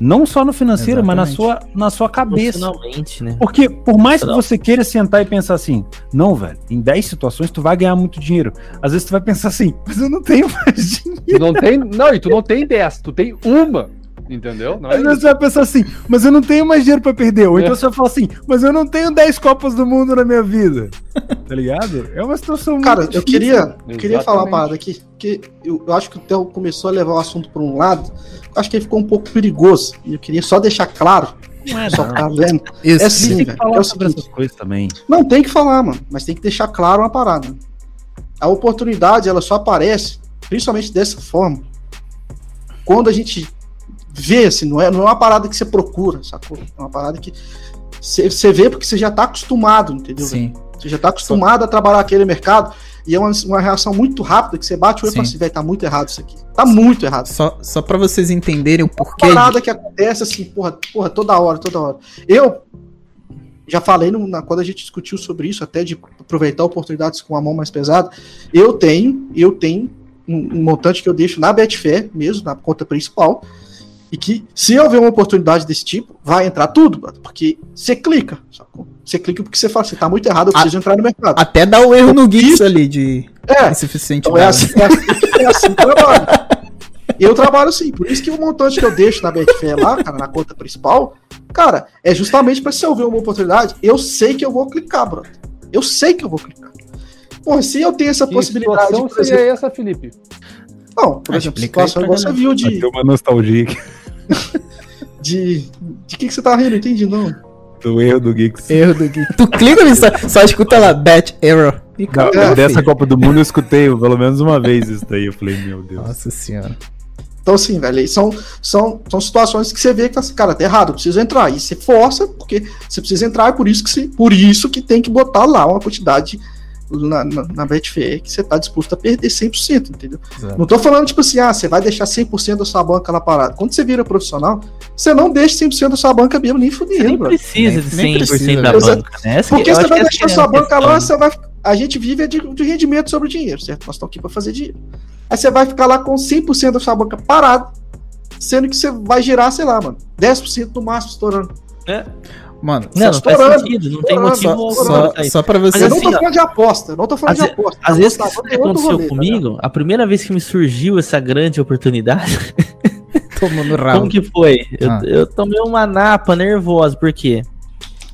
[SPEAKER 2] Não só no financeiro, mas na sua, na sua cabeça.
[SPEAKER 5] Finalmente, né?
[SPEAKER 2] Porque por mais que
[SPEAKER 5] Não.
[SPEAKER 2] você queira sentar e pensar assim, não, velho, em 10 situações tu vai ganhar muito dinheiro. Às vezes tu vai pensar assim, mas eu não tenho mais dinheiro.
[SPEAKER 1] Tu não tem... Não, e tu não tem 10, tu tem uma, entendeu? Não é
[SPEAKER 2] Às vezes
[SPEAKER 1] isso.
[SPEAKER 2] você vai pensar assim, mas eu não tenho mais dinheiro pra perder. Ou
[SPEAKER 1] É.
[SPEAKER 2] então você vai falar assim, mas eu não tenho 10 Copas do Mundo na minha vida. Tá ligado? É uma situação muito
[SPEAKER 4] Cara, eu
[SPEAKER 2] difícil.
[SPEAKER 4] queria, eu queria
[SPEAKER 1] Exatamente.
[SPEAKER 4] falar uma parada aqui, porque eu, eu acho que o Theo começou a levar o assunto para um lado, eu acho que ele ficou um pouco perigoso, e eu queria só deixar claro,
[SPEAKER 2] é,
[SPEAKER 4] só pra vendo.
[SPEAKER 3] Isso.
[SPEAKER 4] É
[SPEAKER 2] Você
[SPEAKER 4] sim,
[SPEAKER 2] tem que
[SPEAKER 4] velho,
[SPEAKER 2] falar
[SPEAKER 4] é o
[SPEAKER 2] sobre
[SPEAKER 4] seguinte,
[SPEAKER 2] essas coisas também.
[SPEAKER 4] não tem que falar, mano, mas tem que deixar claro uma parada. A oportunidade, ela só aparece, principalmente dessa forma, quando a gente vê, assim, não é, não é uma parada que você procura, sacou? É uma parada que você você vê porque você já tá acostumado, entendeu? velho?
[SPEAKER 3] Sim.
[SPEAKER 4] Você já está acostumado a trabalhar aquele mercado e é uma, uma reação muito rápida que você bate o olho e fala
[SPEAKER 3] Sim.
[SPEAKER 4] assim, velho, tá muito errado isso aqui. Tá muito errado.
[SPEAKER 3] Só, só pra vocês entenderem o porquê.
[SPEAKER 4] Parada que acontece assim, porra, porra, toda hora, toda hora. Eu já falei no- na, quando a gente discutiu sobre isso, até de aproveitar oportunidades com a mão mais pesada. Eu tenho, eu tenho um, um montante que eu deixo na Betfair mesmo, na conta principal. E que se houver uma oportunidade desse tipo, vai entrar tudo, brother, porque você clica. sacou? Você clica porque você fala, você tá muito errado, eu preciso entrar no mercado.
[SPEAKER 3] Até dá o erro no Gix ali de
[SPEAKER 4] É,
[SPEAKER 3] insuficiente.
[SPEAKER 4] Então é
[SPEAKER 3] balance.
[SPEAKER 4] assim, é assim, é assim que eu trabalho. E eu trabalho assim, por isso que o montante que eu deixo na Betfair lá, cara, na conta principal, cara, é justamente pra se eu ver uma oportunidade, eu sei que eu vou clicar, brother. Eu sei que eu vou clicar. Porra, se eu tenho essa
[SPEAKER 1] Que
[SPEAKER 4] possibilidade,
[SPEAKER 1] situação
[SPEAKER 4] por exemplo,
[SPEAKER 1] seria essa, Felipe?
[SPEAKER 4] não, por
[SPEAKER 3] Ah,
[SPEAKER 4] exemplo,
[SPEAKER 3] explica aí
[SPEAKER 4] situação
[SPEAKER 3] pra
[SPEAKER 4] igual você
[SPEAKER 3] galera.
[SPEAKER 4] viu de,
[SPEAKER 2] uma nostalgia aqui
[SPEAKER 4] de, de que que você tá rindo, entendi, não.
[SPEAKER 2] do erro do Geeks.
[SPEAKER 3] Erro do Gui. Tu clica nisso, só escuta lá, bat error. E
[SPEAKER 2] Da-
[SPEAKER 3] acabou,
[SPEAKER 2] dessa
[SPEAKER 3] filho.
[SPEAKER 2] Copa do Mundo eu escutei pelo menos uma vez isso daí. Eu falei, meu Deus.
[SPEAKER 3] Nossa senhora.
[SPEAKER 4] Então, assim, velho, aí são, são, são situações que você vê que, tá assim, cara, tá errado, eu preciso entrar. E você força, porque você precisa entrar, é por isso que, você, por isso que tem que botar lá uma quantidade na, na, na Betfair que você tá disposto a perder 100%, entendeu?
[SPEAKER 3] Exato.
[SPEAKER 4] Não tô falando, tipo assim, ah, você vai deixar 100% da sua banca na parada. Quando você vira profissional, Você não deixa 100% da sua banca mesmo, nem
[SPEAKER 5] Você nem
[SPEAKER 4] fudendo, bro.
[SPEAKER 5] precisa de
[SPEAKER 3] Nem
[SPEAKER 5] 100%
[SPEAKER 3] precisa,
[SPEAKER 5] da
[SPEAKER 4] né?
[SPEAKER 5] banca. né? Essa que-
[SPEAKER 4] Porque
[SPEAKER 5] eu
[SPEAKER 4] você
[SPEAKER 5] acho
[SPEAKER 4] vai
[SPEAKER 5] que essa
[SPEAKER 4] deixar
[SPEAKER 5] que é
[SPEAKER 4] sua
[SPEAKER 5] a
[SPEAKER 4] banca
[SPEAKER 5] questão.
[SPEAKER 4] lá, você vai. A gente vive é de, de rendimento sobre o dinheiro, certo? Nós estamos aqui para fazer dinheiro. Aí você vai ficar lá com 100% da sua banca parada, sendo que você vai gerar, sei lá, mano, 10% no máximo estourando.
[SPEAKER 5] É.
[SPEAKER 3] Mano,
[SPEAKER 5] Não, não faz
[SPEAKER 4] estourando,
[SPEAKER 5] sentido, não tem
[SPEAKER 4] estourando,
[SPEAKER 5] motivo
[SPEAKER 4] só-
[SPEAKER 5] algum
[SPEAKER 3] só,
[SPEAKER 5] pra isso.
[SPEAKER 3] só pra
[SPEAKER 4] Mas
[SPEAKER 3] você.
[SPEAKER 4] eu não
[SPEAKER 5] assim,
[SPEAKER 4] tô
[SPEAKER 5] ó,
[SPEAKER 4] falando de aposta, eu não tô falando
[SPEAKER 5] às
[SPEAKER 4] de aposta.
[SPEAKER 5] Às vezes que isso
[SPEAKER 4] Apostador tem outro
[SPEAKER 5] aconteceu
[SPEAKER 4] rolê, tá ligado?
[SPEAKER 5] comigo, a primeira vez que me surgiu essa grande oportunidade, [laughs]
[SPEAKER 3] Tomando
[SPEAKER 5] como
[SPEAKER 3] rabo.
[SPEAKER 5] que foi? Eu,
[SPEAKER 3] um- Ah.
[SPEAKER 5] eu tomei uma napa nervosa, por quê?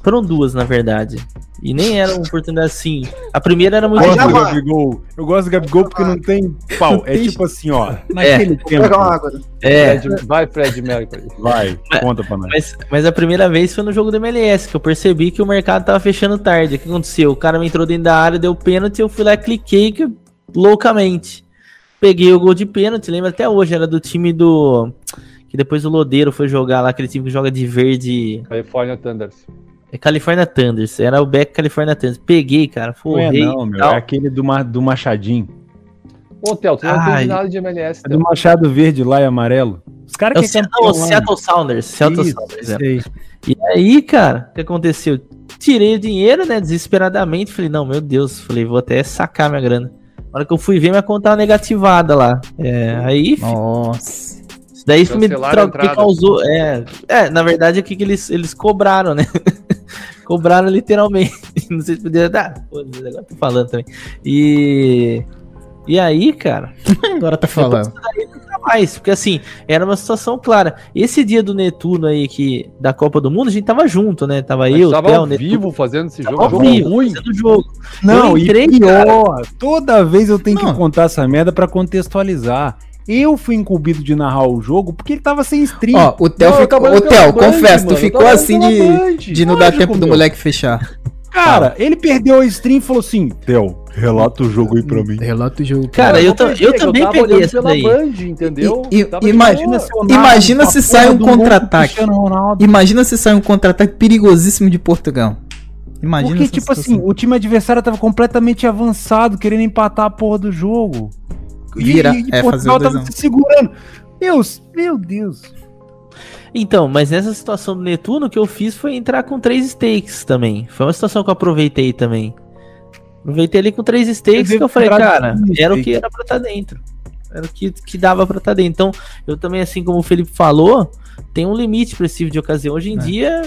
[SPEAKER 5] Foram duas, na verdade. E nem era uma oportunidade assim. A primeira era muito
[SPEAKER 4] Aí
[SPEAKER 2] gosto
[SPEAKER 4] já
[SPEAKER 2] do
[SPEAKER 5] boa.
[SPEAKER 4] vai.
[SPEAKER 2] Gabigol. Eu gosto do Gabigol porque não tem pau. É tipo assim, ó. Naquele
[SPEAKER 4] Vou pegar uma
[SPEAKER 2] tempo.
[SPEAKER 4] água. né?
[SPEAKER 5] É,
[SPEAKER 1] Fred- vai, Fred Mercury.
[SPEAKER 2] Vai, conta pra nós.
[SPEAKER 5] mas, mas a primeira vez foi no jogo do MLS, que eu percebi que o mercado tava fechando tarde. O que aconteceu? O cara me entrou dentro da área, deu pênalti, eu fui lá e cliquei que- loucamente. Peguei o gol de pênalti, lembro até hoje, era do time do. Que depois o Lodeiro foi jogar lá, aquele time que joga de verde.
[SPEAKER 1] California Thunders.
[SPEAKER 5] É California Thunders. Era o back California Thunders. Peguei, cara.
[SPEAKER 2] Não é
[SPEAKER 5] Forrei.
[SPEAKER 2] não, meu.
[SPEAKER 5] tal.
[SPEAKER 2] É aquele do, ma do Machadinho.
[SPEAKER 1] Ô, Theo, tu não
[SPEAKER 5] Ai.
[SPEAKER 1] entende nada de MLS,
[SPEAKER 2] É do
[SPEAKER 1] Theo.
[SPEAKER 2] Machado Verde lá e amarelo. Os
[SPEAKER 5] É
[SPEAKER 2] caras
[SPEAKER 5] o
[SPEAKER 2] que
[SPEAKER 5] Seattle,
[SPEAKER 2] campeão lá,
[SPEAKER 5] Seattle Sounders. Seattle
[SPEAKER 2] Isso,
[SPEAKER 5] Sounders. é.
[SPEAKER 2] isso aí.
[SPEAKER 5] E aí, cara, o que aconteceu? Tirei o dinheiro, né? Desesperadamente. Falei, não, meu Deus. Falei, vou até sacar minha grana. Na hora que eu fui ver, minha conta tava negativada lá. É, aí,
[SPEAKER 3] Nossa. tá
[SPEAKER 5] isso daí isso me
[SPEAKER 1] Cancelaram a
[SPEAKER 5] tra- que
[SPEAKER 1] entrada.
[SPEAKER 5] causou. É, é, na verdade, o que, que eles, eles cobraram, né? [laughs] cobraram literalmente. [laughs] Não sei se podia dar. Pô, agora eu tô falando também. E. E aí, cara.
[SPEAKER 3] [laughs] Agora tá falando.
[SPEAKER 5] mais, porque assim, era uma situação clara. Esse dia do Netuno aí, que da Copa do Mundo, a gente tava junto, né? Tava
[SPEAKER 1] Mas
[SPEAKER 5] eu,
[SPEAKER 1] tava
[SPEAKER 5] Theo,
[SPEAKER 1] ao
[SPEAKER 5] Netuno,
[SPEAKER 1] vivo fazendo esse jogo.
[SPEAKER 5] ao
[SPEAKER 1] jogo
[SPEAKER 5] vivo,
[SPEAKER 1] ruim.
[SPEAKER 5] fazendo o jogo.
[SPEAKER 2] Não,
[SPEAKER 5] Eu entrei,
[SPEAKER 2] e pior, toda vez eu tenho
[SPEAKER 3] Não.
[SPEAKER 2] que contar essa merda pra contextualizar. Eu fui incumbido de narrar o jogo porque ele tava sem stream.
[SPEAKER 3] Ó, o Theo
[SPEAKER 1] Não, eu
[SPEAKER 3] ficou.
[SPEAKER 1] tava
[SPEAKER 3] Ô,
[SPEAKER 1] pela
[SPEAKER 3] Theo,
[SPEAKER 1] Band,
[SPEAKER 3] confesso, tu
[SPEAKER 1] mano, eu
[SPEAKER 3] ficou
[SPEAKER 1] tava
[SPEAKER 3] assim
[SPEAKER 1] pela
[SPEAKER 3] de.
[SPEAKER 1] Band.
[SPEAKER 3] De não dar
[SPEAKER 2] Lógico,
[SPEAKER 3] tempo do
[SPEAKER 2] meu.
[SPEAKER 3] moleque fechar.
[SPEAKER 2] cara, ele perdeu a stream e falou assim: Theo, relata o jogo aí pra mim.
[SPEAKER 3] Relata o jogo.
[SPEAKER 5] Cara, eu, ta- eu
[SPEAKER 1] que
[SPEAKER 5] também
[SPEAKER 1] tava
[SPEAKER 5] peguei
[SPEAKER 1] olhando
[SPEAKER 5] essa
[SPEAKER 1] pela
[SPEAKER 5] daí.
[SPEAKER 1] Band, entendeu?
[SPEAKER 3] E- e-
[SPEAKER 1] Tava de
[SPEAKER 3] imagina
[SPEAKER 1] boa.
[SPEAKER 2] se eu narro
[SPEAKER 3] Imagina
[SPEAKER 2] a
[SPEAKER 3] se
[SPEAKER 2] porra
[SPEAKER 3] sai um
[SPEAKER 2] do gol do
[SPEAKER 3] contra-ataque.
[SPEAKER 2] Cristiano Ronaldo.
[SPEAKER 3] Imagina se sai um contra-ataque perigosíssimo de Portugal. Imagina
[SPEAKER 2] Porque,
[SPEAKER 3] essa
[SPEAKER 2] tipo assim,
[SPEAKER 3] situação.
[SPEAKER 2] o time adversário tava completamente avançado, querendo empatar a porra do jogo.
[SPEAKER 3] Vira- é, fazer o
[SPEAKER 2] Portugal tá tava
[SPEAKER 3] dois a um.
[SPEAKER 2] se segurando. Deus, meu Deus.
[SPEAKER 5] Então, mas nessa situação do Netuno, o que eu fiz foi entrar com três stakes também. Foi uma situação que eu aproveitei também. Aproveitei ali com três stakes
[SPEAKER 2] Você
[SPEAKER 5] que eu falei,
[SPEAKER 2] deve ter
[SPEAKER 5] cara,
[SPEAKER 2] entrado com
[SPEAKER 5] era o
[SPEAKER 2] stakes.
[SPEAKER 5] que era pra estar dentro. Era o que, que dava pra estar dentro. Então, eu também, assim como o Felipe falou, tem um limite pra esse tipo de ocasião. Hoje em dia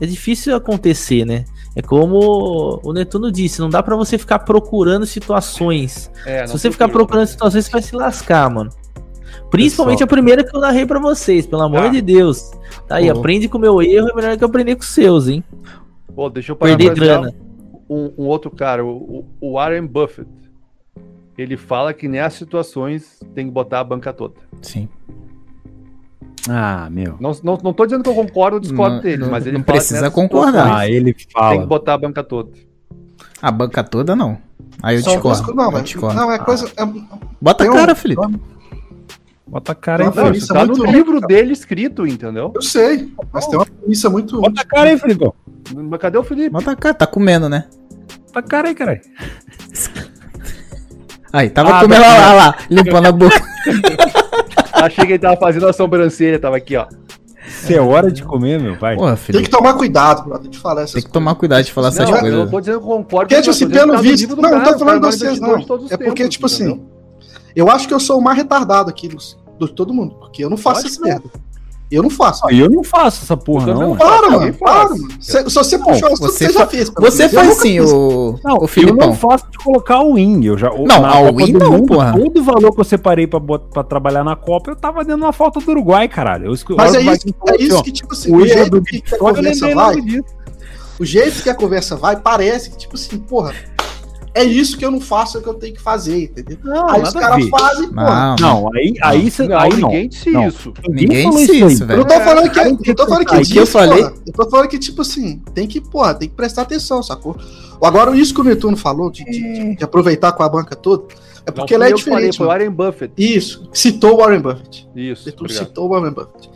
[SPEAKER 5] é difícil acontecer, né? É como o Netuno disse, não dá pra você ficar procurando situações.
[SPEAKER 1] É, não
[SPEAKER 5] Se você
[SPEAKER 1] procura.
[SPEAKER 5] ficar procurando situações, você vai se lascar, mano. Principalmente
[SPEAKER 2] Pessoal.
[SPEAKER 5] a primeira que eu narrei pra vocês, pelo amor
[SPEAKER 1] Tá.
[SPEAKER 5] de Deus. Tá aí,
[SPEAKER 3] Ô.
[SPEAKER 5] aprende com o meu erro, é melhor que eu aprender com os seus, hein?
[SPEAKER 1] Pô, é deixa eu
[SPEAKER 5] Perder
[SPEAKER 1] parafrasear
[SPEAKER 5] grana.
[SPEAKER 1] Um, um outro cara, o, o Warren Buffett. Ele fala que nessas situações tem que botar a banca toda.
[SPEAKER 3] Sim.
[SPEAKER 2] Ah, meu.
[SPEAKER 1] Não, não, não tô dizendo que eu concordo ou discordo
[SPEAKER 3] Não-
[SPEAKER 1] dele,
[SPEAKER 3] não-
[SPEAKER 1] mas ele
[SPEAKER 3] não
[SPEAKER 1] fala que
[SPEAKER 3] precisa
[SPEAKER 1] nessas
[SPEAKER 3] concordar.
[SPEAKER 1] situações
[SPEAKER 2] Ah, ele
[SPEAKER 1] Tem que
[SPEAKER 2] fala.
[SPEAKER 1] botar a banca toda.
[SPEAKER 3] A banca toda não. Aí eu
[SPEAKER 4] Só uma coisa
[SPEAKER 3] discordo.
[SPEAKER 4] que- Não,
[SPEAKER 3] eu
[SPEAKER 4] mas-
[SPEAKER 3] discordo.
[SPEAKER 4] não, é coisa. é-
[SPEAKER 3] Bota a
[SPEAKER 4] tem um-
[SPEAKER 3] cara, Felipe.
[SPEAKER 2] Bota a cara aí,
[SPEAKER 4] Não,
[SPEAKER 2] Felipe.
[SPEAKER 1] Não,
[SPEAKER 4] isso
[SPEAKER 1] isso
[SPEAKER 4] é
[SPEAKER 1] tá no
[SPEAKER 4] muito-
[SPEAKER 1] livro dele escrito, entendeu?
[SPEAKER 4] Eu sei, mas tem uma premissa muito.
[SPEAKER 2] Bota a cara aí, Felipão.
[SPEAKER 1] Mas cadê o Felipe?
[SPEAKER 3] Bota a cara, tá comendo, né?
[SPEAKER 2] Bota a cara aí, caralho.
[SPEAKER 3] Aí, tava
[SPEAKER 2] Ah,
[SPEAKER 3] comendo,
[SPEAKER 2] tá
[SPEAKER 3] olha lá, olha lá, limpando a boca.
[SPEAKER 1] Achei que ele tava fazendo a sobrancelha, tava aqui, ó.
[SPEAKER 2] Isso é hora de comer, meu pai.
[SPEAKER 3] Porra,
[SPEAKER 4] Tem
[SPEAKER 3] Felipe,
[SPEAKER 4] que tomar cuidado, brother, de falar essas
[SPEAKER 3] tem que tomar cuidado de falar essas
[SPEAKER 1] Não, eu não
[SPEAKER 3] coisas.
[SPEAKER 1] tô dizendo que eu concordo.
[SPEAKER 4] Porque,
[SPEAKER 1] com isso,
[SPEAKER 4] tipo assim,
[SPEAKER 1] eu tô dizendo
[SPEAKER 4] pelo
[SPEAKER 1] que tá no
[SPEAKER 4] visto-
[SPEAKER 1] livro do
[SPEAKER 4] não, eu não tô
[SPEAKER 1] cara, o cara
[SPEAKER 4] falando de
[SPEAKER 1] é
[SPEAKER 4] vocês,
[SPEAKER 1] investidor
[SPEAKER 4] não.
[SPEAKER 1] de todos os
[SPEAKER 4] É porque,
[SPEAKER 1] tempos,
[SPEAKER 4] tipo assim,
[SPEAKER 1] entendeu?
[SPEAKER 4] Eu acho que eu sou o mais retardado aqui dos, do todo mundo, porque eu não faço
[SPEAKER 1] Pode
[SPEAKER 4] essa
[SPEAKER 1] não.
[SPEAKER 4] merda. Eu não faço.
[SPEAKER 2] Eu não faço essa porra,
[SPEAKER 1] Eu também
[SPEAKER 2] não.
[SPEAKER 1] faço.
[SPEAKER 4] Para,
[SPEAKER 1] Não,
[SPEAKER 4] mano,
[SPEAKER 1] eu
[SPEAKER 4] para,
[SPEAKER 1] faço.
[SPEAKER 4] mano. Cê- se você puxar o assunto,
[SPEAKER 3] você
[SPEAKER 4] você já
[SPEAKER 3] fa-
[SPEAKER 4] fez. pelo
[SPEAKER 3] Você
[SPEAKER 4] menos. Eu
[SPEAKER 3] faz
[SPEAKER 4] nunca
[SPEAKER 3] sim,
[SPEAKER 4] fiz.
[SPEAKER 3] o,
[SPEAKER 2] Não,
[SPEAKER 3] o
[SPEAKER 2] eu não
[SPEAKER 3] Filipão.
[SPEAKER 2] faço de colocar o win. Eu já,
[SPEAKER 3] Não,
[SPEAKER 2] na
[SPEAKER 3] a
[SPEAKER 2] Copa
[SPEAKER 3] win
[SPEAKER 2] do
[SPEAKER 3] não, porra.
[SPEAKER 2] Todo o valor que você parei pra, bot- pra trabalhar na Copa, eu tava dando uma falta do Uruguai, caralho. Eu, escu-
[SPEAKER 4] Mas
[SPEAKER 2] olha
[SPEAKER 4] é
[SPEAKER 2] o
[SPEAKER 4] isso,
[SPEAKER 2] Vaguinho falou
[SPEAKER 4] é
[SPEAKER 2] assim,
[SPEAKER 4] isso
[SPEAKER 2] ó,
[SPEAKER 4] que, tipo assim,
[SPEAKER 2] o erro
[SPEAKER 4] o
[SPEAKER 2] do
[SPEAKER 4] jeito que a
[SPEAKER 2] Bitcoin, eu
[SPEAKER 4] conversa
[SPEAKER 2] lembrei
[SPEAKER 4] vai,
[SPEAKER 2] logo disso.
[SPEAKER 4] o jeito que a conversa vai, parece que, tipo assim, porra, é isso que eu não faço, é o que eu tenho que fazer, entendeu?
[SPEAKER 2] Não,
[SPEAKER 4] Aí os
[SPEAKER 2] nada a
[SPEAKER 4] caras
[SPEAKER 2] ver.
[SPEAKER 4] fazem, porra.
[SPEAKER 3] Não,
[SPEAKER 2] Não, aí, aí, cê-
[SPEAKER 1] Não,
[SPEAKER 2] aí não.
[SPEAKER 1] ninguém disse
[SPEAKER 2] Não.
[SPEAKER 1] isso.
[SPEAKER 3] Ninguém
[SPEAKER 2] falou
[SPEAKER 3] disse
[SPEAKER 2] aí.
[SPEAKER 3] isso,
[SPEAKER 4] Eu
[SPEAKER 3] velho.
[SPEAKER 4] não tô falando que, é, eu não tô falando que,
[SPEAKER 3] É, Aí que eu
[SPEAKER 4] disso,
[SPEAKER 3] falei-
[SPEAKER 4] porra. Eu tô falando que, tipo assim, tem que, porra, tem que prestar atenção, sacou? Agora, isso que o Netuno falou, de, de- de aproveitar com a banca toda, é
[SPEAKER 1] Não
[SPEAKER 4] porque
[SPEAKER 1] fui
[SPEAKER 4] ele é
[SPEAKER 1] eu que falei,
[SPEAKER 4] diferente.
[SPEAKER 1] Foi o
[SPEAKER 4] mano.
[SPEAKER 1] Warren Buffett.
[SPEAKER 4] Isso, citou o Warren Buffett.
[SPEAKER 1] Isso,
[SPEAKER 4] Netuno
[SPEAKER 1] obrigado.
[SPEAKER 4] citou o Warren Buffett.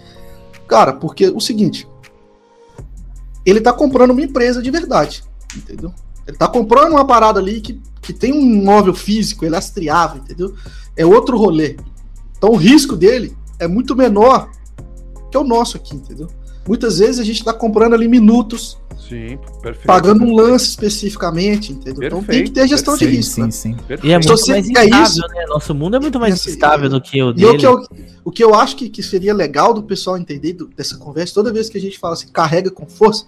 [SPEAKER 4] Cara, porque o seguinte, ele tá comprando uma empresa de verdade, entendeu? Ele tá comprando uma parada ali que, que tem um imóvel físico, ele é astriável, entendeu? É outro rolê. Então o risco dele é muito menor que é o nosso aqui, entendeu? Muitas vezes a gente está comprando ali minutos,
[SPEAKER 1] Sim, perfeito.
[SPEAKER 4] pagando um lance especificamente, entendeu? então tem que ter gestão de
[SPEAKER 1] Perfeito,
[SPEAKER 3] Sim,
[SPEAKER 4] risco. né?
[SPEAKER 3] sim, sim.
[SPEAKER 1] Perfeito.
[SPEAKER 5] E é
[SPEAKER 4] Se
[SPEAKER 5] muito
[SPEAKER 4] você
[SPEAKER 5] mais
[SPEAKER 4] quer
[SPEAKER 5] instável,
[SPEAKER 4] isso-
[SPEAKER 5] né? Nosso mundo é muito mais
[SPEAKER 4] Esse-
[SPEAKER 5] instável do que o
[SPEAKER 4] E é o
[SPEAKER 5] dele. Um
[SPEAKER 4] que, eu, o que eu acho que, que seria legal do pessoal entender do- dessa conversa, toda vez que a gente fala assim, carrega com força,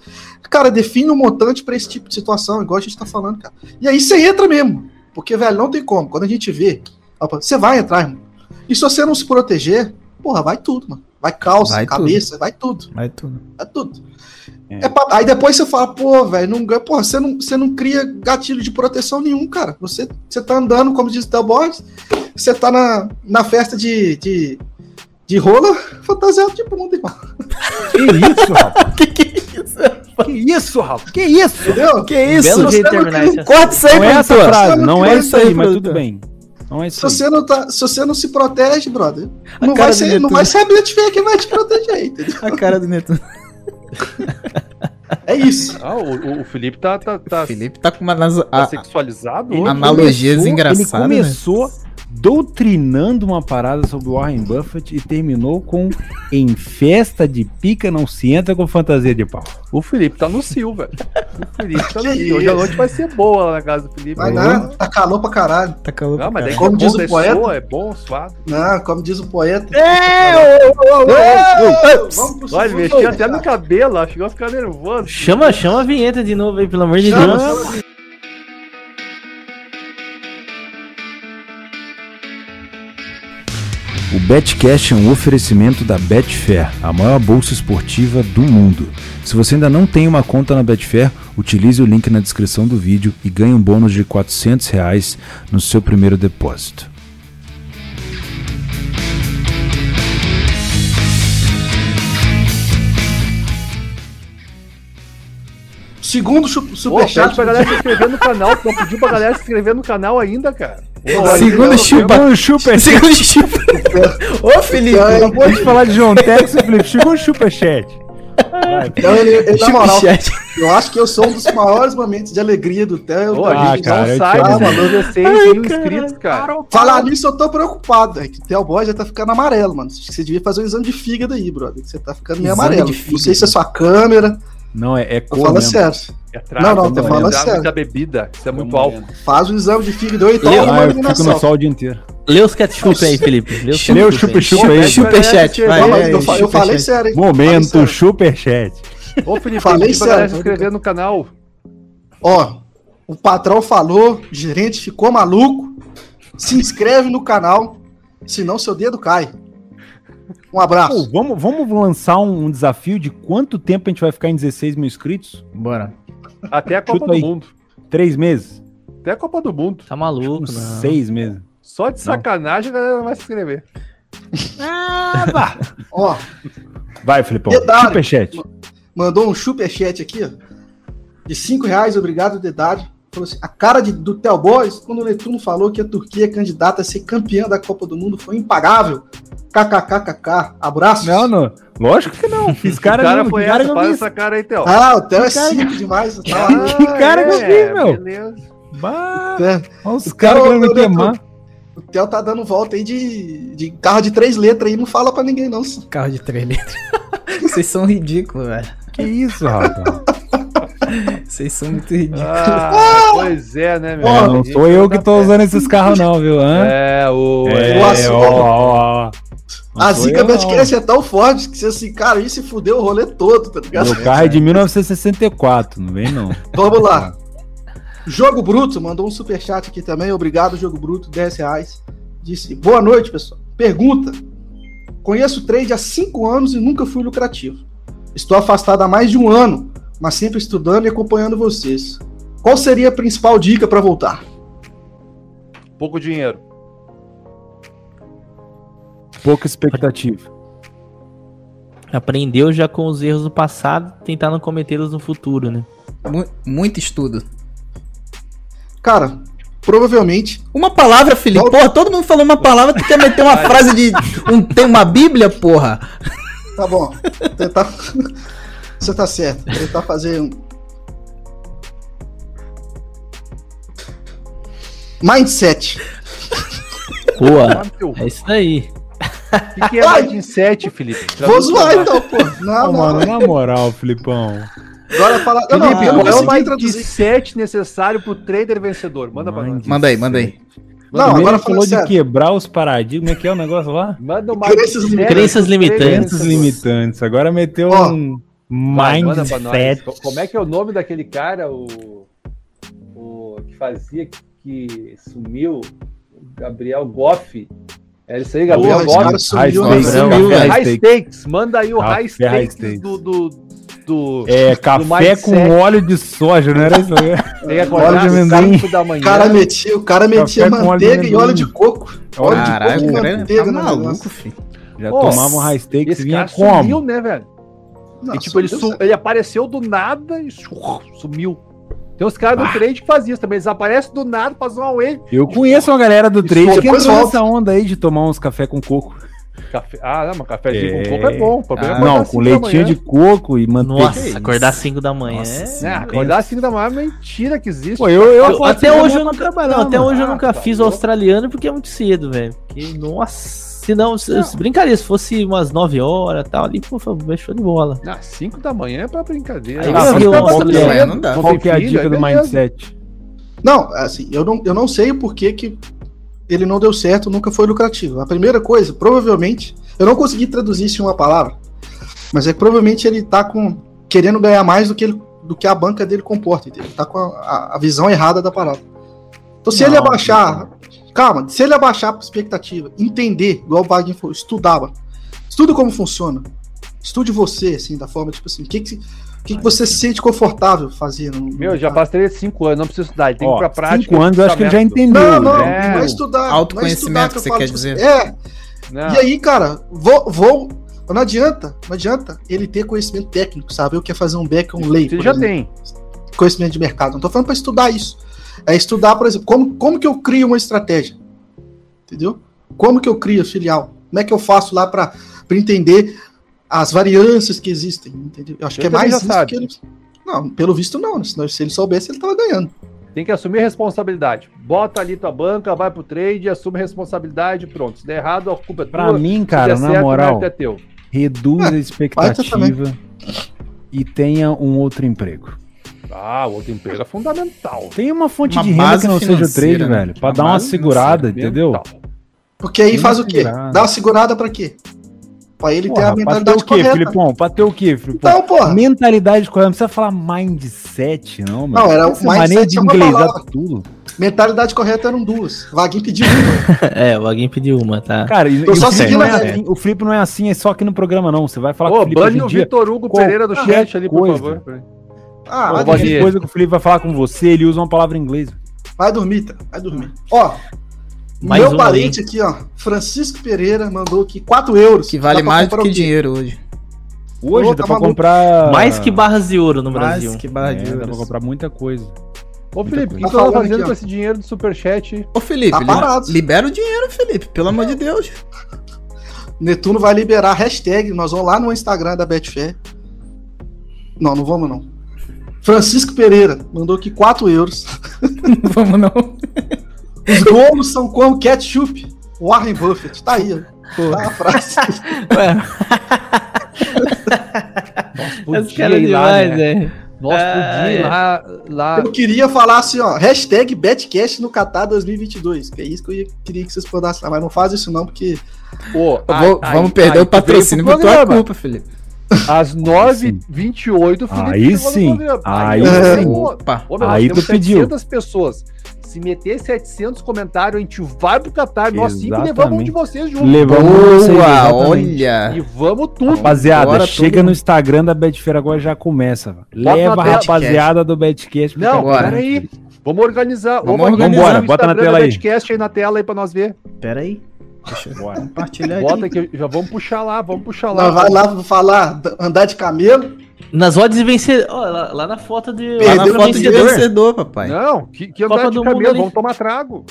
[SPEAKER 4] cara, define um montante pra esse tipo de situação, igual a gente tá falando, cara. E aí você entra mesmo. Porque, velho, não tem como. Quando a gente vê, opa, você vai entrar, irmão. E se você não se proteger, porra, vai tudo, mano. Vai calça,
[SPEAKER 3] Vai
[SPEAKER 4] cabeça, vai tudo.
[SPEAKER 3] Vai tudo.
[SPEAKER 4] É tudo. É pra- aí depois você fala, pô, velho, não, ganha- porra, você, não, você não cria gatilho de proteção nenhum, cara. Você, você tá andando, como diz o Del Borges, você tá na, na festa de, de, de rola, fantasiado de bunda, irmão.
[SPEAKER 1] Que isso, rapaz?
[SPEAKER 3] [laughs] Que que é isso?
[SPEAKER 1] que isso, rapaz?
[SPEAKER 3] Que isso?
[SPEAKER 4] Entendeu?
[SPEAKER 3] Que
[SPEAKER 5] Belo
[SPEAKER 3] isso?
[SPEAKER 5] jeito de
[SPEAKER 4] você não
[SPEAKER 5] terminar
[SPEAKER 4] tem-
[SPEAKER 5] esse assunto.
[SPEAKER 3] Corta isso aí,
[SPEAKER 2] Não é essa
[SPEAKER 3] produtor.
[SPEAKER 4] tá
[SPEAKER 2] frase, não é
[SPEAKER 3] Corta
[SPEAKER 2] isso aí, mas
[SPEAKER 3] produtor.
[SPEAKER 2] tudo bem. Não é
[SPEAKER 4] Se
[SPEAKER 2] isso aí.
[SPEAKER 4] você não, tá, se você não se protege, brother,
[SPEAKER 3] A
[SPEAKER 4] não
[SPEAKER 3] cara é
[SPEAKER 4] vai,
[SPEAKER 3] do
[SPEAKER 4] ser, não
[SPEAKER 3] Netuno.
[SPEAKER 4] vai saber te ver quem vai te proteger, entendeu?
[SPEAKER 3] A cara do Netuno.
[SPEAKER 4] É isso.
[SPEAKER 1] Ah, o, o Felipe tá, tá, tá,
[SPEAKER 3] O Felipe tá com uma nas-
[SPEAKER 1] tá
[SPEAKER 2] Ah.
[SPEAKER 3] a-
[SPEAKER 1] sexualizado
[SPEAKER 3] Ele-
[SPEAKER 1] hoje.
[SPEAKER 3] Analogias
[SPEAKER 2] começou-
[SPEAKER 3] engraçadas,
[SPEAKER 2] Ele começou doutrinando uma parada sobre o Warren Buffett e terminou com em festa de pica não se entra com fantasia de pau.
[SPEAKER 1] O Felipe tá no Sil, velho. O Felipe tá no
[SPEAKER 4] [laughs] Que
[SPEAKER 1] Sil. Hoje a
[SPEAKER 4] isso?
[SPEAKER 1] noite vai ser boa lá na casa do Felipe.
[SPEAKER 4] Vai
[SPEAKER 1] Não,
[SPEAKER 4] nada, tá calor pra caralho.
[SPEAKER 3] Tá calor.
[SPEAKER 1] Não, mas daí
[SPEAKER 4] Como
[SPEAKER 1] é bom,
[SPEAKER 4] diz o
[SPEAKER 1] daí
[SPEAKER 4] poeta.
[SPEAKER 1] soa, é bom, suado.
[SPEAKER 4] Não, como diz o poeta. Vamos pro
[SPEAKER 1] Olha, ele
[SPEAKER 4] segundo,
[SPEAKER 1] mexeu até no
[SPEAKER 4] cara.
[SPEAKER 1] cabelo, ó, chegou a ficar nervoso.
[SPEAKER 5] Chama, chama a vinheta de novo aí, pelo amor de
[SPEAKER 4] Chama,
[SPEAKER 5] Deus.
[SPEAKER 4] chama.
[SPEAKER 6] O BetCast é um oferecimento da Betfair, a maior bolsa esportiva do mundo. Se você ainda não tem uma conta na Betfair, utilize o link na descrição do vídeo e ganhe um bônus de R$ 400 reais no seu primeiro depósito.
[SPEAKER 4] Segundo chu-
[SPEAKER 1] Pô,
[SPEAKER 4] superchat.
[SPEAKER 1] pede pra galera se inscrever no canal. Não pediu pra galera se inscrever no canal ainda, cara. Pô,
[SPEAKER 3] Segundo
[SPEAKER 1] olha,
[SPEAKER 3] chupa.
[SPEAKER 2] Chegou um super
[SPEAKER 3] Segundo chupa. Ô, Felipe.
[SPEAKER 4] Então, ele-
[SPEAKER 2] Acabou de falar de João Tex, Felipe. Chegou um superchat. Vai,
[SPEAKER 4] então ele- ele- na moral,
[SPEAKER 3] Superchat.
[SPEAKER 4] eu acho que eu sou um dos maiores momentos de alegria do Theo. Então,
[SPEAKER 1] Pô,
[SPEAKER 2] Ah,
[SPEAKER 1] a gente tá-
[SPEAKER 2] cara,
[SPEAKER 1] não
[SPEAKER 2] eu
[SPEAKER 1] sabe,
[SPEAKER 2] te amo.
[SPEAKER 1] mano. 16 mil inscritos, cara.
[SPEAKER 4] Falar nisso, eu tô preocupado. É que o Theo Boy já tá ficando amarelo, mano. Acho que você devia fazer um exame de fígado aí, brother. que Você tá ficando meio
[SPEAKER 3] Exame
[SPEAKER 4] amarelo.
[SPEAKER 3] de
[SPEAKER 4] Não
[SPEAKER 3] fígado.
[SPEAKER 4] sei se é sua câmera.
[SPEAKER 2] Não, é, é
[SPEAKER 4] Tô
[SPEAKER 2] cor
[SPEAKER 4] falando
[SPEAKER 2] mesmo.
[SPEAKER 4] sério.
[SPEAKER 1] É trago,
[SPEAKER 4] Não, não, tô
[SPEAKER 1] mano,
[SPEAKER 4] falando
[SPEAKER 1] é trago,
[SPEAKER 4] sério.
[SPEAKER 1] muita bebida. Isso é muito álcool.
[SPEAKER 4] Faz um exame de fígado. Ou então
[SPEAKER 5] Eu-
[SPEAKER 4] arruma
[SPEAKER 2] Ah,
[SPEAKER 4] uma
[SPEAKER 2] eu fico no
[SPEAKER 4] iluminação.
[SPEAKER 2] sol o dia inteiro.
[SPEAKER 5] Lê os ketchup aí, Felipe. Lê os
[SPEAKER 2] Lê o
[SPEAKER 5] ketchup aí.
[SPEAKER 2] chupa-chupa é aí.
[SPEAKER 1] Chupa-
[SPEAKER 3] Superchat.
[SPEAKER 1] Não,
[SPEAKER 3] Vai, vai,
[SPEAKER 4] Não, mas
[SPEAKER 3] aí,
[SPEAKER 4] eu, fa- eu
[SPEAKER 3] superchat.
[SPEAKER 4] falei sério, hein?
[SPEAKER 2] Momento
[SPEAKER 4] Falei sério.
[SPEAKER 2] superchat.
[SPEAKER 1] Ô, Felipe,
[SPEAKER 4] Falei
[SPEAKER 1] pedi pra galera se
[SPEAKER 4] sério.
[SPEAKER 1] inscrever no canal.
[SPEAKER 4] Ó, o patrão falou, o gerente ficou maluco. Se inscreve no canal, senão seu dedo cai. Um
[SPEAKER 2] Pô,
[SPEAKER 4] abraço.
[SPEAKER 2] vamos, vamos lançar um, um desafio de quanto tempo a gente vai ficar em 16 mil inscritos?
[SPEAKER 3] Bora.
[SPEAKER 1] Até a Copa
[SPEAKER 2] Chuta
[SPEAKER 1] do
[SPEAKER 2] aí.
[SPEAKER 1] Mundo.
[SPEAKER 2] Três meses?
[SPEAKER 1] Até a Copa do Mundo.
[SPEAKER 5] Tá maluco,
[SPEAKER 2] Uns
[SPEAKER 5] não.
[SPEAKER 2] Seis meses.
[SPEAKER 1] Só de sacanagem a galera não vai se inscrever.
[SPEAKER 4] Ó,
[SPEAKER 2] Vai, Filipão.
[SPEAKER 4] Detalhe.
[SPEAKER 2] Superchat.
[SPEAKER 4] mandou um superchat aqui, ó. De 5 reais, obrigado, Dedade. Falou assim, a cara de- do Theo Boys, quando o Netuno falou que a Turquia é candidata a ser campeã da Copa do Mundo, foi impagável. KKKKK. Abraço.
[SPEAKER 2] Não, não. Lógico que não. Fiz cara,
[SPEAKER 1] o cara
[SPEAKER 2] não,
[SPEAKER 1] foi
[SPEAKER 2] cara
[SPEAKER 1] essa,
[SPEAKER 2] não
[SPEAKER 1] para
[SPEAKER 2] vi
[SPEAKER 1] essa cara aí, Theo.
[SPEAKER 4] Ah, o Theo é
[SPEAKER 2] Cara,
[SPEAKER 4] simples demais. Tá
[SPEAKER 2] [laughs] cara- que cara que eu vi, meu.
[SPEAKER 1] é, Beleza.
[SPEAKER 2] isso. Bah,
[SPEAKER 4] É,
[SPEAKER 2] olha os caras querendo me
[SPEAKER 4] Então,
[SPEAKER 2] queimar.
[SPEAKER 4] o Theo tá dando volta aí de, de carro de três letras aí, não fala pra ninguém não.
[SPEAKER 3] Carro de três letras. Vocês são ridículos, velho.
[SPEAKER 2] Que isso, rapaz?
[SPEAKER 3] Vocês são muito ridículos.
[SPEAKER 1] Ah, pois é, né, meu?
[SPEAKER 2] É, não sou eu que tô usando esses carros, não, viu? Hã?
[SPEAKER 1] É, o.
[SPEAKER 2] É,
[SPEAKER 4] Nossa,
[SPEAKER 2] ó, ó, ó. Não
[SPEAKER 4] a
[SPEAKER 2] sou
[SPEAKER 4] zica
[SPEAKER 2] eu, não.
[SPEAKER 4] Betcast é tão forte que você assim, cara, isso fudeu o rolê todo, tá ligado?
[SPEAKER 2] Meu carro é de 1964, não vem não.
[SPEAKER 4] Vamos lá. Jogo Bruto mandou um superchat aqui também. Obrigado, Jogo Bruto, 10 reais. Disse, boa noite, pessoal. Pergunta. Conheço o trade há 5 anos e nunca fui lucrativo. Estou afastado há mais de um ano, mas sempre estudando e acompanhando vocês. Qual seria a principal dica para voltar?
[SPEAKER 1] Pouco dinheiro.
[SPEAKER 2] Pouca expectativa.
[SPEAKER 5] Aprendeu já com os erros do passado, tentar não cometê-los no futuro, né?
[SPEAKER 3] Mu- muito estudo.
[SPEAKER 4] Cara, provavelmente
[SPEAKER 3] Uma palavra, Felipe. Porra, todo mundo falou uma palavra, tu quer meter uma frase de. Um, tem uma bíblia, porra?
[SPEAKER 4] Tá [laughs] bom. Tentar. Você tá certo. Tentar fazer um. Mindset.
[SPEAKER 5] Boa.
[SPEAKER 1] Sabe, teu-
[SPEAKER 5] É isso aí.
[SPEAKER 1] O que, que é
[SPEAKER 4] Ai!
[SPEAKER 1] Madden 7, Felipe?
[SPEAKER 4] Vou zoar então, pô.
[SPEAKER 2] Não,
[SPEAKER 4] Não,
[SPEAKER 2] mano,
[SPEAKER 4] não.
[SPEAKER 2] na moral, Filipão.
[SPEAKER 4] Agora fala. Não, não,
[SPEAKER 1] Felipe,
[SPEAKER 4] eu não
[SPEAKER 1] qual é o
[SPEAKER 4] consegui
[SPEAKER 1] Madden
[SPEAKER 4] traduzir.
[SPEAKER 1] 7 necessário pro trader vencedor? Manda pra nós.
[SPEAKER 2] Mind
[SPEAKER 3] Manda aí, manda aí.
[SPEAKER 2] Primeiro
[SPEAKER 4] Não, agora
[SPEAKER 2] ele falou
[SPEAKER 4] falando
[SPEAKER 2] de
[SPEAKER 4] sério.
[SPEAKER 2] quebrar os paradigmas. Como é que é o negócio lá?
[SPEAKER 1] Manda o
[SPEAKER 4] Crenças
[SPEAKER 1] Madden 7
[SPEAKER 5] Crenças
[SPEAKER 1] pro trader
[SPEAKER 5] limitantes.
[SPEAKER 2] Crenças
[SPEAKER 1] vencedor.
[SPEAKER 2] limitantes. Agora meteu
[SPEAKER 4] Ó,
[SPEAKER 2] um
[SPEAKER 1] Vai, manda pra nós.
[SPEAKER 2] mindset.
[SPEAKER 1] Co- Como é que é o nome daquele cara, o, o que fazia, que sumiu? O Gabriel Goff. É isso aí, Gabriel
[SPEAKER 4] Porra, esse
[SPEAKER 1] Goff.
[SPEAKER 4] cara sumiu,
[SPEAKER 2] High
[SPEAKER 5] stakes,
[SPEAKER 4] Gabriel.
[SPEAKER 5] sumiu,
[SPEAKER 2] né,
[SPEAKER 1] High
[SPEAKER 2] velho. High
[SPEAKER 1] Stakes, manda aí o
[SPEAKER 2] Café
[SPEAKER 1] High Stakes,
[SPEAKER 2] High Stakes.
[SPEAKER 1] do. do, do...
[SPEAKER 2] É, café
[SPEAKER 1] mindset.
[SPEAKER 2] com óleo de soja, não
[SPEAKER 1] [laughs]
[SPEAKER 2] era isso? né?
[SPEAKER 1] Tem que acordar
[SPEAKER 2] Óleo de
[SPEAKER 1] às
[SPEAKER 2] amendoim.
[SPEAKER 1] 5 da manhã.
[SPEAKER 4] O cara metia, o cara metia
[SPEAKER 2] Café com óleo de
[SPEAKER 4] manteiga e
[SPEAKER 2] amendoim.
[SPEAKER 4] óleo de coco. Óleo
[SPEAKER 1] Ah,
[SPEAKER 4] de
[SPEAKER 3] Caralho,
[SPEAKER 4] coco
[SPEAKER 3] o
[SPEAKER 4] e
[SPEAKER 3] cara
[SPEAKER 4] manteiga
[SPEAKER 3] tá
[SPEAKER 4] no
[SPEAKER 3] maluco,
[SPEAKER 4] negócio.
[SPEAKER 3] filho.
[SPEAKER 2] Já
[SPEAKER 1] Nossa,
[SPEAKER 2] tomavam high stakes
[SPEAKER 1] Esse
[SPEAKER 2] e vinha
[SPEAKER 1] cara
[SPEAKER 2] como?
[SPEAKER 1] sumiu, né, velho?
[SPEAKER 4] Não,
[SPEAKER 1] e, tipo, ele,
[SPEAKER 4] sumiu,
[SPEAKER 1] su-
[SPEAKER 4] sabe?
[SPEAKER 1] ele apareceu do nada e su- sumiu. Tem uns caras
[SPEAKER 2] Ah.
[SPEAKER 1] do trade que faziam isso também. Eles aparecem do nada, fazem um uma wave.
[SPEAKER 2] Eu conheço uma galera do
[SPEAKER 1] E
[SPEAKER 2] trade que
[SPEAKER 4] depois
[SPEAKER 2] entrou
[SPEAKER 4] volta.
[SPEAKER 2] nessa onda aí de tomar uns café com coco.
[SPEAKER 1] Café... Ah, não, mas cafezinho
[SPEAKER 2] É.
[SPEAKER 1] com coco é bom. O problema é
[SPEAKER 3] Ah,
[SPEAKER 1] acordar
[SPEAKER 2] não,
[SPEAKER 1] às
[SPEAKER 2] com
[SPEAKER 1] cinco da
[SPEAKER 2] leitinho
[SPEAKER 1] manhã.
[SPEAKER 2] de coco e manteiga.
[SPEAKER 5] Nossa, acordar 5 da manhã.
[SPEAKER 2] Nossa
[SPEAKER 5] é-
[SPEAKER 1] É,
[SPEAKER 2] senhora.
[SPEAKER 1] acordar às 5 da manhã é mentira que existe.
[SPEAKER 2] Pô, eu, eu,
[SPEAKER 5] Eu-
[SPEAKER 2] acordo
[SPEAKER 5] até
[SPEAKER 2] cinco da
[SPEAKER 5] hoje
[SPEAKER 2] manhã
[SPEAKER 5] eu
[SPEAKER 2] pra
[SPEAKER 5] nunca,
[SPEAKER 2] trabalhar,
[SPEAKER 5] não, até
[SPEAKER 2] mano.
[SPEAKER 5] hoje eu
[SPEAKER 1] Ah,
[SPEAKER 5] nunca
[SPEAKER 1] tá
[SPEAKER 5] fiz o
[SPEAKER 1] louco.
[SPEAKER 5] australiano porque é muito cedo, velho. Porque, nossa, se não, se- se- brincadeira, se fosse umas 9 horas e tal, ali, pô, foi show de bola.
[SPEAKER 1] Ah, 5 da manhã é pra brincadeira.
[SPEAKER 5] Aí
[SPEAKER 1] Ah,
[SPEAKER 5] eu
[SPEAKER 1] mas
[SPEAKER 5] vi
[SPEAKER 1] tá
[SPEAKER 5] um
[SPEAKER 1] bom,
[SPEAKER 5] outro
[SPEAKER 1] né?
[SPEAKER 3] dia, não dá.
[SPEAKER 1] Não
[SPEAKER 2] Qual
[SPEAKER 1] tem
[SPEAKER 2] que é a
[SPEAKER 1] filho,
[SPEAKER 2] dica
[SPEAKER 1] aí
[SPEAKER 2] do
[SPEAKER 1] beleza.
[SPEAKER 2] mindset?
[SPEAKER 4] Não, assim, eu não, eu não sei por que, que ele não deu certo, nunca foi lucrativo. A primeira coisa, provavelmente, eu não consegui traduzir isso em uma palavra, mas é que provavelmente ele tá com querendo ganhar mais do que ele- do que a banca dele comporta, entendeu? Ele tá com a, a- a visão errada da parada. Então se ele
[SPEAKER 5] Não,
[SPEAKER 4] abaixar, calma, se ele abaixar a expectativa, entender, igual o Wagner falou, estudava. Estuda como funciona. Estude você, assim, da forma, tipo assim, o que, que, o que, que você se sente confortável fazendo?
[SPEAKER 1] Meu, já passei 5 anos, não preciso estudar. Ele tem que ir pra
[SPEAKER 2] Ó,
[SPEAKER 1] prática.
[SPEAKER 2] cinco anos, eu acho que ele já
[SPEAKER 1] essa
[SPEAKER 2] entendeu.
[SPEAKER 4] Não, não,
[SPEAKER 2] né?
[SPEAKER 1] É.
[SPEAKER 4] não é estudar.
[SPEAKER 3] Autoconhecimento
[SPEAKER 4] não é estudar
[SPEAKER 3] que você
[SPEAKER 4] eu falo,
[SPEAKER 3] quer
[SPEAKER 4] tipo,
[SPEAKER 3] dizer.
[SPEAKER 4] É,
[SPEAKER 1] merda.
[SPEAKER 4] e aí, cara, vou, vou. Não adianta, não adianta ele ter conhecimento técnico, sabe? Eu quero fazer um back, um lay.
[SPEAKER 1] Não, Ele
[SPEAKER 4] por
[SPEAKER 1] já
[SPEAKER 4] exemplo.
[SPEAKER 1] tem.
[SPEAKER 4] Conhecimento de mercado. Não tô falando pra estudar isso. É estudar, por exemplo, como, como que eu crio uma estratégia? Entendeu? Como que eu crio a filial? Como é que eu faço lá pra pra entender as variâncias que existem? Entendeu? Eu acho
[SPEAKER 1] Ele
[SPEAKER 4] que é
[SPEAKER 1] também
[SPEAKER 4] mais
[SPEAKER 1] já
[SPEAKER 4] isso
[SPEAKER 1] sabe.
[SPEAKER 4] que ele. Não, pelo visto não. né? Senão, se ele soubesse, ele tava ganhando.
[SPEAKER 1] Tem que assumir responsabilidade. Bota ali tua banca, vai pro trade, assume responsabilidade, pronto. Se der errado, a culpa é tua.
[SPEAKER 2] Pra mim,
[SPEAKER 1] se der
[SPEAKER 2] cara,
[SPEAKER 1] certo,
[SPEAKER 2] na
[SPEAKER 1] o
[SPEAKER 2] moral,
[SPEAKER 1] mérito é teu.
[SPEAKER 2] reduz a
[SPEAKER 4] também.
[SPEAKER 2] expectativa e tenha um outro emprego.
[SPEAKER 1] Ah, o outro emprego é fundamental.
[SPEAKER 2] Tem uma fonte
[SPEAKER 3] Uma
[SPEAKER 2] de renda
[SPEAKER 3] base
[SPEAKER 2] que não seja o
[SPEAKER 3] financeira,
[SPEAKER 2] trade,
[SPEAKER 3] né?
[SPEAKER 2] velho. Pra
[SPEAKER 3] Uma
[SPEAKER 2] dar uma
[SPEAKER 3] base
[SPEAKER 2] segurada, entendeu?
[SPEAKER 1] Fundamental.
[SPEAKER 4] Porque aí
[SPEAKER 2] Tem
[SPEAKER 4] faz
[SPEAKER 2] uma
[SPEAKER 4] o quê?
[SPEAKER 2] segurada.
[SPEAKER 4] Dá uma segurada pra quê? Pra ele ter a
[SPEAKER 2] Porra, pra ter
[SPEAKER 4] mentalidade
[SPEAKER 2] o quê,
[SPEAKER 4] correta.
[SPEAKER 2] Filipão? Pra ter o quê, Filipão?
[SPEAKER 4] Então, porra.
[SPEAKER 2] Mentalidade correta. Não precisa falar mindset, não, mano.
[SPEAKER 4] Não, era-
[SPEAKER 2] Essa
[SPEAKER 4] mindset
[SPEAKER 2] maneira de
[SPEAKER 4] é uma
[SPEAKER 2] inglesar
[SPEAKER 4] palavra.
[SPEAKER 2] tudo.
[SPEAKER 4] Mentalidade correta eram duas. Vaguinho pediu uma.
[SPEAKER 5] é, o alguém pediu uma, tá?
[SPEAKER 2] Cara, e,
[SPEAKER 4] Tô
[SPEAKER 2] e
[SPEAKER 4] só
[SPEAKER 2] o, Felipe
[SPEAKER 4] seguindo
[SPEAKER 2] não é
[SPEAKER 4] a regra.
[SPEAKER 2] assim, o Felipe não é assim, é só aqui no programa, não. Você vai falar
[SPEAKER 1] Ô,
[SPEAKER 2] com o Felipe
[SPEAKER 1] bane
[SPEAKER 2] hoje em
[SPEAKER 1] o
[SPEAKER 2] dia.
[SPEAKER 1] Vitor Hugo Pereira do
[SPEAKER 2] qualquer
[SPEAKER 1] chat ali, por
[SPEAKER 2] coisa.
[SPEAKER 1] favor.
[SPEAKER 4] Ah,
[SPEAKER 2] Pô,
[SPEAKER 4] vai,
[SPEAKER 1] Ô, Vaguinho.
[SPEAKER 4] dormir,
[SPEAKER 2] qualquer coisa que o Felipe vai falar com você, ele usa uma palavra em inglês.
[SPEAKER 4] vai dormir, tá? Vai dormir. Ó,
[SPEAKER 5] Mais
[SPEAKER 4] meu
[SPEAKER 5] um
[SPEAKER 4] parente aqui, ó. Francisco Pereira mandou aqui 4 euros.
[SPEAKER 3] Que vale
[SPEAKER 4] Dá pra
[SPEAKER 3] mais do
[SPEAKER 4] comprar um
[SPEAKER 3] que
[SPEAKER 4] o quê?
[SPEAKER 3] dinheiro hoje.
[SPEAKER 2] Hoje
[SPEAKER 4] Ô,
[SPEAKER 2] dá
[SPEAKER 4] tá
[SPEAKER 2] pra
[SPEAKER 4] maluco.
[SPEAKER 2] comprar.
[SPEAKER 5] Mais que barras de ouro no
[SPEAKER 3] Mais
[SPEAKER 5] Brasil.
[SPEAKER 3] que barra
[SPEAKER 2] É,
[SPEAKER 3] de
[SPEAKER 2] dá pra
[SPEAKER 3] euros.
[SPEAKER 2] comprar muita coisa.
[SPEAKER 1] Ô, Felipe, o que
[SPEAKER 4] Tá
[SPEAKER 1] tu tá
[SPEAKER 4] falando
[SPEAKER 1] fazendo
[SPEAKER 4] aqui, ó.
[SPEAKER 1] com esse dinheiro do superchat?
[SPEAKER 3] Ô, Felipe,
[SPEAKER 4] Tá
[SPEAKER 3] liber-
[SPEAKER 4] barato.
[SPEAKER 3] libera o dinheiro, Felipe, pelo amor de Deus. [laughs]
[SPEAKER 4] Netuno vai liberar a hashtag. Nós vamos lá no Instagram da Betfair. Não, não vamos não. Francisco Pereira mandou aqui 4 euros.
[SPEAKER 3] Não vamos não.
[SPEAKER 4] Os gols são como ketchup. Warren Buffett. Tá aí, ó. Tá a frase.
[SPEAKER 5] Ué, [laughs] os
[SPEAKER 1] Podia
[SPEAKER 5] caras
[SPEAKER 1] ir lá,
[SPEAKER 5] demais,
[SPEAKER 1] né?
[SPEAKER 5] é.
[SPEAKER 1] Nossa,
[SPEAKER 5] Ah,
[SPEAKER 1] podia ir
[SPEAKER 5] é.
[SPEAKER 1] lá, lá.
[SPEAKER 4] Eu queria falar assim, ó, hashtag BetCast no Qatar 2022, que é isso que eu ia- queria que vocês mandassem lá, mas não faz isso não, porque...
[SPEAKER 1] Ô,
[SPEAKER 3] Vou-
[SPEAKER 1] aí- aí-
[SPEAKER 3] vamos perder
[SPEAKER 1] aí tu veio
[SPEAKER 3] o
[SPEAKER 1] pro
[SPEAKER 3] patrocínio por tua
[SPEAKER 1] programa.
[SPEAKER 3] culpa, Felipe.
[SPEAKER 1] Às 9h28, o Felipe chegou
[SPEAKER 2] Aí
[SPEAKER 1] no
[SPEAKER 2] sim,
[SPEAKER 1] programa.
[SPEAKER 2] aí
[SPEAKER 1] eu
[SPEAKER 3] é
[SPEAKER 4] sim.
[SPEAKER 1] vou-
[SPEAKER 3] Opa.
[SPEAKER 1] Ô, meu,
[SPEAKER 2] Aí
[SPEAKER 1] nós temos
[SPEAKER 2] tu pediu.
[SPEAKER 1] 700 pessoas. Se meter 700 comentários, a gente vai pro Qatar. Nós cinco
[SPEAKER 2] Exatamente.
[SPEAKER 1] levamos um de vocês junto.
[SPEAKER 2] Levamos vocês,
[SPEAKER 3] Boa,
[SPEAKER 2] exatamente.
[SPEAKER 3] olha.
[SPEAKER 1] E vamos tudo.
[SPEAKER 2] Rapaziada,
[SPEAKER 3] Bora,
[SPEAKER 2] chega
[SPEAKER 3] todo
[SPEAKER 2] no Instagram da Betfair agora já começa. velho.
[SPEAKER 1] Bota
[SPEAKER 2] Leva
[SPEAKER 1] na
[SPEAKER 2] a
[SPEAKER 1] tela.
[SPEAKER 2] rapaziada do Betcast. pro
[SPEAKER 1] Não,
[SPEAKER 2] Qatar.
[SPEAKER 3] Bora.
[SPEAKER 1] peraí. Vamos organizar.
[SPEAKER 3] Vamos
[SPEAKER 1] Vamos organizar.
[SPEAKER 2] organizar. Bota na tela aí.
[SPEAKER 1] podcast aí na tela aí pra nós ver.
[SPEAKER 3] Pera aí.
[SPEAKER 2] Bora.
[SPEAKER 3] Compartilha
[SPEAKER 1] Bota aqui, já vamos puxar lá, vamos puxar lá.
[SPEAKER 4] Lá, vai lá falar, d- andar de camelo,
[SPEAKER 5] Nas odds de vencedor. Ó, lá, lá na foto de.
[SPEAKER 4] Perdeu
[SPEAKER 3] Lá
[SPEAKER 5] Lá na
[SPEAKER 3] na
[SPEAKER 4] o
[SPEAKER 5] foto
[SPEAKER 3] foto
[SPEAKER 5] de
[SPEAKER 3] de
[SPEAKER 4] dinheiro.
[SPEAKER 5] vencedor.
[SPEAKER 3] vencedor, papai.
[SPEAKER 1] Não, que, que
[SPEAKER 5] Copa
[SPEAKER 1] andar de
[SPEAKER 5] do Mundo
[SPEAKER 1] camelo,
[SPEAKER 5] ali.
[SPEAKER 1] vamos tomar trago.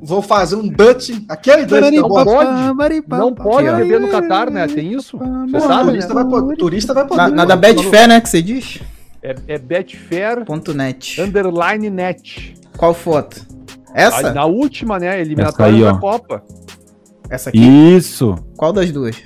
[SPEAKER 4] vou fazer um Dutch, aquele Dutch da
[SPEAKER 1] Não
[SPEAKER 4] bola.
[SPEAKER 1] pode, não pode
[SPEAKER 3] ó.
[SPEAKER 1] beber no Catar, né? Tem isso? Você sabe,
[SPEAKER 4] Porra,
[SPEAKER 1] né?
[SPEAKER 4] é turista, vai poder, turista vai poder.
[SPEAKER 3] Na, na da
[SPEAKER 4] Mano,
[SPEAKER 3] Betfair, né, que você diz?
[SPEAKER 1] É, é Betfair
[SPEAKER 3] Ponto .net.
[SPEAKER 1] Underline Net.
[SPEAKER 3] Qual foto?
[SPEAKER 1] Aí,
[SPEAKER 3] Essa?
[SPEAKER 1] Na última, né?
[SPEAKER 2] Essa
[SPEAKER 1] Eliminatória
[SPEAKER 2] aí,
[SPEAKER 1] da
[SPEAKER 2] ó.
[SPEAKER 1] Copa.
[SPEAKER 3] Essa aqui?
[SPEAKER 2] Isso.
[SPEAKER 3] Qual das duas?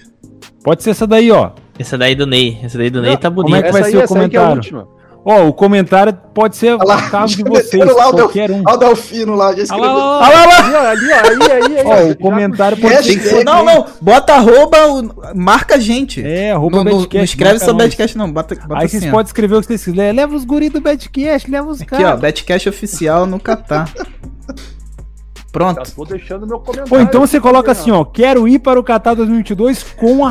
[SPEAKER 2] Pode ser essa daí, ó.
[SPEAKER 5] Essa daí do Ney. Essa daí do Ney tá
[SPEAKER 2] como é
[SPEAKER 5] bonita.
[SPEAKER 2] que vai ser o comentário?
[SPEAKER 1] última.
[SPEAKER 2] Ó, o comentário pode ser
[SPEAKER 4] Olha lá,
[SPEAKER 2] o caso de
[SPEAKER 4] já
[SPEAKER 2] vocês,
[SPEAKER 4] meteram lá o
[SPEAKER 2] qualquer um.
[SPEAKER 4] Olha o Delfino lá, já escreveu.
[SPEAKER 2] Ah, lá, lá.
[SPEAKER 1] Ali, ó, ali, ó, aí, aí, aí.
[SPEAKER 2] Ó,
[SPEAKER 1] Já-
[SPEAKER 2] o comentário pode
[SPEAKER 4] Hashtag-
[SPEAKER 2] ser...
[SPEAKER 3] Não, não. Bota arroba, o- marca a gente.
[SPEAKER 2] É,
[SPEAKER 3] não,
[SPEAKER 2] arroba
[SPEAKER 3] não, não
[SPEAKER 2] Badcast,
[SPEAKER 3] escreve
[SPEAKER 2] marca
[SPEAKER 3] só
[SPEAKER 2] nós.
[SPEAKER 3] Badcast, não. Bota, bota
[SPEAKER 2] Aí vocês
[SPEAKER 3] assim, ó.
[SPEAKER 2] podem escrever o que vocês quiserem. Leva os guris do Badcast, leva os
[SPEAKER 3] Aqui, ó,
[SPEAKER 2] caras.
[SPEAKER 3] Betcast oficial no
[SPEAKER 2] [laughs]
[SPEAKER 3] Catar.
[SPEAKER 1] Já
[SPEAKER 3] Pronto.
[SPEAKER 1] tô deixando meu comentário.
[SPEAKER 2] Ou então você coloca assim, ó, quero ir para o Catar 2022 com a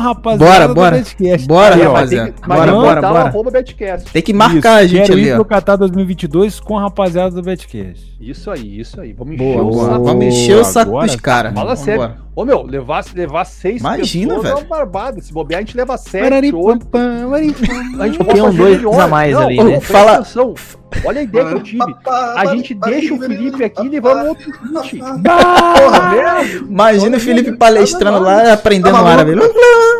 [SPEAKER 3] Bora,
[SPEAKER 2] rapaziada
[SPEAKER 3] bora.
[SPEAKER 2] do Badcast.
[SPEAKER 3] Bora,
[SPEAKER 2] Aí, ó,
[SPEAKER 1] Mas tem
[SPEAKER 3] rapaziada.
[SPEAKER 1] que- mas
[SPEAKER 3] Bora,
[SPEAKER 1] tem que
[SPEAKER 3] bora,
[SPEAKER 1] botar o
[SPEAKER 3] bora.
[SPEAKER 1] arroba Betcast.
[SPEAKER 3] Tem que marcar
[SPEAKER 2] Isso,
[SPEAKER 3] a gente
[SPEAKER 2] quero
[SPEAKER 3] ali,
[SPEAKER 2] ir
[SPEAKER 3] ó.
[SPEAKER 2] pro Catar 2022 com a rapaziada do Badcast.
[SPEAKER 1] Isso aí, isso aí. Vamos encher
[SPEAKER 3] Boa,
[SPEAKER 1] o
[SPEAKER 3] boa.
[SPEAKER 1] saco.
[SPEAKER 3] Vamos encher o saco
[SPEAKER 2] Agora,
[SPEAKER 3] dos caras.
[SPEAKER 1] Fala sério. Ô, meu, levar, levar seis
[SPEAKER 3] Imagina,
[SPEAKER 1] pessoas
[SPEAKER 3] velho.
[SPEAKER 1] é uma barbada. Se bobear, a gente leva sete,
[SPEAKER 2] Pararipam,
[SPEAKER 1] oito.
[SPEAKER 2] pam, pararipam.
[SPEAKER 1] A gente
[SPEAKER 5] Tem um
[SPEAKER 1] fazer
[SPEAKER 5] dois
[SPEAKER 1] milhões.
[SPEAKER 5] a mais ali, né?
[SPEAKER 1] presta
[SPEAKER 3] Fala-
[SPEAKER 1] atenção. Olha a ideia que eu tive. A gente deixa o Felipe aqui e levamos
[SPEAKER 4] Ah.
[SPEAKER 1] outro chute.
[SPEAKER 4] Porra,
[SPEAKER 3] Imagina o Felipe palestrando lá, aprendendo
[SPEAKER 4] Tá
[SPEAKER 3] árabe.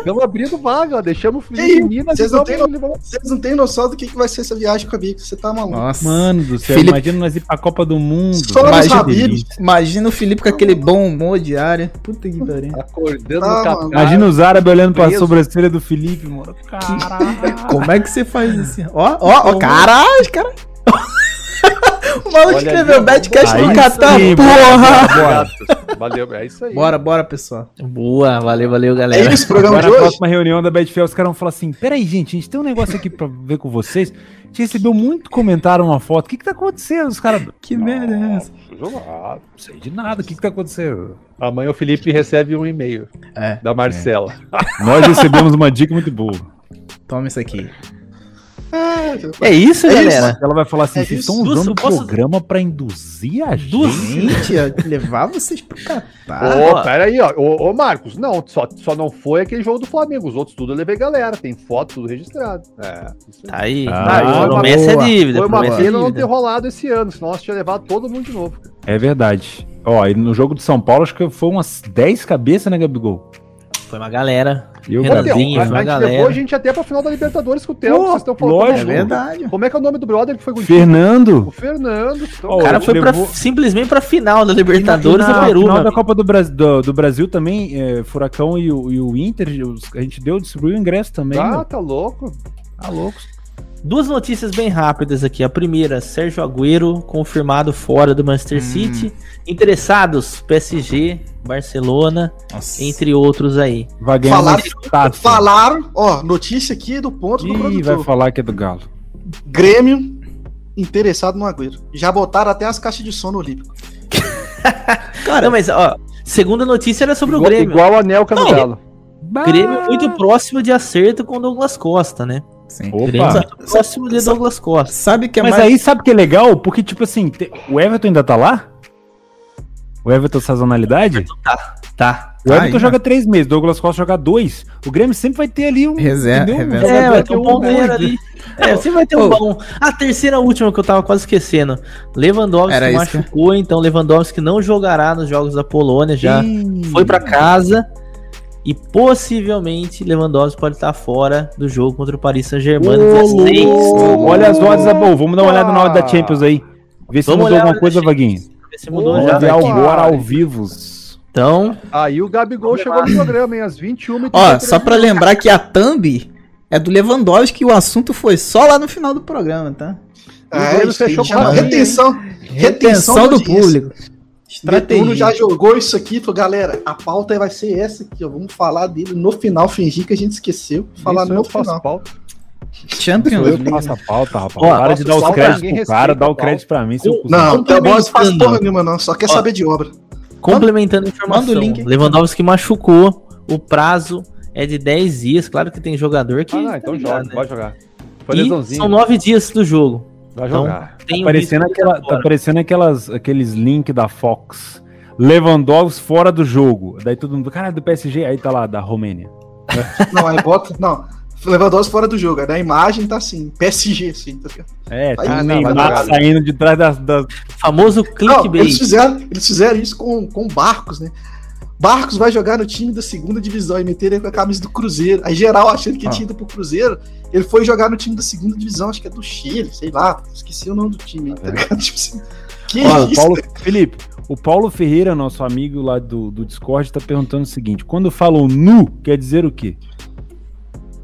[SPEAKER 1] Estamos abrindo vaga, ó. deixamos o
[SPEAKER 4] Que
[SPEAKER 1] Felipe
[SPEAKER 4] isso?
[SPEAKER 1] Minas
[SPEAKER 4] Vocês
[SPEAKER 1] e
[SPEAKER 4] não têm
[SPEAKER 1] vamos- vamos-
[SPEAKER 4] Vocês não têm noção do que, que vai ser essa viagem com a Bix, você tá maluco.
[SPEAKER 3] Nossa.
[SPEAKER 2] Mano do céu,
[SPEAKER 3] Felipe-
[SPEAKER 2] imagina nós ir pra Copa do Mundo.
[SPEAKER 4] Só
[SPEAKER 3] Mas-
[SPEAKER 4] nos
[SPEAKER 2] Imagina-
[SPEAKER 4] Habibs.
[SPEAKER 3] Imagina o Felipe com aquele bom humor diário. Puta que pariu.
[SPEAKER 1] Acordando
[SPEAKER 4] Ah,
[SPEAKER 1] no
[SPEAKER 4] mano.
[SPEAKER 1] café.
[SPEAKER 2] Imagina os árabes olhando pra
[SPEAKER 1] Preso.
[SPEAKER 2] sobrancelha do Felipe, mano. Caralho.
[SPEAKER 3] Como é que você faz isso? [laughs] Ó, ó, ó, caralho, [laughs] cara. o maluco
[SPEAKER 1] Olha
[SPEAKER 3] escreveu
[SPEAKER 1] ali, ó.
[SPEAKER 3] Badcast
[SPEAKER 2] Aí
[SPEAKER 3] no Catar,
[SPEAKER 2] sim,
[SPEAKER 3] porra.
[SPEAKER 1] Bora. Valeu, é isso aí.
[SPEAKER 3] Bora, bora, pessoal.
[SPEAKER 5] Boa, valeu, valeu,
[SPEAKER 4] É
[SPEAKER 5] galera.
[SPEAKER 4] isso, o programa
[SPEAKER 2] Agora
[SPEAKER 4] de
[SPEAKER 2] na
[SPEAKER 4] hoje?
[SPEAKER 2] próxima reunião da Betfair, os caras vão falar assim: peraí, gente, a gente tem um negócio aqui pra ver com vocês. A gente recebeu muito comentário, uma foto. O que que tá acontecendo? Os caras.
[SPEAKER 3] Que merda é essa?
[SPEAKER 1] Nossa,
[SPEAKER 2] Não sei de nada, o que que tá acontecendo?
[SPEAKER 1] Amanhã o Felipe recebe um e-mail
[SPEAKER 3] É.
[SPEAKER 1] da Marcela.
[SPEAKER 2] Nós recebemos uma dica muito boa.
[SPEAKER 3] Toma isso aqui.
[SPEAKER 5] É isso,
[SPEAKER 4] É
[SPEAKER 5] galera.
[SPEAKER 2] Ela vai falar assim:
[SPEAKER 4] É
[SPEAKER 2] vocês
[SPEAKER 4] isso.
[SPEAKER 2] estão
[SPEAKER 5] Duas-
[SPEAKER 2] usando o
[SPEAKER 5] posso-
[SPEAKER 2] programa pra induzir a gente.
[SPEAKER 3] Gente, ó, levar vocês pro
[SPEAKER 4] Ah,
[SPEAKER 3] Catar.
[SPEAKER 1] Ô,
[SPEAKER 5] ó.
[SPEAKER 1] peraí, ó. Ô, ô, Marcos, não, só, só não foi aquele jogo do Flamengo. Os outros tudo eu levei galera. Tem foto, tudo registrado. É, isso aí.
[SPEAKER 5] Tá aí.
[SPEAKER 2] Ah,
[SPEAKER 5] Tá, promessa
[SPEAKER 3] boa.
[SPEAKER 5] é dívida.
[SPEAKER 1] Foi uma
[SPEAKER 5] promessa é
[SPEAKER 1] pena não ter
[SPEAKER 5] dívida.
[SPEAKER 1] rolado esse ano, senão nós tinha levado todo mundo de novo. cara.
[SPEAKER 2] É verdade. Ó, e no jogo de São Paulo, acho que foi umas 10 cabeças, né, Gabigol?
[SPEAKER 5] Foi uma galera.
[SPEAKER 2] E o
[SPEAKER 1] Ô,
[SPEAKER 5] Renanzinho,
[SPEAKER 1] Theo, a,
[SPEAKER 2] Brasil,
[SPEAKER 5] uma
[SPEAKER 1] a gente
[SPEAKER 5] galera.
[SPEAKER 1] levou a gente até pra final da Libertadores com o Theo,
[SPEAKER 2] Pô,
[SPEAKER 1] que vocês estão falando.
[SPEAKER 2] lógico.
[SPEAKER 3] É verdade.
[SPEAKER 1] Como é que é o nome do brother que foi contigo?
[SPEAKER 2] Fernando.
[SPEAKER 1] O Fernando. Então,
[SPEAKER 2] Ó,
[SPEAKER 5] O cara
[SPEAKER 2] Pô,
[SPEAKER 5] foi pra-
[SPEAKER 2] levou-
[SPEAKER 5] simplesmente pra final da Libertadores
[SPEAKER 2] E na-
[SPEAKER 5] do Peru, né?
[SPEAKER 2] final
[SPEAKER 5] mano.
[SPEAKER 2] da Copa do Brasil, do, do Brasil também, é, Furacão e o, e o Inter, os- a gente deu, distribuiu o ingresso também. né?
[SPEAKER 1] Ah,
[SPEAKER 2] meu.
[SPEAKER 1] tá louco.
[SPEAKER 2] Tá louco.
[SPEAKER 5] Duas notícias bem rápidas aqui. A primeira, Sérgio Agüero confirmado fora do
[SPEAKER 2] Hum.
[SPEAKER 5] Manchester City. Interessados, PSG, Barcelona,
[SPEAKER 3] Nossa.
[SPEAKER 5] entre outros aí.
[SPEAKER 2] Vai ganhar
[SPEAKER 4] Falaram-
[SPEAKER 2] uma estátua.
[SPEAKER 4] Falaram, ó, notícia aqui do ponto do
[SPEAKER 2] Ih, vai
[SPEAKER 4] produtor.
[SPEAKER 2] falar que é do Galo.
[SPEAKER 4] Grêmio interessado no Agüero. Já botaram até as caixas de som no Olímpico.
[SPEAKER 5] Não, mas, ó, segunda notícia era sobre o
[SPEAKER 1] Igual,
[SPEAKER 5] Grêmio.
[SPEAKER 1] igual o Anel que é no
[SPEAKER 5] Não.
[SPEAKER 1] Galo.
[SPEAKER 2] Ah.
[SPEAKER 5] Grêmio muito próximo de acerto com Douglas Costa, né?
[SPEAKER 3] Sim.
[SPEAKER 5] Grêmio
[SPEAKER 2] Opa.
[SPEAKER 5] muito próximo de Douglas Costa.
[SPEAKER 3] Sabe que é
[SPEAKER 2] Mas
[SPEAKER 3] mais...
[SPEAKER 2] aí sabe o que é legal? Porque, tipo assim, te- o Everton ainda tá lá? O Everton sazonalidade?
[SPEAKER 5] Tá.
[SPEAKER 2] O
[SPEAKER 3] Tá
[SPEAKER 2] Everton
[SPEAKER 3] ainda.
[SPEAKER 2] joga três meses, Douglas Costa joga dois. O Grêmio sempre vai ter ali um.
[SPEAKER 3] Reserva,
[SPEAKER 2] entendeu?
[SPEAKER 3] reserva.
[SPEAKER 5] É, vai
[SPEAKER 2] vai
[SPEAKER 5] ter um bom
[SPEAKER 2] dois.
[SPEAKER 5] goleiro ali. É, você vai ter um bom. A terceira última que eu tava quase esquecendo. Lewandowski
[SPEAKER 3] Era isso que-
[SPEAKER 5] machucou, então Lewandowski não jogará nos jogos da Polônia já.
[SPEAKER 2] Ih.
[SPEAKER 5] foi pra casa e possivelmente Lewandowski pode estar fora do jogo contra o Paris Saint-Germain no dia 6.
[SPEAKER 2] Ô, Olha as odds, Abou. Vamos dar uma olhada na odd da Champions aí. Ver se
[SPEAKER 5] Vamos
[SPEAKER 2] mudou
[SPEAKER 5] olhar
[SPEAKER 2] alguma
[SPEAKER 5] a
[SPEAKER 2] coisa,
[SPEAKER 5] Champions.
[SPEAKER 2] Vaguinho.
[SPEAKER 5] Vê se mudou
[SPEAKER 1] Vamos
[SPEAKER 5] já.
[SPEAKER 2] Vamos ver
[SPEAKER 1] olhar.
[SPEAKER 5] velho.
[SPEAKER 2] agora ao vivo.
[SPEAKER 5] Então,
[SPEAKER 1] Aí o Gabigol chegou no programa, hein? Às 21h33.
[SPEAKER 3] Ó, só pra lembrar que a thumb é do Lewandowski e o assunto foi só lá no final do programa, tá?
[SPEAKER 4] Ah,
[SPEAKER 1] Grêmio
[SPEAKER 4] isso
[SPEAKER 1] fechou
[SPEAKER 4] aí,
[SPEAKER 1] com
[SPEAKER 4] já-
[SPEAKER 1] a Bahia,
[SPEAKER 4] retenção,
[SPEAKER 3] Retenção do
[SPEAKER 4] de audiência.
[SPEAKER 3] público.
[SPEAKER 4] Netuno já
[SPEAKER 3] Estratégia.
[SPEAKER 4] jogou isso aqui, falou, galera, a pauta vai ser essa aqui, ó. Vamos falar dele no final, fingir que a gente esqueceu. Falar
[SPEAKER 1] Isso
[SPEAKER 4] no
[SPEAKER 1] eu faço
[SPEAKER 4] final.
[SPEAKER 1] pauta.
[SPEAKER 3] Champions
[SPEAKER 2] Eu
[SPEAKER 3] League.
[SPEAKER 2] faço a pauta, rapaz.
[SPEAKER 5] Ó,
[SPEAKER 2] Para
[SPEAKER 1] nosso
[SPEAKER 2] de dar os
[SPEAKER 1] salto,
[SPEAKER 2] créditos
[SPEAKER 1] ninguém
[SPEAKER 2] pro cara,
[SPEAKER 1] respeita
[SPEAKER 2] dá o
[SPEAKER 1] a
[SPEAKER 2] crédito pra mim, seu cuzão.
[SPEAKER 4] Não, o Theo Borges faz
[SPEAKER 5] Complementando.
[SPEAKER 4] porra nenhuma, não. Só quer
[SPEAKER 5] Ó.
[SPEAKER 4] saber de obra.
[SPEAKER 5] complementando a informação,
[SPEAKER 3] manda o link aí.
[SPEAKER 5] Lewandowski machucou, o prazo é de 10 dias. Claro que tem jogador que.
[SPEAKER 1] Ah, não,
[SPEAKER 5] tá
[SPEAKER 1] então
[SPEAKER 5] ligado,
[SPEAKER 1] joga,
[SPEAKER 5] né?
[SPEAKER 1] vai jogar. Foi
[SPEAKER 5] E são
[SPEAKER 1] lesãozinho,
[SPEAKER 5] 9 dias do jogo.
[SPEAKER 1] vai
[SPEAKER 5] então,
[SPEAKER 1] jogar.
[SPEAKER 5] Tem o
[SPEAKER 2] Parecendo
[SPEAKER 5] risco de
[SPEAKER 2] aquela,
[SPEAKER 5] ficar
[SPEAKER 2] tá
[SPEAKER 5] fora.
[SPEAKER 2] parecendo aquelas, aqueles links da Fox. Lewandowski fora do jogo. Daí todo mundo, cara, é do PSG, aí tá lá, da Romênia.
[SPEAKER 4] Não, aí bota. Não. Lewandowski fora do jogo. Aí na imagem tá assim, PSG, assim, tá ligado?
[SPEAKER 2] É,
[SPEAKER 4] Ah,
[SPEAKER 2] tá
[SPEAKER 4] não,
[SPEAKER 1] vai
[SPEAKER 2] Neymar
[SPEAKER 1] jogar.
[SPEAKER 2] saindo de trás das. [laughs] das...
[SPEAKER 4] Não,
[SPEAKER 5] Famoso
[SPEAKER 4] eles
[SPEAKER 5] clickbait.
[SPEAKER 4] fizeram, eles fizeram isso com, com Barcos, né? Barcos vai jogar no time da segunda divisão e meter ele com a camisa do Cruzeiro. Aí geral achando que ele
[SPEAKER 2] Ah.
[SPEAKER 4] tinha ido pro Cruzeiro, ele foi jogar no time da segunda divisão, acho que é do Chile, sei lá, esqueci o nome do time. Tá ligado? [laughs] Tipo assim, que
[SPEAKER 2] Olha,
[SPEAKER 4] isso?
[SPEAKER 2] Paulo Felipe, O Paulo Ferreira, nosso amigo lá do, do Discord, tá perguntando o seguinte: quando falam nu, quer dizer o quê?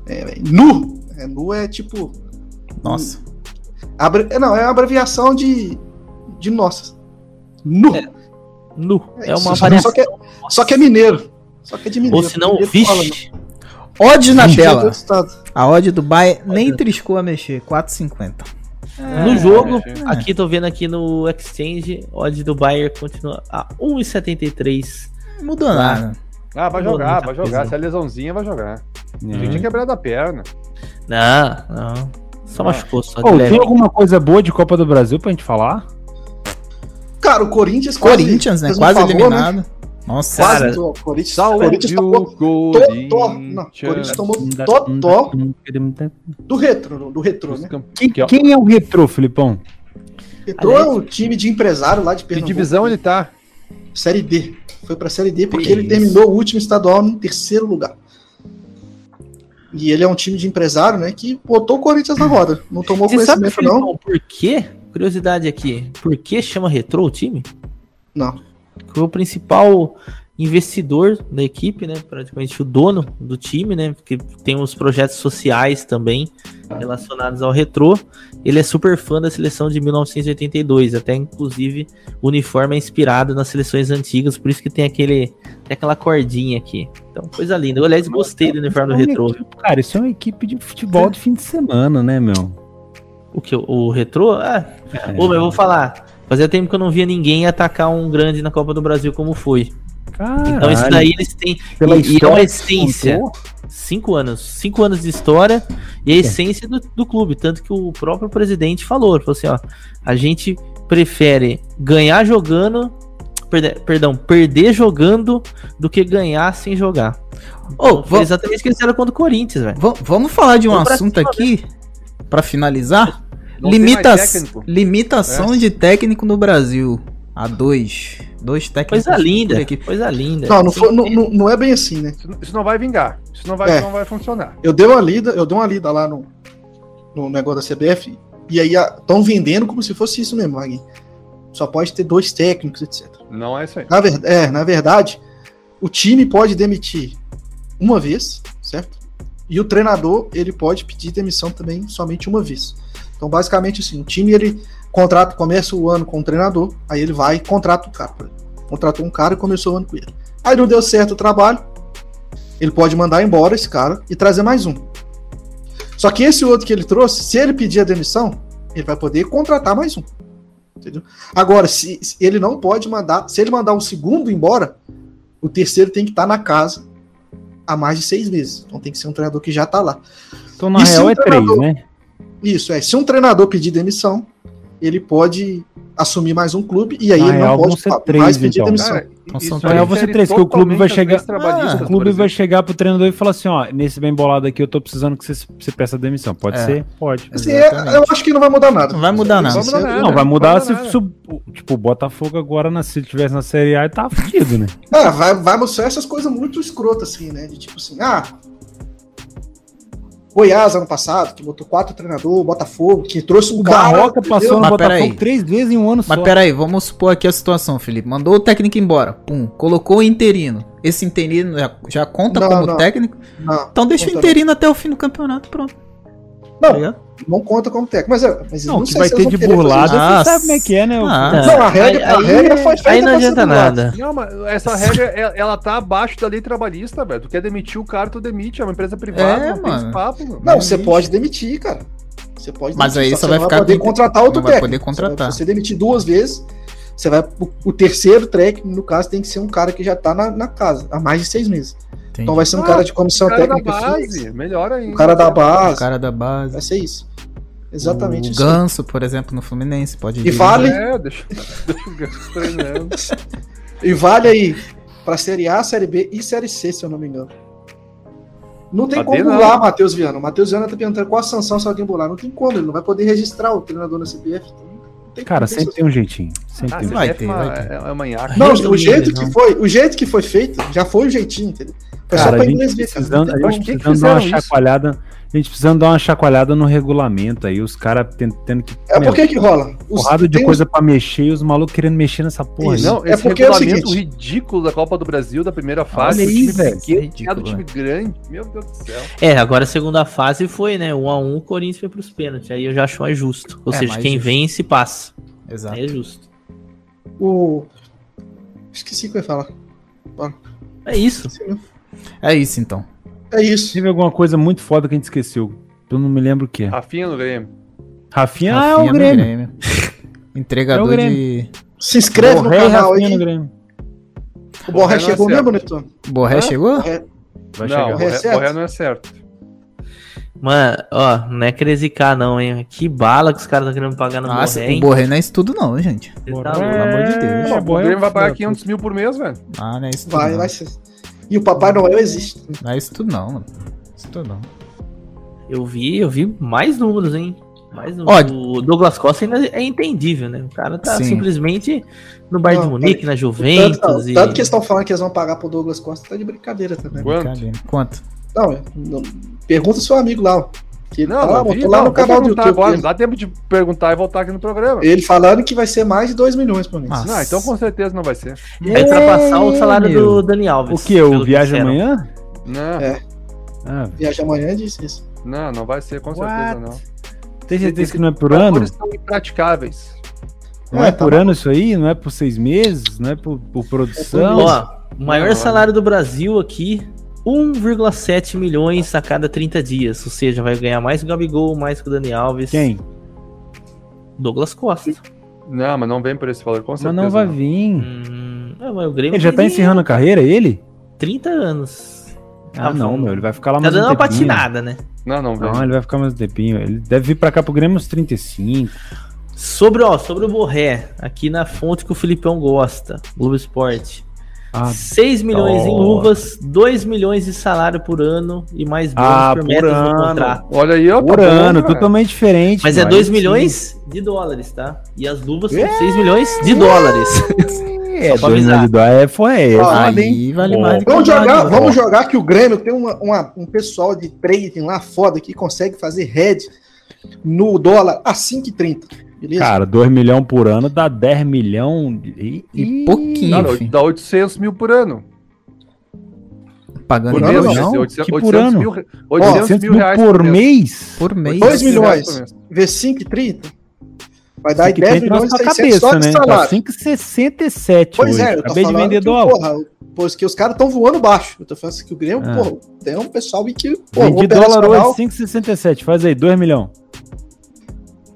[SPEAKER 4] É, velho, nu! É, nu é tipo.
[SPEAKER 3] Nossa.
[SPEAKER 4] abra- é, Não, é uma abreviação de. de nossa. Nu!
[SPEAKER 5] É, Nu. É,
[SPEAKER 4] isso, só,
[SPEAKER 5] uma
[SPEAKER 4] que-
[SPEAKER 5] variação.
[SPEAKER 4] só que é, só que é mineiro. Só que é de mineiro.
[SPEAKER 5] Ou se não,
[SPEAKER 4] Mineiro fala, né?
[SPEAKER 5] vixe.
[SPEAKER 3] Odd na
[SPEAKER 4] Mineiro é
[SPEAKER 3] tela.
[SPEAKER 4] do estado.
[SPEAKER 3] A odd do Bayern nem triscou a mexer. 4,50.
[SPEAKER 5] No jogo,
[SPEAKER 1] gente.
[SPEAKER 5] aqui tô vendo aqui no Exchange, odd do Bayer continua a 1,73.
[SPEAKER 3] Não mudou nada.
[SPEAKER 1] Ah, vai
[SPEAKER 5] Não,
[SPEAKER 1] jogar,
[SPEAKER 5] não
[SPEAKER 1] vai
[SPEAKER 5] tá
[SPEAKER 1] jogar.
[SPEAKER 5] preso.
[SPEAKER 1] Se é lesãozinha, vai jogar.
[SPEAKER 2] É.
[SPEAKER 1] Gente tinha quebrado a perna.
[SPEAKER 5] Não, não. Só machucou, só de
[SPEAKER 2] Ô,
[SPEAKER 5] leve.
[SPEAKER 2] tem alguma coisa boa de Copa do Brasil pra gente falar?
[SPEAKER 4] Cara, o Corinthians quase
[SPEAKER 3] Corinthians, né?
[SPEAKER 4] fez um
[SPEAKER 3] Quase
[SPEAKER 4] favor, né?
[SPEAKER 3] eliminado. Nossa.
[SPEAKER 4] Quase.
[SPEAKER 5] Cara,
[SPEAKER 4] o Corinthians, o
[SPEAKER 1] Salve
[SPEAKER 4] Corinthians tá tomou
[SPEAKER 1] o
[SPEAKER 4] totó. Não, o Corinthians tá tomou totó do retrô, do retrô,
[SPEAKER 1] Os
[SPEAKER 4] né?
[SPEAKER 1] campe-
[SPEAKER 2] Quem,
[SPEAKER 1] Que-
[SPEAKER 2] quem é o retrô, Filipão?
[SPEAKER 4] Retrô é um time de empresário lá de
[SPEAKER 1] Que
[SPEAKER 4] Pernambuco.
[SPEAKER 1] divisão ele tá?
[SPEAKER 4] Série D. Foi pra Série D porque
[SPEAKER 3] Que
[SPEAKER 4] ele
[SPEAKER 3] isso.
[SPEAKER 4] terminou o último estadual em terceiro lugar. E ele é um time de empresário, né? Que botou o Corinthians na roda. Não tomou
[SPEAKER 5] Você sabe,
[SPEAKER 4] conhecimento, não.
[SPEAKER 5] Filipão, por quê? Curiosidade aqui. Por que chama retrô o time?
[SPEAKER 4] Não.
[SPEAKER 5] que o principal investidor da equipe, né? Praticamente o dono do time, né? Que tem uns projetos sociais também relacionados ao retrô. Ele é super fã da seleção de 1982, até inclusive o uniforme é inspirado nas seleções antigas, por isso que tem aquele tem aquela cordinha aqui. Então, coisa linda. Eu, aliás, gostei do uniforme do retrô. viu?
[SPEAKER 2] Cara, isso é uma equipe de futebol de fim de semana, né, meu?
[SPEAKER 5] O que? O retrô? Ah,
[SPEAKER 2] É.
[SPEAKER 5] Ô, mas eu vou falar. Fazia tempo que eu não via ninguém atacar um grande na Copa do Brasil como foi.
[SPEAKER 2] Caralho,
[SPEAKER 5] Então, isso daí eles têm.
[SPEAKER 2] pela
[SPEAKER 5] e- e é uma
[SPEAKER 2] história
[SPEAKER 5] essência. Cinco anos. Cinco anos de história e a
[SPEAKER 4] É.
[SPEAKER 5] essência do, do clube. Tanto que o próprio presidente falou, ele falou assim, ó, a gente prefere ganhar jogando, perde- perdão, perder jogando do que ganhar sem jogar.
[SPEAKER 3] Ô,
[SPEAKER 5] Foi
[SPEAKER 3] va-
[SPEAKER 5] exatamente o que eles fizeram contra o Corinthians, velho.
[SPEAKER 3] va- vamos falar de um
[SPEAKER 5] Vamos pra
[SPEAKER 3] assunto
[SPEAKER 5] cima,
[SPEAKER 3] aqui pra finalizar?
[SPEAKER 1] Não tem
[SPEAKER 3] Limita
[SPEAKER 1] mais técnico.
[SPEAKER 3] limitação de técnico no Brasil. A dois. Dois técnicos.
[SPEAKER 5] Coisa linda,
[SPEAKER 3] por equipe.
[SPEAKER 5] coisa linda.
[SPEAKER 4] Não, não, foi- não, não- não é bem assim, né?
[SPEAKER 1] Isso não- Isso não vai vingar. Isso não vai,
[SPEAKER 4] É.
[SPEAKER 1] não vai funcionar.
[SPEAKER 4] Eu dei uma lida, eu dei uma lida lá no, no negócio da CBF. E aí estão vendendo como se fosse isso mesmo, Wagner. Só pode ter dois técnicos, etc.
[SPEAKER 1] Não é isso aí.
[SPEAKER 4] Na, ver- é, na verdade, o time pode demitir uma vez, certo? E o treinador, ele pode pedir demissão também somente uma vez. Então, basicamente assim, o time, ele contrata, começa o ano com o treinador, aí ele vai e contrata o cara. por exemplo. Contratou um cara e começou o ano com ele. Aí não deu certo o trabalho, ele pode mandar embora esse cara e trazer mais um. Só que esse outro que ele trouxe, se ele pedir a demissão, ele vai poder contratar mais um. Entendeu? Agora, se, se ele não pode mandar, se ele mandar um segundo embora, o terceiro tem que estar na casa há mais de seis meses. Então tem que ser um treinador que já está lá.
[SPEAKER 2] Então, na
[SPEAKER 4] Isso
[SPEAKER 2] real,
[SPEAKER 4] é
[SPEAKER 2] é
[SPEAKER 4] um
[SPEAKER 2] três,
[SPEAKER 4] treinador.
[SPEAKER 2] né?
[SPEAKER 4] Isso é, se um treinador pedir demissão, ele pode assumir mais um clube e aí
[SPEAKER 2] Na
[SPEAKER 4] ele
[SPEAKER 2] real,
[SPEAKER 4] não
[SPEAKER 2] vão
[SPEAKER 4] pode
[SPEAKER 2] ser
[SPEAKER 4] pa-
[SPEAKER 2] três,
[SPEAKER 4] mais pedir
[SPEAKER 2] então.
[SPEAKER 4] demissão.
[SPEAKER 3] Nossa,
[SPEAKER 1] isso
[SPEAKER 3] Antônio,
[SPEAKER 1] aí
[SPEAKER 2] eu vou ser
[SPEAKER 1] fere
[SPEAKER 2] três, que o clube vai
[SPEAKER 1] totalmente as
[SPEAKER 2] chegar-
[SPEAKER 1] leis trabalhistas,
[SPEAKER 3] Ah,
[SPEAKER 2] O clube
[SPEAKER 1] por
[SPEAKER 2] vai
[SPEAKER 1] exemplo.
[SPEAKER 2] chegar pro treinador e falar assim: ó, nesse bem bolado aqui eu tô precisando que você, você peça demissão. Pode
[SPEAKER 3] É.
[SPEAKER 2] ser? Pode.
[SPEAKER 4] Assim, é, eu acho que não vai mudar nada.
[SPEAKER 3] Não vai mudar nada.
[SPEAKER 4] Vai mudar nada.
[SPEAKER 2] Não, vai mudar
[SPEAKER 1] Não
[SPEAKER 2] se.
[SPEAKER 1] vai mudar
[SPEAKER 2] se o- tipo, o Botafogo agora, na, se tivesse na Série A, tá fudido, né?
[SPEAKER 4] É, vai, vai mostrar essas coisas muito escrotas, assim, né? De tipo assim, ah. Goiás ano passado, que botou quatro treinador, Botafogo, que trouxe um
[SPEAKER 2] O
[SPEAKER 4] cara,
[SPEAKER 2] Barroca
[SPEAKER 4] entendeu?
[SPEAKER 2] passou no
[SPEAKER 3] Mas
[SPEAKER 2] Botafogo
[SPEAKER 3] peraí.
[SPEAKER 2] três vezes em um ano
[SPEAKER 3] Mas
[SPEAKER 2] só.
[SPEAKER 3] peraí, vamos supor aqui a situação, Felipe. Mandou o técnico embora. Pum, colocou o interino. Esse interino já, já conta
[SPEAKER 4] Não,
[SPEAKER 3] como
[SPEAKER 4] não.
[SPEAKER 3] técnico?
[SPEAKER 4] Não,
[SPEAKER 3] Então deixa
[SPEAKER 4] Conta
[SPEAKER 3] o interino até o fim do campeonato, pronto.
[SPEAKER 4] Não.
[SPEAKER 3] Tá ligado?
[SPEAKER 4] não conta como técnico. Mas, é- mas eu
[SPEAKER 2] Não, o que
[SPEAKER 4] sei
[SPEAKER 2] vai
[SPEAKER 4] se
[SPEAKER 2] ter
[SPEAKER 4] eles
[SPEAKER 2] de
[SPEAKER 4] vão querer fazer
[SPEAKER 2] burlada,
[SPEAKER 3] Ah,
[SPEAKER 2] você sabe como é que é, né?
[SPEAKER 3] ah.
[SPEAKER 4] Não, a regra- a regra foi feita
[SPEAKER 5] Aí não
[SPEAKER 4] pra
[SPEAKER 5] adianta
[SPEAKER 4] ser do lado.
[SPEAKER 5] nada.
[SPEAKER 1] Não, mas essa regra, é- ela tá abaixo da lei trabalhista, velho. Tu quer demitir o cara, tu demite. É uma empresa privada,
[SPEAKER 3] É,
[SPEAKER 1] não tem
[SPEAKER 3] mano.
[SPEAKER 1] esse papo. mano.
[SPEAKER 4] isso. Não, você pode demitir, cara. Você pode
[SPEAKER 3] Mas
[SPEAKER 4] demitir,
[SPEAKER 3] aí
[SPEAKER 4] só
[SPEAKER 3] você
[SPEAKER 4] que
[SPEAKER 3] vai
[SPEAKER 4] não
[SPEAKER 3] ficar
[SPEAKER 4] poder
[SPEAKER 3] com-
[SPEAKER 4] contratar outro
[SPEAKER 3] não vai
[SPEAKER 4] técnico.
[SPEAKER 3] poder contratar.
[SPEAKER 4] Você, vai, você demitir duas vezes, você vai. O, o terceiro técnico, no caso, tem que ser um cara que já tá na, na casa há mais de seis meses.
[SPEAKER 2] é.
[SPEAKER 3] Entendi.
[SPEAKER 4] Então vai ser um
[SPEAKER 1] Ah,
[SPEAKER 4] cara de comissão
[SPEAKER 1] O cara da
[SPEAKER 4] técnica. fixa,
[SPEAKER 1] base, melhor ainda.
[SPEAKER 4] O cara da
[SPEAKER 3] O
[SPEAKER 4] base.
[SPEAKER 3] cara da base.
[SPEAKER 4] Vai ser isso.
[SPEAKER 3] o
[SPEAKER 4] Exatamente isso.
[SPEAKER 3] Ganso, por exemplo, no Fluminense, pode
[SPEAKER 4] E vale,
[SPEAKER 1] É, [laughs] deixa, deixa o Ganso treinando.
[SPEAKER 4] e vale aí pra Série A, Série B e Série C, se eu não me engano. Não tem
[SPEAKER 1] Cadê
[SPEAKER 4] como
[SPEAKER 1] não?
[SPEAKER 4] burlar Matheus Viana. O Matheus Viana tá perguntando qual a sanção se alguém burlar. Não tem como, ele não vai poder registrar o treinador na CBF. Não tem
[SPEAKER 2] Cara,
[SPEAKER 4] como,
[SPEAKER 2] sempre tem um jeitinho. Sempre
[SPEAKER 1] Ah,
[SPEAKER 2] tem um
[SPEAKER 1] você
[SPEAKER 3] vai
[SPEAKER 1] vai
[SPEAKER 3] ter,
[SPEAKER 1] ter, uma,
[SPEAKER 3] vai ter.
[SPEAKER 1] É, é manhaca.
[SPEAKER 4] Não,
[SPEAKER 5] Resumindo,
[SPEAKER 4] o jeito,
[SPEAKER 2] né,
[SPEAKER 4] que
[SPEAKER 5] então.
[SPEAKER 4] foi, o jeito que foi feito já foi o jeitinho, entendeu? Foi
[SPEAKER 2] Cara,
[SPEAKER 4] só
[SPEAKER 2] a
[SPEAKER 4] pra
[SPEAKER 2] gente tá
[SPEAKER 4] inglês ver, cara.
[SPEAKER 2] precisando,
[SPEAKER 4] Não tem
[SPEAKER 2] a gente
[SPEAKER 4] como.
[SPEAKER 1] que que
[SPEAKER 2] precisando dar uma
[SPEAKER 1] fizeram isso?
[SPEAKER 2] chacoalhada A gente precisando dar uma chacoalhada no regulamento aí, os caras ten- tendo que.
[SPEAKER 4] É
[SPEAKER 2] meu,
[SPEAKER 4] por que que rola? Os-
[SPEAKER 2] porrada de
[SPEAKER 4] tem
[SPEAKER 2] coisa pra mexer e os malucos querendo mexer nessa porra.
[SPEAKER 4] Isso.
[SPEAKER 2] né?
[SPEAKER 1] Não,
[SPEAKER 4] É
[SPEAKER 1] esse
[SPEAKER 4] porque é o
[SPEAKER 1] regulamento
[SPEAKER 4] seguinte-
[SPEAKER 1] ridículo da Copa do Brasil, da primeira fase,
[SPEAKER 2] Olha
[SPEAKER 1] do
[SPEAKER 2] aí,
[SPEAKER 1] time
[SPEAKER 2] velho,
[SPEAKER 1] pequeno,
[SPEAKER 5] isso é
[SPEAKER 1] ganhar do time
[SPEAKER 5] ridículo,
[SPEAKER 1] grande. Meu Deus do céu.
[SPEAKER 5] É, agora a segunda fase foi, né? 1 a 1 o Corinthians foi pros pênaltis. Aí eu já acho mais justo. Ou
[SPEAKER 3] É,
[SPEAKER 5] seja,
[SPEAKER 3] mais
[SPEAKER 5] quem
[SPEAKER 3] justo.
[SPEAKER 5] vence passa.
[SPEAKER 3] Exato.
[SPEAKER 5] Aí é justo.
[SPEAKER 4] O... Esqueci o que eu ia falar.
[SPEAKER 5] É isso.
[SPEAKER 4] Esqueci mesmo.
[SPEAKER 3] É isso então.
[SPEAKER 4] É isso.
[SPEAKER 2] Teve alguma coisa muito foda que a gente esqueceu. Eu não me lembro o que.
[SPEAKER 1] Rafinha no Grêmio.
[SPEAKER 2] Rafinha, ah, é
[SPEAKER 3] Rafinha
[SPEAKER 2] o
[SPEAKER 3] no
[SPEAKER 2] Grêmio.
[SPEAKER 3] Entregador
[SPEAKER 2] É o
[SPEAKER 3] de.
[SPEAKER 4] Se inscreve no
[SPEAKER 2] Borré e
[SPEAKER 4] canal
[SPEAKER 2] Rafinha
[SPEAKER 4] aí.
[SPEAKER 2] no Grêmio.
[SPEAKER 4] O Borré
[SPEAKER 1] Borré não
[SPEAKER 4] chegou
[SPEAKER 1] acerta.
[SPEAKER 4] mesmo, Bonitão?
[SPEAKER 3] Borré
[SPEAKER 1] Hã?
[SPEAKER 3] chegou?
[SPEAKER 2] Vai
[SPEAKER 1] não,
[SPEAKER 2] chegar.
[SPEAKER 1] Borré,
[SPEAKER 4] É certo?
[SPEAKER 1] Borré não é certo.
[SPEAKER 5] Mano, ó, não é querer zicar, não, hein? Que bala que os caras estão querendo pagar no
[SPEAKER 3] Nossa,
[SPEAKER 5] Borré, hein?
[SPEAKER 3] o Borré não é isso tudo, não, gente.
[SPEAKER 5] Você tá
[SPEAKER 2] Borré.
[SPEAKER 5] louco.
[SPEAKER 3] amor de Deus.
[SPEAKER 2] É,
[SPEAKER 1] Pô, o
[SPEAKER 2] Borré é
[SPEAKER 1] Grêmio vai
[SPEAKER 2] um
[SPEAKER 1] pagar
[SPEAKER 2] filho da
[SPEAKER 1] 500 mil por mês, velho.
[SPEAKER 3] Ah, não é isso tudo.
[SPEAKER 4] Vai,
[SPEAKER 3] não.
[SPEAKER 4] vai ser. E o Papai Noel existe.
[SPEAKER 3] Não é isso tudo, não, mano. Isso tudo não.
[SPEAKER 5] Eu vi, eu vi mais números, hein? Mais
[SPEAKER 3] Ó,
[SPEAKER 5] números. o Douglas Costa ainda é entendível, né? O cara tá
[SPEAKER 3] Sim.
[SPEAKER 5] simplesmente no Bayern de
[SPEAKER 4] Não,
[SPEAKER 5] Munique, na Juventus.
[SPEAKER 4] Tanto, tanto
[SPEAKER 5] e...
[SPEAKER 4] que eles estão falando que eles vão pagar pro Douglas Costa, tá de brincadeira também.
[SPEAKER 1] Quanto?
[SPEAKER 3] Brincadeira. Quanto?
[SPEAKER 4] Não, é- não- pergunta ao seu amigo lá, ó. Que
[SPEAKER 1] Não,
[SPEAKER 4] tá lá,
[SPEAKER 1] não, vi,
[SPEAKER 4] botou lá
[SPEAKER 1] não,
[SPEAKER 4] no
[SPEAKER 1] vou
[SPEAKER 4] canal do
[SPEAKER 1] perguntar
[SPEAKER 4] YouTube.
[SPEAKER 1] agora. Não
[SPEAKER 4] dele.
[SPEAKER 1] dá tempo de perguntar e voltar aqui no programa.
[SPEAKER 4] Ele falando que vai ser mais de 2 milhões por mês.
[SPEAKER 3] Ah,
[SPEAKER 1] Não, então com certeza não vai ser.
[SPEAKER 5] Vai ultrapassar o salário do Dani
[SPEAKER 2] O
[SPEAKER 5] Alves.
[SPEAKER 2] que? O
[SPEAKER 5] pelo
[SPEAKER 2] Viagem
[SPEAKER 5] disseram.
[SPEAKER 2] Amanhã?
[SPEAKER 1] Não,
[SPEAKER 4] É.
[SPEAKER 2] Ah,
[SPEAKER 4] Viajar amanhã disse isso.
[SPEAKER 1] não, não vai ser, com certeza não.
[SPEAKER 2] tem certeza
[SPEAKER 1] Esse-
[SPEAKER 2] que não é por
[SPEAKER 1] Os
[SPEAKER 2] ano?
[SPEAKER 1] valores são impraticáveis.
[SPEAKER 2] Não é
[SPEAKER 4] É, tá
[SPEAKER 2] por ano isso aí? Não é por seis meses? Não é por, por produção?
[SPEAKER 5] Então, Ó, o maior
[SPEAKER 1] Não,
[SPEAKER 5] salário do Brasil aqui, 1,7 milhões a cada 30 dias. Ou seja, vai ganhar mais que o Gabigol, mais que o Dani Alves.
[SPEAKER 2] Quem?
[SPEAKER 5] Douglas Costa.
[SPEAKER 1] Não, mas não vem por esse valor, com
[SPEAKER 2] Mas
[SPEAKER 1] certeza.
[SPEAKER 2] não vai vir.
[SPEAKER 5] Hum, é, mas o Grêmio
[SPEAKER 2] Ele já tá
[SPEAKER 5] tem
[SPEAKER 2] encerrando a carreira, ele?
[SPEAKER 5] 30 anos.
[SPEAKER 2] Ah,
[SPEAKER 5] Ah,
[SPEAKER 2] não,
[SPEAKER 5] vamos.
[SPEAKER 2] meu. Ele vai ficar lá
[SPEAKER 5] Tá
[SPEAKER 2] mais um
[SPEAKER 5] dando uma
[SPEAKER 2] tempinho.
[SPEAKER 5] patinada, né?
[SPEAKER 1] Não, não vem.
[SPEAKER 2] Não, ele vai ficar mais um tempinho. Ele deve vir pra cá pro Grêmio uns 35.
[SPEAKER 5] Sobre, ó, sobre o Borré, aqui na fonte que o Filipão gosta, Globo Esporte.
[SPEAKER 2] Ah,
[SPEAKER 5] 6 milhões em
[SPEAKER 2] dó.
[SPEAKER 5] luvas, 2 milhões de salário por ano e mais bônus
[SPEAKER 2] Ah,
[SPEAKER 5] por
[SPEAKER 2] por
[SPEAKER 5] metas no
[SPEAKER 2] ano.
[SPEAKER 5] contrato.
[SPEAKER 1] Olha aí, ó. tá
[SPEAKER 2] por
[SPEAKER 1] bom,
[SPEAKER 2] ano,
[SPEAKER 1] cara.
[SPEAKER 2] totalmente diferente.
[SPEAKER 5] Mas é
[SPEAKER 2] mano.
[SPEAKER 5] 2
[SPEAKER 2] Sim.
[SPEAKER 5] milhões de dólares, tá? E as luvas são
[SPEAKER 4] É.
[SPEAKER 5] 6 milhões de dólares.
[SPEAKER 2] É,
[SPEAKER 5] Só pra
[SPEAKER 2] 2 milhões
[SPEAKER 5] avisar.
[SPEAKER 2] de dólares. É, foi é,
[SPEAKER 4] Ó,
[SPEAKER 2] foda, hein?
[SPEAKER 3] Aí vale
[SPEAKER 2] Ó.
[SPEAKER 3] mais do que um
[SPEAKER 4] Vamos
[SPEAKER 3] o
[SPEAKER 4] jogar,
[SPEAKER 3] Gabigol.
[SPEAKER 4] vamos jogar que o Grêmio tem uma- uma- um pessoal de trading lá foda que consegue fazer head no dólar a 5,30. Beleza?
[SPEAKER 2] Cara, 2 milhões por ano dá 10 milhões e,
[SPEAKER 3] E
[SPEAKER 2] e-
[SPEAKER 3] pouquinho.
[SPEAKER 1] Cara,
[SPEAKER 3] enfim.
[SPEAKER 1] dá 800 mil por ano.
[SPEAKER 3] Pagando
[SPEAKER 1] Por
[SPEAKER 2] Não,
[SPEAKER 1] mês,
[SPEAKER 3] dois
[SPEAKER 2] não.
[SPEAKER 1] vai ser
[SPEAKER 2] Que
[SPEAKER 1] 800,
[SPEAKER 2] por ano?
[SPEAKER 1] mil, re- 800 mil reais
[SPEAKER 2] por
[SPEAKER 1] mês.
[SPEAKER 2] mês?
[SPEAKER 3] por mês.
[SPEAKER 4] 2
[SPEAKER 1] mil
[SPEAKER 4] milhões.
[SPEAKER 1] reais por mês.
[SPEAKER 4] Vê 5,30 vai dar
[SPEAKER 2] Fica bem
[SPEAKER 4] 10
[SPEAKER 2] na
[SPEAKER 4] milhões e
[SPEAKER 2] sua
[SPEAKER 4] 600 só
[SPEAKER 2] cabeça,
[SPEAKER 4] de
[SPEAKER 2] né? Tá
[SPEAKER 4] salário.
[SPEAKER 2] 5,67
[SPEAKER 4] Pois
[SPEAKER 2] hoje. Tá
[SPEAKER 4] é, eu tô
[SPEAKER 2] Acabei de
[SPEAKER 4] falando
[SPEAKER 2] vender
[SPEAKER 4] que,
[SPEAKER 2] dólar.
[SPEAKER 4] porra, pois que os caras estão voando baixo. Eu tô falando assim que o Grêmio,
[SPEAKER 2] Ah.
[SPEAKER 4] porra, tem um pessoal aí que, pô,
[SPEAKER 2] Vendi
[SPEAKER 4] o
[SPEAKER 2] dólar
[SPEAKER 4] operacional
[SPEAKER 2] hoje, 5,67. Faz aí,
[SPEAKER 4] Um
[SPEAKER 2] 2 milhões.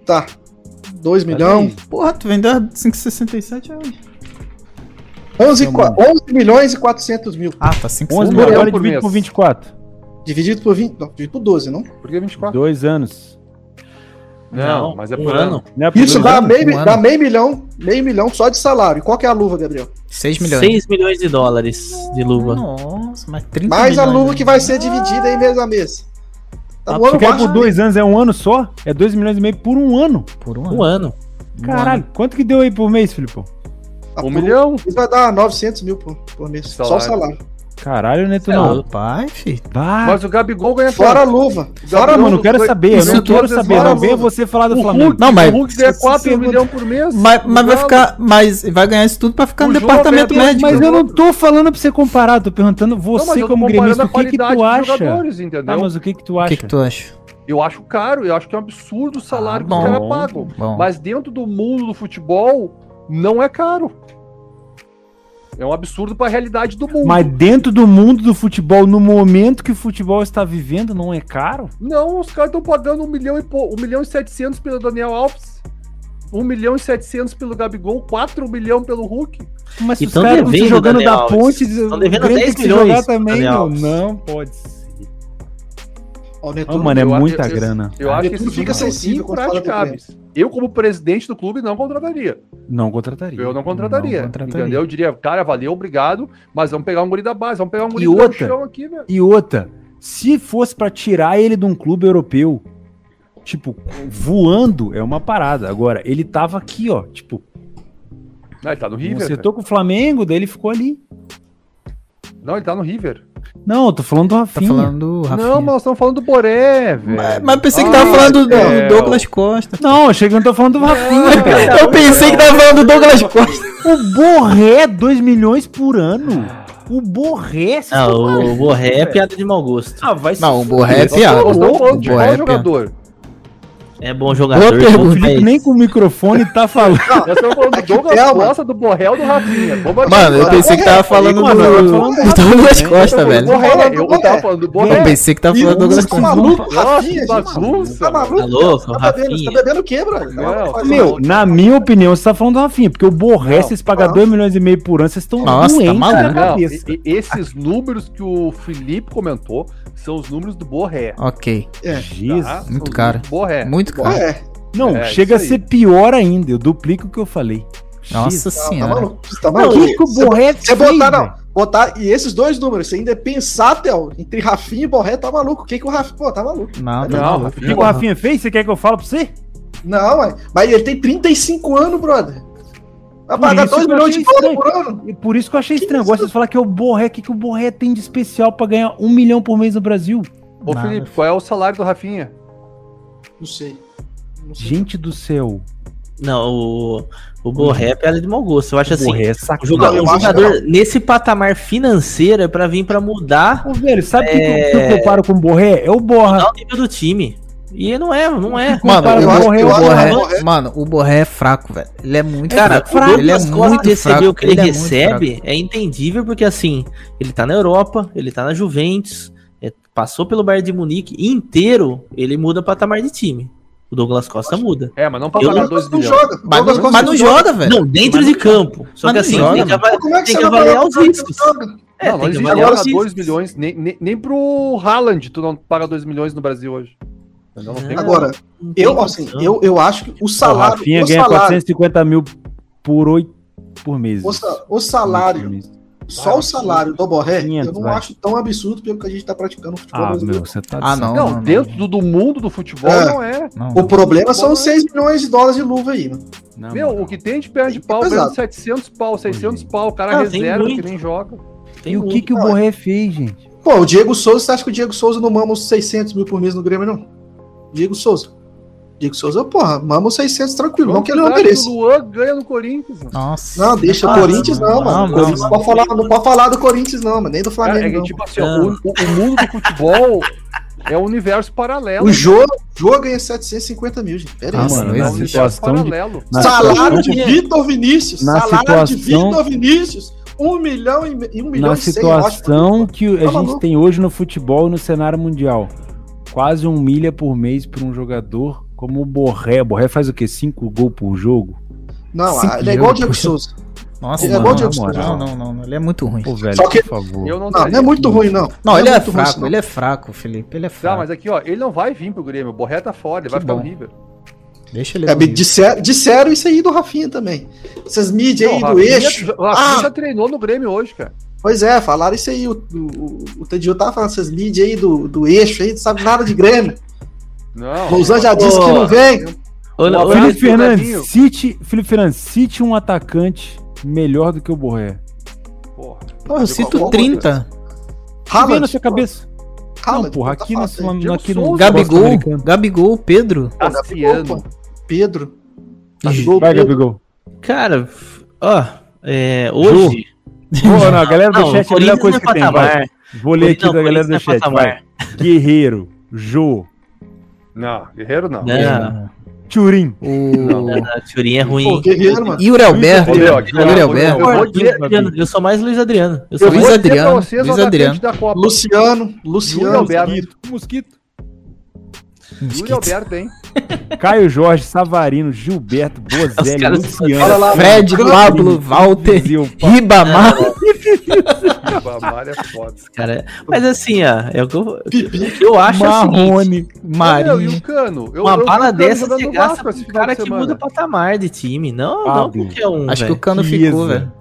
[SPEAKER 4] tá 2 milhões,
[SPEAKER 3] Porra, tu vendeu a 5,67 hoje.
[SPEAKER 4] 11, qua- 11 milhões e 400 mil.
[SPEAKER 3] Ah, tá
[SPEAKER 2] 11
[SPEAKER 1] Um
[SPEAKER 2] mil
[SPEAKER 1] milhão
[SPEAKER 2] agora
[SPEAKER 1] por
[SPEAKER 2] dividido
[SPEAKER 1] mês.
[SPEAKER 2] por 24.
[SPEAKER 4] Dividido por 20, não, dividido por 12,
[SPEAKER 2] Tá
[SPEAKER 4] não?
[SPEAKER 1] Por que 24?
[SPEAKER 2] Dois anos.
[SPEAKER 1] Não, mas
[SPEAKER 5] um
[SPEAKER 1] é por ano.
[SPEAKER 2] Não é por
[SPEAKER 4] Isso
[SPEAKER 2] dois
[SPEAKER 4] dá
[SPEAKER 2] anos?
[SPEAKER 4] meio,
[SPEAKER 3] um ano.
[SPEAKER 4] dá meio milhão, meio milhão só de salário. E qual que é a luva, Gabriel?
[SPEAKER 3] 6 milhões.
[SPEAKER 5] 6 milhões de dólares de luva.
[SPEAKER 3] Nossa, mas 30
[SPEAKER 4] Mais a
[SPEAKER 3] milhões,
[SPEAKER 4] luva
[SPEAKER 3] né?
[SPEAKER 4] que vai ser dividida aí mês a mês. Tá
[SPEAKER 5] Ah,
[SPEAKER 4] voando
[SPEAKER 2] Tu quer
[SPEAKER 4] baixo.
[SPEAKER 2] por dois anos é um ano só? É 2 milhões e meio por um ano.
[SPEAKER 3] Por um ano.
[SPEAKER 5] Um ano.
[SPEAKER 2] Caralho, quanto que deu aí por mês, Filipão?
[SPEAKER 4] Tá
[SPEAKER 1] Um
[SPEAKER 4] por-
[SPEAKER 1] milhão.
[SPEAKER 4] Isso vai dar 900 mil por, por mês, só o
[SPEAKER 1] Salário.
[SPEAKER 4] salário.
[SPEAKER 2] Caralho, Neto,
[SPEAKER 3] é
[SPEAKER 5] Sei
[SPEAKER 2] não.
[SPEAKER 5] lá.
[SPEAKER 3] Pai, filho.
[SPEAKER 2] Vá.
[SPEAKER 1] Mas o Gabigol ganha
[SPEAKER 4] Fora a
[SPEAKER 1] quanto?
[SPEAKER 4] luva.
[SPEAKER 2] Ah. É, Fora,
[SPEAKER 1] Gabriel,
[SPEAKER 2] mano, eu quero
[SPEAKER 1] foi-
[SPEAKER 2] saber. Eu
[SPEAKER 1] isso
[SPEAKER 2] não quero
[SPEAKER 1] todas as
[SPEAKER 2] saber. Não
[SPEAKER 1] horas,
[SPEAKER 2] venha
[SPEAKER 1] mano.
[SPEAKER 2] você falar do
[SPEAKER 1] O
[SPEAKER 2] Flamengo.
[SPEAKER 1] Hulk,
[SPEAKER 3] Não, mas-
[SPEAKER 1] o Hulk ganha 4
[SPEAKER 3] Segundo.
[SPEAKER 1] milhões um por mês.
[SPEAKER 3] Mas, mas vai
[SPEAKER 1] Não,
[SPEAKER 3] ficar. Mas vai ganhar isso tudo pra ficar tá no
[SPEAKER 1] O
[SPEAKER 3] departamento
[SPEAKER 1] jogo é-
[SPEAKER 3] médico.
[SPEAKER 2] Mas eu não tô falando pra você comparar, tô perguntando
[SPEAKER 1] não, mas
[SPEAKER 2] você
[SPEAKER 1] eu tô
[SPEAKER 2] como
[SPEAKER 1] comparando
[SPEAKER 2] gremista,
[SPEAKER 1] a
[SPEAKER 2] o que que
[SPEAKER 1] qualidade
[SPEAKER 2] tu
[SPEAKER 1] dos
[SPEAKER 2] acha?
[SPEAKER 1] jogadores, entendeu?
[SPEAKER 2] Tá, mas o que que tu
[SPEAKER 3] O que,
[SPEAKER 2] acha?
[SPEAKER 3] que tu acha?
[SPEAKER 1] Eu acho caro, eu acho que é um absurdo o salário
[SPEAKER 3] Ah,
[SPEAKER 1] que os
[SPEAKER 3] bom.
[SPEAKER 1] caras pagam.
[SPEAKER 3] Bom, tá
[SPEAKER 1] Mas dentro do mundo do futebol, não é caro. É um absurdo pra realidade do mundo.
[SPEAKER 2] Mas dentro do mundo do futebol, no momento que o futebol está vivendo, não é caro?
[SPEAKER 1] Não, os caras estão pagando 1 milhão, e po... 1 milhão e 700 pelo Daniel Alves, 1 milhão e 700 pelo Gabigol, 4 milhão pelo Hulk.
[SPEAKER 2] Mas
[SPEAKER 5] E
[SPEAKER 2] os
[SPEAKER 5] tão
[SPEAKER 2] caras estão se
[SPEAKER 5] devendo,
[SPEAKER 2] jogando
[SPEAKER 5] Daniel
[SPEAKER 2] da
[SPEAKER 5] Alves.
[SPEAKER 2] ponte,
[SPEAKER 5] Tão
[SPEAKER 2] o
[SPEAKER 5] devendo
[SPEAKER 2] Grêmio tem
[SPEAKER 5] 10
[SPEAKER 2] que se
[SPEAKER 5] milhões,
[SPEAKER 2] jogar também,
[SPEAKER 5] Daniel
[SPEAKER 2] meu.
[SPEAKER 5] Alves.
[SPEAKER 2] Não pode ser.
[SPEAKER 4] Ó, o
[SPEAKER 2] Ah,
[SPEAKER 4] Netuno-
[SPEAKER 2] mano, é
[SPEAKER 1] eu-
[SPEAKER 2] muita
[SPEAKER 1] eu-
[SPEAKER 2] grana.
[SPEAKER 1] Eu
[SPEAKER 4] Ah,
[SPEAKER 1] acho que
[SPEAKER 4] tudo
[SPEAKER 1] isso
[SPEAKER 4] fica
[SPEAKER 1] fica
[SPEAKER 4] sensível quando fala do
[SPEAKER 1] impraticáveis. Eu, como presidente do clube, não contrataria.
[SPEAKER 2] Não contrataria.
[SPEAKER 1] Eu não contrataria.
[SPEAKER 3] Não contrataria.
[SPEAKER 1] Entendeu? Eu diria, cara, valeu, obrigado, mas vamos pegar um guri da base, vamos pegar um guri
[SPEAKER 2] E
[SPEAKER 1] do
[SPEAKER 2] outra?
[SPEAKER 1] chão aqui, velho.
[SPEAKER 2] E outra, se fosse pra tirar ele de um clube europeu, tipo, voando é uma parada. Agora, ele tava aqui, ó, tipo,
[SPEAKER 1] Não, ele tá no
[SPEAKER 2] no
[SPEAKER 1] River. velho.
[SPEAKER 2] setor com o Flamengo, daí ele ficou ali.
[SPEAKER 1] Não, ele tá no River.
[SPEAKER 2] Não, eu tô falando do Rafinha.
[SPEAKER 3] Tá falando do Rafinha.
[SPEAKER 1] Não, mas nós estamos falando do Boré, velho.
[SPEAKER 3] Mas, mas eu pensei que
[SPEAKER 1] Ah,
[SPEAKER 3] tava falando do,
[SPEAKER 1] é,
[SPEAKER 3] do Douglas Costa.
[SPEAKER 2] Não, achei que eu não tô falando do Rafinha, cara.
[SPEAKER 3] Eu pensei que tava falando do Douglas Costa.
[SPEAKER 2] O Borré, 2 milhões por ano. O Borré, vocês
[SPEAKER 5] Ah,
[SPEAKER 2] estão
[SPEAKER 5] o
[SPEAKER 2] malucos,
[SPEAKER 5] Borré é
[SPEAKER 2] velho.
[SPEAKER 5] piada de mau gosto.
[SPEAKER 2] Ah, vai se
[SPEAKER 3] Não, o
[SPEAKER 2] fuder.
[SPEAKER 3] Borré é
[SPEAKER 1] Nós estamos-
[SPEAKER 3] piada.
[SPEAKER 1] nós estamos falando de
[SPEAKER 3] Borré é
[SPEAKER 1] qual
[SPEAKER 3] piada.
[SPEAKER 1] jogador?
[SPEAKER 5] É bom jogador.
[SPEAKER 3] Boa pergunta.
[SPEAKER 5] bom,
[SPEAKER 2] O Felipe
[SPEAKER 5] mas-
[SPEAKER 2] nem com o microfone tá falando.
[SPEAKER 1] Nós estamos falando do
[SPEAKER 4] Aqui,
[SPEAKER 1] Douglas
[SPEAKER 4] Thelma.
[SPEAKER 1] Costa, do Borré ou do Rafinha. Vamos aqui.
[SPEAKER 3] Mano, eu
[SPEAKER 1] Agora,
[SPEAKER 3] pensei que tava
[SPEAKER 4] Borré,
[SPEAKER 3] falando do,
[SPEAKER 2] mano, eu tô falando do É.
[SPEAKER 3] do Então, Douglas
[SPEAKER 1] eu
[SPEAKER 3] Costa,
[SPEAKER 1] tava falando do
[SPEAKER 3] velho.
[SPEAKER 1] Borré, eu- eu tava falando do Borré.
[SPEAKER 3] Eu pensei que tava
[SPEAKER 4] Ih,
[SPEAKER 3] falando do Douglas
[SPEAKER 4] você tá
[SPEAKER 3] Costa.
[SPEAKER 4] maluco,
[SPEAKER 1] Nossa,
[SPEAKER 4] Rafinha?
[SPEAKER 1] que bagunça,
[SPEAKER 4] Tá maluco?
[SPEAKER 5] mano. Tá louco,
[SPEAKER 4] Você tá bebendo, você
[SPEAKER 5] Rafinha.
[SPEAKER 4] tá bebendo o quê, brother?
[SPEAKER 1] Não,
[SPEAKER 4] Faz
[SPEAKER 2] Meu,
[SPEAKER 4] mal.
[SPEAKER 2] na minha opinião, você tá falando do Rafinha, porque o Borré,
[SPEAKER 1] Não,
[SPEAKER 2] vocês pagam
[SPEAKER 4] não.
[SPEAKER 2] 2 milhões e meio por ano, vocês estão
[SPEAKER 3] Nossa, tá
[SPEAKER 2] doentes
[SPEAKER 3] maluco.
[SPEAKER 2] na
[SPEAKER 1] Não,
[SPEAKER 2] cabeça.
[SPEAKER 1] e- e- esses números que o Felipe comentou são os números do Borré.
[SPEAKER 3] Ok.
[SPEAKER 4] É.
[SPEAKER 2] Jesus.
[SPEAKER 1] tá?
[SPEAKER 3] muito
[SPEAKER 1] São os
[SPEAKER 3] caro.
[SPEAKER 1] números do Borré.
[SPEAKER 3] Muito caro.
[SPEAKER 4] É,
[SPEAKER 2] Não,
[SPEAKER 1] É,
[SPEAKER 2] chega a
[SPEAKER 1] isso aí.
[SPEAKER 2] ser pior ainda. Eu duplico o que eu falei.
[SPEAKER 3] Nossa
[SPEAKER 4] Tá
[SPEAKER 3] senhora.
[SPEAKER 4] maluco? Você tá
[SPEAKER 2] Não,
[SPEAKER 4] maluco?
[SPEAKER 2] o que, que o
[SPEAKER 4] Você-
[SPEAKER 2] Borré
[SPEAKER 4] Você botar,
[SPEAKER 2] velho?
[SPEAKER 4] não. Botar, e esses dois números, você ainda é pensar, Theo, entre Rafinha e Borré, tá maluco. O que que o Rafinha. Pô, tá maluco.
[SPEAKER 3] Não, tá
[SPEAKER 1] Não,
[SPEAKER 3] maluco.
[SPEAKER 2] O que que o Rafinha fez? Você quer que eu fale pra você?
[SPEAKER 4] Não, ué. mas ele tem 35 anos, brother. Vai
[SPEAKER 2] Por
[SPEAKER 4] pagar
[SPEAKER 2] isso
[SPEAKER 4] 2
[SPEAKER 2] que eu
[SPEAKER 4] milhões de
[SPEAKER 2] achei
[SPEAKER 4] dólares
[SPEAKER 2] estranho.
[SPEAKER 4] por ano.
[SPEAKER 2] E por isso que eu achei
[SPEAKER 4] Que
[SPEAKER 2] estranho. Eu
[SPEAKER 4] isso?
[SPEAKER 2] gosto de falar que é o Borré. O que, que o Borré tem de especial pra ganhar um milhão por mês no Brasil?
[SPEAKER 1] Ô,
[SPEAKER 3] Nada.
[SPEAKER 1] Felipe, qual é o salário do Rafinha?
[SPEAKER 4] Não sei. Não sei.
[SPEAKER 2] Gente do céu.
[SPEAKER 5] Não, o, o Borré é piada de mau gosto. Eu acho
[SPEAKER 2] O
[SPEAKER 5] assim.
[SPEAKER 2] Borré é
[SPEAKER 5] O
[SPEAKER 2] sacanagem.
[SPEAKER 5] joga-
[SPEAKER 4] Não, eu
[SPEAKER 5] o
[SPEAKER 4] acho
[SPEAKER 5] jogador, nesse patamar financeiro, é pra vir pra mudar
[SPEAKER 2] Ô, velho, sabe o
[SPEAKER 5] É.
[SPEAKER 2] que, que eu comparo com o Borré? É o Borra.
[SPEAKER 5] mudar o nível do time. E não é, não é.
[SPEAKER 3] Mano,
[SPEAKER 2] Compara
[SPEAKER 4] eu
[SPEAKER 2] com
[SPEAKER 4] acho-
[SPEAKER 2] o Borré.
[SPEAKER 4] eu
[SPEAKER 2] o
[SPEAKER 4] acho-
[SPEAKER 2] Borré.
[SPEAKER 3] Borré-
[SPEAKER 4] Borré-
[SPEAKER 3] mano, o Borré é fraco, velho. Ele é muito
[SPEAKER 5] Cara,
[SPEAKER 3] fraco.
[SPEAKER 5] o
[SPEAKER 3] Ele é
[SPEAKER 5] Douglas Costa
[SPEAKER 3] muito
[SPEAKER 5] receber
[SPEAKER 3] fraco.
[SPEAKER 5] o que ele,
[SPEAKER 3] é muito
[SPEAKER 5] recebe é entendível, porque assim, ele tá na Europa, ele tá na Juventus, é, passou pelo Bayern de Munique inteiro, ele muda patamar de time. O Douglas Costa muda.
[SPEAKER 1] É, mas não pra
[SPEAKER 5] Eu
[SPEAKER 1] pagar
[SPEAKER 4] Douglas
[SPEAKER 1] 2
[SPEAKER 4] não
[SPEAKER 1] milhões.
[SPEAKER 4] joga.
[SPEAKER 3] Mas
[SPEAKER 4] Douglas
[SPEAKER 3] não,
[SPEAKER 4] Costa
[SPEAKER 3] mas não joga, velho.
[SPEAKER 5] Não, dentro de campo. Só
[SPEAKER 3] Mas
[SPEAKER 5] que
[SPEAKER 3] não
[SPEAKER 5] assim,
[SPEAKER 3] joga,
[SPEAKER 5] tem que,
[SPEAKER 3] mano.
[SPEAKER 5] avali-
[SPEAKER 4] Como é que
[SPEAKER 5] tem
[SPEAKER 4] você
[SPEAKER 5] que
[SPEAKER 4] vai
[SPEAKER 5] avaliar
[SPEAKER 4] pagar
[SPEAKER 5] os
[SPEAKER 4] o Douglas
[SPEAKER 5] riscos.
[SPEAKER 4] Costa?
[SPEAKER 5] É,
[SPEAKER 1] não, não
[SPEAKER 5] tem que
[SPEAKER 1] existe
[SPEAKER 5] avaliar
[SPEAKER 1] agora
[SPEAKER 5] os
[SPEAKER 1] 2
[SPEAKER 5] riscos.
[SPEAKER 1] milhões, nem, nem, nem pro Haaland tu não paga 2 milhões no Brasil hoje. Entendeu? Não tem
[SPEAKER 5] É.
[SPEAKER 4] Agora,
[SPEAKER 5] Não tem
[SPEAKER 4] eu, assim,
[SPEAKER 5] condição.
[SPEAKER 4] eu, eu acho que o
[SPEAKER 2] O
[SPEAKER 4] salário.
[SPEAKER 2] Rafinha
[SPEAKER 4] o
[SPEAKER 2] ganha
[SPEAKER 4] salário,
[SPEAKER 2] 450 mil por oito por mês.
[SPEAKER 4] o sa- o salário Só o salário do Borré,
[SPEAKER 2] 500,
[SPEAKER 4] eu não
[SPEAKER 2] vai.
[SPEAKER 4] acho tão absurdo pelo que a gente tá praticando no futebol
[SPEAKER 2] Ah, meu,
[SPEAKER 4] brasileiro.
[SPEAKER 2] você tá de
[SPEAKER 3] Ah,
[SPEAKER 2] sacanagem.
[SPEAKER 3] não.
[SPEAKER 1] Não,
[SPEAKER 3] não,
[SPEAKER 1] dentro do, do mundo do futebol
[SPEAKER 4] É.
[SPEAKER 1] não é.
[SPEAKER 3] não.
[SPEAKER 4] O problema são os 6 milhões de dólares de luva aí, mano.
[SPEAKER 2] Não,
[SPEAKER 1] Meu, o que tem de perna de pau,
[SPEAKER 4] Pesado.
[SPEAKER 1] ganha de 700 pau, 600 pau, o cara
[SPEAKER 5] Ah, tem
[SPEAKER 1] reserva que
[SPEAKER 5] muito.
[SPEAKER 1] nem joga.
[SPEAKER 5] Tem um
[SPEAKER 2] E o que, que o
[SPEAKER 4] Não,
[SPEAKER 2] Borré fez, gente?
[SPEAKER 4] Pô, o Diego Souza, você acha que o Diego Souza não mama os 600 mil por mês no Grêmio, não? Diego Souza. Diego Souza, porra, mama os 600 tranquilo, não que ele não
[SPEAKER 1] Quantidade
[SPEAKER 4] mereça.
[SPEAKER 1] do Luan ganha no Corinthians. mano.
[SPEAKER 3] Nossa.
[SPEAKER 4] Não, deixa
[SPEAKER 5] Ah,
[SPEAKER 4] o Corinthians não,
[SPEAKER 3] não,
[SPEAKER 4] mano.
[SPEAKER 3] não,
[SPEAKER 4] Corinthians
[SPEAKER 3] não.
[SPEAKER 4] pode falar- não pode falar do Corinthians não, mano, nem do
[SPEAKER 1] Cara, é
[SPEAKER 4] Flamengo
[SPEAKER 1] que,
[SPEAKER 4] não.
[SPEAKER 1] tipo assim, ó, o, o- o mundo do futebol é um universo paralelo.
[SPEAKER 4] O jogo, o jogo ganha 750 mil, gente. Pera aí.
[SPEAKER 3] Nossa,
[SPEAKER 4] mano.
[SPEAKER 1] É um
[SPEAKER 2] na
[SPEAKER 1] universo
[SPEAKER 2] situação de-
[SPEAKER 1] paralelo.
[SPEAKER 2] na
[SPEAKER 4] salário de
[SPEAKER 2] situação-
[SPEAKER 4] Vitor Vinícius,
[SPEAKER 2] na
[SPEAKER 4] salário de
[SPEAKER 2] situação-
[SPEAKER 4] Vitor Vinícius, 1 milhão e, me- e um milhão
[SPEAKER 2] na
[SPEAKER 4] e cem, eu acho.
[SPEAKER 2] situação que a
[SPEAKER 4] Tá
[SPEAKER 2] gente
[SPEAKER 4] maluco?
[SPEAKER 2] tem hoje no futebol e no cenário mundial. Quase um milha por mês para um jogador como o Borré. O Borré faz o quê? Cinco gols por jogo?
[SPEAKER 4] Não,
[SPEAKER 3] Cinco
[SPEAKER 4] ele é igual o
[SPEAKER 3] milhões,
[SPEAKER 4] Diego
[SPEAKER 3] poxa.
[SPEAKER 4] Souza.
[SPEAKER 3] Nossa,
[SPEAKER 4] Ele é
[SPEAKER 3] mano,
[SPEAKER 4] bom de
[SPEAKER 3] na
[SPEAKER 4] absurdo.
[SPEAKER 3] moral. Não, não, não, não. Ele é muito ruim.
[SPEAKER 2] Pô, velho,
[SPEAKER 4] Só que-
[SPEAKER 2] por favor.
[SPEAKER 1] Eu não,
[SPEAKER 4] Não, não
[SPEAKER 1] daria.
[SPEAKER 4] é muito ruim, não.
[SPEAKER 3] Não, ele é
[SPEAKER 4] muito ruim,
[SPEAKER 3] fraco,
[SPEAKER 4] não.
[SPEAKER 3] ele é fraco, Felipe. Ele é
[SPEAKER 1] Tá,
[SPEAKER 3] fraco.
[SPEAKER 1] mas aqui, ó, ele não vai vir pro Grêmio. O Borré tá fora, ele vai
[SPEAKER 3] Que
[SPEAKER 1] ficar
[SPEAKER 3] bom.
[SPEAKER 1] no River.
[SPEAKER 3] Deixa ele.
[SPEAKER 4] É,
[SPEAKER 3] no
[SPEAKER 4] me
[SPEAKER 3] Rio.
[SPEAKER 4] disser- disseram isso aí do Rafinha também. Essas mídias aí
[SPEAKER 1] Não,
[SPEAKER 4] do
[SPEAKER 1] Rafinha-
[SPEAKER 4] eixo.
[SPEAKER 1] O Rafinha
[SPEAKER 4] Ah!
[SPEAKER 1] já treinou no Grêmio hoje, cara.
[SPEAKER 4] Pois é, falaram isso aí. O, o, o Tedinho tava falando essas mídias aí do, do eixo aí, não sabe nada de Grêmio.
[SPEAKER 1] Não.
[SPEAKER 4] Lousan já disse que não vem.
[SPEAKER 5] Olha,
[SPEAKER 1] Uma
[SPEAKER 5] olha-
[SPEAKER 1] frase-
[SPEAKER 2] Felipe
[SPEAKER 1] do
[SPEAKER 2] Fernandes,
[SPEAKER 1] Gavinho.
[SPEAKER 2] cite, Felipe Fernandes, cite um atacante melhor do que o Borré.
[SPEAKER 1] Porra.
[SPEAKER 3] Pô, eu cito
[SPEAKER 1] Qual-
[SPEAKER 3] 30.
[SPEAKER 2] Que vem na
[SPEAKER 4] Haaland,
[SPEAKER 2] sua cabeça.
[SPEAKER 4] Haaland,
[SPEAKER 2] não, porra,
[SPEAKER 4] tá
[SPEAKER 2] aqui, nesse,
[SPEAKER 4] fácil, hein?
[SPEAKER 1] Diego
[SPEAKER 2] aqui no
[SPEAKER 1] Souza.
[SPEAKER 3] Gabigol,
[SPEAKER 2] Sul-Americano.
[SPEAKER 3] Gabigol, Pedro.
[SPEAKER 1] Cassiano.
[SPEAKER 4] Pô, Pedro. Tá
[SPEAKER 3] Ju-
[SPEAKER 2] Vai,
[SPEAKER 4] Pedro.
[SPEAKER 2] Gabigol.
[SPEAKER 5] cara, ó, é, hoje.
[SPEAKER 2] Boa, não, a galera do
[SPEAKER 5] Não,
[SPEAKER 2] chat é a melhor
[SPEAKER 5] Corinthians
[SPEAKER 2] coisa
[SPEAKER 5] não é
[SPEAKER 2] que tem.
[SPEAKER 5] patamar.
[SPEAKER 2] Vai. Vou ler aqui
[SPEAKER 5] Não,
[SPEAKER 2] da galera
[SPEAKER 5] Corinthians
[SPEAKER 2] do
[SPEAKER 5] não é
[SPEAKER 2] chat.
[SPEAKER 5] patamar.
[SPEAKER 2] Vai. Guerreiro, Jô,
[SPEAKER 1] Não, Guerreiro não.
[SPEAKER 5] Não,
[SPEAKER 2] Turim.
[SPEAKER 3] É, O
[SPEAKER 5] não, não, Turin é ruim.
[SPEAKER 4] Pô,
[SPEAKER 5] hein?
[SPEAKER 4] Guerreiro, mano.
[SPEAKER 3] Yuri
[SPEAKER 2] é
[SPEAKER 3] Alberto.
[SPEAKER 1] Ô, Léo, aqui,
[SPEAKER 3] Yuri
[SPEAKER 1] ó,
[SPEAKER 3] Alberto.
[SPEAKER 1] eu
[SPEAKER 5] Eu,
[SPEAKER 1] vou
[SPEAKER 5] sou
[SPEAKER 1] dizer-
[SPEAKER 5] Adriano, eu sou mais Luiz Adriano. Eu sou
[SPEAKER 1] Eu
[SPEAKER 5] mais
[SPEAKER 1] vou dizer
[SPEAKER 3] Luiz
[SPEAKER 1] pra
[SPEAKER 3] Adriano,
[SPEAKER 1] vocês o
[SPEAKER 3] Luiz
[SPEAKER 1] atacante
[SPEAKER 3] Adriano.
[SPEAKER 1] da Copa.
[SPEAKER 4] Luciano,
[SPEAKER 1] Yuri
[SPEAKER 4] Luciano.
[SPEAKER 1] Alberto.
[SPEAKER 2] Mosquito.
[SPEAKER 1] Yuri Alberto, hein?
[SPEAKER 2] Caio Jorge, Savarino, Gilberto,
[SPEAKER 5] Os
[SPEAKER 2] Bozelli,
[SPEAKER 5] caras-
[SPEAKER 4] Olha
[SPEAKER 2] Luciano,
[SPEAKER 4] lá,
[SPEAKER 3] Fred,
[SPEAKER 4] mano.
[SPEAKER 3] Pablo, Walter,
[SPEAKER 2] Zil,
[SPEAKER 3] Ribamar.
[SPEAKER 1] Bamar é
[SPEAKER 5] [laughs]
[SPEAKER 1] foda.
[SPEAKER 5] cara. Mas assim, ó, é o que eu, o
[SPEAKER 4] Pipi.
[SPEAKER 5] que eu acho assim.
[SPEAKER 2] Marrone.
[SPEAKER 1] Não, e
[SPEAKER 3] Marinho.
[SPEAKER 1] o Cano? Eu,
[SPEAKER 5] Uma
[SPEAKER 1] eu vi o
[SPEAKER 5] bala
[SPEAKER 1] Cano
[SPEAKER 5] dessa
[SPEAKER 1] jogando
[SPEAKER 5] você
[SPEAKER 1] no
[SPEAKER 5] gasta
[SPEAKER 1] Vasco
[SPEAKER 5] pro
[SPEAKER 1] esse final
[SPEAKER 5] um cara
[SPEAKER 1] de
[SPEAKER 5] que
[SPEAKER 1] semana.
[SPEAKER 5] muda o patamar de time. Não, não
[SPEAKER 2] Pablo.
[SPEAKER 5] qualquer um.
[SPEAKER 3] Acho que
[SPEAKER 5] velho.
[SPEAKER 3] o é Cano
[SPEAKER 2] Chiesa,
[SPEAKER 3] ficou, velho.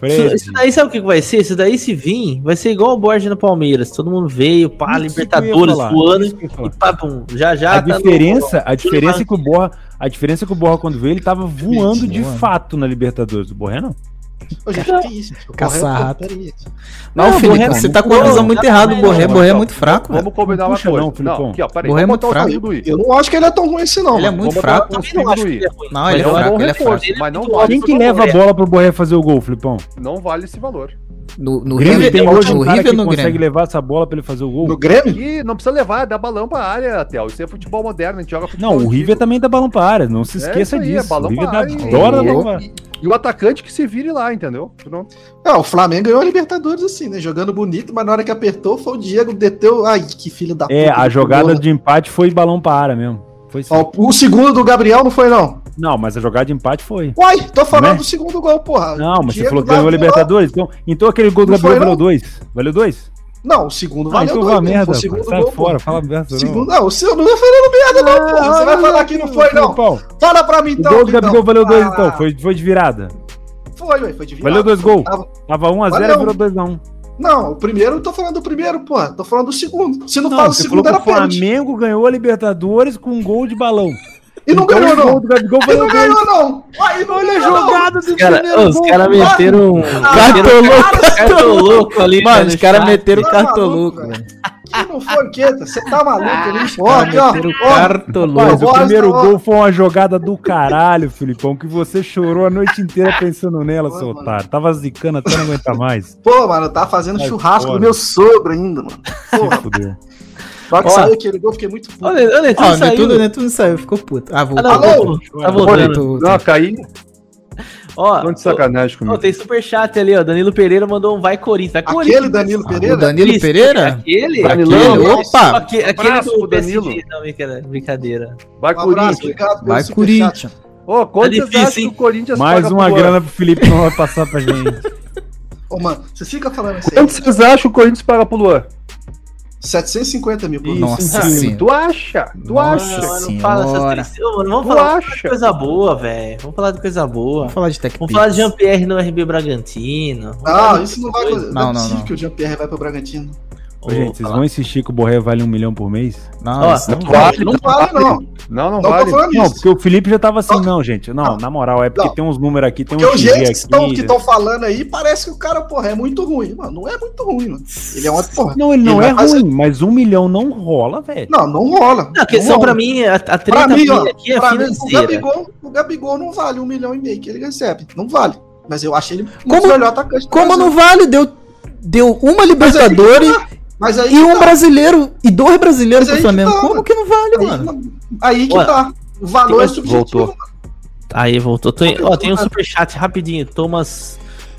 [SPEAKER 5] Isso,
[SPEAKER 2] Fred.
[SPEAKER 5] isso daí sabe o que que vai ser? Isso daí se vir, vai ser igual o Borges no Palmeiras. Todo mundo veio,
[SPEAKER 2] Isso
[SPEAKER 5] pá,
[SPEAKER 2] que eu ia
[SPEAKER 5] Libertadores,
[SPEAKER 2] falar,
[SPEAKER 5] voando
[SPEAKER 2] isso que eu ia
[SPEAKER 5] e
[SPEAKER 2] falar.
[SPEAKER 5] pá, pum, já já.
[SPEAKER 2] A
[SPEAKER 5] tá no-
[SPEAKER 2] diferença, a diferença é que o Borra, a diferença é que o Borra quando veio, ele tava voando de
[SPEAKER 3] Voando.
[SPEAKER 2] fato na Libertadores. O Borré não.
[SPEAKER 4] Ô, gente, que isso? gente?
[SPEAKER 3] Caça-rato.
[SPEAKER 4] Correto, peraí, gente.
[SPEAKER 3] Não,
[SPEAKER 5] Não,
[SPEAKER 3] Felipe,
[SPEAKER 5] Borré,
[SPEAKER 3] você
[SPEAKER 5] não,
[SPEAKER 3] tá com a
[SPEAKER 5] não,
[SPEAKER 3] visão muito
[SPEAKER 5] não,
[SPEAKER 3] errada do
[SPEAKER 5] não,
[SPEAKER 3] Borré.
[SPEAKER 5] não,
[SPEAKER 3] Borré é
[SPEAKER 1] não.
[SPEAKER 3] muito fraco, velho.
[SPEAKER 1] Vamos combinar
[SPEAKER 2] Não
[SPEAKER 1] uma
[SPEAKER 2] puxa
[SPEAKER 1] coisa.
[SPEAKER 2] não, Filipão.
[SPEAKER 1] aqui, ó, peraí.
[SPEAKER 3] Borré é
[SPEAKER 1] Vamos botar
[SPEAKER 3] muito
[SPEAKER 1] o
[SPEAKER 3] fraco.
[SPEAKER 1] time do I.
[SPEAKER 4] Eu não acho que ele é tão ruim assim, não.
[SPEAKER 3] Ele é
[SPEAKER 4] mano.
[SPEAKER 3] muito
[SPEAKER 1] Vamos
[SPEAKER 3] fraco.
[SPEAKER 1] botar o time
[SPEAKER 5] não
[SPEAKER 1] do
[SPEAKER 5] acho que
[SPEAKER 1] I.
[SPEAKER 5] ele é ruim.
[SPEAKER 3] Não, ele é
[SPEAKER 1] Mas é um
[SPEAKER 3] fraco,
[SPEAKER 1] bom
[SPEAKER 3] ele é fraco.
[SPEAKER 1] reforço, mas não
[SPEAKER 5] Quem
[SPEAKER 1] vale.
[SPEAKER 2] Quem
[SPEAKER 1] esse
[SPEAKER 2] que
[SPEAKER 1] valor.
[SPEAKER 2] leva a bola pro Borré fazer o gol, Flipão?
[SPEAKER 1] Não vale esse valor.
[SPEAKER 3] No, no
[SPEAKER 2] O Grêmio
[SPEAKER 3] River,
[SPEAKER 2] tem hoje um
[SPEAKER 3] no
[SPEAKER 2] cara
[SPEAKER 3] River
[SPEAKER 2] que
[SPEAKER 3] ou no
[SPEAKER 2] consegue
[SPEAKER 3] Grêmio?
[SPEAKER 2] levar essa bola pra ele fazer o gol?
[SPEAKER 4] No Grêmio?
[SPEAKER 1] E não precisa levar, dá balão pra área, Theo. Isso é futebol moderno, a gente joga futebol.
[SPEAKER 2] Não, o River
[SPEAKER 1] antigo.
[SPEAKER 2] também dá balão pra área, não se
[SPEAKER 1] É
[SPEAKER 2] esqueça
[SPEAKER 1] isso aí, é
[SPEAKER 2] disso. o
[SPEAKER 1] balão
[SPEAKER 2] River
[SPEAKER 1] pra
[SPEAKER 2] dá,
[SPEAKER 1] área e-
[SPEAKER 2] adora dar balão pra área.
[SPEAKER 1] E o atacante que se vire lá, entendeu? Pronto.
[SPEAKER 4] Ah, o Flamengo ganhou a Libertadores assim, né? Jogando bonito, mas na hora que apertou, foi o Diego, deteu. Ai, que filho da
[SPEAKER 2] É, a
[SPEAKER 4] que
[SPEAKER 2] jogada
[SPEAKER 4] porra.
[SPEAKER 2] de empate foi balão pra área mesmo. Foi sim.
[SPEAKER 4] Ó, o segundo do Gabriel não foi, não.
[SPEAKER 2] Não, mas a jogada de empate foi.
[SPEAKER 4] Uai, tô falando
[SPEAKER 2] Né?
[SPEAKER 4] do segundo gol, porra.
[SPEAKER 2] Não, mas você
[SPEAKER 4] Diego
[SPEAKER 2] falou que
[SPEAKER 4] lá
[SPEAKER 2] ganhou a
[SPEAKER 4] virou-
[SPEAKER 2] Libertadores. Então, então aquele gol do
[SPEAKER 4] Não foi,
[SPEAKER 2] Gabriel valeu
[SPEAKER 4] não?
[SPEAKER 2] dois. Valeu dois?
[SPEAKER 4] Não, o segundo
[SPEAKER 2] Ah,
[SPEAKER 4] valeu
[SPEAKER 2] então
[SPEAKER 4] dois,
[SPEAKER 2] vai
[SPEAKER 4] né?
[SPEAKER 2] merda.
[SPEAKER 4] Foi o
[SPEAKER 2] pô.
[SPEAKER 4] segundo
[SPEAKER 2] Sai
[SPEAKER 4] gol,
[SPEAKER 2] fora,
[SPEAKER 4] porra.
[SPEAKER 2] fala merda. não.
[SPEAKER 4] Segundo, não, o seu não é falando merda, não, porra. Você vai falar que não foi, não.
[SPEAKER 2] Filipão.
[SPEAKER 4] Fala pra mim,
[SPEAKER 2] O
[SPEAKER 4] então.
[SPEAKER 2] gol Então, do Gabigol
[SPEAKER 4] Vitão.
[SPEAKER 2] valeu dois,
[SPEAKER 4] Ah,
[SPEAKER 2] então. Foi, foi de virada.
[SPEAKER 4] Foi, ué, foi de então. virada.
[SPEAKER 2] Valeu dois gols.
[SPEAKER 4] Tava-
[SPEAKER 2] Tava 1x0,
[SPEAKER 4] Valeu.
[SPEAKER 2] virou 2x1.
[SPEAKER 4] Não, o primeiro, eu tô falando do primeiro, porra. Tô falando do segundo. Se não,
[SPEAKER 2] Não,
[SPEAKER 4] fala o
[SPEAKER 2] você falou
[SPEAKER 4] segundo,
[SPEAKER 2] que
[SPEAKER 4] era
[SPEAKER 2] o
[SPEAKER 4] pênalti.
[SPEAKER 2] Flamengo ganhou a Libertadores com um gol de balão. Então,
[SPEAKER 4] E não ganhou,
[SPEAKER 2] O gol
[SPEAKER 4] não.
[SPEAKER 2] do Gabigol
[SPEAKER 4] E não
[SPEAKER 2] valeu dois.
[SPEAKER 4] ganhou, não. Aí não
[SPEAKER 2] Olha a
[SPEAKER 4] ganhou,
[SPEAKER 2] jogada do
[SPEAKER 5] Cara,
[SPEAKER 2] primeiro
[SPEAKER 5] os
[SPEAKER 2] gol. Ah,
[SPEAKER 5] caras meteram um
[SPEAKER 3] Cartoloco.
[SPEAKER 5] cartoloco ali. né,
[SPEAKER 3] Mano,
[SPEAKER 5] no
[SPEAKER 3] os caras
[SPEAKER 5] chat.
[SPEAKER 4] não.
[SPEAKER 3] meteram
[SPEAKER 4] Tá
[SPEAKER 3] cartoloco,
[SPEAKER 4] maluco,
[SPEAKER 3] velho.
[SPEAKER 4] Que não foi, Queta. Você tá maluco ali. Ó,
[SPEAKER 3] Os caras
[SPEAKER 4] aqui, ó.
[SPEAKER 3] meteram
[SPEAKER 4] Ó,
[SPEAKER 2] Mas
[SPEAKER 3] cartoloco.
[SPEAKER 2] o
[SPEAKER 4] Bosta,
[SPEAKER 2] primeiro
[SPEAKER 4] ó.
[SPEAKER 2] gol foi uma jogada do caralho, Filipão, que você chorou a noite inteira pensando nela,
[SPEAKER 4] Foi,
[SPEAKER 2] seu
[SPEAKER 4] mano.
[SPEAKER 2] otário. Tava zicando até não aguentar mais.
[SPEAKER 4] Pô, mano, tá fazendo
[SPEAKER 2] Sai
[SPEAKER 4] churrasco
[SPEAKER 2] fora.
[SPEAKER 4] do meu sogro ainda, mano.
[SPEAKER 2] Se fudeu.
[SPEAKER 4] Só que
[SPEAKER 5] Ó.
[SPEAKER 4] saiu aquele gol, fiquei muito puto.
[SPEAKER 5] Olha, olha,
[SPEAKER 3] Ó,
[SPEAKER 5] tudo
[SPEAKER 3] nem tudo,
[SPEAKER 5] saiu.
[SPEAKER 3] nem tudo saiu, ficou puto. Ah, voltou.
[SPEAKER 5] Ah,
[SPEAKER 4] Alô?
[SPEAKER 5] não, voltou. Tá
[SPEAKER 3] voltou,
[SPEAKER 5] voltando.
[SPEAKER 3] voltou.
[SPEAKER 1] Não, caí.
[SPEAKER 5] Ó,
[SPEAKER 1] Não de sacanagem
[SPEAKER 5] ó,
[SPEAKER 1] comigo.
[SPEAKER 5] tem superchat ali, ó. Danilo Pereira mandou um vai Corinthians. Vai
[SPEAKER 4] Aquele
[SPEAKER 5] Corinthians.
[SPEAKER 4] Danilo
[SPEAKER 3] O
[SPEAKER 4] Pereira.
[SPEAKER 3] Danilo
[SPEAKER 5] Isso,
[SPEAKER 3] Pereira?
[SPEAKER 5] Aquele?
[SPEAKER 1] Danilão,
[SPEAKER 3] Aquele, opa!
[SPEAKER 5] Aque- Aquele
[SPEAKER 1] abraço
[SPEAKER 5] do
[SPEAKER 1] pro Danilo.
[SPEAKER 5] um Danilo. Não, brincadeira. brincadeira.
[SPEAKER 1] Vai,
[SPEAKER 4] Um abraço,
[SPEAKER 1] Corinthians.
[SPEAKER 4] obrigado pelo
[SPEAKER 3] Vai,
[SPEAKER 4] superchat.
[SPEAKER 3] Corinthians.
[SPEAKER 1] Ô, quanto
[SPEAKER 5] Tá
[SPEAKER 1] vocês
[SPEAKER 5] difícil,
[SPEAKER 1] acham
[SPEAKER 5] hein?
[SPEAKER 1] que o Corinthians
[SPEAKER 2] Mais
[SPEAKER 1] paga
[SPEAKER 2] uma
[SPEAKER 1] pro
[SPEAKER 2] grana pro Felipe não vai passar pra gente. [laughs]
[SPEAKER 4] Ô, mano, você fica falando assim, isso aí.
[SPEAKER 1] Quanto vocês acham que o Corinthians paga pro Luan?
[SPEAKER 4] 750 mil por
[SPEAKER 2] Isso,
[SPEAKER 1] Ah,
[SPEAKER 3] Nossa
[SPEAKER 2] sim.
[SPEAKER 3] senhora.
[SPEAKER 1] Tu acha? Tu
[SPEAKER 3] Nossa
[SPEAKER 1] acha?
[SPEAKER 5] Não, não fala essas
[SPEAKER 3] Senhora.
[SPEAKER 5] tristezas. Mano, vamos
[SPEAKER 1] Tu
[SPEAKER 5] falar de
[SPEAKER 1] acha?
[SPEAKER 5] coisa boa, velho. Vamos falar de coisa boa.
[SPEAKER 3] Vamos falar de Tech
[SPEAKER 5] Vamos
[SPEAKER 3] Pix.
[SPEAKER 5] falar de Jean-Pierre no RB Bragantino. Vamos falar
[SPEAKER 4] Não,
[SPEAKER 5] de
[SPEAKER 4] isso não vai
[SPEAKER 5] coisa.
[SPEAKER 4] acontecer.
[SPEAKER 3] Não,
[SPEAKER 4] Não,
[SPEAKER 3] não,
[SPEAKER 4] é possível
[SPEAKER 3] não.
[SPEAKER 4] que o Jean-Pierre vai pro Bragantino.
[SPEAKER 2] Ô, gente, vocês vão insistir que o Borré vale um milhão por mês?
[SPEAKER 3] Não,
[SPEAKER 5] Ó,
[SPEAKER 3] isso não
[SPEAKER 1] tu
[SPEAKER 3] vai.
[SPEAKER 1] Vale,
[SPEAKER 4] não vale, não.
[SPEAKER 1] Não, não
[SPEAKER 4] Não tô
[SPEAKER 1] vale.
[SPEAKER 4] falando
[SPEAKER 2] Não,
[SPEAKER 4] isso.
[SPEAKER 2] porque o Felipe já tava assim, não, gente. Não, na moral, é porque
[SPEAKER 4] Não.
[SPEAKER 2] tem uns números aqui, tem
[SPEAKER 4] Porque
[SPEAKER 2] uns
[SPEAKER 4] os jeitos
[SPEAKER 2] XG
[SPEAKER 4] que estão que
[SPEAKER 2] aqui.
[SPEAKER 4] tão falando aí, parece que o cara, porra, é muito ruim. Mano, não é muito ruim, mano. Ele é uma porra.
[SPEAKER 2] Não, ele não
[SPEAKER 4] Ele
[SPEAKER 2] é
[SPEAKER 4] vai fazer-
[SPEAKER 2] ruim, mas um milhão não rola, velho.
[SPEAKER 4] Não, não rola.
[SPEAKER 5] Não, a questão
[SPEAKER 4] rola.
[SPEAKER 5] pra mim, a, a treta
[SPEAKER 4] Pra mim, ó,
[SPEAKER 5] aqui é
[SPEAKER 4] pra mim, o,
[SPEAKER 5] financeira.
[SPEAKER 4] Gabigol, o Gabigol não vale um milhão e meio que ele recebe. Não vale. Mas eu acho ele um
[SPEAKER 3] Como-
[SPEAKER 4] dos melhores atacantes do
[SPEAKER 3] Como
[SPEAKER 4] Brasil.
[SPEAKER 3] não vale? Deu, deu uma Libertadores
[SPEAKER 4] Mas aí
[SPEAKER 3] e
[SPEAKER 4] que
[SPEAKER 3] um
[SPEAKER 4] tá,
[SPEAKER 3] brasileiro e dois brasileiros
[SPEAKER 4] Mas
[SPEAKER 3] pro
[SPEAKER 4] aí
[SPEAKER 3] Flamengo.
[SPEAKER 4] que tá,
[SPEAKER 3] Como
[SPEAKER 4] mano.
[SPEAKER 3] que não vale,
[SPEAKER 4] aí,
[SPEAKER 3] mano?
[SPEAKER 4] aí que
[SPEAKER 5] Olha,
[SPEAKER 4] tá. O valor é
[SPEAKER 5] tem-
[SPEAKER 4] subjetivo.
[SPEAKER 1] voltou.
[SPEAKER 5] Aí, voltou. Tem, ó, tem um superchat rapidinho. Thomas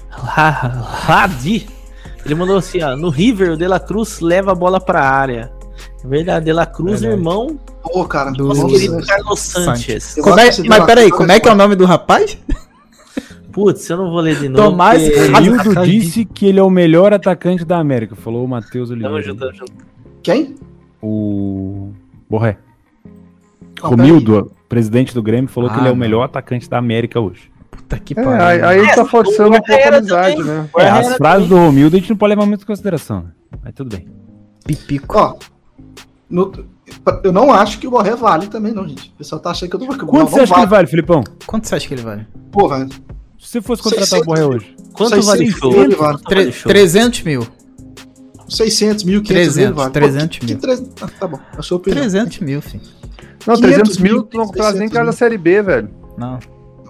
[SPEAKER 5] Ra- Radi. Ele mandou assim, ó. No River, o De La Cruz leva a bola pra área. É Verdade, De La Cruz,
[SPEAKER 2] Verdade.
[SPEAKER 5] irmão,
[SPEAKER 4] Pô, cara.
[SPEAKER 3] Do-
[SPEAKER 5] nosso
[SPEAKER 4] nossa,
[SPEAKER 5] querido
[SPEAKER 4] né?
[SPEAKER 5] Carlos Sanches.
[SPEAKER 4] Eu
[SPEAKER 3] Como
[SPEAKER 4] acho
[SPEAKER 3] é-
[SPEAKER 4] que você deu
[SPEAKER 3] mas
[SPEAKER 4] uma
[SPEAKER 3] peraí,
[SPEAKER 4] cara
[SPEAKER 3] como é que é o nome do rapaz?
[SPEAKER 5] Putz, eu não vou ler de novo.
[SPEAKER 3] Tomás
[SPEAKER 5] porque-
[SPEAKER 2] Rildo disse que ele é o melhor atacante da América, falou o Matheus
[SPEAKER 5] Tamo
[SPEAKER 2] Oliveira.
[SPEAKER 5] junto, tamo junto.
[SPEAKER 4] Quem?
[SPEAKER 2] O Borré.
[SPEAKER 4] Não,
[SPEAKER 2] Romildo, presidente do Grêmio, falou que
[SPEAKER 3] Ah,
[SPEAKER 2] ele é o
[SPEAKER 3] não.
[SPEAKER 2] melhor atacante da América hoje.
[SPEAKER 3] Puta que
[SPEAKER 1] É, aí, aí tá forçando um pouco a amizade, né?
[SPEAKER 2] É,
[SPEAKER 5] Borré
[SPEAKER 2] as
[SPEAKER 5] era
[SPEAKER 2] frases do Romildo a gente não pode levar muito em consideração, né? Mas tudo bem.
[SPEAKER 3] Pipico.
[SPEAKER 4] Ó, no- eu não acho que o Borré vale também, não, gente. O pessoal tá achando que eu tô falando.
[SPEAKER 2] Quanto você
[SPEAKER 4] não
[SPEAKER 2] acha que ele vale, Filipão?
[SPEAKER 3] Quanto você acha que ele vale?
[SPEAKER 4] Pô, velho.
[SPEAKER 2] Se você fosse contratar o
[SPEAKER 4] 600
[SPEAKER 2] Borré hoje.
[SPEAKER 5] Quanto vale o
[SPEAKER 4] 600
[SPEAKER 5] show?
[SPEAKER 4] mil ele né? vale.
[SPEAKER 5] Quanto vale o
[SPEAKER 3] Tre-
[SPEAKER 5] show?
[SPEAKER 3] 300 mil.
[SPEAKER 4] 600 mil, 500
[SPEAKER 3] 300,
[SPEAKER 4] mil, vale.
[SPEAKER 3] 300
[SPEAKER 4] Pô, que-
[SPEAKER 3] mil.
[SPEAKER 4] que treze- Ah, tá bom, achou o
[SPEAKER 3] 300 mil, filho.
[SPEAKER 1] Não, 300
[SPEAKER 4] 500
[SPEAKER 1] mil
[SPEAKER 4] mil,
[SPEAKER 1] tu não traz nem
[SPEAKER 4] 600
[SPEAKER 1] cara da
[SPEAKER 4] mil.
[SPEAKER 1] Série B, velho.
[SPEAKER 3] Não,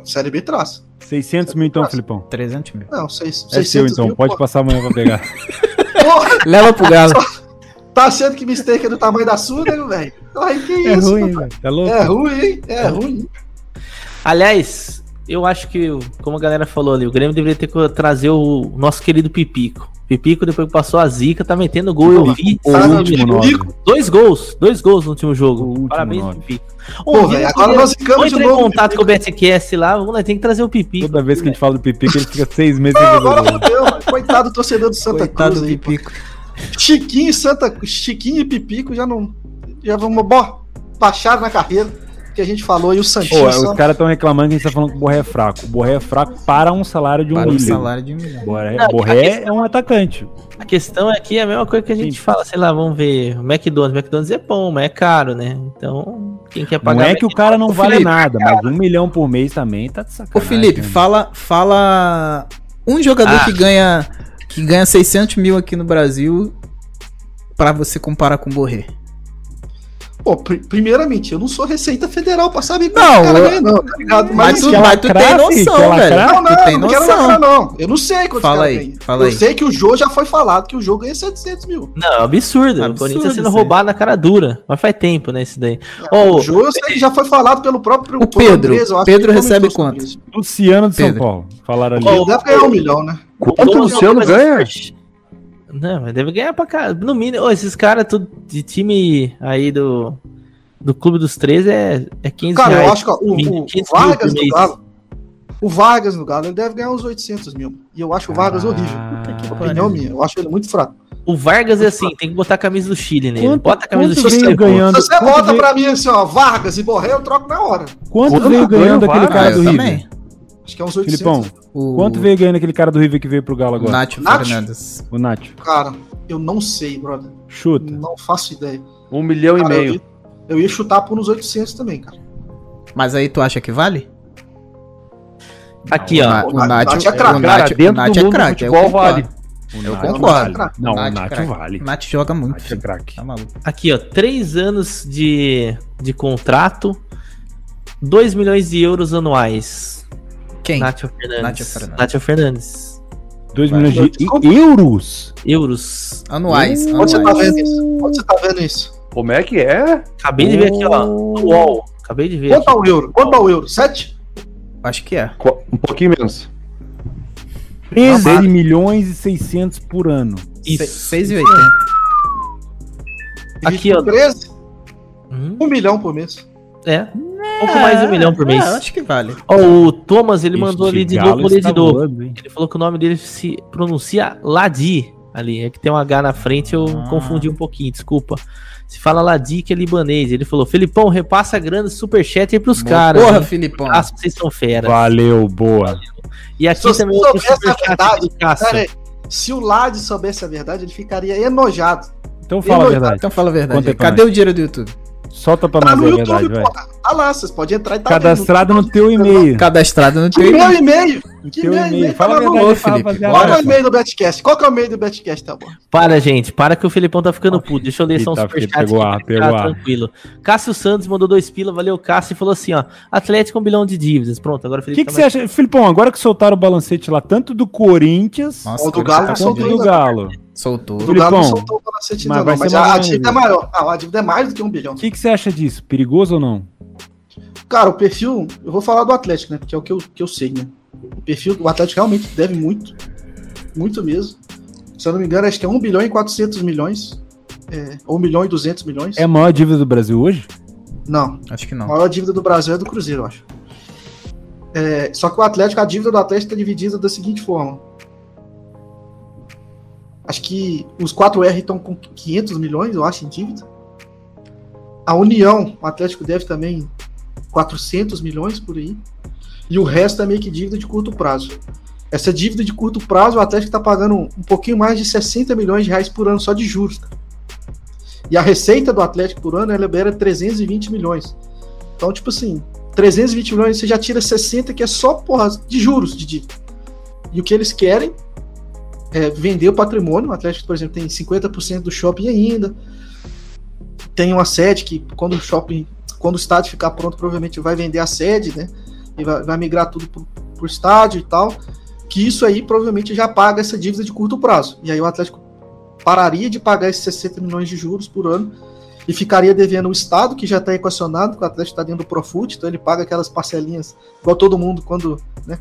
[SPEAKER 4] Série B traz.
[SPEAKER 2] 600 mil então,
[SPEAKER 4] Nossa.
[SPEAKER 2] Filipão.
[SPEAKER 3] 300 mil.
[SPEAKER 4] Não, seis,
[SPEAKER 2] É seu
[SPEAKER 4] 600
[SPEAKER 2] então,
[SPEAKER 4] mil,
[SPEAKER 2] pode
[SPEAKER 4] pô.
[SPEAKER 2] passar amanhã pra pegar.
[SPEAKER 4] Porra,
[SPEAKER 3] Leva pro [laughs] Galo.
[SPEAKER 4] tá achando que mistake é do tamanho da sua, né, velho? Ai, que
[SPEAKER 2] é
[SPEAKER 4] isso,
[SPEAKER 2] ruim,
[SPEAKER 4] mano?
[SPEAKER 2] velho. Tá louco?
[SPEAKER 4] É ruim, hein? É ruim.
[SPEAKER 5] Aliás, eu acho que, como a galera falou ali, o Grêmio deveria ter que trazer o nosso querido Pipico. Pipico, depois que passou a zica, tá metendo gol. Eu vi.
[SPEAKER 2] O
[SPEAKER 4] Cara,
[SPEAKER 2] último
[SPEAKER 4] eu
[SPEAKER 2] nove.
[SPEAKER 4] digo,
[SPEAKER 5] Dois gols. Dois gols no último jogo.
[SPEAKER 2] O último
[SPEAKER 5] Parabéns,
[SPEAKER 2] nove.
[SPEAKER 5] Pipico.
[SPEAKER 4] Pô,
[SPEAKER 5] Ô,
[SPEAKER 4] velho,
[SPEAKER 5] Vini,
[SPEAKER 4] agora nós ficamos de
[SPEAKER 5] entra em
[SPEAKER 4] novo.
[SPEAKER 5] contato com o BSQS lá. Vamos lá, tem que trazer o Pipico.
[SPEAKER 2] Toda vez que a gente fala do Pipico, ele fica seis meses
[SPEAKER 4] Não,
[SPEAKER 2] sem fazer
[SPEAKER 4] agora
[SPEAKER 2] gol.
[SPEAKER 4] fodeu, mano. Coitado do torcedor do Santa
[SPEAKER 3] Coitado do
[SPEAKER 4] Cruz aí, pô.
[SPEAKER 3] Pipico.
[SPEAKER 4] Chiquinho e Santa Chiquinho e Pipico já não. Já vamos. Bó, baixaram na carreira. Que a gente falou e o Santinho.
[SPEAKER 2] Pô, é
[SPEAKER 4] só-
[SPEAKER 2] os caras estão reclamando que a gente tá falando que o Borré é fraco. O Borré é fraco para um salário de um
[SPEAKER 3] Para um
[SPEAKER 2] milhão.
[SPEAKER 3] salário de um milhão.
[SPEAKER 2] Borré,
[SPEAKER 5] Não, a
[SPEAKER 2] Borré
[SPEAKER 5] questão-
[SPEAKER 2] é um atacante.
[SPEAKER 5] A questão aqui é a mesma coisa que a gente
[SPEAKER 2] Sim.
[SPEAKER 5] fala, sei lá, vamos ver. O McDonald's. McDonald's é bom, mas é caro, né? Então, quem quer pagar.
[SPEAKER 2] Não é que o cara não
[SPEAKER 3] Ô,
[SPEAKER 2] vale
[SPEAKER 3] Felipe,
[SPEAKER 2] nada, mas um milhão por mês também tá de
[SPEAKER 3] Ô
[SPEAKER 2] sacanagem.
[SPEAKER 3] Felipe,
[SPEAKER 2] né?
[SPEAKER 3] fala, fala Um jogador
[SPEAKER 5] Ah.
[SPEAKER 3] que ganha que ganha 600 mil aqui no Brasil pra você comparar com o Borré.
[SPEAKER 4] Pô, pri- primeiramente, eu não sou Receita Federal pra saber quanto
[SPEAKER 3] Não,
[SPEAKER 4] o cara
[SPEAKER 3] eu-
[SPEAKER 4] ganha, não, tá ligado?
[SPEAKER 3] Mas,
[SPEAKER 4] Mas,
[SPEAKER 3] tu,
[SPEAKER 2] quer
[SPEAKER 3] mas tu tem
[SPEAKER 2] lacrar, filho?
[SPEAKER 3] noção,
[SPEAKER 2] Quer
[SPEAKER 3] velho.
[SPEAKER 2] lacrar?
[SPEAKER 4] Não, não,
[SPEAKER 3] tu tem
[SPEAKER 4] não quero
[SPEAKER 3] noção.
[SPEAKER 4] lacrar, não. Eu não sei quanto
[SPEAKER 3] Fala
[SPEAKER 4] o cara
[SPEAKER 3] aí,
[SPEAKER 4] ganha.
[SPEAKER 3] fala
[SPEAKER 4] eu
[SPEAKER 3] aí.
[SPEAKER 4] sei que o Jô já foi falado que o Jô ganha 700 mil.
[SPEAKER 5] Não, é um absurdo.
[SPEAKER 3] Absurdo
[SPEAKER 5] O Corinthians tá
[SPEAKER 3] isso
[SPEAKER 5] sendo
[SPEAKER 3] aí.
[SPEAKER 5] roubado na cara dura. Mas faz tempo, né, isso daí.
[SPEAKER 4] o
[SPEAKER 5] Ô,
[SPEAKER 4] Jô eu sei que já foi falado pelo próprio
[SPEAKER 3] O
[SPEAKER 4] pelo
[SPEAKER 3] Pedro.
[SPEAKER 4] eu acho
[SPEAKER 3] Pedro
[SPEAKER 4] que ele
[SPEAKER 3] recebe
[SPEAKER 4] comentou sobre
[SPEAKER 3] quanto?
[SPEAKER 4] isso.
[SPEAKER 2] Luciano de São
[SPEAKER 3] Pedro.
[SPEAKER 2] Paulo. Falaram ali.
[SPEAKER 4] Ele deve ganhar um milhão, né?
[SPEAKER 1] Quanto o Luciano ganha?
[SPEAKER 5] Não, mas deve ganhar pra cara. No mínimo, ô, esses caras tudo de time aí do, do Clube dos 13 é, é 15
[SPEAKER 4] Cara, eu
[SPEAKER 5] reais.
[SPEAKER 4] acho que ó, o, o- o
[SPEAKER 5] 15 mil por
[SPEAKER 4] Vargas no
[SPEAKER 5] mês.
[SPEAKER 4] Galo. O Vargas no Galo, ele deve ganhar uns 800 mil. E eu acho o Vargas
[SPEAKER 3] Ah,
[SPEAKER 4] horrível.
[SPEAKER 5] Ah,
[SPEAKER 2] Puta que
[SPEAKER 4] Opinião minha, eu acho ele muito fraco.
[SPEAKER 5] O Vargas é assim, tem que botar a camisa do Chile nele.
[SPEAKER 2] Quanto-
[SPEAKER 5] Bota a camisa do
[SPEAKER 2] quanto
[SPEAKER 5] Chile.
[SPEAKER 2] veio
[SPEAKER 5] pô.
[SPEAKER 2] ganhando?
[SPEAKER 4] Se
[SPEAKER 2] Quando-
[SPEAKER 4] você
[SPEAKER 2] quando
[SPEAKER 4] bota
[SPEAKER 2] vem-
[SPEAKER 4] pra mim assim, ó, Vargas e Borré, eu troco na hora.
[SPEAKER 2] Quanto
[SPEAKER 1] Quando
[SPEAKER 2] veio
[SPEAKER 1] ganha,
[SPEAKER 2] ganhando
[SPEAKER 1] vai,
[SPEAKER 2] aquele cara
[SPEAKER 3] eu
[SPEAKER 2] do River?
[SPEAKER 3] também.
[SPEAKER 4] Acho que é uns 800.
[SPEAKER 2] Filipão,
[SPEAKER 3] O
[SPEAKER 2] quanto veio ganhando aquele cara do River que veio pro Galo
[SPEAKER 3] o
[SPEAKER 2] agora?
[SPEAKER 3] Nacho
[SPEAKER 4] Nacho?
[SPEAKER 3] Fernandes?
[SPEAKER 2] O Nacho.
[SPEAKER 4] Cara, eu não sei, brother.
[SPEAKER 2] Chuta.
[SPEAKER 4] Não faço ideia.
[SPEAKER 1] Um milhão
[SPEAKER 4] Cara,
[SPEAKER 1] e
[SPEAKER 4] eu
[SPEAKER 1] meio.
[SPEAKER 4] ia- Eu ia chutar por uns 800 também, cara.
[SPEAKER 3] Mas aí tu acha que vale?
[SPEAKER 5] Aqui,
[SPEAKER 3] o
[SPEAKER 5] ó.
[SPEAKER 3] Na- Então, o Nath-
[SPEAKER 4] Nath- Nath é craque.
[SPEAKER 3] o
[SPEAKER 1] Cara,
[SPEAKER 3] Nath- o
[SPEAKER 1] dentro
[SPEAKER 3] Nath
[SPEAKER 1] do
[SPEAKER 3] é
[SPEAKER 1] mundo do
[SPEAKER 3] craque, eu
[SPEAKER 1] futebol vale.
[SPEAKER 3] concordo.
[SPEAKER 2] O
[SPEAKER 3] Eu
[SPEAKER 2] Nacho
[SPEAKER 3] concordo. é
[SPEAKER 2] é vale. Não, o Nacho
[SPEAKER 3] craque.
[SPEAKER 2] vale.
[SPEAKER 3] Nath joga muito.
[SPEAKER 2] Nath é
[SPEAKER 3] filho.
[SPEAKER 2] craque.
[SPEAKER 3] Tá maluco.
[SPEAKER 5] Aqui, ó. Três anos de, de contrato. 2 milhões de euros anuais.
[SPEAKER 3] Quem?
[SPEAKER 5] Nacho Fernandes.
[SPEAKER 3] Nacho Fernandes.
[SPEAKER 5] Nacho Fernandes.
[SPEAKER 2] 2
[SPEAKER 3] Vai.
[SPEAKER 2] milhões de
[SPEAKER 5] é
[SPEAKER 4] Desculpa.
[SPEAKER 2] e- euros?
[SPEAKER 5] Euros.
[SPEAKER 3] Anuais.
[SPEAKER 4] Onde você tá
[SPEAKER 3] anuais.
[SPEAKER 4] vendo isso? Onde você tá vendo isso?
[SPEAKER 1] Como é que é?
[SPEAKER 5] Acabei de ver aqui, ó. No UOL. Acabei de ver.
[SPEAKER 4] Quanto
[SPEAKER 5] Aqui.
[SPEAKER 4] ao euro? Quanto ao euro? 7?
[SPEAKER 3] Acho que é.
[SPEAKER 1] Qu- Um pouquinho menos.
[SPEAKER 2] 13 milhões e 600 por ano.
[SPEAKER 3] é
[SPEAKER 5] Isso.
[SPEAKER 3] 6,80.
[SPEAKER 5] Aqui, ó.
[SPEAKER 4] 13?
[SPEAKER 5] Hum,
[SPEAKER 4] 1 milhão por mês.
[SPEAKER 5] é. Um pouco mais de um milhão por mês.
[SPEAKER 3] É, eu acho que vale.
[SPEAKER 5] Ó, o Thomas, ele mandou ali de novo, ali de novo. Ele falou que o nome dele se pronuncia Ladi. Ali, é que tem um H na frente, eu
[SPEAKER 3] Ah.
[SPEAKER 5] confundi um pouquinho, desculpa. Se fala Ladi, que é libanês. Ele falou: Felipão, repassa a grana do superchat aí pros caras.
[SPEAKER 3] Porra,
[SPEAKER 5] hein?
[SPEAKER 3] Filipão.
[SPEAKER 5] Ah, vocês são feras.
[SPEAKER 2] Valeu, boa.
[SPEAKER 5] E aqui
[SPEAKER 4] Se você
[SPEAKER 5] também
[SPEAKER 4] soubesse
[SPEAKER 5] tem superchat
[SPEAKER 4] a verdade,
[SPEAKER 5] do Cássio.
[SPEAKER 4] Cara, se o Lade soubesse a verdade, ele ficaria enojado.
[SPEAKER 2] Então fala a
[SPEAKER 4] Ele-
[SPEAKER 2] verdade.
[SPEAKER 3] Então fala a verdade.
[SPEAKER 2] Conta aí
[SPEAKER 3] aí.
[SPEAKER 2] pra
[SPEAKER 3] Cadê o dinheiro do YouTube?
[SPEAKER 2] Solta pra
[SPEAKER 4] Tá
[SPEAKER 2] nós
[SPEAKER 4] no
[SPEAKER 2] a
[SPEAKER 4] YouTube,
[SPEAKER 2] verdade, vai.
[SPEAKER 4] porra. Tá lá, vocês podem entrar e tá vendo.
[SPEAKER 2] Cadastrado no teu e-mail.
[SPEAKER 3] Cadastrado no teu
[SPEAKER 4] Que meu
[SPEAKER 3] e-mail.
[SPEAKER 4] e-mail!
[SPEAKER 2] No
[SPEAKER 4] Que
[SPEAKER 2] teu
[SPEAKER 4] meu
[SPEAKER 2] e-mail.
[SPEAKER 4] e-mail
[SPEAKER 2] Fala a
[SPEAKER 4] tá na
[SPEAKER 2] verdade,
[SPEAKER 3] mão, Felipe.
[SPEAKER 2] rapaziada.
[SPEAKER 4] Qual
[SPEAKER 3] Bora.
[SPEAKER 4] é o e-mail do Betcast? Qual que é o e-mail do Betcast, tá bom?
[SPEAKER 5] Para, gente, para que o Felipão tá ficando puto. Deixa eu ler só um
[SPEAKER 2] Eita,
[SPEAKER 5] superchat.
[SPEAKER 2] Felipe, pegou
[SPEAKER 5] aqui,
[SPEAKER 2] ar,
[SPEAKER 5] pra
[SPEAKER 2] pegou
[SPEAKER 5] ficar
[SPEAKER 2] ar.
[SPEAKER 5] Tranquilo. Cássio Santos mandou dois pila, valeu Cássio, e falou assim: ó, Atlético é um bilhão de dívidas. Pronto, agora o
[SPEAKER 2] O
[SPEAKER 5] Felipe
[SPEAKER 2] que,
[SPEAKER 5] tá
[SPEAKER 2] que você acha, Filipão? Agora que soltaram o balancete lá, tanto do Corinthians
[SPEAKER 3] Nossa,
[SPEAKER 4] Ó,
[SPEAKER 3] cara,
[SPEAKER 4] do Galo
[SPEAKER 3] tá
[SPEAKER 4] que
[SPEAKER 2] quanto
[SPEAKER 4] soltou
[SPEAKER 3] doido.
[SPEAKER 2] do
[SPEAKER 4] ainda.
[SPEAKER 2] Galo.
[SPEAKER 3] Soltou.
[SPEAKER 4] O Galo não
[SPEAKER 2] Filipão,
[SPEAKER 4] soltou o palacete
[SPEAKER 2] mas
[SPEAKER 4] ainda,
[SPEAKER 2] vai
[SPEAKER 4] não, mas
[SPEAKER 2] ser
[SPEAKER 4] a,
[SPEAKER 2] mais
[SPEAKER 4] a
[SPEAKER 2] longe.
[SPEAKER 4] dívida é maior. Não, a dívida é mais do que um bilhão.
[SPEAKER 2] O que, que você acha disso? Perigoso ou não?
[SPEAKER 4] Cara, o perfil, eu vou falar do Atlético, né? Porque é o que eu, que eu sei, né? O perfil do Atlético realmente deve muito, muito mesmo. Se eu não me engano, acho que é 1 bilhão e 400 milhões, é, ou 1 milhão e 200 milhões.
[SPEAKER 2] É a maior dívida do Brasil hoje?
[SPEAKER 4] Não,
[SPEAKER 3] Acho que
[SPEAKER 4] a
[SPEAKER 3] não.
[SPEAKER 4] maior dívida do Brasil é do Cruzeiro, eu acho. É, só que o Atlético, a dívida do Atlético está dividida da seguinte forma. Acho que os 4R estão com 500 milhões, eu acho, em dívida. A União, o Atlético deve também 400 milhões por aí. E o resto é meio que dívida de curto prazo. Essa dívida de curto prazo, o Atlético está pagando um pouquinho mais de 60 milhões de reais por ano só de juros. cara. E a receita do Atlético por ano, ela libera 320 milhões. Então, tipo assim, 320 milhões, você já tira 60, que é só porra de juros de dívida. E o que eles querem é vender o patrimônio. O Atlético, por exemplo, tem 50% do shopping ainda. Tem uma sede que, quando o shopping, quando o estádio ficar pronto, provavelmente vai vender a sede, né? E vai, vai migrar tudo pro, pro estádio e tal. Que isso aí provavelmente já paga essa dívida de curto prazo. E aí o Atlético pararia de pagar esses 60 milhões de juros por ano e ficaria devendo o Estado, que já está equacionado, que o Atlético está dentro do Profut, então ele paga aquelas parcelinhas, igual todo mundo quando né,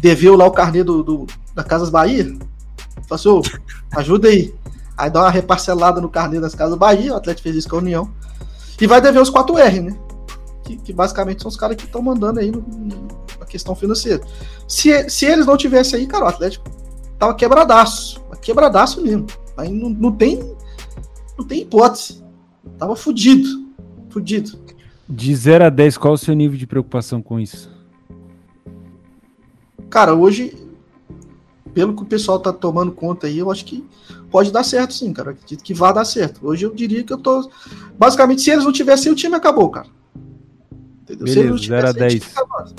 [SPEAKER 4] deveu lá o carnê do, do- da Casas Bahia. Passou, ajuda aí. Aí dá uma reparcelada no carnê das Casas Bahia, o Atlético fez isso com a União. E vai dever os 4R, né? Que, que basicamente são os caras que estão mandando aí no- no- na questão financeira. Se, se eles não tivessem aí, cara, o Atlético tava quebradaço. Quebradaço mesmo. Aí não, não tem. Não tem hipótese. Tava fudido. Fudido.
[SPEAKER 2] De 0 a 10, qual é o seu nível de preocupação com isso?
[SPEAKER 4] Cara, hoje, pelo que o pessoal tá tomando conta aí, eu acho que pode dar certo sim, cara. Eu acredito que vai dar certo. Hoje eu diria que eu tô. Basicamente, se eles não tivessem, o time acabou, cara. Entendeu?
[SPEAKER 2] Beleza, zero a
[SPEAKER 4] o time
[SPEAKER 2] dez.
[SPEAKER 4] acabava.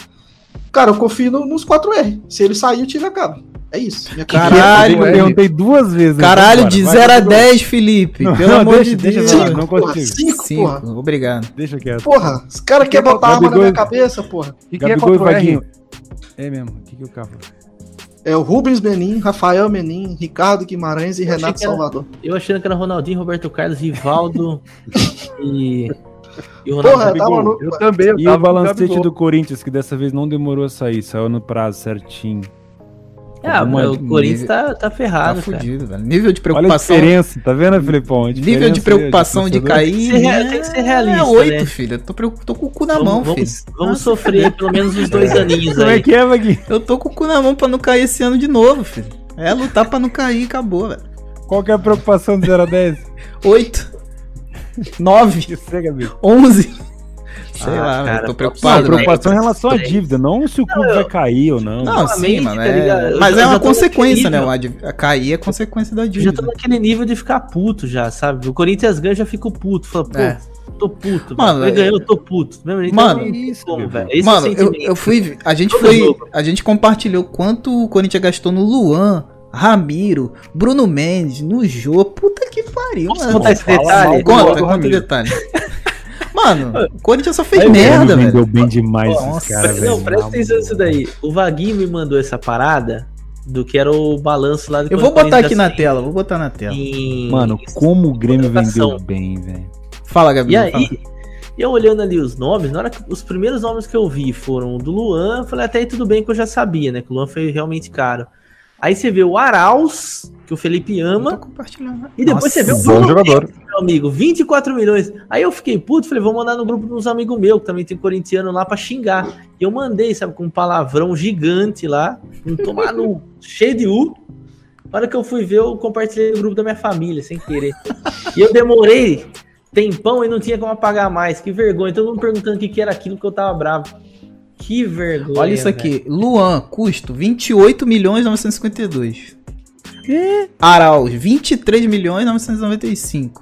[SPEAKER 4] Cara, eu confio no- nos 4R. Se ele sair, o time acaba. É isso. Minha
[SPEAKER 3] Caralho,
[SPEAKER 2] eu perguntei duas vezes. né,
[SPEAKER 3] Caralho,
[SPEAKER 2] agora.
[SPEAKER 3] de
[SPEAKER 2] Vai,
[SPEAKER 3] 0 a
[SPEAKER 2] Bruno.
[SPEAKER 3] 10, Felipe.
[SPEAKER 2] Não,
[SPEAKER 3] Pelo
[SPEAKER 2] não,
[SPEAKER 3] amor
[SPEAKER 2] deixa-
[SPEAKER 3] de
[SPEAKER 2] deixa
[SPEAKER 3] Deus.
[SPEAKER 2] pra lá,
[SPEAKER 4] Cinco,
[SPEAKER 2] não
[SPEAKER 4] porra,
[SPEAKER 2] consigo.
[SPEAKER 4] cinco, porra.
[SPEAKER 3] Cinco, obrigado. Tá
[SPEAKER 2] Deixa quieto.
[SPEAKER 4] Porra, os caras querem botar arma na
[SPEAKER 2] Gabigol-
[SPEAKER 4] minha cabeça, porra.
[SPEAKER 1] O que, que é
[SPEAKER 2] Gabigol e
[SPEAKER 1] 4R?
[SPEAKER 2] Vaguinho. É mesmo, o que, que o carro
[SPEAKER 4] É o Rubens Menin, Rafael Menin, Ricardo Guimarães e
[SPEAKER 5] achei
[SPEAKER 4] Renato
[SPEAKER 5] que era-
[SPEAKER 4] Salvador.
[SPEAKER 5] Eu achando que era Ronaldinho, Roberto Carlos, Rivaldo e. E o
[SPEAKER 4] Porra,
[SPEAKER 5] Ronaldo.
[SPEAKER 4] tá maluco.
[SPEAKER 1] Eu também, eu
[SPEAKER 2] E
[SPEAKER 1] tava
[SPEAKER 2] o
[SPEAKER 1] no
[SPEAKER 2] balancete
[SPEAKER 1] Gabigol.
[SPEAKER 2] do Corinthians, que dessa vez não demorou a sair, saiu no prazo certinho.
[SPEAKER 5] Ah, mas o Corinthians tá, tá
[SPEAKER 3] Tá
[SPEAKER 5] ferrado, cara.
[SPEAKER 3] fudido, velho. Nível de
[SPEAKER 2] Olha a
[SPEAKER 3] preocupação. Hum,
[SPEAKER 2] diferença, tá vendo, Filipão? A
[SPEAKER 5] né,
[SPEAKER 3] Nível de
[SPEAKER 2] diferença
[SPEAKER 3] preocupação de
[SPEAKER 2] torcedor.
[SPEAKER 3] cair.
[SPEAKER 5] Tem que ser rea- tem que ser realista,
[SPEAKER 3] É oito,
[SPEAKER 5] né?
[SPEAKER 3] filho. Eu tô, preocup- tô com o cu na mão, Tá filho.
[SPEAKER 5] vamos, vamos sofrer pelo menos uns dois aninhos
[SPEAKER 2] Como é
[SPEAKER 5] aí.
[SPEAKER 2] que é,
[SPEAKER 5] Ah.
[SPEAKER 2] Vaguinho?
[SPEAKER 3] Eu tô com o cu na mão pra não cair esse ano de novo, filho. É lutar pra não cair, acabou, velho.
[SPEAKER 2] Qual que é a preocupação de 0 a 10?
[SPEAKER 3] Oito. [laughs] Nove.
[SPEAKER 2] Que você, Gabi?
[SPEAKER 3] Onze. Sei
[SPEAKER 5] Ah,
[SPEAKER 3] lá,
[SPEAKER 5] cara,
[SPEAKER 3] eu tô
[SPEAKER 2] Não, a
[SPEAKER 3] preocupado. velho.
[SPEAKER 2] preocupação em
[SPEAKER 5] é
[SPEAKER 2] relação à dívida, não se o clube vai cair ou não.
[SPEAKER 3] Não, sim,
[SPEAKER 5] Novamente,
[SPEAKER 3] mano.
[SPEAKER 5] tá
[SPEAKER 3] é-
[SPEAKER 5] ligado? Eu
[SPEAKER 3] Mas
[SPEAKER 5] já-
[SPEAKER 3] é
[SPEAKER 5] eu
[SPEAKER 3] uma
[SPEAKER 5] já tô
[SPEAKER 3] consequência, né?
[SPEAKER 5] naquele
[SPEAKER 3] o ad- a Cair é consequência da
[SPEAKER 5] Eu já tô
[SPEAKER 3] dívida.
[SPEAKER 5] naquele nível de ficar puto já, sabe? O Corinthians ganha, eu já fico puto. Fala, pô,
[SPEAKER 3] É.
[SPEAKER 5] tô
[SPEAKER 3] Mano,
[SPEAKER 5] puto. Mano, ele
[SPEAKER 3] é-
[SPEAKER 5] ganhou, eu tô puto. Mesmo, então,
[SPEAKER 3] Mano,
[SPEAKER 5] não tem
[SPEAKER 2] isso,
[SPEAKER 5] como,
[SPEAKER 2] meu
[SPEAKER 5] velho. Esse
[SPEAKER 3] Mano,
[SPEAKER 5] é o
[SPEAKER 3] eu,
[SPEAKER 5] sentimento.
[SPEAKER 3] eu fui. A gente
[SPEAKER 5] Todo
[SPEAKER 3] foi.
[SPEAKER 5] jogo.
[SPEAKER 3] A gente compartilhou quanto o Corinthians gastou no Luan, Ramiro, Bruno Mendes, no Jô. Puta um que pariu,
[SPEAKER 5] Posso
[SPEAKER 3] mano.
[SPEAKER 5] contar esse detalhe?
[SPEAKER 1] mal
[SPEAKER 3] Conta,
[SPEAKER 1] do
[SPEAKER 3] conta o
[SPEAKER 1] Ramiro.
[SPEAKER 3] detalhe. [laughs] Mano, o Corinthians só fez
[SPEAKER 2] Aí o
[SPEAKER 3] merda,
[SPEAKER 2] Grêmio
[SPEAKER 3] velho.
[SPEAKER 2] Vendeu bem demais
[SPEAKER 3] Nossa,
[SPEAKER 2] esses caras,
[SPEAKER 5] Pre-
[SPEAKER 2] velho.
[SPEAKER 5] Não, presta atenção nisso daí. O Vaguinho me mandou essa parada do que era o balanço lá do
[SPEAKER 3] Eu vou botar aqui
[SPEAKER 5] assim.
[SPEAKER 3] na tela, vou botar na tela.
[SPEAKER 5] Em...
[SPEAKER 2] Mano,
[SPEAKER 3] é
[SPEAKER 2] como o Grêmio
[SPEAKER 5] Contratação.
[SPEAKER 2] vendeu bem, velho.
[SPEAKER 3] Fala, Gabi.
[SPEAKER 5] E
[SPEAKER 3] fala.
[SPEAKER 5] aí, eu olhando ali os nomes, na hora que os primeiros nomes que eu vi foram o do Luan, eu falei "Ah, até aí tudo bem que eu já sabia, né? Que o Luan foi realmente caro. Aí você vê o Arauz, que o Felipe
[SPEAKER 3] Eu tô
[SPEAKER 5] ama,
[SPEAKER 3] compartilhando.
[SPEAKER 5] e depois você vê o
[SPEAKER 1] Bom
[SPEAKER 5] Bruno
[SPEAKER 1] jogador.
[SPEAKER 5] Mendes, meu amigo, 24 milhões. Aí eu fiquei puto, falei, vou mandar no grupo de uns amigos meus, que também tem corintiano lá, pra xingar. E eu mandei, sabe, com um palavrão gigante lá, um tomar no [laughs] cheio de U. Na hora que eu fui ver, eu compartilhei no grupo da minha família, sem querer. E eu demorei tempão e não tinha como apagar mais. Que vergonha. Todo mundo perguntando o que, que era aquilo que eu tava bravo. Que vergonha.
[SPEAKER 3] Olha isso aqui. Luan, custo 28 milhões 952. Arauz, 23 milhões 995.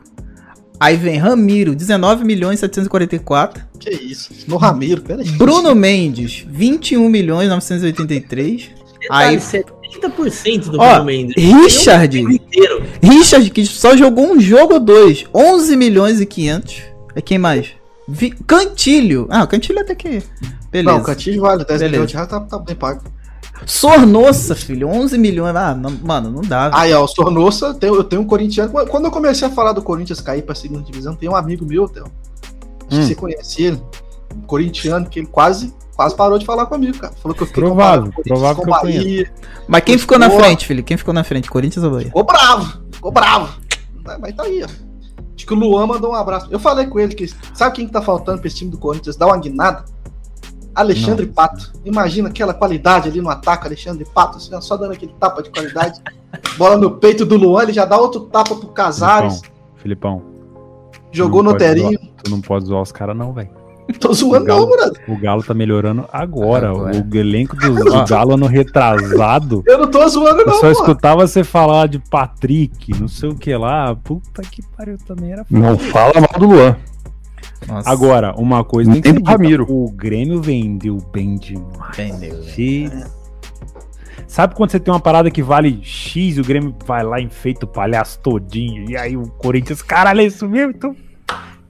[SPEAKER 3] Aí vem Ramiro, 19 milhões 744.
[SPEAKER 4] Que isso? No Ramiro, peraí.
[SPEAKER 3] Bruno Mendes, 21 milhões 983.
[SPEAKER 5] velho.
[SPEAKER 3] Aí,
[SPEAKER 5] Detalhe, 70% do
[SPEAKER 3] Ó,
[SPEAKER 5] Bruno Mendes.
[SPEAKER 3] Richard,
[SPEAKER 5] Eu inteiro.
[SPEAKER 3] Richard que só jogou um jogo ou dois, 11 milhões e 500. É quem mais? Vi- Cantilho. Ah, Cantilho até que
[SPEAKER 4] Não, o
[SPEAKER 3] Beleza.
[SPEAKER 4] Cantinho vale 10
[SPEAKER 3] Beleza.
[SPEAKER 4] milhões de reais, tá, tá bem pago.
[SPEAKER 3] Sornossa, filho, 11 milhões. Ah, não- mano, não dá. velho.
[SPEAKER 4] Aí, ó, o Sornossa, tem- eu tenho um corintiano. Quando eu comecei a falar do Corinthians cair pra segunda divisão, tem um amigo meu, Theo. Acho que
[SPEAKER 2] Hum.
[SPEAKER 4] você conhece ele. Um corintiano, que ele quase, quase parou de falar comigo, cara. Falou que eu fiquei
[SPEAKER 2] Provável,
[SPEAKER 4] comparando o Corinthians
[SPEAKER 2] provável
[SPEAKER 4] com
[SPEAKER 2] que eu
[SPEAKER 4] Bahia.
[SPEAKER 3] Mas quem ficou na
[SPEAKER 4] Boa.
[SPEAKER 3] frente, filho? Quem ficou na frente? Corinthians ou Bahia?
[SPEAKER 4] Ficou bravo, ficou bravo. Tá- Mas tá aí, ó. Acho que o Luan mandou um abraço. Eu falei com ele que sabe quem que tá faltando pra esse time do Corinthians dar uma guinada? Alexandre Pato. Imagina aquela qualidade ali no ataque, Alexandre Pato, assim, ó, só dando aquele tapa de qualidade. Bola no peito do Luan, ele já dá outro tapa pro Casares.
[SPEAKER 3] Então,
[SPEAKER 2] Filipão,
[SPEAKER 4] Jogou
[SPEAKER 2] Não
[SPEAKER 4] no
[SPEAKER 2] pode
[SPEAKER 4] terinho.
[SPEAKER 2] tu não pode zoar os caras, não, velho.
[SPEAKER 4] Tô zoando, não,
[SPEAKER 2] Legal.
[SPEAKER 4] Murado.
[SPEAKER 2] O Galo tá melhorando agora.
[SPEAKER 3] Agora.
[SPEAKER 2] O elenco do, do Galo ano retrasado.
[SPEAKER 4] Eu não tô zoando,
[SPEAKER 2] Eu
[SPEAKER 4] não,
[SPEAKER 2] só
[SPEAKER 4] pô.
[SPEAKER 2] escutava você falar de Patrick, não sei o que lá. Puta que pariu, também era foda.
[SPEAKER 1] Não fala mal do Luan.
[SPEAKER 3] Nossa,
[SPEAKER 2] Agora, uma coisa tem que
[SPEAKER 1] Nem
[SPEAKER 2] ser
[SPEAKER 1] do
[SPEAKER 2] dita,
[SPEAKER 1] Ramiro.
[SPEAKER 2] O Grêmio vendeu bem demais.
[SPEAKER 3] vendeu.
[SPEAKER 2] Se- Sabe quando você tem uma parada que vale X e o Grêmio vai lá e enfeita o palhaço todinho? E aí o Corinthians, caralho, é isso mesmo? Então...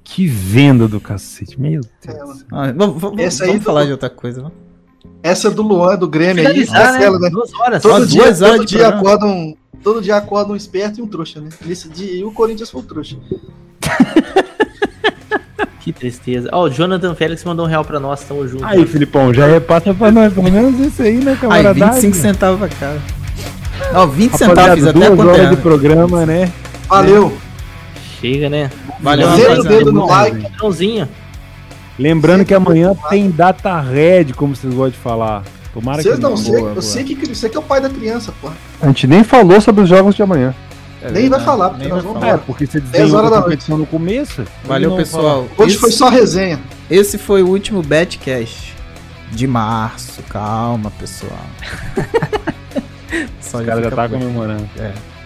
[SPEAKER 2] Que venda do cacete, meu Deus. do céu.
[SPEAKER 3] Ah, vamos vamos-
[SPEAKER 4] Esse aí
[SPEAKER 3] vamos
[SPEAKER 4] do-
[SPEAKER 3] falar de outra coisa. vamos.
[SPEAKER 4] Essa do Luan, do Grêmio aí,
[SPEAKER 5] Finalizar, né?
[SPEAKER 4] cancela, né?
[SPEAKER 5] Duas horas.
[SPEAKER 4] Todo
[SPEAKER 3] Só
[SPEAKER 4] dia,
[SPEAKER 3] duas horas
[SPEAKER 4] todo
[SPEAKER 3] de
[SPEAKER 4] dia
[SPEAKER 3] programa.
[SPEAKER 4] acorda um, todo dia acorda um esperto e um trouxa, né? Nesse dia, e o Corinthians foi um trouxa.
[SPEAKER 5] Que tristeza. Ó, o Jonathan Félix mandou um real pra nós, tamo junto.
[SPEAKER 2] Aí, Filipão, já repassa pra nós, pelo menos isso aí, né,
[SPEAKER 3] Aí,
[SPEAKER 2] camarada?
[SPEAKER 3] 25 centavos pra cá. Não, 20 centavos, fiz
[SPEAKER 2] Rapaziada,
[SPEAKER 3] até
[SPEAKER 2] duas horas
[SPEAKER 3] contar.
[SPEAKER 2] de programa, né?
[SPEAKER 4] Valeu.
[SPEAKER 5] Chega, né?
[SPEAKER 3] Valeu,
[SPEAKER 4] Zero
[SPEAKER 3] rapaziada.
[SPEAKER 4] dedo no
[SPEAKER 2] Bom,
[SPEAKER 4] like.
[SPEAKER 2] gente.
[SPEAKER 5] Finalzinho.
[SPEAKER 2] Lembrando que amanhã tem data red, como vocês gostam de falar. Tomara
[SPEAKER 4] Vocês
[SPEAKER 2] que
[SPEAKER 4] não, sei,
[SPEAKER 3] boa,
[SPEAKER 4] eu
[SPEAKER 3] boa.
[SPEAKER 4] sei que você que é o pai da criança, porra.
[SPEAKER 1] A gente nem falou sobre os jogos de amanhã.
[SPEAKER 3] É
[SPEAKER 4] Nem vai
[SPEAKER 3] verdade,
[SPEAKER 4] falar, porque
[SPEAKER 3] nem
[SPEAKER 4] nós
[SPEAKER 3] vai
[SPEAKER 4] vamos
[SPEAKER 3] falar.
[SPEAKER 2] É,
[SPEAKER 4] embora.
[SPEAKER 2] porque você
[SPEAKER 4] 10
[SPEAKER 2] desenhou
[SPEAKER 4] horas
[SPEAKER 2] a
[SPEAKER 4] da noite.
[SPEAKER 2] competição no começo. então
[SPEAKER 3] Valeu,
[SPEAKER 2] Não
[SPEAKER 3] pessoal.
[SPEAKER 4] Hoje
[SPEAKER 3] Esse-
[SPEAKER 4] foi só resenha.
[SPEAKER 3] Esse foi o último Betcast de março. Calma,
[SPEAKER 2] [laughs]
[SPEAKER 3] pessoal. Só
[SPEAKER 2] O cara já
[SPEAKER 3] fica
[SPEAKER 2] tá
[SPEAKER 3] por-
[SPEAKER 2] comemorando.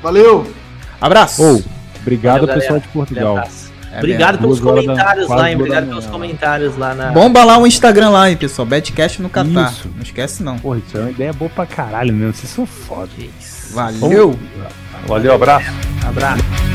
[SPEAKER 4] Valeu!
[SPEAKER 3] Abraço! É
[SPEAKER 2] Ou, obrigado
[SPEAKER 5] Valeu,
[SPEAKER 2] pessoal de Portugal.
[SPEAKER 5] Abraço. Obrigado pelos
[SPEAKER 2] É Duas horas da-
[SPEAKER 5] comentários
[SPEAKER 2] quase
[SPEAKER 5] lá, hein?
[SPEAKER 2] duas da
[SPEAKER 5] Obrigado pelos
[SPEAKER 2] manhã.
[SPEAKER 5] comentários lá na.
[SPEAKER 3] Bomba lá o Instagram lá, hein, pessoal. Betcast no Catar.
[SPEAKER 2] Isso.
[SPEAKER 3] Não esquece, não.
[SPEAKER 2] Porra, isso é uma ideia boa pra caralho mesmo. Vocês são foda.
[SPEAKER 3] Valeu!
[SPEAKER 1] Valeu, abraço.
[SPEAKER 5] Abraço.